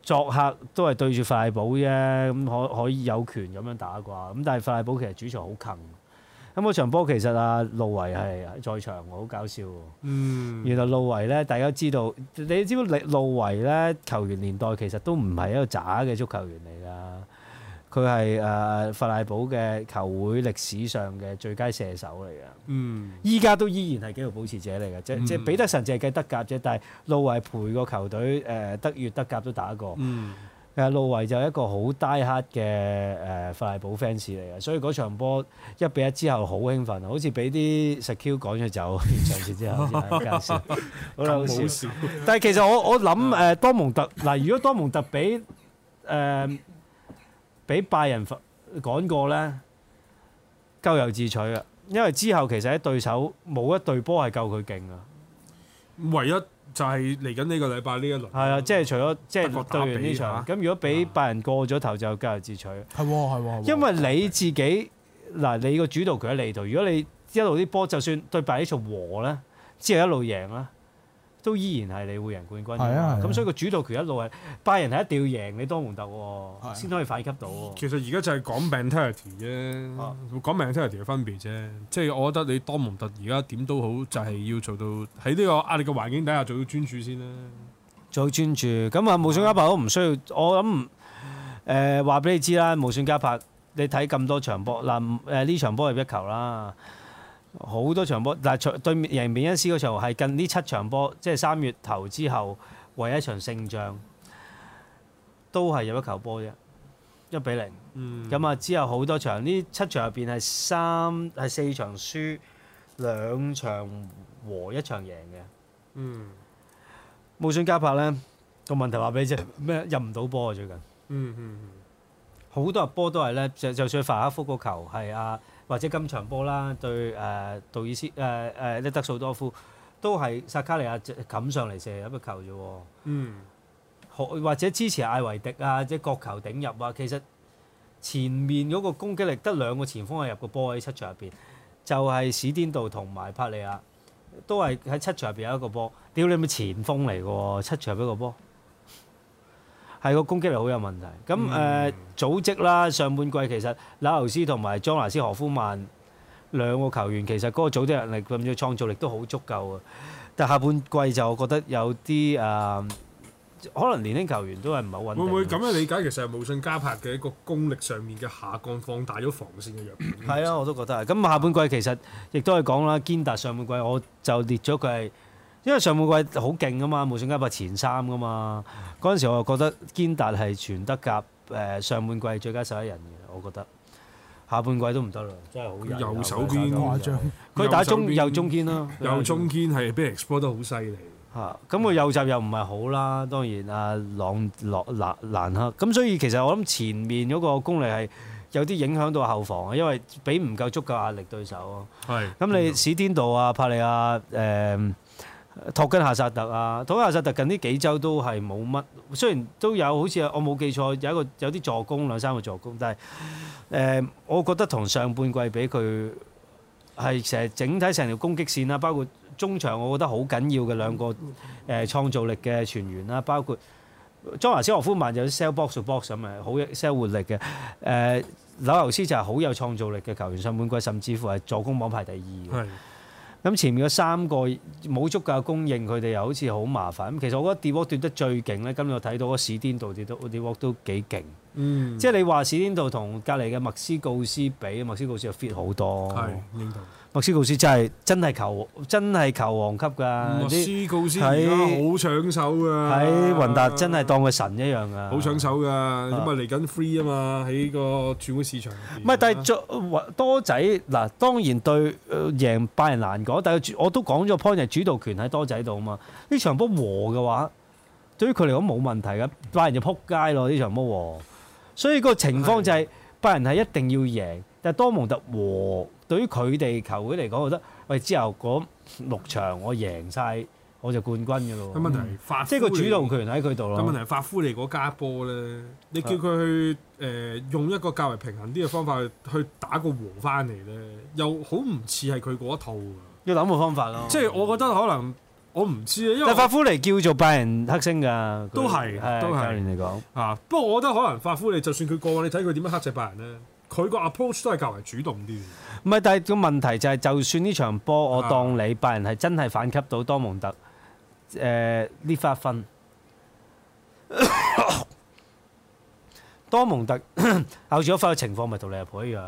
[SPEAKER 2] 作客都係對住快堡啫，咁可可以有權咁樣打啩。咁但係快堡其實主場好近。咁嗰場波其實啊，路維係在場喎，好搞笑喎。
[SPEAKER 1] 嗯，
[SPEAKER 2] 原來路維咧，大家知道，你知唔知路維咧球員年代其實都唔係一個渣嘅足球員嚟㗎，佢係誒法賴堡嘅球會歷史上嘅最佳射手嚟㗎。
[SPEAKER 1] 嗯，
[SPEAKER 2] 依家都依然係紀錄保持者嚟嘅，即即
[SPEAKER 1] 嗯
[SPEAKER 2] 彼得神淨係計德甲啫，但係路維陪個球隊誒、呃德乙德甲都打過。
[SPEAKER 1] 嗯，
[SPEAKER 2] 誒路維就係一個好 die hard 嘅誒法利堡 fans 嚟嘅，所以嗰場波一比一之後好興奮，好似俾啲 secure 趕咗走，完場次 之後真係好搞笑，好啦好笑。
[SPEAKER 1] 笑，
[SPEAKER 2] 但係其實我我諗誒多蒙特嗱，如果多蒙特俾誒俾拜仁趕過咧，咎由自取啊！因為之後其實喺對手冇一隊波係夠佢勁啊，
[SPEAKER 1] 唯一就係嚟緊呢個禮拜呢一輪，
[SPEAKER 2] 係啊，即係除咗即
[SPEAKER 1] 德國
[SPEAKER 2] 係
[SPEAKER 1] 打
[SPEAKER 2] 對完呢
[SPEAKER 1] 比
[SPEAKER 2] 場，
[SPEAKER 1] 啊
[SPEAKER 2] 咁如果俾拜仁過咗頭就咎由自取。啊
[SPEAKER 3] 係喎係喎，係喎
[SPEAKER 2] 因為你自己嗱，你個主導權喺你度。如果你一路啲波，就算對拜呢場和咧，之後一路贏啦，都依然係你會贏冠軍㗎嘛。
[SPEAKER 3] 係啊係啊
[SPEAKER 2] 咁所以個主導權一路係拜仁係一定要贏你多蒙特喎，
[SPEAKER 3] 啊
[SPEAKER 2] 先可以反級到喎。
[SPEAKER 1] 其實而家就係講 mentality
[SPEAKER 2] 啊
[SPEAKER 1] 啫，講 mentality 嘅分別啫。即係我覺得你多蒙特而家點都好，就係要做到喺呢個壓力嘅環境底下做到專注先啦。
[SPEAKER 2] 做專注咁啊，無信加柏都唔需要。我諗誒話俾你知啦，無信加柏你睇咁多場波嗱誒呢場波入一球啦。好多場波，但係除對面贏面一斯嗰場係近呢七場波，即係三月頭之後唯一一場勝仗，都係入一球波啫，一比零。
[SPEAKER 1] 嗯，
[SPEAKER 2] 咁啊，之後好多場，呢七場入邊係三係四場輸，兩場和，一場贏嘅。
[SPEAKER 1] 嗯，
[SPEAKER 2] 無信加柏咧個問題話俾你知咩入唔到波啊最近。
[SPEAKER 1] 嗯嗯
[SPEAKER 2] 好多入波都係咧，就就算法克福個球係啊，或者今場波啦，對誒、呃、杜爾斯誒誒呢德素多夫都係薩卡利亞冚上嚟射入一球啫喎。
[SPEAKER 1] 嗯，
[SPEAKER 2] 好或者支持艾維迪啊，即係角球頂入啊，其實前面嗰個攻擊力得兩個前鋒係入個波喺七場入邊，就係、史甸道同埋帕利亞都係喺七場入邊有一個波。屌你咪前鋒嚟嘅喎，七場入邊一個波，係個攻擊力好有問題。咁誒、
[SPEAKER 1] 嗯
[SPEAKER 2] 呃組織啦，上半季其實拉牛斯同埋莊拿斯何夫曼兩個球員其實嗰個組織能力咁嘅創造力都好足夠啊。但下半季就我覺得有啲誒、呃可能年輕球員都係唔係好穩
[SPEAKER 1] 嗯
[SPEAKER 2] 定。
[SPEAKER 1] 會唔會咁樣理解？其實係無信加柏嘅一個功力上面嘅下降，放大咗防線嘅弱點。
[SPEAKER 2] 係啊，我都覺得係。咁下半季其實亦都係講啦，堅達上半季我就列咗佢係，因為上半季好勁啊嘛，無信加柏前三噶嘛。嗰陣時我就覺得堅達係全德甲誒、呃上半季最佳十一人嘅，我覺得。下半季都唔得啦，
[SPEAKER 1] 啊
[SPEAKER 2] 真係好曳
[SPEAKER 1] 右手邊
[SPEAKER 3] 誇張，
[SPEAKER 2] 佢打中
[SPEAKER 1] 右手邊
[SPEAKER 2] 右中堅啦，
[SPEAKER 1] 右中堅係俾人 exploit 得好犀利。
[SPEAKER 2] 嚇，咁佢右閘又唔係好啦，當然啊，朗朗蘭蘭克，咁所以其實我諗前面嗰個功力係有啲影響到後防啊，因為俾唔夠足夠壓力對手啊。
[SPEAKER 1] 係。
[SPEAKER 2] 咁你史甸道啊、帕利亞、誒、托根夏薩特啊，托根夏薩特近呢幾週都係冇乜，雖然都有好似我冇記錯有一個有啲助攻兩三個助攻，但係誒、我覺得同上半季比佢係成整體成條攻擊線啦，包括中場我覺得好緊要嘅兩個誒、創造力嘅傳員啦，包括。莊拿斯何夫曼有 sell box to box 咁啊，好 sell 活力嘅。誒、柳牛斯就係好有創造力嘅球員，上半季甚至乎係助攻榜排第二嘅。
[SPEAKER 1] 係
[SPEAKER 2] 咁前面嗰三個冇足夠供應，佢哋又好似好麻煩。咁其實我覺得 d e 奪得最勁咧，今日我睇到嗰史甸度 d e 都都幾勁。
[SPEAKER 1] 嗯，
[SPEAKER 2] 即係你話史甸度同隔離嘅麥斯告斯比，麥斯告斯就 fit 好多。
[SPEAKER 1] 係認同。
[SPEAKER 2] 麥斯告斯真係真係球真係球王級㗎。
[SPEAKER 1] 莫
[SPEAKER 2] 啲
[SPEAKER 1] 斯告斯而家好搶手啊㗎。
[SPEAKER 2] 喺雲達真係當佢神一樣㗎。
[SPEAKER 1] 好搶手㗎，咁啊嚟緊 free 啊嘛，喺個轉會市場入邊。啊
[SPEAKER 2] 唔係，但係作多仔嗱，當然對呃贏拜仁難講，但係主我都講咗 point 係主導權喺多仔度啊嘛。呢場波和嘅話，對於佢嚟講冇問題嘅，拜仁就撲街咯呢場波和。所以個情況就係、拜仁係一定要贏，但係多蒙特和對於佢哋球會嚟講，我覺得喂之後嗰六場我贏晒我就冠軍嘅咯
[SPEAKER 1] 咁
[SPEAKER 2] 喎。
[SPEAKER 1] 問題嗯係法夫
[SPEAKER 2] 即係個主
[SPEAKER 1] 嚟
[SPEAKER 2] 動權喺佢度
[SPEAKER 1] 但問
[SPEAKER 2] 咯
[SPEAKER 1] 題。係法夫利嗰家波咧，你叫佢去誒、呃用一個較為平衡啲嘅方法去去打個和翻嚟咧，又好唔似係佢嗰一套㗎
[SPEAKER 2] 要諗個方法咯。
[SPEAKER 1] 即係我覺得可能我唔知啊，因為
[SPEAKER 2] 但法夫尼叫做拜仁黑星㗎，佢
[SPEAKER 1] 都係
[SPEAKER 2] 係
[SPEAKER 1] 都係
[SPEAKER 2] 教練嚟講。
[SPEAKER 1] 啊，不過我覺得可能法夫利就算佢過往你睇佢點樣克制拜仁咧，佢個 approach 都係較為主動啲嘅。
[SPEAKER 2] 唔係，但係個問題就係、就算呢場波，我
[SPEAKER 1] 啊
[SPEAKER 2] 當你拜仁係真係反擊到多蒙特，誒、呢 發分，多蒙特 咬住一分嘅情況，咪同利物浦一樣，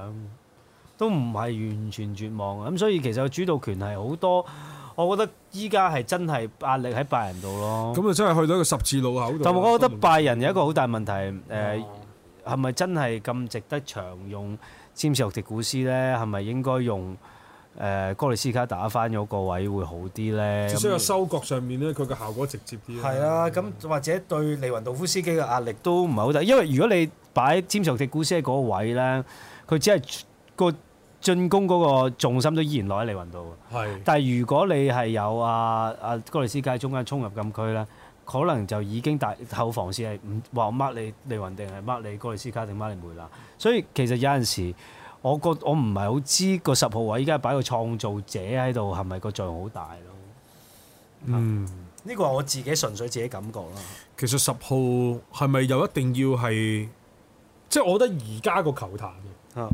[SPEAKER 2] 都唔係完全絕望啊！咁所以其實個主導權係好多，我覺得依家係真係壓力喺拜仁度咯。
[SPEAKER 1] 咁就啊真係去到一個十字路口度。
[SPEAKER 2] 但我覺得拜仁有一個好大問題，呃誒、
[SPEAKER 1] 哦
[SPEAKER 2] 係咪真係咁值得長用詹士洛迪古斯呢？係咪應該用誒、呃哥利斯卡打翻嗰個位會好啲呢？
[SPEAKER 1] 只需要
[SPEAKER 2] 啊咁
[SPEAKER 1] 收割上面咧，佢嘅效果直接啲。
[SPEAKER 2] 係啊，咁或者對利雲道夫斯基嘅壓力都唔係好大，因為如果你擺詹士迪古斯喺嗰個位呢，佢只係個進攻嗰個重心都依然落喺利雲道。
[SPEAKER 1] 係
[SPEAKER 2] 但係如果你係有啊啊哥利斯界中間衝入禁區咧，可能就已經大後防線係唔話 mark 你利雲定係 mark 你哥利斯卡定 mark 你梅拿，所以其實有陣時我覺我唔係好知個十號位依家擺個創造者喺度係咪個作用好大咯？
[SPEAKER 1] 嗯，
[SPEAKER 2] 呢個係我自己純粹自己感覺啦。
[SPEAKER 1] 其實十號係咪又一定要係？即係我覺得而家個球壇
[SPEAKER 2] 啊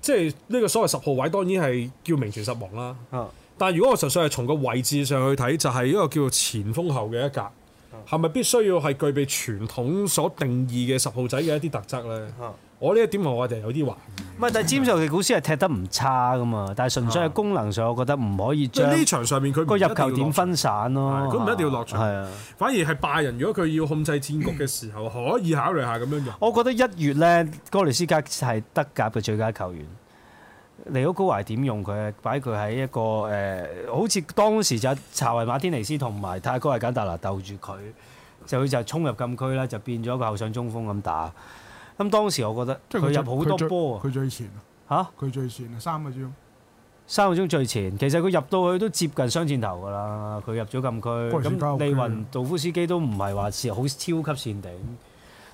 [SPEAKER 1] 即係呢個所謂十號位當然係叫名存實亡啦。
[SPEAKER 2] 啊
[SPEAKER 1] 但係如果我純粹係從個位置上去睇，就係、一個叫做前鋒後嘅一
[SPEAKER 2] 啊
[SPEAKER 1] 格，係咪必須要係具備傳統所定義嘅十號仔嘅一啲特質咧？
[SPEAKER 2] 啊
[SPEAKER 1] 我呢一點我哋有啲懷
[SPEAKER 2] 唔係，但係詹士迪古斯係踢得唔差噶嘛，但係純
[SPEAKER 1] 啊
[SPEAKER 2] 粹喺功能上，我覺得唔可以
[SPEAKER 1] 即
[SPEAKER 2] 將
[SPEAKER 1] 係呢場上面佢唔
[SPEAKER 2] 個
[SPEAKER 1] 一定
[SPEAKER 2] 入球點分散咯。
[SPEAKER 1] 係佢唔一定要落場
[SPEAKER 2] 係啊。
[SPEAKER 1] 反而係拜仁，如果佢要控制戰局嘅時候，可以考慮下咁樣用。
[SPEAKER 2] 我覺得一月咧，哥利斯加係德甲嘅最佳球員。尼奧高華點用佢？擺佢喺一個誒、呃好似當時就查維馬天尼斯同埋泰哥係簡達拿鬥住佢，就佢就衝入禁區啦，就變咗個後上中鋒咁打。咁當時我覺得
[SPEAKER 3] 即係佢
[SPEAKER 2] 佢
[SPEAKER 3] 最
[SPEAKER 2] 入好多波啊！
[SPEAKER 3] 佢最前啊，
[SPEAKER 2] 嚇
[SPEAKER 3] 佢最前啊，三個鐘。
[SPEAKER 2] 三個鐘最前，其實佢入到去都接近雙箭頭㗎啦。佢入咗禁
[SPEAKER 3] 哥利
[SPEAKER 2] 區，
[SPEAKER 3] 斯加
[SPEAKER 2] 咁
[SPEAKER 3] OK
[SPEAKER 2] 利雲道夫斯基都唔係話是好超級線頂，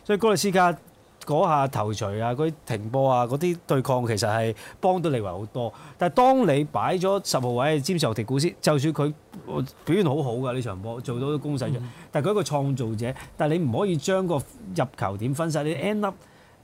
[SPEAKER 2] 所以哥利斯加嗰下頭槌啊、嗰啲停波啊、嗰啲對抗其實係幫到利雲好多。但係當你擺咗十號位嘅詹士迪古斯，就算佢呃表現好好㗎呢場波，做到攻勢嘅，但係佢一個創造者，但係你唔可以將個入球點分晒，你 end up。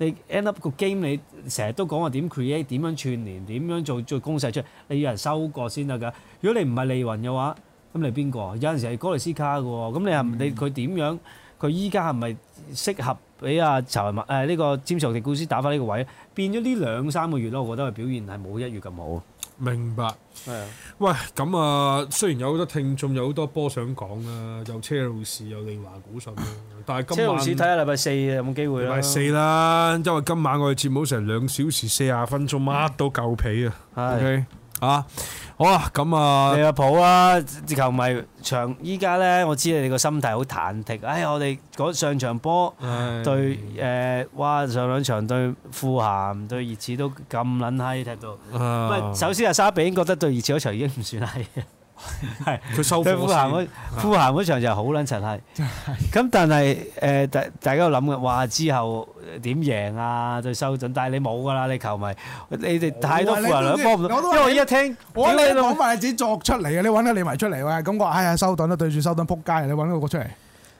[SPEAKER 2] 你 end up 個 game 你成日都講話點 create 點樣串連點樣做做攻勢出嚟，你要人收割先得㗎。如果你唔係利雲嘅話，咁你邊個啊？有陣時係哥利斯卡嘅喎，咁你
[SPEAKER 1] 嗯
[SPEAKER 2] 係你佢點樣？佢依家係咪適合俾阿查文誒呢個詹士迪古斯打翻呢個位？變咗呢兩三個月咯，我覺得佢表現係冇一月咁好。
[SPEAKER 1] 明白。
[SPEAKER 2] 係啊，
[SPEAKER 1] 喂，咁啊，雖然有好多聽眾有好多波想講啦，有車路士，有利華古信啦，但係
[SPEAKER 2] 車
[SPEAKER 1] 今
[SPEAKER 2] 路
[SPEAKER 1] 晚
[SPEAKER 2] 士睇下禮拜四有冇機會
[SPEAKER 1] 禮
[SPEAKER 2] 啦。
[SPEAKER 1] 拜四啦，因為今晚我哋節目成兩小時四十分鐘，乜都夠皮啊。
[SPEAKER 2] 係
[SPEAKER 1] OK，啊，好啊，咁啊
[SPEAKER 2] 利，物浦啊，球迷場依家咧，我知你哋個心態好忐忑。哎呀，我哋嗰上場波。
[SPEAKER 1] 唉
[SPEAKER 2] 對誒、哇！上兩場對富咸、對熱刺都咁撚閪踢到。唔
[SPEAKER 1] 啊
[SPEAKER 2] 係，首先阿沙比已經覺得對熱刺嗰場已經唔算閪，係
[SPEAKER 1] 佢收
[SPEAKER 2] 對富
[SPEAKER 1] 貨先
[SPEAKER 2] 咸嗰富咸嗰場就好撚柒閪。咁但係誒，大大家有諗嘅，哇！之後點贏啊？對修頓，但係你冇㗎啦，你球迷，你哋太多富咸兩波唔
[SPEAKER 3] 我
[SPEAKER 2] 到，
[SPEAKER 3] 都
[SPEAKER 2] 因
[SPEAKER 3] 話
[SPEAKER 2] 為我
[SPEAKER 3] 你
[SPEAKER 2] 一聽，
[SPEAKER 3] 我
[SPEAKER 2] 屌
[SPEAKER 3] 你
[SPEAKER 2] 你老
[SPEAKER 3] 講法你自己作出嚟嘅，你揾咗你埋出嚟嘅，咁我哎呀收頓啦，對住收頓撲街，你揾嗰個出嚟，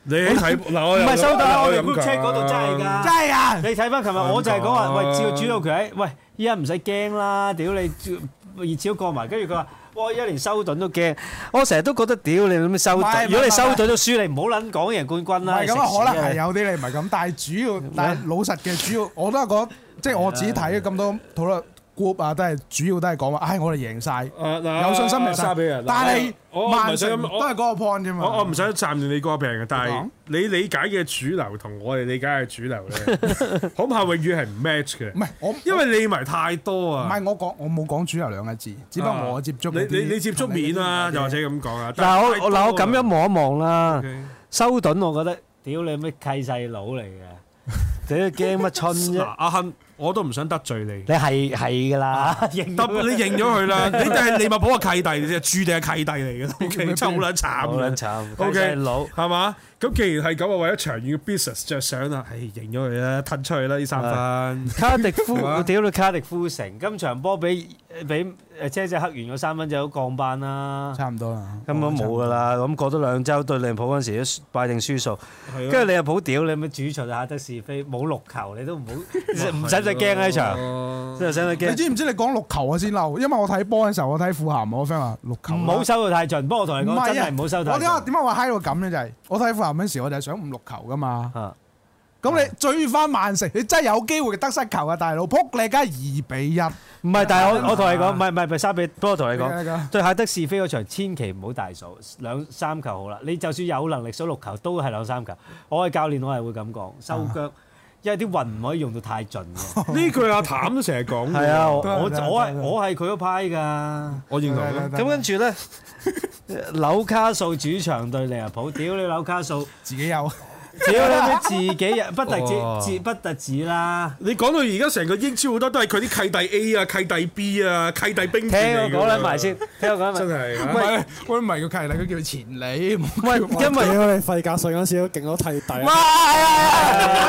[SPEAKER 1] 你睇嗱，我又
[SPEAKER 2] 唔係收
[SPEAKER 1] 嗱
[SPEAKER 2] 檔我哋
[SPEAKER 1] 又咁
[SPEAKER 2] group chat 嗰度真係㗎
[SPEAKER 1] 講
[SPEAKER 3] 真 係啊！
[SPEAKER 2] 你睇翻琴日，我就係講話，喂，照主導權，喂，依家唔使驚啦，屌你，熱潮過埋，跟住佢話，哇，一連修頓都驚，我成日都覺得，屌你咁修
[SPEAKER 3] 唔係
[SPEAKER 2] 頓，
[SPEAKER 3] 唔係
[SPEAKER 2] 如果你修頓都輸，你唔好撚講贏冠
[SPEAKER 3] 唔
[SPEAKER 2] 軍啦，
[SPEAKER 3] 係咁
[SPEAKER 2] 你食屎
[SPEAKER 3] 啊，可能係有啲你唔係咁，但係主要，但係老實嘅主要，我都係講，即
[SPEAKER 1] 啊
[SPEAKER 3] 係我自己睇咁多討論 group 啊，都係主要都係講話，唉，我哋贏晒，
[SPEAKER 1] 啊嗱
[SPEAKER 3] 有信心嚟
[SPEAKER 1] 沙比啊
[SPEAKER 3] 晒
[SPEAKER 1] 嗱，
[SPEAKER 3] 但係
[SPEAKER 1] 我我唔
[SPEAKER 3] 曼
[SPEAKER 1] 係想
[SPEAKER 3] 城
[SPEAKER 1] 咁
[SPEAKER 3] 都
[SPEAKER 1] 我
[SPEAKER 3] 係嗰個 point
[SPEAKER 2] 嗯
[SPEAKER 3] 啫嘛。
[SPEAKER 1] 我我唔想暫斷你個病嘅，但
[SPEAKER 3] 你
[SPEAKER 1] 係
[SPEAKER 3] 講
[SPEAKER 1] 你理解嘅主流同我哋理解嘅主流咧， 恐怕永遠係唔 match 嘅
[SPEAKER 3] 唔。係我，
[SPEAKER 1] 因為你埋太多
[SPEAKER 3] 唔
[SPEAKER 1] 啊。
[SPEAKER 3] 係我講，我冇講主流兩個字，只不過我接觸
[SPEAKER 1] 你
[SPEAKER 3] 嗰啲
[SPEAKER 1] 你你接觸面啦，又或者咁講啊。但係
[SPEAKER 2] 嗱我我嗱我咁樣望一望啦，
[SPEAKER 1] OK
[SPEAKER 2] 修 頓我覺得，屌你咩契細佬嚟嘅，你都驚乜春
[SPEAKER 1] 嗱
[SPEAKER 2] 啫？
[SPEAKER 1] 阿亨我都唔想得罪你。
[SPEAKER 2] 你係係㗎 啦，認
[SPEAKER 1] 得你認咗佢 啦，你就係利物浦嘅契弟，你就注定係契弟嚟 嘅，OK，真係好撚
[SPEAKER 2] 好
[SPEAKER 1] 慘
[SPEAKER 2] 撚
[SPEAKER 1] 啦，
[SPEAKER 2] 慘
[SPEAKER 1] OK
[SPEAKER 2] 細佬
[SPEAKER 1] 係嘛？咁既然係咁，我為咗長遠嘅 business 着想啦，唉，認咗佢啦，褪出去啦呢三分，
[SPEAKER 2] 卡迪 夫
[SPEAKER 1] 係嘛，
[SPEAKER 2] 屌你卡迪夫城，今場波俾俾誒車仔黑完嗰三分就都降班啦。
[SPEAKER 3] 差唔多啦，
[SPEAKER 2] 根本冇噶啦，咁過咗兩週對利物浦嗰陣時都輸敗定輸數，
[SPEAKER 1] 跟
[SPEAKER 2] 跟住利物浦屌你咪主場就下得是非，冇六球你都 唔好，唔使唔使驚啊呢場，
[SPEAKER 1] 場，
[SPEAKER 2] 真係使唔使
[SPEAKER 3] 你
[SPEAKER 2] 驚？
[SPEAKER 3] 知唔知你講六球我先嬲？因為我睇波嘅時候，我睇富咸，我 friend 話六球啦
[SPEAKER 2] 唔好收到太盡，不過我同你
[SPEAKER 3] 唔
[SPEAKER 2] 講真
[SPEAKER 3] 係啊
[SPEAKER 2] 係唔好收
[SPEAKER 3] 我
[SPEAKER 2] 太
[SPEAKER 3] 點解
[SPEAKER 2] 盡。
[SPEAKER 3] 點解話嗨到咁咧？就係我睇富咸嗰時，我就係想五六球噶嘛。
[SPEAKER 2] 啊
[SPEAKER 3] 咁你追翻曼城，你真係有機會得失球啊，大佬！撲你梗係二比一。
[SPEAKER 2] 唔係，但係我我同你講，唔係唔係唔係沙比，不過我同你講。
[SPEAKER 3] 你講
[SPEAKER 2] 對下德是非嗰場，千祈唔好大數兩三球好啦。你就算有能力數六球，都係兩三球。我係教練，我係會咁講收腳，因為啲運唔可以用到太盡嘅。
[SPEAKER 1] 呢句阿譚都成日講，
[SPEAKER 2] 係啊，我
[SPEAKER 3] 得
[SPEAKER 2] 我我
[SPEAKER 3] 得
[SPEAKER 2] 係
[SPEAKER 3] 得
[SPEAKER 2] 我係佢嗰派㗎。
[SPEAKER 1] 我認同啊
[SPEAKER 2] 咁跟住咧，紐卡素主場對利物浦，屌你紐卡素，
[SPEAKER 3] 自己有，
[SPEAKER 2] 屌你咪自己人，不特
[SPEAKER 1] 哇
[SPEAKER 2] 止自不特止啦。
[SPEAKER 1] 你講到而家成個英超好多都係佢啲契弟 A 啊、契弟 B 啊、契弟兵團
[SPEAKER 2] 聽我
[SPEAKER 1] 嚟㗎
[SPEAKER 2] 講撚埋先，，聽我講
[SPEAKER 1] 真
[SPEAKER 2] 埋。
[SPEAKER 1] 係
[SPEAKER 3] 唔
[SPEAKER 1] 啊
[SPEAKER 3] 係佢唔係叫契弟，佢叫前理。
[SPEAKER 2] 唔係因為。
[SPEAKER 4] 屌你費格遜嗰時都勁到替底，
[SPEAKER 3] 哇！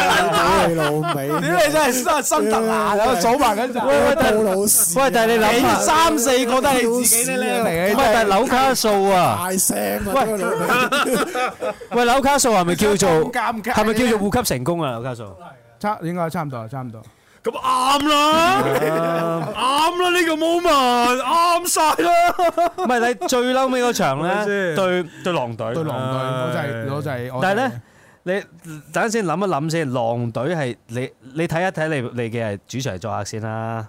[SPEAKER 3] 係
[SPEAKER 4] 屌你老味，
[SPEAKER 3] 屌你真係心心突難啊！數埋嗰陣，
[SPEAKER 2] 喂但
[SPEAKER 4] 布老屎，
[SPEAKER 2] 喂，但係你諗
[SPEAKER 3] 你
[SPEAKER 2] 下，
[SPEAKER 3] 三四個都係你自己啲僆嚟
[SPEAKER 2] 唔係
[SPEAKER 3] 嘅。
[SPEAKER 2] 但係紐卡素啊，
[SPEAKER 4] 大聲啊！屌你老味
[SPEAKER 2] 喂紐卡素係咪叫做
[SPEAKER 3] 咁尷尬
[SPEAKER 2] 係咪叫做護級成功啊？紐卡素
[SPEAKER 3] 差應該差唔多，差唔多。
[SPEAKER 1] 咁啱啦，啱啦呢個 moment，啱晒啦。
[SPEAKER 2] 唔係你最嬲尾嗰場
[SPEAKER 1] 係咪
[SPEAKER 2] 咧，
[SPEAKER 1] 先
[SPEAKER 2] 對對狼隊，
[SPEAKER 3] 對狼隊，我就係
[SPEAKER 1] 唉
[SPEAKER 3] 我就係我。
[SPEAKER 2] 但係咧，你等陣先諗一諗先，狼隊係你你睇一睇你你嘅係主場作客先啦，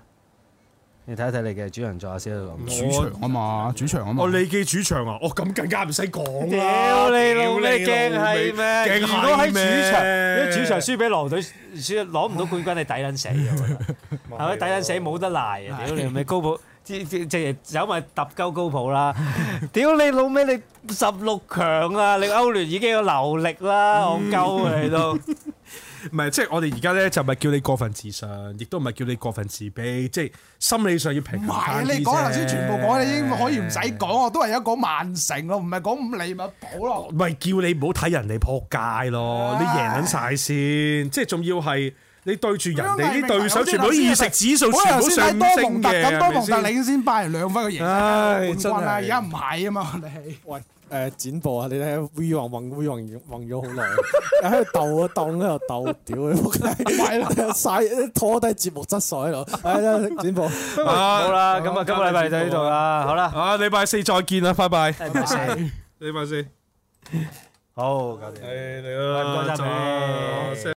[SPEAKER 2] 你睇一睇你嘅主場作客先狼隊。
[SPEAKER 3] 主場啊嘛，主場啊嘛。
[SPEAKER 1] 我利記主場啊，我咁更加唔使講啦。
[SPEAKER 2] 屌你老味，驚係
[SPEAKER 1] 係
[SPEAKER 2] 咩？
[SPEAKER 1] 驚
[SPEAKER 2] 如果喺
[SPEAKER 1] 係
[SPEAKER 2] 主
[SPEAKER 1] 咩？
[SPEAKER 2] 場，如果主場輸俾狼隊，輸攞唔到冠軍，你抵撚死啊！我覺得係咪抵撚死冇得賴啊！屌你咪高普，即即即走埋揼鳩高普啦！屌你老味，你十六強啊！你歐聯已經有流力啦，戇鳩啊你都。
[SPEAKER 1] 唔係，即係我哋而家咧就唔係叫你過分自信，亦都唔係叫你過分自卑，即係心理上要平
[SPEAKER 3] 唔
[SPEAKER 1] 衡
[SPEAKER 3] 係
[SPEAKER 1] 返啲
[SPEAKER 3] 你講頭先
[SPEAKER 1] 啫
[SPEAKER 3] 全部講，你已經可以唔使講，我都係有講曼城咯，唔係講五利物浦咯。
[SPEAKER 1] 咪叫你唔好睇人哋撲街咯，你贏撚晒先，即係仲要係你對住人哋啲對手，全部都意識指數
[SPEAKER 3] 我
[SPEAKER 1] 全
[SPEAKER 3] 頭
[SPEAKER 1] 部
[SPEAKER 3] 先
[SPEAKER 1] 上
[SPEAKER 3] 睇多
[SPEAKER 1] 升
[SPEAKER 3] 蒙特
[SPEAKER 1] 嘅，
[SPEAKER 3] 咁，
[SPEAKER 1] 係
[SPEAKER 3] 多
[SPEAKER 1] 咪
[SPEAKER 3] 蒙特
[SPEAKER 1] 先？
[SPEAKER 3] 領先拜仁兩分嘅贏
[SPEAKER 1] 唉，真
[SPEAKER 3] 冠軍啦，而家
[SPEAKER 1] 係
[SPEAKER 3] 唔係啊嘛，我哋
[SPEAKER 4] 喂， 誒剪播啊！你睇 V 宏宏 V 宏宏咗好耐，喺度鬥啊鬥喺度鬥，屌 你 仆街！晒拖低節目質素喺度，誒剪播。
[SPEAKER 1] 啊
[SPEAKER 2] 好啦，咁啊，今個禮拜就到呢度啦，好啦，
[SPEAKER 1] 啊！禮拜四再見啦，拜拜。 禮拜四，
[SPEAKER 2] 好，搞掂。
[SPEAKER 1] 係你
[SPEAKER 2] 唔該
[SPEAKER 1] 啦，
[SPEAKER 2] 晒
[SPEAKER 1] 走啦
[SPEAKER 2] 你